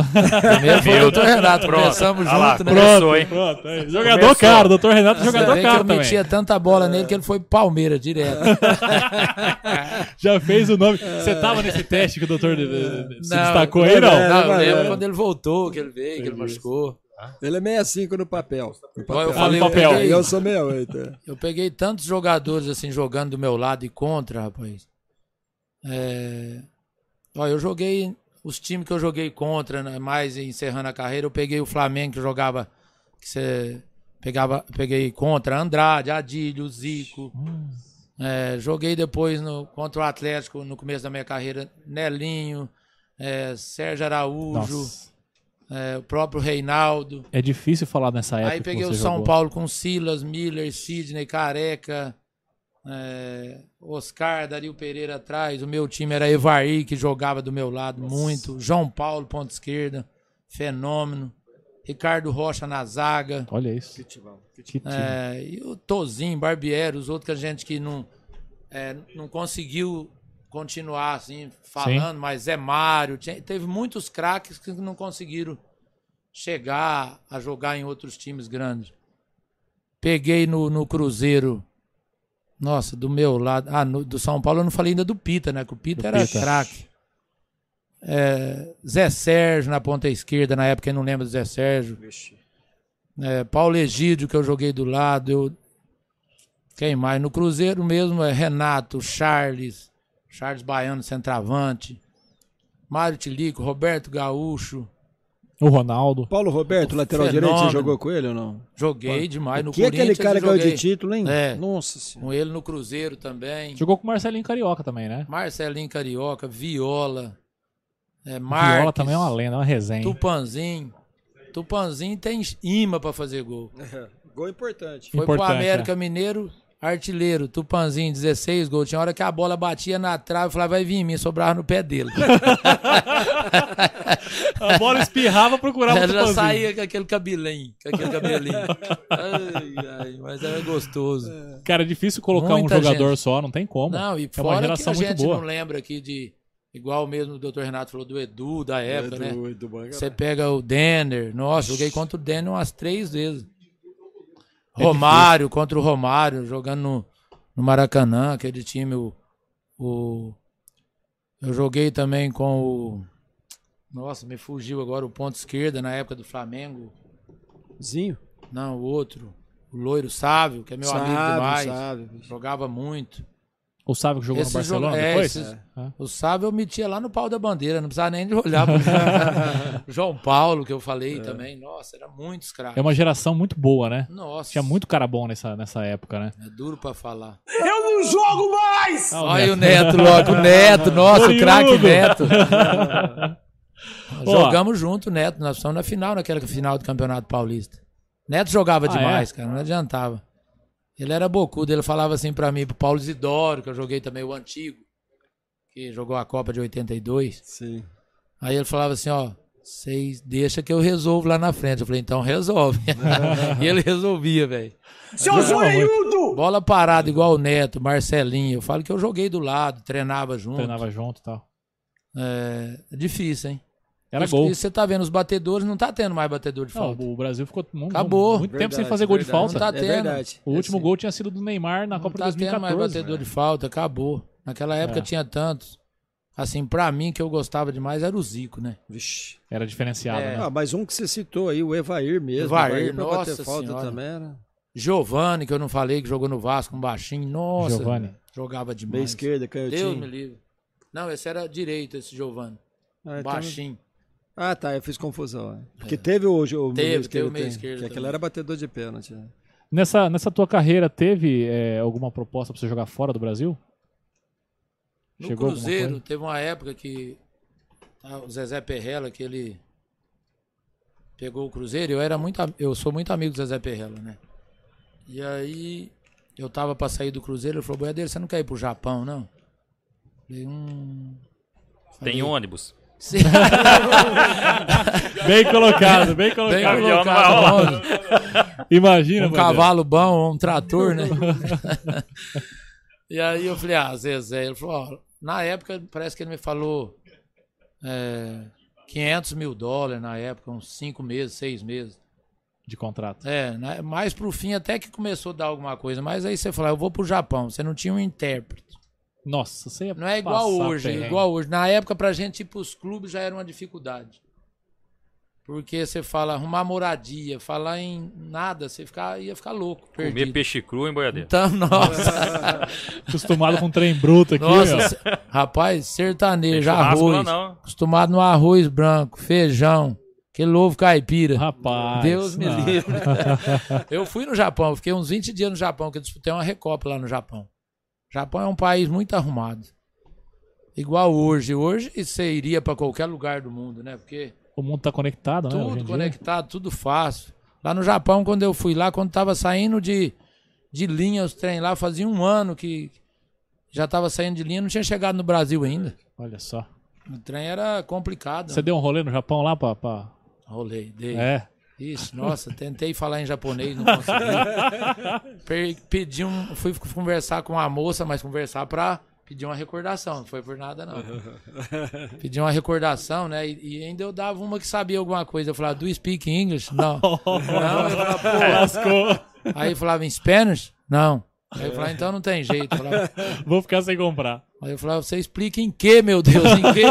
Speaker 2: Primeiro foi o Dr. Renato, começamos
Speaker 3: Ah lá,
Speaker 2: junto, né?
Speaker 3: Começou, hein?
Speaker 1: pronto. é. Jogador
Speaker 3: Começou.
Speaker 1: caro, doutor Renato, é
Speaker 2: Você
Speaker 1: jogador
Speaker 2: vê
Speaker 1: caro
Speaker 2: que eu
Speaker 1: também.
Speaker 2: metia tanta bola nele que ele foi Palmeiras direto.
Speaker 1: Já fez o nome. Você tava nesse teste que o doutor eh, eh, se
Speaker 2: É. Não,
Speaker 1: destacou aí,
Speaker 4: não,
Speaker 1: não?
Speaker 4: é.
Speaker 2: Não, eu
Speaker 4: mas
Speaker 2: lembro quando ele voltou, que ele veio,
Speaker 1: É
Speaker 2: que ele machucou.
Speaker 4: Ele é 65 no papel. No papel.
Speaker 2: Eu falei,
Speaker 1: no papel.
Speaker 2: Eu
Speaker 4: É,
Speaker 2: peguei,
Speaker 4: Eu sou 68. é.
Speaker 2: eu peguei tantos jogadores assim jogando do meu lado e contra, rapaz. É, Ó, eu joguei os times que eu joguei contra, né, mais encerrando a carreira, eu peguei o Flamengo que jogava que você pegava, peguei contra Andrade, Adílio, Zico. É, joguei depois no, contra o Atlético no começo da minha carreira, Nelinho, é, Sérgio Araújo,
Speaker 1: Nossa,
Speaker 2: é, o próprio Reinaldo.
Speaker 1: é difícil falar nessa época.
Speaker 2: Aí
Speaker 1: que
Speaker 2: peguei
Speaker 1: você
Speaker 2: o São
Speaker 1: jogou.
Speaker 2: Paulo com Silas, Miller, Sidney, Careca, é, Oscar, Dario Pereira atrás. O meu time era Evair, que jogava do meu lado muito. João Paulo, ponta esquerda, fenômeno. Ricardo Rocha na zaga.
Speaker 1: Olha isso. Que time.
Speaker 2: É, e o Tozinho, Barbieri, os outros que a gente que não, é, não conseguiu continuar assim falando, mas é Mário. tinha- teve muitos craques que não conseguiram chegar a jogar em outros times grandes. Peguei no, no Cruzeiro. Nossa, do meu lado. Ah, no- do São Paulo eu não falei ainda do Pita, né? Que o Pita
Speaker 1: Do
Speaker 2: era
Speaker 1: Pita.
Speaker 2: craque. É, Zé Sérgio na ponta esquerda, na época eu não lembro do Zé Sérgio. É, Paulo Egídio, que eu joguei do lado. Eu... Quem mais? No Cruzeiro mesmo é Renato, Charles, Charles Baiano, centroavante. Mário Tilico, Roberto Gaúcho.
Speaker 1: O Ronaldo.
Speaker 4: Paulo Roberto, lateral direito, você
Speaker 2: Fenômeno.
Speaker 4: jogou com ele ou não?
Speaker 2: Joguei demais no
Speaker 4: que
Speaker 1: é
Speaker 4: é aquele
Speaker 2: Corinthians.
Speaker 4: cara
Speaker 2: eu
Speaker 4: ganhou
Speaker 2: joguei
Speaker 4: de título, hein?
Speaker 2: É.
Speaker 4: Nossa senhora.
Speaker 2: Com ele no Cruzeiro também.
Speaker 1: Jogou com o Marcelinho Carioca também, né?
Speaker 2: Marcelinho Carioca, Viola. É, Marques,
Speaker 1: Viola também é uma lenda, é uma resenha.
Speaker 2: Tupanzinho. Tupanzinho tem imã pra fazer gol.
Speaker 4: Gol importante.
Speaker 2: Foi pro
Speaker 1: Importante, é.
Speaker 2: América Mineiro, artilheiro, Tupanzinho, 16 gols. Tinha hora que a bola batia na trave, eu falava, vai vir em mim, sobrava no pé dele.
Speaker 1: A bola espirrava, procurava o
Speaker 2: já
Speaker 1: Tupanzinho.
Speaker 2: saía com aquele cabelinho, com aquele cabelinho. ai, ai, mas era gostoso.
Speaker 1: Cara, é difícil colocar
Speaker 2: Muita
Speaker 1: um jogador
Speaker 2: gente.
Speaker 1: só, não tem como.
Speaker 2: Não, e
Speaker 1: é uma
Speaker 2: fora que
Speaker 1: geração
Speaker 2: a
Speaker 1: muito
Speaker 2: gente
Speaker 1: boa.
Speaker 2: não lembra aqui de, igual mesmo o Dr. Renato falou do Edu, da época, né?
Speaker 4: É Do, do Bangu.
Speaker 2: Você pega o Denner. Nossa, joguei contra o Denner umas três vezes. Romário, contra o Romário, jogando no, no Maracanã, aquele time. O, o- eu joguei também com o. Nossa, me fugiu agora o ponto esquerda na época do Flamengo.
Speaker 4: Zinho.
Speaker 2: Não, o outro. O Loiro Sávio, que é meu amigo demais.
Speaker 4: sabe.
Speaker 2: Jogava muito.
Speaker 1: O Sávio que jogou
Speaker 2: Esse
Speaker 1: no Barcelona
Speaker 2: jogo- é,
Speaker 1: depois?
Speaker 2: esses-
Speaker 1: Ah.
Speaker 2: O Sábio eu metia lá no pau da bandeira, não precisava nem de olhar. pro- João Paulo, que eu falei também. Nossa, era muitos craques.
Speaker 1: É uma geração muito boa, né?
Speaker 2: Nossa.
Speaker 1: Tinha muito cara bom nessa, nessa época, né?
Speaker 2: É duro pra falar.
Speaker 1: Ah,
Speaker 2: Olha o Neto logo, o Neto, nossa, o
Speaker 1: Oriundo.
Speaker 2: craque Neto.
Speaker 1: Ó.
Speaker 2: Jogamos junto, Neto. Nós estamos na final, naquela final do Campeonato Paulista. Neto jogava
Speaker 1: Ah,
Speaker 2: demais, cara, não adiantava. Ele era bocudo, ele falava assim pra mim, pro Paulo Isidoro, que eu joguei também, o antigo, que jogou a Copa de 82.
Speaker 4: Sim.
Speaker 2: Aí ele falava assim, ó, vocês deixa que eu resolvo lá na frente. Eu falei, então resolve. e ele resolvia, velho.
Speaker 1: Seu zoiudo!
Speaker 2: Bola parada igual o Neto, Marcelinho. Eu falo que eu joguei do lado, treinava junto.
Speaker 1: Treinava junto e tal.
Speaker 2: É é difícil, hein?
Speaker 1: Era
Speaker 2: Os-
Speaker 1: gol.
Speaker 2: e você tá vendo, os batedores não tá tendo mais batedor de
Speaker 1: Não,
Speaker 2: falta.
Speaker 1: o Brasil ficou mu- mu-
Speaker 2: Acabou.
Speaker 1: muito tempo
Speaker 4: Verdade,
Speaker 1: sem fazer gol de
Speaker 4: verdade.
Speaker 1: falta.
Speaker 2: Não tá
Speaker 4: é
Speaker 2: tendo.
Speaker 4: verdade.
Speaker 1: O último
Speaker 4: Sim.
Speaker 1: gol tinha sido do Neymar na
Speaker 2: Não
Speaker 1: Copa
Speaker 2: tá
Speaker 1: de
Speaker 2: tendo mais
Speaker 1: 2014.
Speaker 2: batedor de falta, acabou. Naquela época
Speaker 1: né? É.
Speaker 2: tinha tantos. Assim, pra mim, que eu gostava demais era o Zico, né?
Speaker 4: Vixe.
Speaker 1: Era diferenciado, né?
Speaker 2: É.
Speaker 4: Ah, mas um que você citou aí, o Evair mesmo.
Speaker 2: Evair,
Speaker 4: pra
Speaker 2: nossa
Speaker 4: bater falta
Speaker 2: senhora.
Speaker 4: também né? era.
Speaker 2: Giovani, que eu não falei, que jogou no Vasco, um baixinho. Nossa,
Speaker 1: Giovani.
Speaker 2: jogava
Speaker 4: Meia
Speaker 2: demais.
Speaker 4: esquerda, canhotinho.
Speaker 2: Deus me livre. Não, esse era direito, esse Giovani.
Speaker 4: Ah, então-
Speaker 2: baixinho. É.
Speaker 4: Ah, tá, eu fiz confusão. né? Porque teve hoje o
Speaker 2: Teve,
Speaker 4: meio
Speaker 2: teve
Speaker 4: esquerdo.
Speaker 2: o meio
Speaker 4: tem,
Speaker 2: esquerdo
Speaker 4: Que aquele
Speaker 2: também.
Speaker 4: era batedor de pênalti. né?
Speaker 1: Nessa, nessa tua carreira, teve é, alguma proposta pra você jogar fora do Brasil?
Speaker 2: No
Speaker 1: Chegou alguma
Speaker 2: Cruzeiro,
Speaker 1: coisa?
Speaker 2: teve uma época que ah, o Zezé Perrela, que ele pegou o Cruzeiro, eu era muito, am- eu sou muito amigo do Zezé Perrela, né? E aí eu tava pra sair do Cruzeiro, ele falou: "Boiadeiro, você não quer ir pro Japão, não?" Falei, hum. é
Speaker 3: Tem ônibus.
Speaker 2: Sim.
Speaker 1: Bem colocado, bem
Speaker 2: Bem
Speaker 1: colocado.
Speaker 3: Gabriel não vai
Speaker 2: colocado,
Speaker 3: rolar.
Speaker 2: mano.
Speaker 1: Imagina,
Speaker 2: um
Speaker 1: Bandeira.
Speaker 2: cavalo bom, um trator, né? e aí eu falei, ah, Zezé, ele falou, ó, na época parece que ele me falou é, 500 mil dólares na época, uns 5 meses, 6 meses.
Speaker 1: de contrato.
Speaker 2: É, né, mais pro fim até que começou a dar alguma coisa, mas aí você falou, eu vou pro Japão, você não tinha um intérprete.
Speaker 1: Nossa, você ia
Speaker 2: Não é igual
Speaker 1: passar
Speaker 2: hoje,
Speaker 1: perrengue.
Speaker 2: igual hoje. Na época pra gente ir pros clubes já era uma dificuldade. Porque você fala arrumar moradia, falar em nada, você fica, ia ficar louco,
Speaker 3: Comer
Speaker 2: perdido.
Speaker 3: peixe cru em boiadeiro.
Speaker 2: Então, nossa.
Speaker 1: Acostumado com um trem bruto aqui,
Speaker 2: nossa,
Speaker 1: meu.
Speaker 2: se- rapaz, sertanejo,
Speaker 3: churrasco lá
Speaker 2: arroz.
Speaker 3: não.
Speaker 2: Acostumado no arroz branco, feijão, aquele ovo caipira.
Speaker 1: Rapaz.
Speaker 2: Deus me
Speaker 1: não.
Speaker 2: livre. eu fui no Japão, fiquei uns 20 dias no Japão, que eu disputei uma Recopa lá no Japão. Japão é um país muito arrumado. Igual hoje. Hoje você iria pra qualquer lugar do mundo, né? Porque
Speaker 1: O mundo tá conectado, né? hoje em
Speaker 2: tudo
Speaker 1: dia.
Speaker 2: conectado, tudo fácil. Lá no Japão, quando eu fui lá, quando tava saindo de, de linha os trem lá, fazia um ano que já tava saindo de linha, não tinha chegado no Brasil ainda.
Speaker 1: Olha só.
Speaker 2: O trem era complicado. né?
Speaker 1: Você
Speaker 2: Você...
Speaker 1: deu um rolê no Japão lá pra. pra-
Speaker 2: Rolei, dei.
Speaker 1: É.
Speaker 2: Ixi, nossa, tentei falar em japonês, não consegui. Per- pedi um. Fui conversar com a moça, mas conversar pra pedir uma recordação. Não foi por nada, não. Pedi uma recordação, né? E, e ainda eu dava uma que sabia alguma coisa. Eu falava, do you speak English? Não. não, eu falava, pô. Aí eu falava, em Spanish? Não. Aí eu falava, então não tem jeito. Eu falava,
Speaker 1: Vou ficar sem comprar.
Speaker 2: aí eu falava, você explica em quê, meu Deus? Em quê?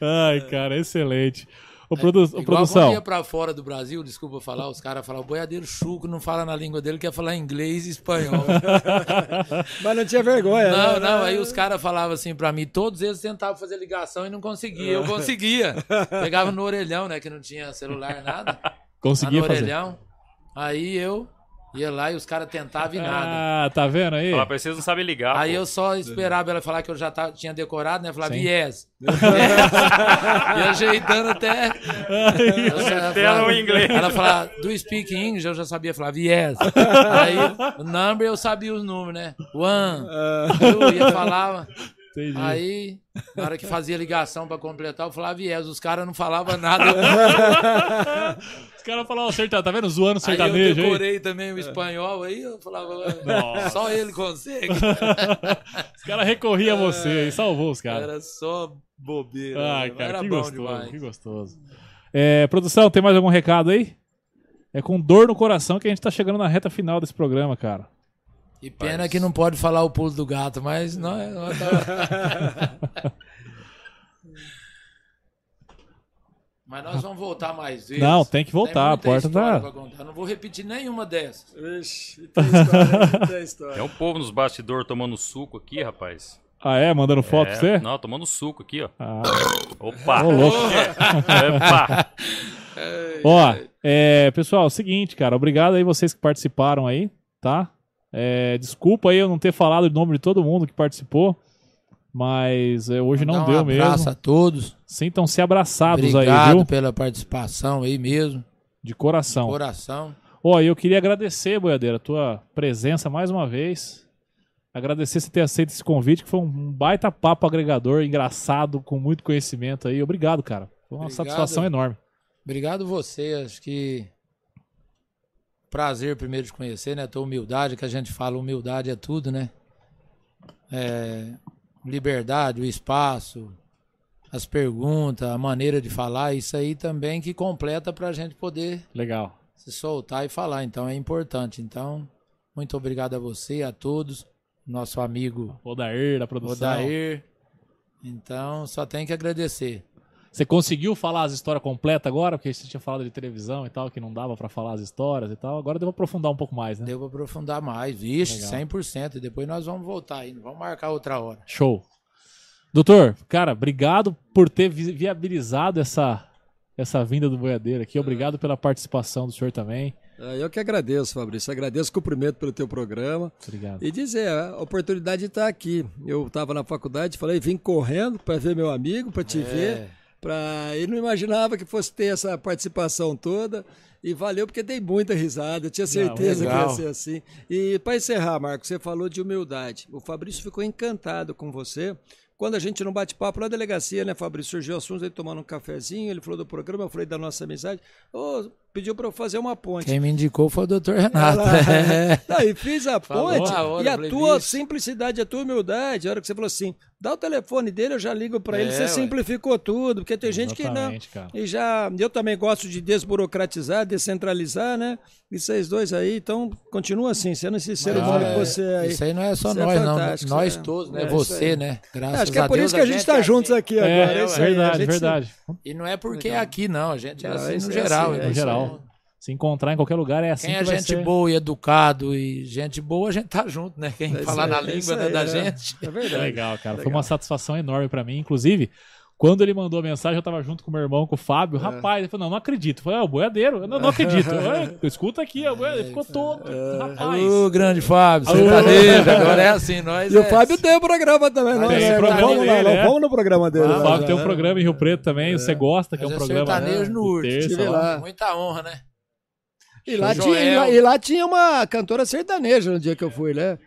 Speaker 1: Ai, cara, excelente. Ô, produ- ô,
Speaker 2: É, Igual quando
Speaker 1: produção.
Speaker 2: ia pra fora do Brasil, desculpa falar, os caras falam, o boiadeiro chuco não fala na língua dele, quer falar inglês e espanhol.
Speaker 4: Mas não tinha vergonha.
Speaker 2: não,
Speaker 4: né?
Speaker 2: não, aí os caras falavam assim pra mim, todos eles tentavam fazer ligação e não conseguia, eu conseguia. Pegava no orelhão, né, que não tinha celular, nada, lá
Speaker 1: Conseguia
Speaker 2: Tá no
Speaker 1: fazer.
Speaker 2: orelhão, aí eu ia lá e os caras tentavam e nada.
Speaker 1: Ah, tá vendo aí?
Speaker 3: Fala pra vocês não sabem ligar.
Speaker 2: Aí
Speaker 3: pô.
Speaker 2: eu só esperava ela falar que eu já tava- tinha decorado, né? Falava,
Speaker 1: Sim.
Speaker 2: yes. yes. e ajeitando até. Eu só- ela
Speaker 3: Até no inglês.
Speaker 2: Ela falava, do speak English, eu já sabia. Falava, yes. Aí, o number, eu sabia os números, né? One,
Speaker 4: Ah.
Speaker 2: two, e eu falava.
Speaker 1: Entendi.
Speaker 2: Aí, na hora que fazia ligação pra completar, eu falava, yes. Os caras não falavam nada.
Speaker 1: Os caras falaram acertar, tá vendo? Zoando o
Speaker 2: Aí eu
Speaker 1: sertanejo aí.
Speaker 2: decorei também o espanhol, aí eu falava, só ele consegue.
Speaker 1: Os caras recorriam a você e salvou os caras.
Speaker 2: É. Era só bobeira.
Speaker 1: Ah,
Speaker 2: né?
Speaker 1: cara,
Speaker 2: era
Speaker 1: que
Speaker 2: bom
Speaker 1: gostoso,
Speaker 2: demais.
Speaker 1: que gostoso. É, produção, tem mais algum recado aí? É com dor no coração que a gente tá chegando na reta final desse programa, cara.
Speaker 2: E pena que não pode falar o pulo do gato, mas não é. não é- Mas nós vamos voltar mais vezes.
Speaker 1: Não, tem que voltar, a
Speaker 2: muita
Speaker 1: porta
Speaker 2: história
Speaker 1: tá-
Speaker 2: pra contar. Não vou repetir nenhuma dessas.
Speaker 4: Ixi, tem história, tem história.
Speaker 3: É o povo nos bastidores tomando suco aqui, rapaz.
Speaker 1: Ah, é? Mandando foto
Speaker 3: É,
Speaker 1: pra você?
Speaker 3: Não, tomando suco aqui, ó.
Speaker 1: Ah,
Speaker 3: Opa! É,
Speaker 1: ô, louco.
Speaker 3: Opa!
Speaker 1: Ó, é, pessoal, é o seguinte, cara. Obrigado aí vocês que participaram aí, tá? É, desculpa aí eu não ter falado o nome de todo mundo que participou. Mas é, hoje não
Speaker 2: Mandar
Speaker 1: deu
Speaker 2: um abraço
Speaker 1: mesmo.
Speaker 2: a todos.
Speaker 1: Sintam-se abraçados aí,
Speaker 2: Obrigado
Speaker 1: viu?
Speaker 2: pela participação aí mesmo.
Speaker 1: De coração.
Speaker 2: Coração.
Speaker 1: Ó, e eu queria agradecer, Boiadeira, a tua presença mais uma vez. Agradecer você ter aceito esse convite, que foi um baita papo agregador, engraçado, com muito conhecimento aí. Obrigado, cara. Foi uma
Speaker 2: Obrigado.
Speaker 1: satisfação enorme.
Speaker 2: Obrigado você, acho que prazer primeiro de conhecer, né? Tua humildade, que a gente fala, humildade é tudo, né? É, liberdade, o espaço, as perguntas, a maneira de falar, isso aí também que completa pra gente poder
Speaker 1: Legal.
Speaker 2: se soltar e falar, então é importante. Então, muito obrigado a você, a todos, nosso amigo
Speaker 1: Odair, da produção.
Speaker 2: Odair. Então, só tem que agradecer.
Speaker 1: Você conseguiu falar as histórias completas agora? Porque você tinha falado de televisão e tal, que não dava pra falar as histórias e tal. Agora deu pra aprofundar um pouco mais, né?
Speaker 2: Deu pra aprofundar mais. Vixe,
Speaker 1: Legal.
Speaker 2: 100%. E depois nós vamos voltar aí. Vamos marcar outra hora.
Speaker 1: Show. Doutor, cara, obrigado por ter vi- viabilizado essa, essa vinda do Boiadeiro aqui. Obrigado pela participação do senhor também.
Speaker 4: Ah, Eu que agradeço, Fabrício. Agradeço, cumprimento pelo teu programa.
Speaker 1: Obrigado.
Speaker 4: E dizer, a oportunidade está aqui. Eu estava na faculdade, falei, vim correndo para ver meu amigo, para te ver. Pra... E não imaginava que fosse ter essa participação toda. E valeu, porque dei muita risada. Eu tinha certeza que ia
Speaker 2: legal.
Speaker 4: ser assim. E para encerrar, Marco, você falou de humildade. O Fabrício ficou encantado com você. Quando a gente não bate papo na delegacia, né, Fabrício? Surgiu o assunto, ele tomando um cafezinho, ele falou do programa, eu falei da nossa amizade. Ô, pediu para eu fazer uma ponte.
Speaker 2: Quem me indicou foi o doutor Renato.
Speaker 4: Ela-
Speaker 2: É.
Speaker 4: Não, e fiz a
Speaker 2: Falou
Speaker 4: ponte.
Speaker 2: a hora,
Speaker 4: e a
Speaker 2: falei,
Speaker 4: tua
Speaker 2: bicho.
Speaker 4: simplicidade, a tua humildade, a hora que você falou assim, dá o telefone dele, eu já ligo pra ele.
Speaker 2: É,
Speaker 4: Você
Speaker 2: ué.
Speaker 4: simplificou tudo, porque tem gente que não.
Speaker 1: Exatamente, cara.
Speaker 4: E já, eu também gosto de desburocratizar, descentralizar, né? E vocês dois aí, então continua assim, sendo esse ser
Speaker 2: Mas,
Speaker 4: humano
Speaker 2: é,
Speaker 4: que você é aí.
Speaker 2: Isso aí não é só
Speaker 4: Isso é
Speaker 2: nós,
Speaker 4: fantástico,
Speaker 2: não. Nós
Speaker 4: isso é-
Speaker 2: todos, né?
Speaker 4: é isso
Speaker 2: Você,
Speaker 4: aí.
Speaker 2: né? Graças
Speaker 4: Acho que é
Speaker 2: a
Speaker 4: por
Speaker 2: Deus,
Speaker 4: isso que a gente está
Speaker 2: é
Speaker 4: juntos
Speaker 2: assim.
Speaker 4: aqui
Speaker 1: É,
Speaker 4: agora. isso aí, a
Speaker 1: verdade,
Speaker 4: gente-
Speaker 1: verdade.
Speaker 2: E não é porque é aqui, não. A gente é
Speaker 4: Não,
Speaker 2: assim
Speaker 4: isso
Speaker 2: no
Speaker 4: é
Speaker 2: geral.
Speaker 4: assim, é
Speaker 2: então,
Speaker 1: No
Speaker 4: isso
Speaker 1: geral. Se encontrar em qualquer lugar é assim
Speaker 2: Quem
Speaker 1: que
Speaker 2: é
Speaker 1: vai
Speaker 2: gente
Speaker 1: ser.
Speaker 2: boa e educado e gente boa, a gente tá junto, né? Quem
Speaker 4: isso
Speaker 2: falar
Speaker 4: aí,
Speaker 2: na
Speaker 4: é isso
Speaker 2: língua né,
Speaker 4: aí,
Speaker 2: da
Speaker 4: é.
Speaker 2: gente.
Speaker 4: É verdade.
Speaker 1: Tá Legal, cara. Foi
Speaker 4: Legal.
Speaker 1: uma satisfação enorme pra mim. Inclusive, quando ele mandou a mensagem, eu tava junto com o meu irmão, com o Fábio. Rapaz, ele falou: Não, não acredito. Eu falei: É o boiadeiro. Eu não, não acredito. Eu, escuta aqui, é o boiadeiro. Ficou todo. Rapaz.
Speaker 2: Ô, grande Fábio,
Speaker 1: Alô.
Speaker 2: sertanejo. Agora é assim, nós.
Speaker 4: E o
Speaker 2: é-
Speaker 4: Fábio tem o programa também, não
Speaker 1: Tem
Speaker 4: é?
Speaker 2: um
Speaker 1: o programa
Speaker 4: vamos lá,
Speaker 1: dele, é.
Speaker 4: vamos no programa dele.
Speaker 1: O
Speaker 4: lá,
Speaker 1: Fábio
Speaker 4: já,
Speaker 1: tem um
Speaker 4: né?
Speaker 1: programa em Rio Preto também, você gosta, que é um
Speaker 2: Mas é
Speaker 1: programa. né?
Speaker 2: sertanejo no
Speaker 1: de
Speaker 2: último.
Speaker 1: terça
Speaker 4: Tive
Speaker 1: lá.
Speaker 4: lá.
Speaker 2: Muita honra, né?
Speaker 4: E lá,
Speaker 2: Joel.
Speaker 4: tinha, e, lá, e lá tinha uma cantora sertaneja no dia que eu fui, né?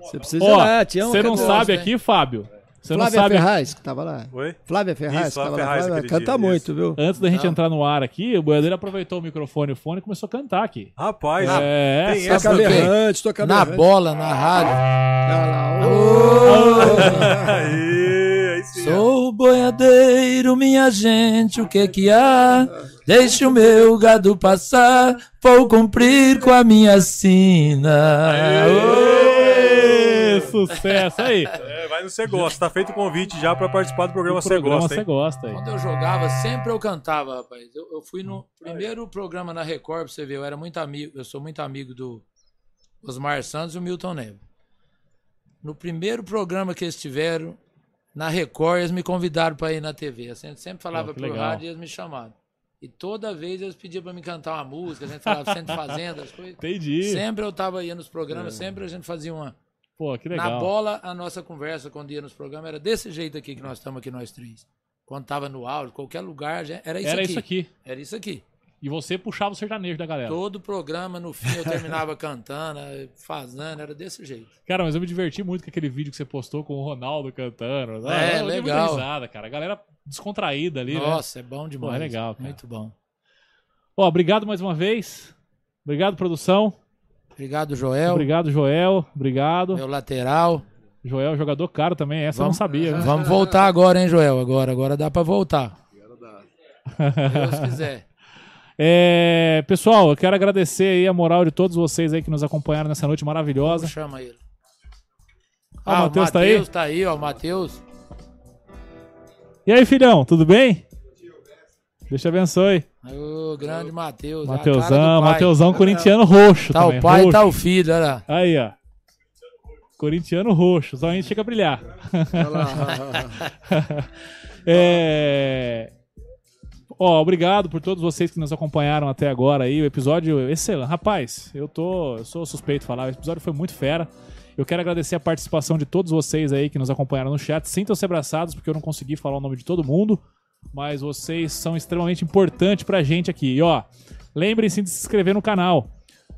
Speaker 4: Você precisa ir
Speaker 1: Ó,
Speaker 4: lá, tinha uma
Speaker 1: você não
Speaker 4: cantora-
Speaker 1: sabe
Speaker 2: né?
Speaker 1: aqui, Fábio? Você não
Speaker 4: Flávia
Speaker 1: sabe.
Speaker 4: Ferraz, que tava lá.
Speaker 5: Oi?
Speaker 4: Flávia Ferraz,
Speaker 5: Isso,
Speaker 4: que tava
Speaker 5: Flávia
Speaker 4: lá.
Speaker 5: Ferraz,
Speaker 4: Flávia,
Speaker 5: aquele
Speaker 4: canta
Speaker 5: dia,
Speaker 4: muito,
Speaker 5: isso.
Speaker 4: viu?
Speaker 1: Antes da gente
Speaker 2: Não.
Speaker 1: entrar no ar aqui, o boiadeiro aproveitou o microfone e o fone e começou a cantar aqui.
Speaker 5: Rapaz,
Speaker 1: É,
Speaker 5: Ah, tem
Speaker 4: Toca
Speaker 5: essa
Speaker 2: do quê?
Speaker 4: berrante, toca
Speaker 2: Na
Speaker 4: berrante.
Speaker 2: bola, na rádio.
Speaker 4: Ah, lá,
Speaker 1: Tá
Speaker 4: ô.
Speaker 5: Aí, aí sim.
Speaker 2: Sou boiadeiro, minha gente, o que que há? Deixe o meu gado passar, vou cumprir com a minha sina.
Speaker 1: Ê, Sucesso aí.
Speaker 5: É, vai no Cê Gosta. Tá feito o convite já pra participar do programa Cê
Speaker 1: programa
Speaker 5: Gosta,
Speaker 1: você
Speaker 5: hein?
Speaker 1: gosta aí.
Speaker 2: Quando eu jogava, sempre eu cantava, rapaz. Eu, eu fui
Speaker 1: Hum.
Speaker 2: no primeiro programa na Record, pra você ver, eu era muito amigo, eu sou muito amigo do Osmar Santos e o Milton Neves. No primeiro programa que eles tiveram na Record, eles me convidaram para ir na TV. A gente sempre falava
Speaker 1: Ó, Ah, que
Speaker 2: pro
Speaker 1: legal.
Speaker 2: rádio e eles me chamaram. E toda vez eles pediam para me cantar uma música, a gente falava sempre fazenda, as coisas.
Speaker 1: Entendi. É.
Speaker 2: Sempre eu tava ia nos programas, sempre a gente fazia uma.
Speaker 1: Pô, que
Speaker 2: Na
Speaker 1: legal.
Speaker 2: bola, a nossa conversa quando ia nos programas era desse jeito aqui que nós estamos aqui, nós três. Quando tava no áudio, qualquer lugar, já- era É isso
Speaker 1: Era
Speaker 2: aqui.
Speaker 1: isso aqui. É.
Speaker 2: Era isso aqui.
Speaker 1: E você puxava o sertanejo da galera.
Speaker 2: Todo programa, no fim, eu terminava cantando, fazendo, era desse jeito.
Speaker 1: Cara, mas eu me diverti muito com aquele vídeo que você postou com o Ronaldo cantando. Ah,
Speaker 2: É,
Speaker 1: eu dei muita
Speaker 2: legal.
Speaker 1: risada, cara. A galera descontraída ali, né?
Speaker 2: Nossa, é bom demais.
Speaker 1: Pô, é legal, cara.
Speaker 2: Muito bom.
Speaker 1: Ó, obrigado mais uma vez. Obrigado, produção.
Speaker 2: Obrigado, Joel.
Speaker 1: Obrigado, Joel. Obrigado.
Speaker 2: Meu lateral.
Speaker 1: Joel, jogador caro também. Essa eu não
Speaker 2: Vamos-
Speaker 1: sabia. né? viu?
Speaker 2: Vamos voltar agora, hein, Joel? Agora, agora dá para voltar. Se Deus quiser.
Speaker 1: É, pessoal, eu quero agradecer aí a moral de todos vocês aí que nos acompanharam nessa noite maravilhosa.
Speaker 2: Chama ele.
Speaker 1: Ah, o Matheus tá aí?
Speaker 2: tá aí, ó, o Matheus.
Speaker 1: E aí, filhão, tudo bem? Deus te abençoe.
Speaker 2: Ô, grande Matheus. é a cara Tá, do
Speaker 1: Mateusão,
Speaker 2: pai.
Speaker 1: Mateusão corintiano roxo
Speaker 2: Tá
Speaker 3: é
Speaker 1: também.
Speaker 2: o pai,
Speaker 1: roxo.
Speaker 2: tá o filho, olha lá.
Speaker 1: Aí, ó. Corintiano roxo, só a gente chega a brilhar.
Speaker 4: Olha lá.
Speaker 1: É... Ó, obrigado por todos vocês que nos acompanharam até agora aí. O episódio, excelente. Rapaz, eu tô. Eu sou suspeito de falar, o episódio foi muito fera. Eu quero agradecer a participação de todos vocês aí que nos acompanharam no chat. Sintam-se abraçados, porque eu não consegui falar o nome de todo mundo. Mas vocês são extremamente importantes pra gente aqui. E ó, lembrem-se de se inscrever no canal.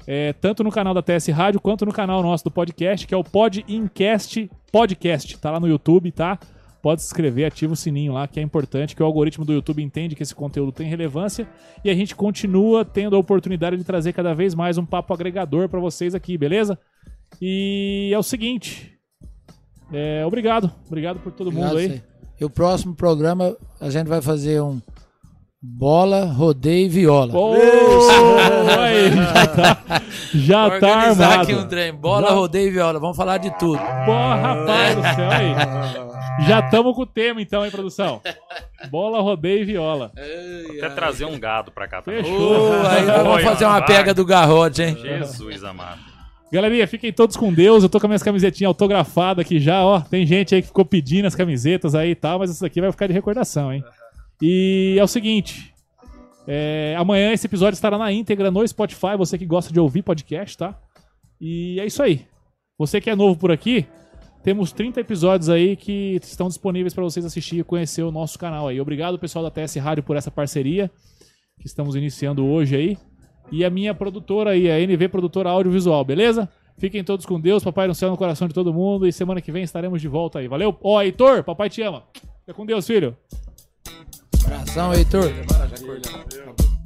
Speaker 1: É, tanto no canal da TS Rádio quanto no canal nosso do podcast, que é o Pod Incast Podcast. Tá lá no YouTube, tá? Pode se inscrever, ativa o sininho lá, que é importante, que o algoritmo do YouTube entende que esse conteúdo tem relevância e a gente continua tendo a oportunidade de trazer cada vez mais um papo agregador pra vocês aqui, beleza? E é o seguinte. é, obrigado, obrigado por todo mundo
Speaker 2: Obrigado,
Speaker 1: aí.
Speaker 2: senhor. E o próximo programa a gente vai fazer um bola, rodeio e viola.
Speaker 1: Ô, aí, já tá, já tá
Speaker 2: Organizar
Speaker 1: armado.
Speaker 2: aqui um trem, bola,
Speaker 1: Já-
Speaker 2: rodeio e viola. Vamos falar de tudo.
Speaker 1: Porra, rapaz do céu, aí. Já estamos com o tema então, hein, produção? Bola, rodeio e viola.
Speaker 3: Até trazer um gado pra cá também.
Speaker 1: Fechou.
Speaker 2: Ô, aí nós vamos
Speaker 3: Olha,
Speaker 2: fazer uma
Speaker 3: vai.
Speaker 2: pega do garrote, hein?
Speaker 3: Jesus amado.
Speaker 1: Galerinha, fiquem todos com Deus. Eu tô com as minhas camisetinhas autografadas aqui já, ó. Tem gente aí que ficou pedindo as camisetas aí e tal, mas isso aqui vai ficar de recordação, hein? E é o seguinte. é, amanhã esse episódio estará na íntegra no Spotify, você que gosta de ouvir podcast, tá? E é isso aí. Você que é novo por aqui, temos 30 episódios aí que estão disponíveis para vocês assistir e conhecer o nosso canal aí. Obrigado, pessoal da TS Rádio, por essa parceria que estamos iniciando hoje aí. E a minha produtora aí, a NV Produtora Audiovisual, beleza? Fiquem todos com Deus, papai no céu no coração de todo mundo e semana que vem estaremos de volta aí. Valeu? Ó, Heitor, papai te ama. Fica com Deus, filho.
Speaker 2: Abração, Heitor.